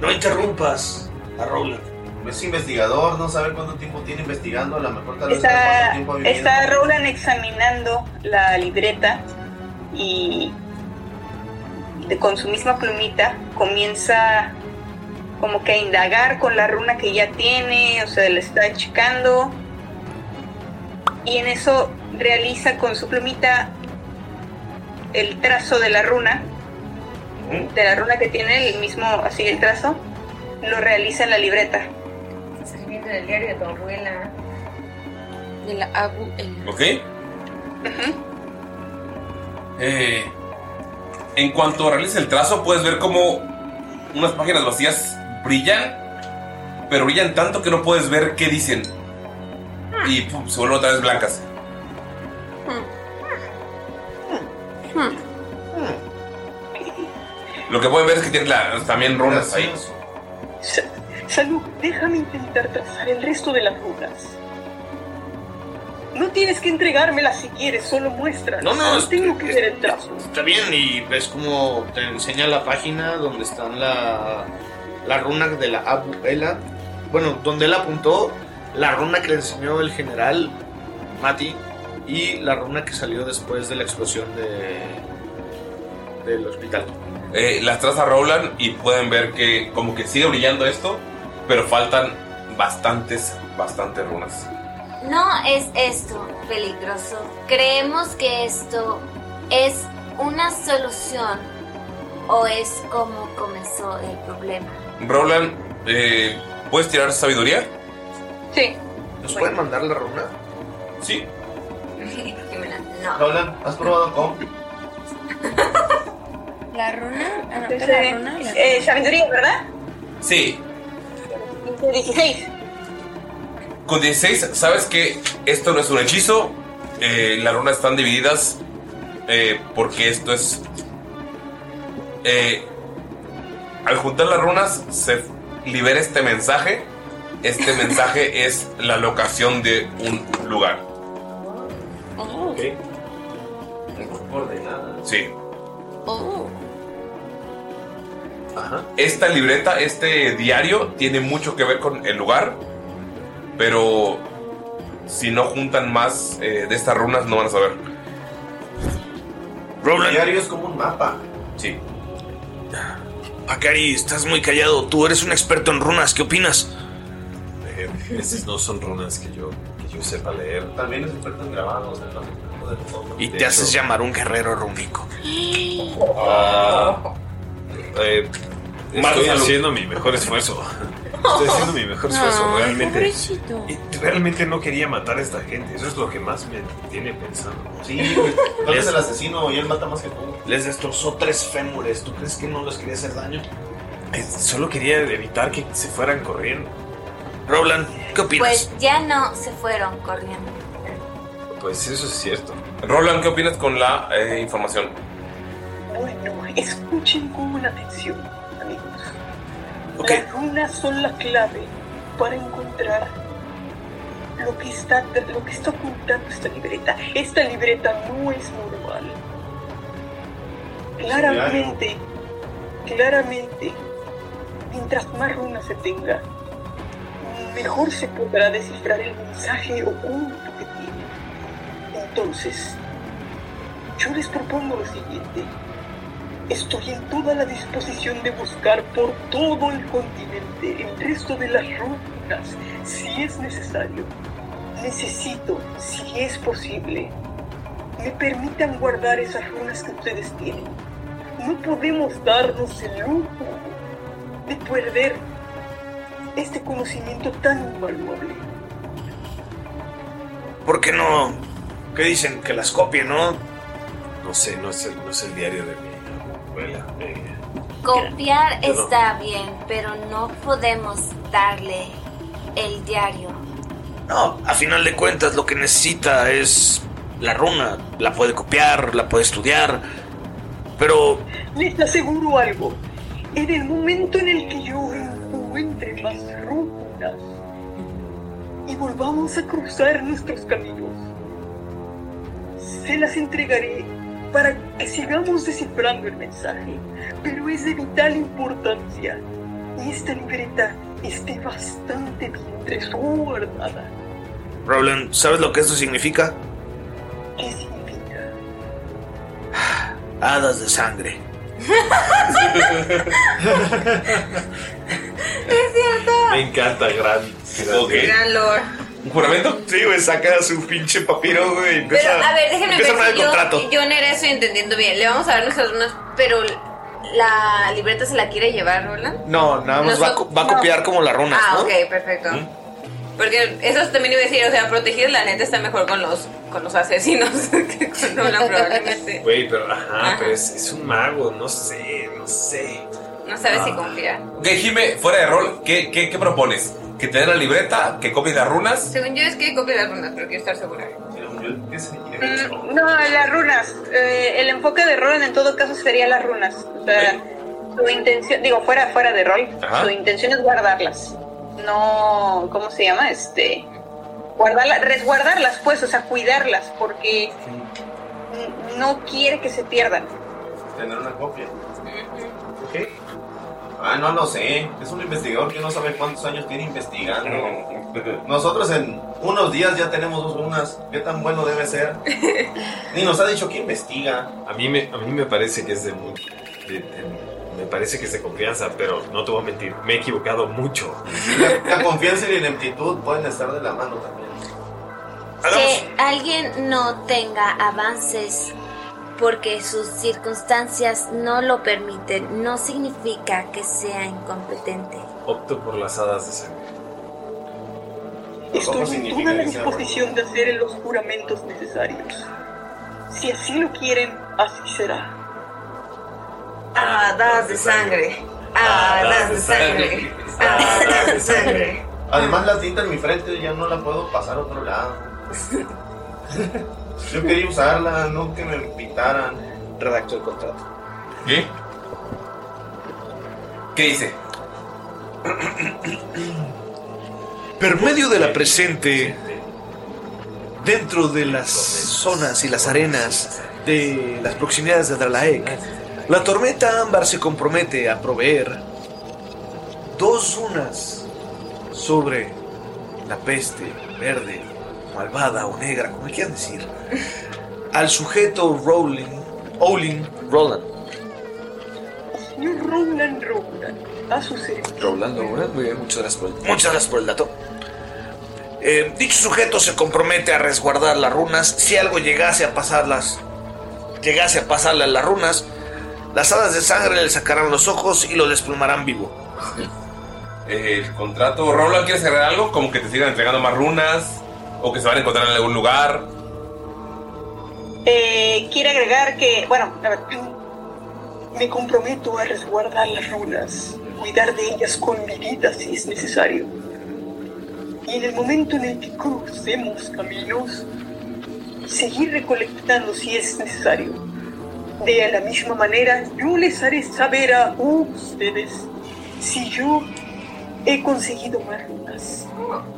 Speaker 45: No interrumpas a Roland.
Speaker 11: Es investigador, no sabe cuánto tiempo tiene investigando. A lo mejor tal vez sabe cuánto
Speaker 16: Está,
Speaker 11: tiempo ha vivido.
Speaker 16: está Roland examinando la libreta y de- con su misma plumita comienza como que a indagar con la runa que ya tiene, o sea, la está checando y en eso realiza con su plumita el trazo de la runa, de la runa que tiene, el mismo, así el trazo, lo realiza en la libreta.
Speaker 6: Saliendo del diario de tu abuela. De la abu. El...
Speaker 5: ¿Ok?
Speaker 6: [laughs]
Speaker 5: Eh, en cuanto realices el trazo, puedes ver como unas páginas vacías brillan, pero brillan tanto que no puedes ver qué dicen. Y pum, se vuelven otra vez blancas.
Speaker 16: Hmm.
Speaker 5: Lo que pueden ver es que tiene la- también runas ahí.
Speaker 16: Salud, déjame intentar trazar el resto de las runas. No tienes que entregármelas si quieres, solo muestra.
Speaker 8: No, no, es-
Speaker 16: tengo que ver el trazo.
Speaker 8: Está bien, y ves como te enseña la página donde están la, la runa de la abuela. Bueno, donde él apuntó la runa que le enseñó el general Mati y la runa que salió después de la explosión de, del hospital.
Speaker 5: Eh, las trazas rolan y pueden ver que como que sigue brillando esto, pero faltan bastantes, bastantes runas.
Speaker 14: No es esto peligroso. Creemos que esto es una solución o es como comenzó el problema.
Speaker 5: Roland, eh, ¿puedes tirar sabiduría?
Speaker 16: Sí.
Speaker 8: ¿Nos pueden mandar la runa?
Speaker 5: Sí.
Speaker 6: Jimena,
Speaker 11: Roland, ¿has probado con?
Speaker 6: La runa. Ah, no, la
Speaker 16: Entonces,
Speaker 6: runa. la-
Speaker 16: eh, sabiduría, ¿verdad?
Speaker 5: Sí.
Speaker 16: 16.
Speaker 5: Con 16 sabes que esto no es un hechizo, eh, las runas están divididas eh, porque esto es... eh, al juntar las runas se libera este mensaje. Este mensaje es la locación de un lugar.
Speaker 11: Ok. Ordenada.
Speaker 5: Sí.
Speaker 6: Oh.
Speaker 5: Esta libreta, este diario, tiene mucho que ver con el lugar. Pero si no juntan más eh, de estas runas, no van a saber.
Speaker 11: El diario es como un mapa.
Speaker 5: Sí.
Speaker 45: Akari, estás muy callado. Tú eres un experto en runas. ¿Qué opinas?
Speaker 7: Eh, esas no son runas que yo, que yo sepa leer. También es experto en grabados, en los expertos de todo.
Speaker 45: Y te
Speaker 7: De
Speaker 45: haces
Speaker 7: hecho,
Speaker 45: llamar un guerrero rúnico.
Speaker 7: ah, eh,
Speaker 45: Malo,
Speaker 7: estoy
Speaker 45: malo.
Speaker 7: haciendo mi mejor esfuerzo. Estoy haciendo mi mejor esfuerzo,
Speaker 15: Ay,
Speaker 7: realmente.
Speaker 6: Pobrecito.
Speaker 7: Realmente no quería matar a esta gente, eso es lo que más me tiene pensando.
Speaker 11: [laughs] Sí, güey. Tú eres el asesino y él mata más que tú.
Speaker 45: Les destrozó tres fémures. ¿Tú crees que no les quería hacer daño?
Speaker 7: Eh, Solo quería evitar que se fueran corriendo.
Speaker 45: Roland, ¿qué
Speaker 14: Pues ya no se fueron corriendo.
Speaker 5: Pues eso es cierto. Roland, ¿qué opinas con la eh, información?
Speaker 16: Bueno, escuchen con atención, amigos. Las runas son la clave para encontrar lo que está, lo que está ocultando esta libreta. Esta libreta no es normal. Claramente, claramente, mientras más runas se tenga,
Speaker 15: mejor se podrá descifrar el mensaje oculto que tiene. Entonces, yo les propongo lo siguiente. Estoy en toda la disposición de buscar por todo el continente el resto de las ruinas, si es necesario. Necesito, si es posible, me permitan guardar esas runas que ustedes tienen. No podemos darnos el lujo de perder este conocimiento tan invaluable.
Speaker 47: ¿Por qué no? ¿Qué dicen? Que las copien, ¿no?
Speaker 7: No sé, no es el, no es el diario de mi abuela. eh.
Speaker 14: Copiar
Speaker 7: Yo no.
Speaker 14: está bien, pero no podemos darle el diario.
Speaker 47: No, a final de cuentas lo que necesita es la runa. La puede copiar, la puede estudiar. Pero
Speaker 15: Les aseguro algo. En el momento en el que yo encuentre más rutas y volvamos a cruzar nuestros caminos, se las entregaré para que sigamos descifrando el mensaje. Pero es de vital importancia. Y esta libreta esté bastante bien resguardada.
Speaker 47: Roland, ¿sabes lo que esto significa?
Speaker 15: ¿Qué significa?
Speaker 47: Hadas de sangre.
Speaker 9: Oh. [laughs]
Speaker 6: Es cierto.
Speaker 7: Me encanta, gran.
Speaker 16: Gran lore.
Speaker 7: ¿Un juramento?
Speaker 8: Sí, güey, saca su pinche papiro, güey. y
Speaker 6: Pero,
Speaker 8: Empieza,
Speaker 6: a ver, déjenme
Speaker 8: empieza a armar
Speaker 6: ver
Speaker 8: el
Speaker 6: si yo,
Speaker 8: contrato.
Speaker 6: yo en era estoy entendiendo bien. Le vamos a dar nuestras runas, pero la libreta se la quiere llevar, Roland.
Speaker 8: No, nada más va, a co- va a
Speaker 6: No.
Speaker 8: copiar como las runas,
Speaker 6: ah,
Speaker 8: ¿no?
Speaker 6: ok, perfecto. Porque eso también iba a decir, o sea, protegidos la neta está mejor con los con los asesinos [laughs] que con Roland probablemente.
Speaker 7: Güey, pero ajá, pero es, es un mago, no sé, no sé.
Speaker 6: No sabes si
Speaker 7: Ah.
Speaker 6: confiar.
Speaker 5: Ok, Jime, fuera de rol, ¿qué, qué, qué propones? ¿Que te den la libreta? ¿Que copies las runas?
Speaker 6: Según yo es que copia las runas, pero quiero estar segura.
Speaker 16: Mm, No, las runas. Eh, el enfoque de Roland en todo caso sería las runas. O sea, su intención, digo, fuera, fuera de rol,
Speaker 15: Ajá.
Speaker 16: su intención es guardarlas. No, ¿cómo se llama? Este, guardarlas, resguardarlas, pues, o sea, cuidarlas, porque n- no quiere que se pierdan.
Speaker 11: Tener una copia. ¿Qué? Ah, no lo sé. Es un investigador que no sabe cuántos años tiene investigando. Nosotros en unos días ya tenemos dos lunas. ¿Qué tan bueno debe ser? Ni nos ha dicho que investiga.
Speaker 7: A mí me, a mí me parece que es de muy. de- de- me parece que es de confianza, pero no te voy a mentir, me he equivocado mucho.
Speaker 11: La confianza y la ineptitud pueden estar de la mano también.
Speaker 14: Que alguien no tenga avances porque sus circunstancias no lo permiten no significa que sea incompetente.
Speaker 7: Opto por las hadas de sangre.
Speaker 11: ¿Cómo
Speaker 15: Estoy en
Speaker 11: significa
Speaker 15: toda la
Speaker 11: que sea
Speaker 15: disposición de hacer los juramentos necesarios. Si así lo quieren, así será.
Speaker 6: Hadas Ah, de sangre.
Speaker 11: Ah,
Speaker 6: Hadas Ah, de sangre. Hadas de sangre.
Speaker 11: Además, la tinta en mi frente ya no la puedo pasar a otro [laughs] lado. Yo quería usarla, no que me pintaran. Redacto el contrato.
Speaker 5: ¿Qué? ¿Qué dice?
Speaker 8: Per medio de la presente, dentro de las zonas y las arenas de las proximidades de Dralaek, la tormenta ámbar se compromete a proveer dos runas sobre la peste verde, malvada o negra, como quieran decir, al sujeto Rowling, Olin, Roland.
Speaker 15: Señor Roland Roland, a su servicio.
Speaker 8: Roland, Roland, muy bien, muchas gracias por el dato. Muchas gracias por el dato. Eh, dicho sujeto se compromete a resguardar las runas. Si algo llegase a pasarlas, llegase a pasarle a las runas, las hadas de sangre le sacarán los ojos y lo desplumarán vivo.
Speaker 5: El contrato. ¿Roland quieres cerrar algo? Como que te sigan entregando más runas. O que se van a encontrar en algún lugar.
Speaker 16: Eh, quiere agregar que, bueno, a ver,
Speaker 15: Me comprometo a resguardar las runas, cuidar de ellas con mi vida si es necesario. Y en el momento en el que crucemos caminos, seguir recolectando si es necesario. De la misma manera, yo les haré saber a ustedes si yo he conseguido más runas.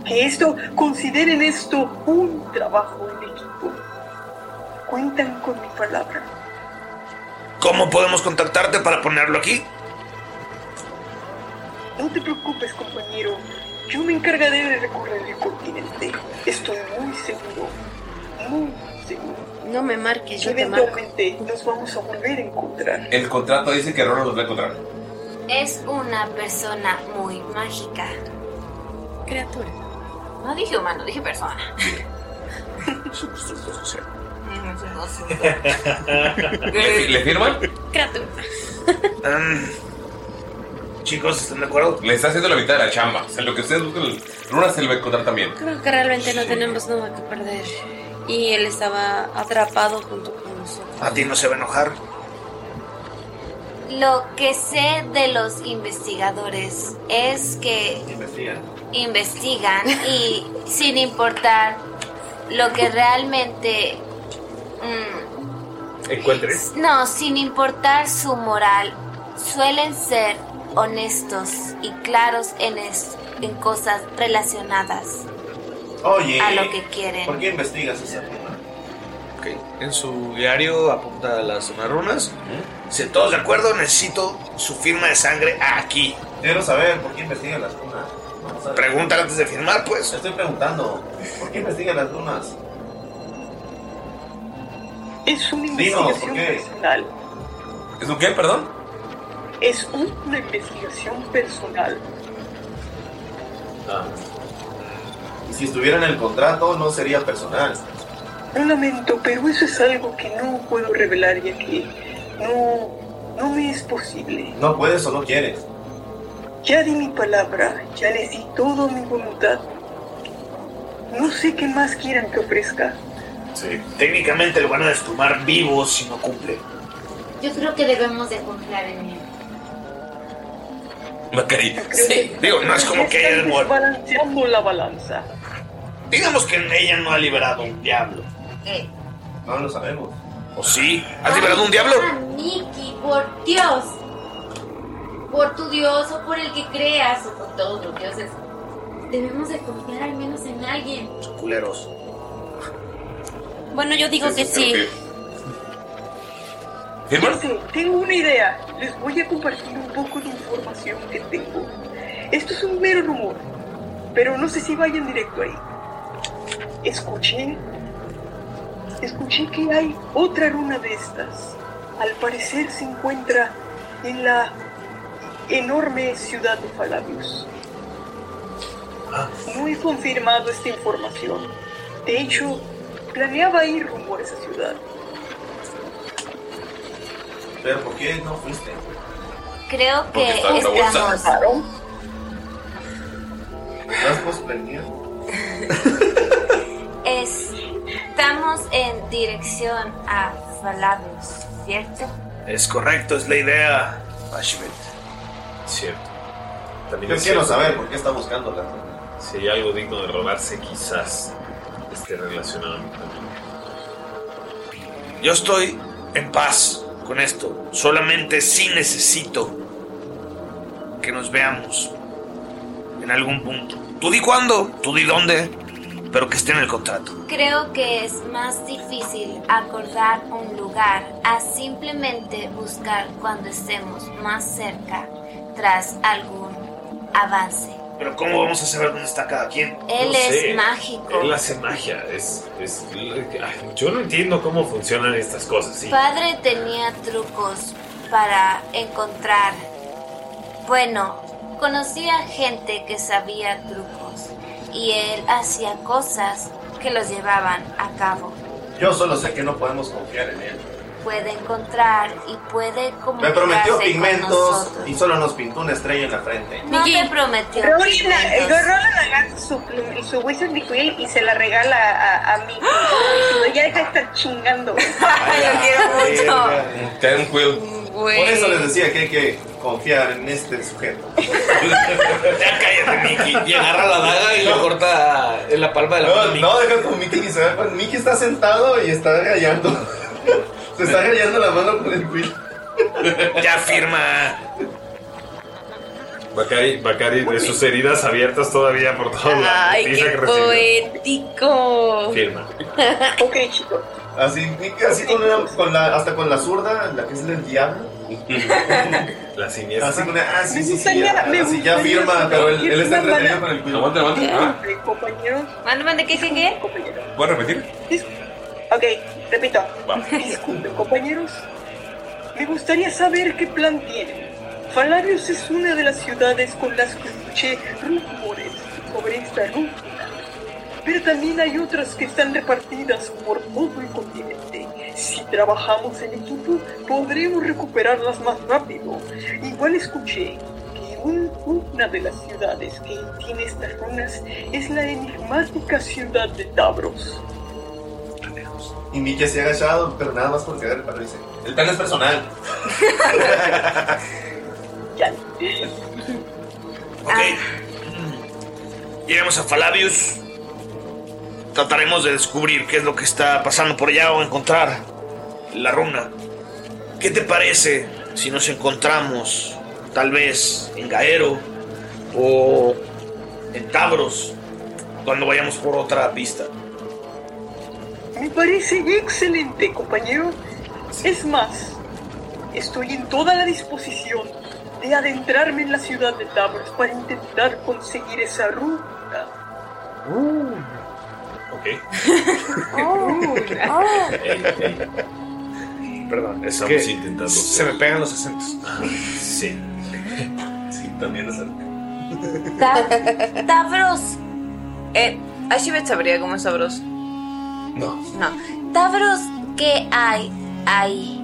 Speaker 15: Que esto, consideren esto un trabajo en equipo. Cuentan con mi palabra.
Speaker 47: ¿Cómo podemos contactarte para ponerlo aquí?
Speaker 15: No te preocupes, compañero. Yo me encargaré de recorrer el continente. Estoy muy seguro. Muy seguro.
Speaker 9: No me marques, yo te marco.
Speaker 15: Eventualmente nos vamos a volver a encontrar.
Speaker 5: El contrato dice que Roro los va a encontrar.
Speaker 14: Es una persona muy mágica.
Speaker 9: Criatura.
Speaker 6: No dije humano, dije persona.
Speaker 4: ¿Le, le firman?
Speaker 6: Criatura.
Speaker 4: Chicos, ¿están de acuerdo? Le está haciendo la mitad de la chamba. O sea, lo que ustedes buscan, Runa se le va a encontrar también.
Speaker 9: Creo que realmente no tenemos nada que perder. Y él estaba atrapado junto con nosotros.
Speaker 8: A ti no se va a enojar.
Speaker 14: Lo que sé de los investigadores es que investigan y sin importar lo que realmente... mm,
Speaker 7: ¿Encuentres?
Speaker 14: no, sin importar su moral, suelen ser honestos y claros en, es- en cosas relacionadas
Speaker 11: Oye,
Speaker 14: a lo que quieren.
Speaker 11: ¿por qué investigas esa runa?
Speaker 29: En su diario apunta las unas runas.
Speaker 8: Si todos de acuerdo, necesito su firma de sangre aquí.
Speaker 11: Quiero saber por qué investigan las runas.
Speaker 8: Pregunta antes de firmar, pues.
Speaker 11: Estoy preguntando, ¿por qué investigan las runas?
Speaker 15: Es una
Speaker 11: Dinos,
Speaker 15: investigación
Speaker 11: ¿por qué?
Speaker 15: personal.
Speaker 5: ¿Es un qué, perdón?
Speaker 15: Es una investigación personal.
Speaker 11: Ah. Y si estuviera en el contrato, no sería personal.
Speaker 15: Lo lamento, pero eso es algo que no puedo revelar ya que no, no me es posible.
Speaker 11: No puedes o no quieres.
Speaker 15: Ya di mi palabra, ya les di toda mi voluntad. No sé qué más quieran que ofrezca.
Speaker 8: Sí. Técnicamente lo van a desplumar vivo si no cumple.
Speaker 44: Yo creo que debemos de confiar en él.
Speaker 4: Macari. Sí. Digo, no es como que
Speaker 8: ella
Speaker 15: Balanceando la balanza.
Speaker 8: Digamos que ella no ha liberado un diablo.
Speaker 44: Eh,
Speaker 11: No lo sabemos.
Speaker 8: ¿O sí? ¿Has liberado un diablo?
Speaker 44: ah, Nikki, por Dios. Por tu Dios o por el que creas o por todos los dioses. Debemos de confiar al menos en alguien.
Speaker 8: Culeros.
Speaker 9: Bueno, yo digo que sí.
Speaker 15: Sí, tengo una idea. Les voy a compartir un poco de información que tengo. Esto es un mero rumor, pero no sé si vayan directo ahí. Escuché, escuché que hay otra runa de estas. Al parecer se encuentra en la enorme ciudad de Falabius.
Speaker 9: Ah.
Speaker 15: No he confirmado esta información. De hecho, planeaba ir rumbo a esa ciudad.
Speaker 11: Pero ¿por qué no fuiste?
Speaker 14: Creo que
Speaker 11: está en una bolsa.
Speaker 14: estamos...
Speaker 11: ¿Estás posprendido?
Speaker 14: es- estamos en dirección a Falabros, ¿cierto?
Speaker 8: Es correcto, es la idea. Ashibet.
Speaker 34: Cierto.
Speaker 11: Yo
Speaker 34: es
Speaker 11: quiero
Speaker 34: cierto
Speaker 11: saber
Speaker 34: que
Speaker 11: por qué está buscando las runas.
Speaker 34: Si hay algo digno de robarse, quizás
Speaker 7: Este,
Speaker 34: esté relacionado a mi familia.
Speaker 8: Yo estoy en paz con esto. Solamente sí necesito que nos veamos en algún punto. Tú di cuándo, tú di dónde, pero que esté en el contrato.
Speaker 14: Creo que es más difícil acordar un lugar a simplemente buscar cuando estemos más cerca tras algún avance.
Speaker 8: Pero ¿cómo vamos a saber dónde está cada quien?
Speaker 14: Él
Speaker 34: No
Speaker 14: es
Speaker 34: sé,
Speaker 14: mágico.
Speaker 34: Él hace magia. Es, es- ay, yo no entiendo cómo funcionan estas cosas. sí. [laughs]
Speaker 14: Padre tenía trucos para encontrar. Bueno, conocía gente que sabía trucos y él hacía cosas que los llevaban a cabo.
Speaker 11: Yo solo sé que no podemos confiar en él.
Speaker 14: Puede encontrar y puede
Speaker 11: Me
Speaker 14: comunicarse
Speaker 11: prometió
Speaker 14: con
Speaker 11: pigmentos
Speaker 14: nosotros.
Speaker 11: y solo nos pintó una estrella en la frente.
Speaker 14: No te prometió
Speaker 48: Roland
Speaker 16: eh,
Speaker 14: pigmentos.
Speaker 48: agarra su, plum- su wizard de quill y se la regala a, a mí. Diciendo, ya deja de estar chingando.
Speaker 11: Ay,
Speaker 48: Yo
Speaker 11: verga. Por
Speaker 48: Güey.
Speaker 11: eso les decía que hay que confiar en este sujeto.
Speaker 29: Y agarra la daga y le corta en la palma de la
Speaker 11: No, no, deja con Mickey que se vea. Pues, Mickey está sentado y está gallando. [laughs] se está gallando la mano con el quill.
Speaker 8: Ya firma.
Speaker 34: Bacari, Bacari de sus heridas abiertas todavía por todos lados.
Speaker 9: Ay, qué poético. [laughs]
Speaker 34: Firma.
Speaker 48: ok, chicos.
Speaker 11: Así, Mickey, así con, una- con la, hasta con la zurda, la que es el diablo.
Speaker 7: La siniestra.
Speaker 11: Así una- ah, sí,
Speaker 7: Me
Speaker 11: sí, sí,
Speaker 7: gustaría-
Speaker 11: ya,
Speaker 7: me
Speaker 11: sí, ya
Speaker 7: gustaría
Speaker 11: firma, pero él, él está
Speaker 7: una bala.
Speaker 11: entretenido con el cuidado. Aguanta, aguanta.
Speaker 15: Compañero,
Speaker 6: ¿Mande, mande, qué dije qué?
Speaker 7: ¿Puedes repetir?
Speaker 15: ok, repito. Disculpen, compañeros. Me gustaría saber qué plan tienen. Falarios es una de las ciudades con las que escuché rumores sobre esta ruta. Pero también hay otras que están repartidas por todo el continente. Si trabajamos en equipo, podremos recuperarlas más rápido. Igual escuché que un- una de las ciudades que tiene estas runas es la enigmática ciudad de Tabros.
Speaker 11: Y Miki se ha agachado, pero nada más por cagar el palo dice. El plan es personal.
Speaker 7: Ah.
Speaker 8: Iremos a Falabius. Trataremos de descubrir qué es lo que está pasando por allá o encontrar la runa. ¿Qué te parece si nos encontramos tal vez en Gaero o en Tabros cuando vayamos por otra pista?
Speaker 15: Me parece excelente, compañero. Es más, estoy en toda la disposición de adentrarme en la ciudad de Tabros para intentar conseguir esa ruta.
Speaker 5: Ok.
Speaker 15: [laughs]
Speaker 49: Perdón, es
Speaker 7: Estamos
Speaker 49: que
Speaker 7: intentando Ah,
Speaker 49: se me pegan los acentos.
Speaker 7: Sí. Sí, también es
Speaker 6: Ta- Tabros. Eh, Ashibet sabría cómo es Tabros.
Speaker 49: No.
Speaker 6: No.
Speaker 14: Tabros, ¿qué hay ahí?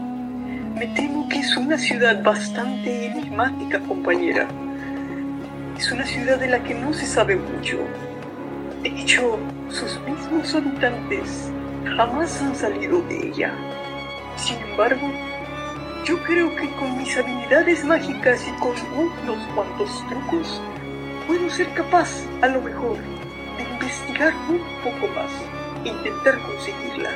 Speaker 15: Me temo que es una ciudad bastante enigmática, compañera. Es una ciudad de la que no se sabe mucho. De hecho, sus mismos habitantes jamás han salido de ella. Sin embargo, yo creo que con mis habilidades mágicas y con unos cuantos trucos, puedo ser capaz, a lo mejor, de investigar un poco más e intentar conseguirla.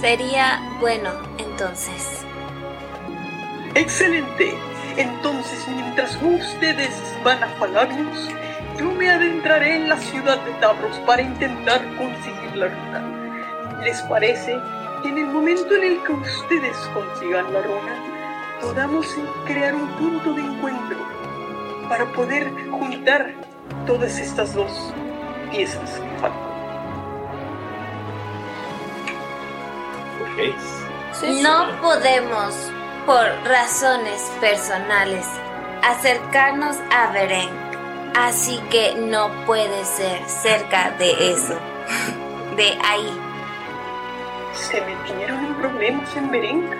Speaker 14: Sería bueno, entonces.
Speaker 15: Excelente. Entonces, mientras ustedes van a Falabios, yo me adentraré en la ciudad de Tabros para intentar conseguir la runa. ¿Les parece que en el momento en el que ustedes consigan la runa, podamos crear un punto de encuentro para poder juntar todas estas dos piezas que faltan?
Speaker 14: no podemos, por razones personales, acercarnos a Beren. Así que no puede ser cerca de eso. De ahí.
Speaker 15: Se metieron en problemas en Beren.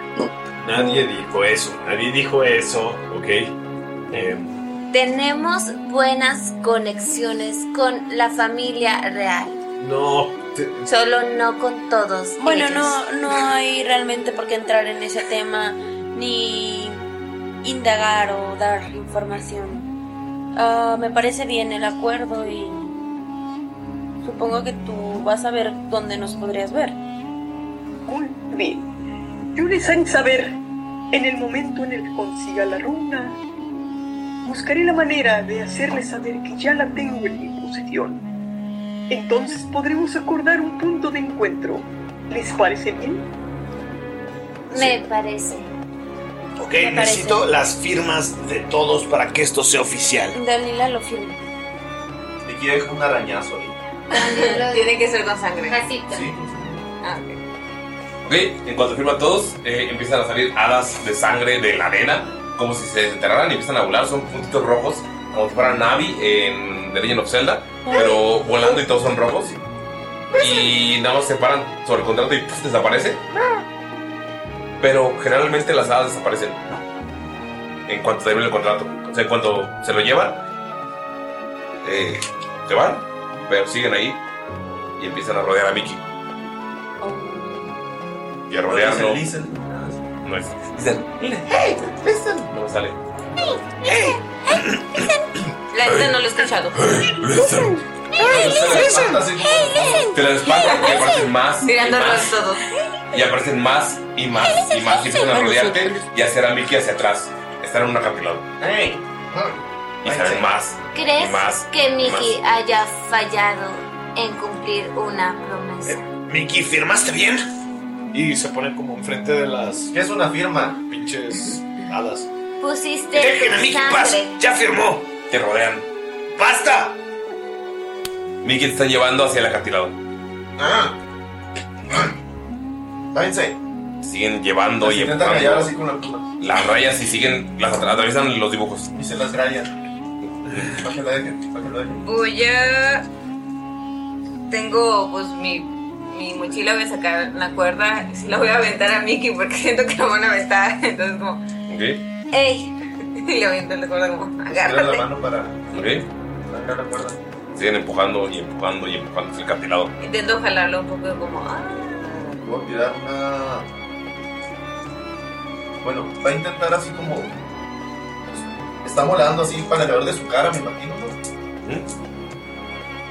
Speaker 11: Ah.
Speaker 7: Nadie dijo eso. Nadie dijo eso, ¿ok? Em,
Speaker 14: Tenemos buenas conexiones con la familia real.
Speaker 7: no. te-
Speaker 14: Solo no con todos.
Speaker 9: Bueno,
Speaker 14: ellos.
Speaker 9: no, no hay realmente por qué entrar en ese tema ni indagar o dar información. Ah, me parece bien el acuerdo y supongo que tú vas a ver dónde nos podrías ver.
Speaker 15: Bien, yo les haré saber en el momento en el que consiga la runa. Buscaré la manera de hacerles saber que ya la tengo en mi posesión. Entonces podremos acordar un punto de encuentro. ¿Les parece bien?
Speaker 14: Me parece. Me
Speaker 8: Ok,
Speaker 14: parece.
Speaker 8: necesito las firmas de todos para que esto sea oficial.
Speaker 9: Dalila lo firma.
Speaker 11: Te quiere dejar un arañazo ahí.
Speaker 6: Tiene que ser con sangre.
Speaker 11: Sí.
Speaker 6: Ah, ok.
Speaker 5: Ok, en cuanto firman todos, eh, empiezan a salir hadas de sangre de la arena, como si se desenterraran y empiezan a volar. Son puntitos rojos, como si fuera Navi en The Legend of Zelda, pero volando y todos son rojos. Y nada más se paran sobre el contrato y pues, ¡puf! desaparece. Pero generalmente las hadas desaparecen en cuanto termina el contrato. O sea, en cuanto se lo llevan, eh, se van, pero siguen ahí y empiezan a rodear a Mickey. Y a rodearlo.
Speaker 11: No
Speaker 5: No es. Dicen,
Speaker 6: Hey, listen.
Speaker 5: no me sale.
Speaker 6: La gente no lo he escuchado.
Speaker 5: Te las espantan y aparecen más. y
Speaker 6: Tirando
Speaker 5: más,
Speaker 6: los todos.
Speaker 5: Y aparecen más y más y más. Y empiezan a rodearte y a hacer a Mickey hacia atrás. Están en un acantilado. Y salen más.
Speaker 14: ¿Crees
Speaker 5: Y más,
Speaker 14: que
Speaker 5: y
Speaker 14: Mickey haya fallado en cumplir una promesa?
Speaker 8: Eh, Mickey, ¿firmaste bien? Y se pone como enfrente de las.
Speaker 11: ¿Qué es una firma?
Speaker 8: Pinches hadas.
Speaker 14: Pusiste
Speaker 8: Dejen a Mickey en paz.
Speaker 14: sangre.
Speaker 5: ¡Ya firmó! Te rodean.
Speaker 8: ¡Basta!
Speaker 5: Mickey te está llevando hacia el acantilado.
Speaker 11: Ah. Váyanse.
Speaker 5: Siguen llevando y
Speaker 11: pues, Intenta
Speaker 5: empujando.
Speaker 11: rayar así con la pluma.
Speaker 5: Las rayas y siguen, las atra- atraviesan los dibujos.
Speaker 11: Y se las rayan. Para que la dejen, para que la dejen.
Speaker 6: Huya. Tengo, pues, mi, mi mochila, voy a sacar la cuerda. y sí la voy a aventar a Mickey porque [laughs] siento que la van a aventar. Entonces, como,
Speaker 5: Ok.
Speaker 6: ¡ey! [laughs] Y le aviento la cuerda, como,
Speaker 11: Tira la
Speaker 6: agárrate.
Speaker 11: mano para
Speaker 5: Ok.
Speaker 11: largar la cuerda.
Speaker 5: Siguen empujando y empujando y empujando hacia el acantilado.
Speaker 6: Intento jalarlo un poco, como, ah.
Speaker 11: Voy a tirar una. Bueno, va a intentar así como. Está volando así para alrededor de su cara, me imagino. ¿no?
Speaker 5: ¿Mm?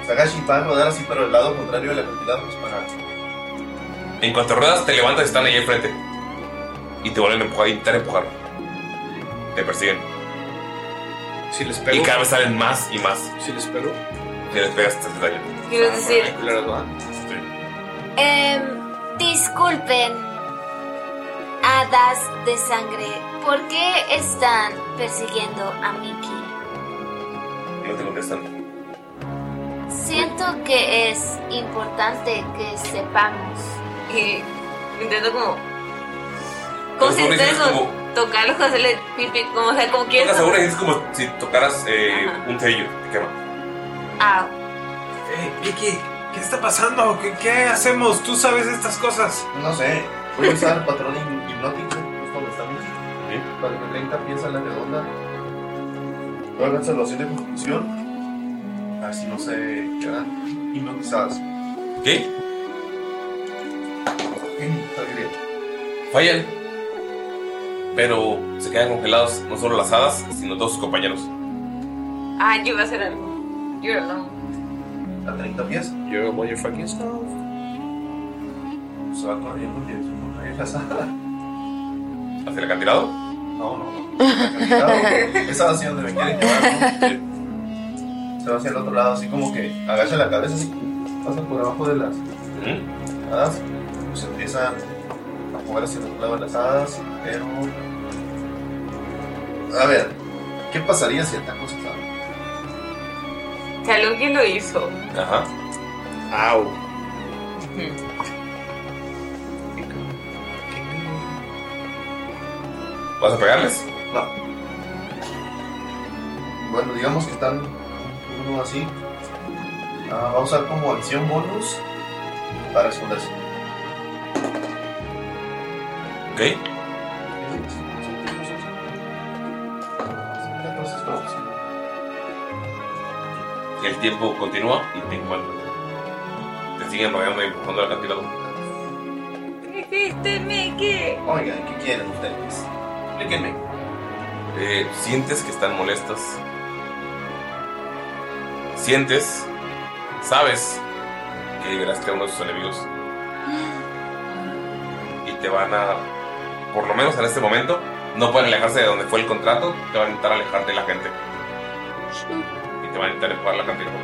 Speaker 11: Sagashi va a rodar así, pero el lado contrario del acantilado, pues para.
Speaker 5: En cuanto ruedas, te levantas y están ahí enfrente. Y te vuelven a empujar, intentar empujar. Te persiguen.
Speaker 8: Si les
Speaker 5: Y cada vez salen más y más.
Speaker 8: Si les pego.
Speaker 5: Si les pegas, te haces daño.
Speaker 14: Quiero decir-
Speaker 5: Sí.
Speaker 14: Em, disculpen, hadas de sangre, ¿por qué están persiguiendo a Mickey?
Speaker 5: No te contestan.
Speaker 14: Siento que es importante que sepamos.
Speaker 6: Y intento, como, como
Speaker 5: Los
Speaker 6: si
Speaker 5: pobres
Speaker 6: ustedes
Speaker 5: es como-
Speaker 6: tocarlo, hacerle pip, pip, como, o sea, como quieres.
Speaker 5: Tocas a una y es como si tocaras eh, un sello. Te quema.
Speaker 14: Ah,
Speaker 7: Eh, Vicky, ¿qué está pasando? ¿Qué, qué hacemos? ¿Tú sabes estas cosas?
Speaker 11: No sé. Voy a usar el patrón hip- hipnótico, justo donde está Mickey. Para que 30 pies a la redonda. Voy a hacer salvación de confusión. Así no se quedan hipnotizadas.
Speaker 5: ¿Qué?
Speaker 11: Está bien.
Speaker 5: Fallan. Pero se quedan congelados no solo las hadas, sino todos sus compañeros.
Speaker 6: Ah, yo voy a hacer algo. You're alone.
Speaker 11: A 30 pies.
Speaker 8: Yo voy a fucking stuff.
Speaker 11: Se va corriendo y es una regla
Speaker 5: ¿Hacia el acantilado?
Speaker 11: No, no. no. Esa hacia donde me quieren llevar. ¿no? Se va hacia el otro lado, así como que agacha la cabeza, así. Pasa por abajo de las hadas. Pues empieza a jugar hacia el otro lado de las hadas. Pero. A ver, ¿qué pasaría si atacamos a
Speaker 6: Salud, ¿quién lo hizo?
Speaker 5: Ajá.
Speaker 8: Au.
Speaker 5: ¿Vas a pegarles?
Speaker 11: No. Bueno, digamos que están uno así. Ah, va a usar como acción bonus para esconderse.
Speaker 5: Ok. El tiempo continúa y te encuentran. Te siguen rodeando y empujando al acantilado.
Speaker 6: Dijiste, Mickey.
Speaker 11: Oigan, ¿qué quieren ustedes? Explíquenme.
Speaker 5: Eh, sientes que están molestas. Sientes, sabes que liberaste a uno de sus enemigos y te van a, por lo menos en este momento, no pueden alejarse de donde fue el contrato, te van a intentar alejar de la gente y te van a intentar empujar al acantilado.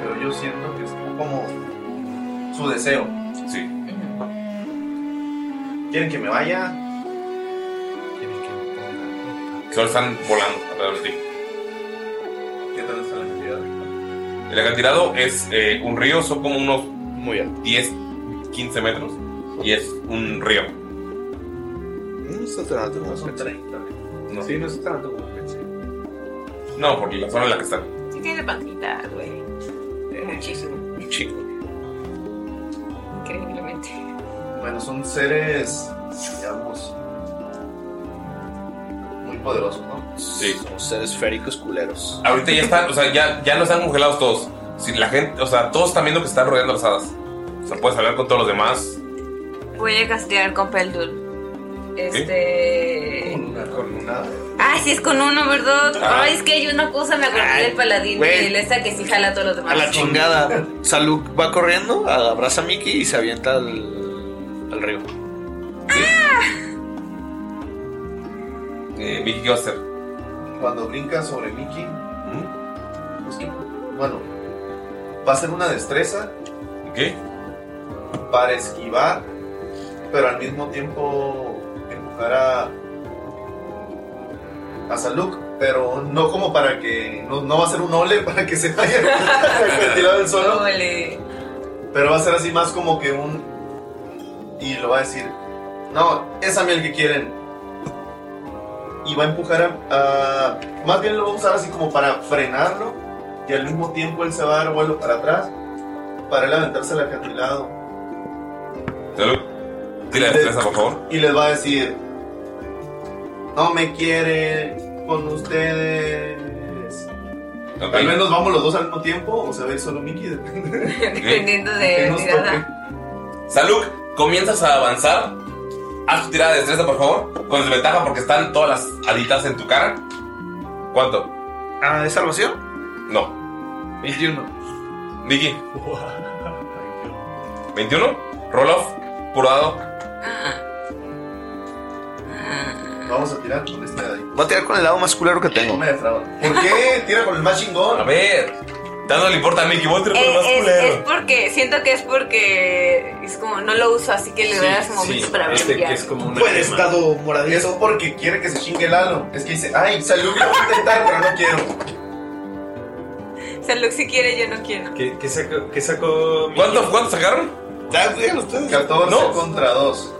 Speaker 11: Pero yo siento que es como su deseo.
Speaker 5: Sí.
Speaker 11: ¿Quieren que me vaya?
Speaker 5: Solo están volando alrededor de ti.
Speaker 11: ¿Qué tal está la cantidad?
Speaker 5: El acantilado es eh, un río, son como unos 10, 15 metros y es un río.
Speaker 8: No está tan alto como pensé.
Speaker 5: No.
Speaker 8: Sí, no está tan alto como pensé.
Speaker 5: No, porque la zona en la que están.
Speaker 6: Sí tiene panita, güey. Muchísimo.
Speaker 5: Un chico.
Speaker 6: Increíblemente.
Speaker 11: Bueno, son seres, digamos, muy poderosos, ¿no?
Speaker 5: Sí.
Speaker 8: Son seres féricos culeros.
Speaker 5: Ahorita ya están, o sea, ya, ya no están congelados todos. Si la gente, o sea, todos están viendo que están rodeando las hadas. O sea, puedes hablar con todos los demás.
Speaker 6: Voy a castear con Peldul. Este.
Speaker 11: Con una.
Speaker 6: Ah, sí, es con uno, ¿verdad?
Speaker 8: Ah.
Speaker 6: Ay, es que hay una cosa, me acordé
Speaker 8: Ay,
Speaker 6: del paladín
Speaker 8: güey.
Speaker 6: de esta que sí jala a todos los demás.
Speaker 8: A la chingada. Salud va corriendo, abraza a Mickey y se avienta al, al río.
Speaker 5: Eh, Vicky, ¿qué vas a hacer?
Speaker 11: Cuando brinca sobre Mickey,
Speaker 5: ¿Mm?
Speaker 11: es que, bueno, va a ser una destreza.
Speaker 5: ¿Ok?
Speaker 11: para esquivar, pero al mismo tiempo empujar a, a Saluk, pero no como para que, no, no va a ser un ole [laughs] para que se vaya ventilado el solo, pero va a ser así más como que un, y lo va a decir, no, es a mí el que quieren, y va a empujar a, a- Más bien lo va a usar así como para frenarlo y al mismo tiempo él se va a dar vuelo para atrás para él aventarse al acantilado.
Speaker 5: Salud. Dile a destreza, por favor.
Speaker 11: Y les va a decir: No me quiere con ustedes. Al menos vamos los dos al mismo tiempo o se ve solo Mickey.
Speaker 6: Dependiendo de
Speaker 11: nos
Speaker 6: tirada.
Speaker 5: Saluk, comienzas a avanzar. Haz tu tirada de destreza, por favor. Con desventaja porque están todas las alitas en tu cara. ¿Cuánto?
Speaker 50: Ah, ¿es salvación?
Speaker 5: No.
Speaker 50: 21.
Speaker 5: Vicky. 21. Roll off. Puro dado.
Speaker 11: Vamos a tirar con este de ahí.
Speaker 50: Voy a tirar con el lado más culero que tengo.
Speaker 11: No me defrauda. ¿Por qué? Tira con el más chingón.
Speaker 5: A ver. Tanto le importa a Mickey. Vos tiras con
Speaker 6: Eh,
Speaker 5: el más
Speaker 6: es, es
Speaker 5: culero.
Speaker 6: porque siento que es porque es como no lo uso, así que le voy a dar como
Speaker 11: sí,
Speaker 6: bits para
Speaker 11: este
Speaker 6: brillar.
Speaker 11: que es
Speaker 50: Pues,
Speaker 11: Puede estado moradito. Es porque quiere que se chingue el halo. Es que dice: Ay, salud, lo voy a intentar, pero no quiero.
Speaker 6: O sea, Luke si quiere, yo no quiero.
Speaker 7: ¿Qué, qué sacó? Qué sacó
Speaker 5: ¿Cuánto, ¿Cuánto sacaron?
Speaker 7: Ya, ustedes.
Speaker 11: 14 contra 2.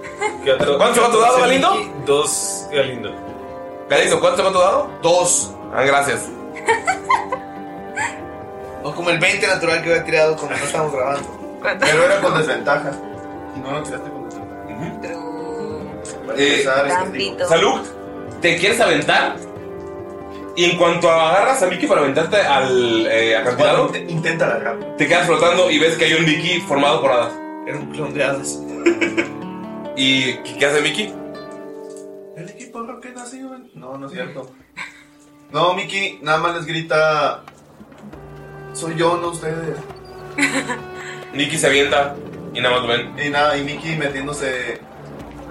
Speaker 5: ¿Cuánto va tu dado, Galindo?
Speaker 7: Dos, Galindo.
Speaker 5: Galindo, ¿cuánto va tu dado? Dos. Ah, gracias.
Speaker 50: O como el 20 natural que había tirado cuando no estábamos grabando.
Speaker 11: Pero era con desventaja. Y no lo tiraste con
Speaker 5: Eh,
Speaker 11: Campito.
Speaker 5: Salud, te quieres aventar. Y en cuanto agarras a Mickey para aventarte al eh, acantilado,
Speaker 11: intenta agarrar.
Speaker 5: Te quedas flotando y ves que hay un Mickey formado por hadas.
Speaker 50: Era un clon de hadas.
Speaker 5: [laughs] ¿Y qué hace Mickey?
Speaker 11: El equipo lo que nació. en- No, no es cierto. No, Miki, nada más les grita. Soy yo, no ustedes.
Speaker 5: [laughs] Mickey se avienta y nada más lo ven.
Speaker 11: Y nada, y Miki metiéndose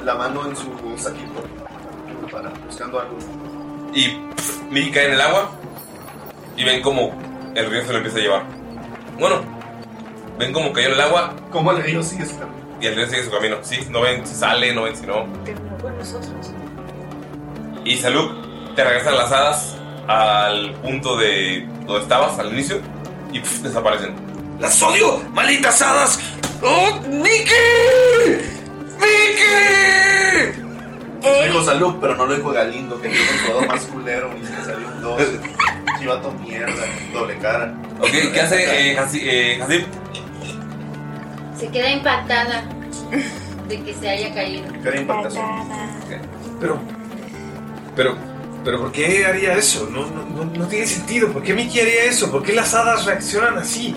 Speaker 11: la mano en su saquito. Para, buscando algo.
Speaker 5: Y pff, Mickey cae en el agua y ven como el río se lo empieza a llevar. Bueno, ven como cayó en el agua.
Speaker 11: ¿Cómo el río sigue su camino?
Speaker 5: Y el río sigue su camino. Sí, no ven si sale, no ven si no. Y Salud, te regresan las hadas al punto de donde estabas al inicio y pf, desaparecen.
Speaker 51: ¡Las odio! ¡Malditas hadas! ¡Oh, Mickey! ¡Mickey!
Speaker 11: Digo salud, pero no lo dijo Galindo, que dijo todo más culero. Y se salió un
Speaker 5: [laughs]
Speaker 11: 2. Chivato mierda, doble cara.
Speaker 5: Ok, ¿qué hace eh, Hasi- eh, Hasib?
Speaker 9: Se queda impactada de que se haya caído.
Speaker 11: Queda impactada.
Speaker 7: Pero. Pero. Pero ¿por qué haría eso? No, no, no, no tiene sentido. ¿Por qué Mickey haría eso? ¿Por qué las hadas reaccionan así?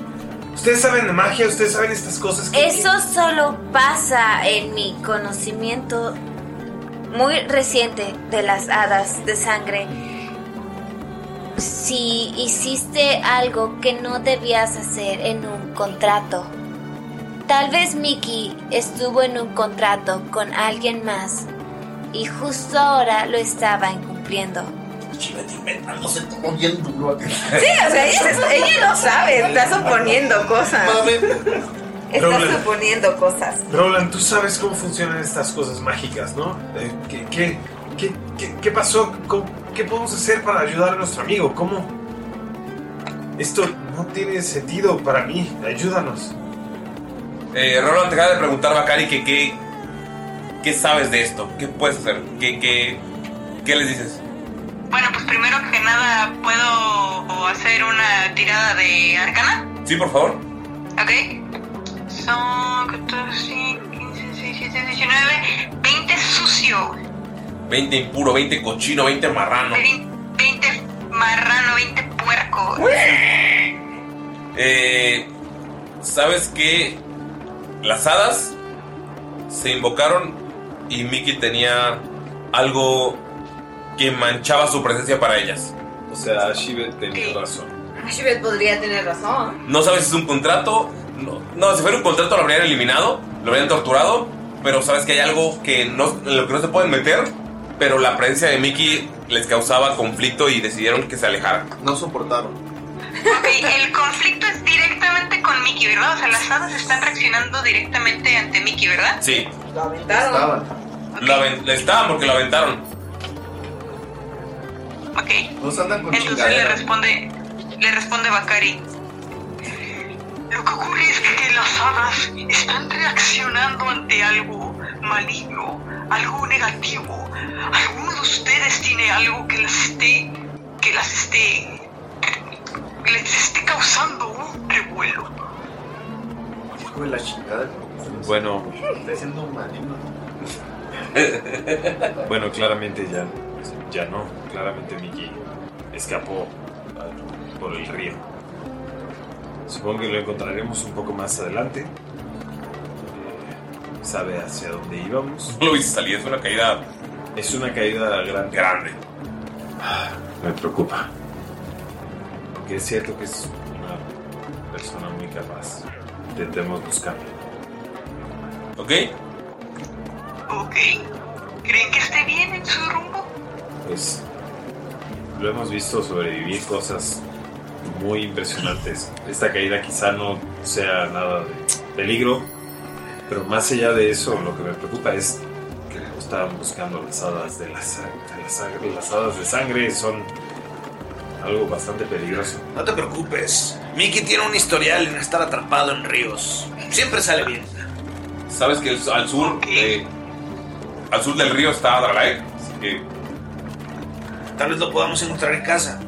Speaker 7: Ustedes saben de magia, ustedes saben estas cosas. ¿qué-
Speaker 14: Eso solo pasa en mi conocimiento muy reciente de las hadas de sangre. Si hiciste algo que no debías hacer en un contrato. Tal vez Mickey estuvo en un contrato con alguien más y justo ahora lo estaba incumpliendo.
Speaker 11: se tomó bien duro acá.
Speaker 6: Sí, o sea, ella, se- ella no sabe, está suponiendo cosas. Está
Speaker 7: Roland.
Speaker 6: suponiendo cosas.
Speaker 7: Roland, tú sabes cómo funcionan estas cosas mágicas, ¿no? Eh, ¿Qué, qué, qué, qué- qué pasó? ¿Cómo- ¿Qué podemos hacer para ayudar a nuestro amigo? ¿Cómo? Esto no tiene sentido para mí. Ayúdanos.
Speaker 5: Eh, Roland, te acaba de preguntar, Bacari, que qué, qué sabes de esto, qué puedes hacer, qué, qué, qué les dices.
Speaker 15: pues
Speaker 16: Primero que nada, ¿puedo hacer una tirada de arcana?
Speaker 5: Sí, por favor.
Speaker 16: ¿Ok? Son 14, 15, 16, 17, 19, 20 sucio,
Speaker 5: 20 impuro, 20 cochino, 20 marrano.
Speaker 16: 20 marrano, 20 puerco.
Speaker 5: Eh, Sabes que las hadas se invocaron y Mickey tenía algo que manchaba su presencia para ellas.
Speaker 7: O sea, Shivet tenía razón.
Speaker 6: Ashibet podría tener razón.
Speaker 5: No sabes si es un contrato. No, no, si fuera un contrato lo habrían eliminado, lo habrían torturado. Pero sabes que hay algo que no, en lo que no se pueden meter. Pero la presencia de Mickey les causaba conflicto y decidieron que se alejaran.
Speaker 11: No soportaron.
Speaker 15: Ok, el conflicto es directamente con Mickey, ¿verdad? O sea, las hadas están reaccionando directamente ante Mickey, ¿verdad?
Speaker 5: Sí.
Speaker 15: Lo aventaron.
Speaker 5: La aven- la estaban porque la aventaron.
Speaker 16: Todos andan con
Speaker 15: Entonces le
Speaker 16: chingadera.
Speaker 15: responde, le responde Bakari. Lo [laughs] que ocurre es que las hadas están reaccionando ante algo maligno, algo negativo. ¿Alguno de ustedes tiene algo que las esté, que las esté, que les esté causando un revuelo?
Speaker 16: Hijo de la chingada.
Speaker 7: Bueno,
Speaker 16: Está haciendo maligno.
Speaker 11: ¿eh?
Speaker 7: [laughs]
Speaker 5: [laughs]
Speaker 7: bueno, claramente ya, ya no. Claramente Mickey escapó ah, por el río. Supongo que lo encontraremos un poco más adelante. Eh, Sabe hacia dónde
Speaker 5: [laughs]
Speaker 7: íbamos.
Speaker 5: Lo viste salir, es una caída.
Speaker 7: Es una caída grande.
Speaker 5: Grande.
Speaker 7: Me preocupa. Porque es cierto que es una persona muy capaz. Intentemos buscarlo.
Speaker 5: ¿Ok?
Speaker 15: Ok. ¿Creen que esté bien en su rumbo?
Speaker 7: Pues lo hemos visto sobrevivir cosas muy impresionantes. Esta caída quizá no sea nada de peligro, pero más allá de eso, lo que me preocupa es que no estaban buscando las hadas de la, sa- de la sangre. Las hadas de sangre son algo bastante peligroso.
Speaker 9: No te preocupes. Mickey tiene un historial en estar atrapado en ríos. Siempre sale bien.
Speaker 5: Sabes que el- al sur, eh, al sur del río está Dralaek. Así que
Speaker 9: Tal vez lo podamos encontrar en casa.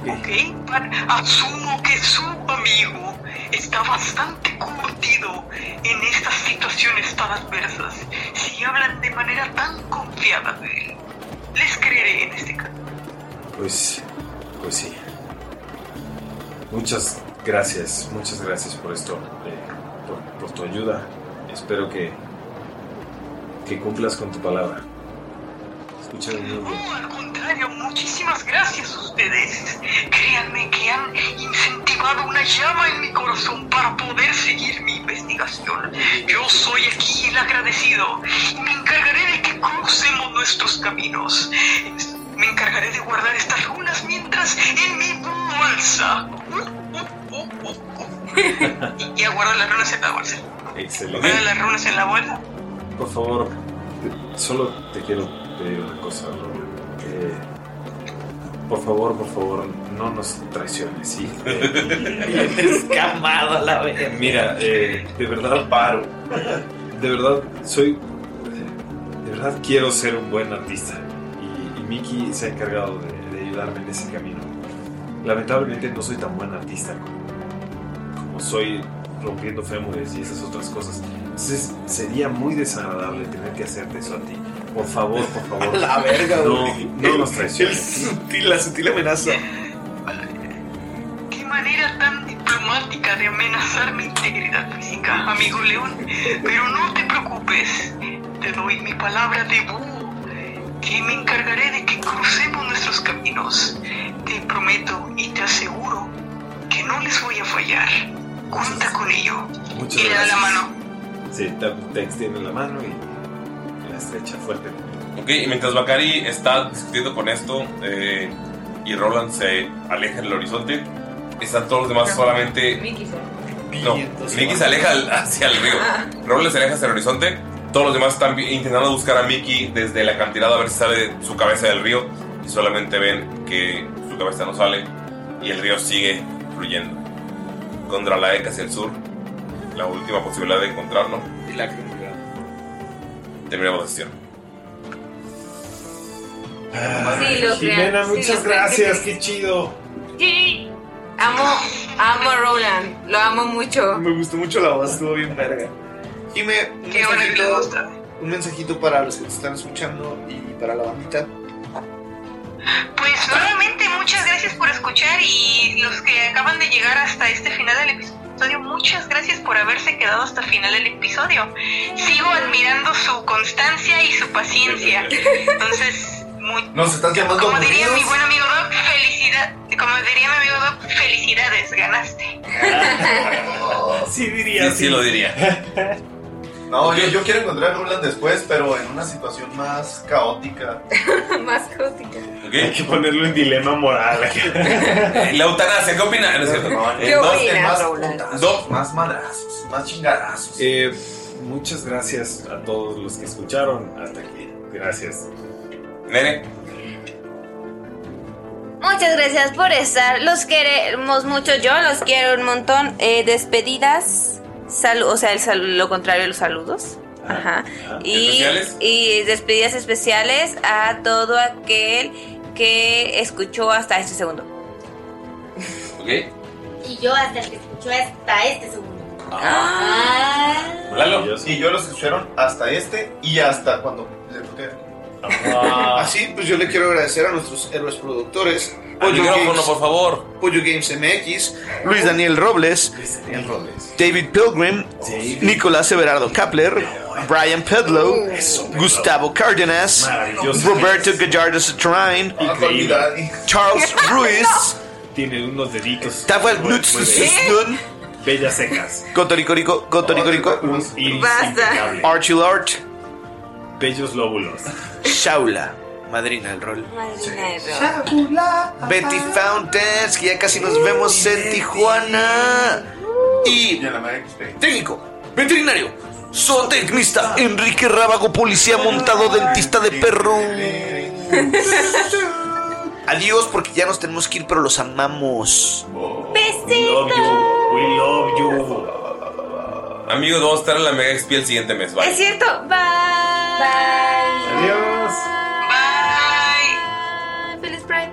Speaker 15: Ok, pa- asumo que su amigo está bastante curtido en estas situaciones tan adversas. Si hablan de manera tan confiada de él, les creeré en este caso.
Speaker 7: Pues, pues sí. Muchas gracias, muchas gracias por esto, eh, por, por tu ayuda. Espero que, que cumplas con tu palabra. Escucha muy bien.
Speaker 15: Al contrario, muchísimas gracias a ustedes. Créanme que han incentivado una llama en mi corazón para poder seguir mi investigación. Yo soy aquí el agradecido y me encargaré de que crucemos nuestros caminos. Me encargaré de guardar estas runas mientras en mi bolsa. [laughs] Y ya guardo las runas en la bolsa.
Speaker 7: Excelente.
Speaker 15: Guardo las runas en la bolsa.
Speaker 7: Por favor, te- solo te quiero pedir una cosa, ¿no? Eh, por favor, por favor, no nos traiciones, sí. Eh, [laughs]
Speaker 9: Escamado a la vez.
Speaker 7: Mira, eh, de verdad paro. De verdad soy. De verdad quiero ser un buen artista. Y, y Miki se ha encargado de, de ayudarme en ese camino. Lamentablemente no soy tan buen artista como, como soy rompiendo fémures y esas otras cosas. Entonces sería muy desagradable tener que hacerte eso a ti. Por favor, por
Speaker 11: [laughs]
Speaker 7: favor.
Speaker 11: La verga,
Speaker 7: No,
Speaker 11: güey.
Speaker 7: no nos traiciones.
Speaker 11: la sutil amenaza.
Speaker 15: Qué manera tan diplomática de amenazar mi integridad física, amigo León. Pero no te preocupes, te doy mi palabra de búho, que me encargaré de que crucemos nuestros caminos. Te prometo y te aseguro que no les voy a fallar. Cuenta con ello.
Speaker 7: Muchas
Speaker 15: Y le da la
Speaker 7: gracias.
Speaker 15: mano.
Speaker 7: Sí, te, te extiende la mano y la estrecha fuerte.
Speaker 5: Ok, y mientras Bakari está discutiendo con esto eh, y Roland se aleja en el horizonte, están todos los demás solamente.
Speaker 8: Mickey
Speaker 5: No,
Speaker 8: solo.
Speaker 5: Mickey se aleja al- hacia el río. Roland se aleja hacia el horizonte. Todos los demás están vi- intentando buscar a Mickey desde la acantilado a ver si sale su cabeza del río. Y solamente ven que su cabeza no sale y el río sigue fluyendo. Contra la ECA hacia el sur, la última posibilidad de encontrarlo.
Speaker 52: Y la criminalidad.
Speaker 5: Terminamos la sesión.
Speaker 6: Sí, lo
Speaker 53: Jimena,
Speaker 6: crean, sí,
Speaker 53: muchas
Speaker 6: lo crean,
Speaker 53: gracias,
Speaker 6: que
Speaker 53: qué chido.
Speaker 6: Sí. Amo, amo a Roland. Lo amo mucho.
Speaker 11: Me gustó mucho la voz, estuvo bien verga. Y me un mensajito, un mensajito para los que te están escuchando y para la bandita.
Speaker 15: Pues nuevamente muchas gracias por escuchar y los que acaban de llegar hasta este final del episodio, muchas gracias por haberse quedado hasta el final del episodio. Sigo admirando su constancia y su paciencia. Entonces, muy-
Speaker 16: Nos están llamando
Speaker 15: como diría mi
Speaker 16: aburridos.
Speaker 15: buen amigo Doc, felicidad, como diría mi amigo Doc, felicidades, ganaste.
Speaker 11: Oh,
Speaker 5: Sí diría. Sí, lo diría.
Speaker 11: [laughs] No, yo, yo quiero encontrar a Ruland después, pero en una situación más caótica.
Speaker 6: Más caótica.
Speaker 7: Hay que ponerlo en dilema moral.
Speaker 5: [laughs] Eh, La eutanasia, ¿qué opina? No es cierto.
Speaker 11: ¿Qué
Speaker 5: Eh, dos-
Speaker 11: opinas,
Speaker 5: más-
Speaker 11: Roland?
Speaker 5: dos-
Speaker 11: Más madrazos, más chingadazos.
Speaker 7: Eh, muchas gracias a todos los que escucharon hasta aquí. Gracias.
Speaker 5: Nene.
Speaker 6: Muchas gracias por estar. Los queremos mucho. Yo los quiero un montón. Eh, despedidas. Salu o sea, el salu- lo contrario, los saludos. Ajá. Y,
Speaker 5: ¿Especiales?
Speaker 6: y despedidas especiales a todo aquel que escuchó hasta este segundo.
Speaker 5: Ok.
Speaker 9: Y yo hasta el que escuchó hasta este segundo.
Speaker 14: Ah,
Speaker 11: Y yo- Y yo los escucharon hasta este y hasta cuando le toqué. Ah.
Speaker 8: Así, pues yo le quiero agradecer a nuestros héroes productores.
Speaker 5: Al micrófono, por favor.
Speaker 8: Pollo Games MX, Luis Daniel Robles, David Pilgrim, Nicolás Everardo Kapler, Brian Pedlow, Gustavo Cárdenas,
Speaker 7: Maravilloso.
Speaker 8: Roberto Gallardo Satrain,
Speaker 7: Increíble. [laughs]
Speaker 8: Charles Ruiz,
Speaker 7: Tiene unos deditos.
Speaker 8: Tafuel
Speaker 7: Mueve-
Speaker 8: Blutz
Speaker 7: mueve.
Speaker 8: Snun,
Speaker 7: Bellas secas.
Speaker 8: Cotoricorico, Cotoricorico,
Speaker 7: Iris impecable.
Speaker 8: Archie Lord,
Speaker 7: Bellos lóbulos.
Speaker 8: Shaula, madrina del rol. Betty
Speaker 54: Betty.
Speaker 8: Fountains, que ya casi nos vemos en Tijuana. Y técnico, veterinario, zootecnista, Enrique Rábago, policía montado, dentista de perro. Adiós, porque ya nos tenemos que ir, pero los amamos.
Speaker 7: We love you.
Speaker 5: Amigos, vamos a estar en la Mega XP el siguiente mes. Bye.
Speaker 6: Es cierto. Bye.
Speaker 7: Adiós.
Speaker 6: Bye. Feliz Pride.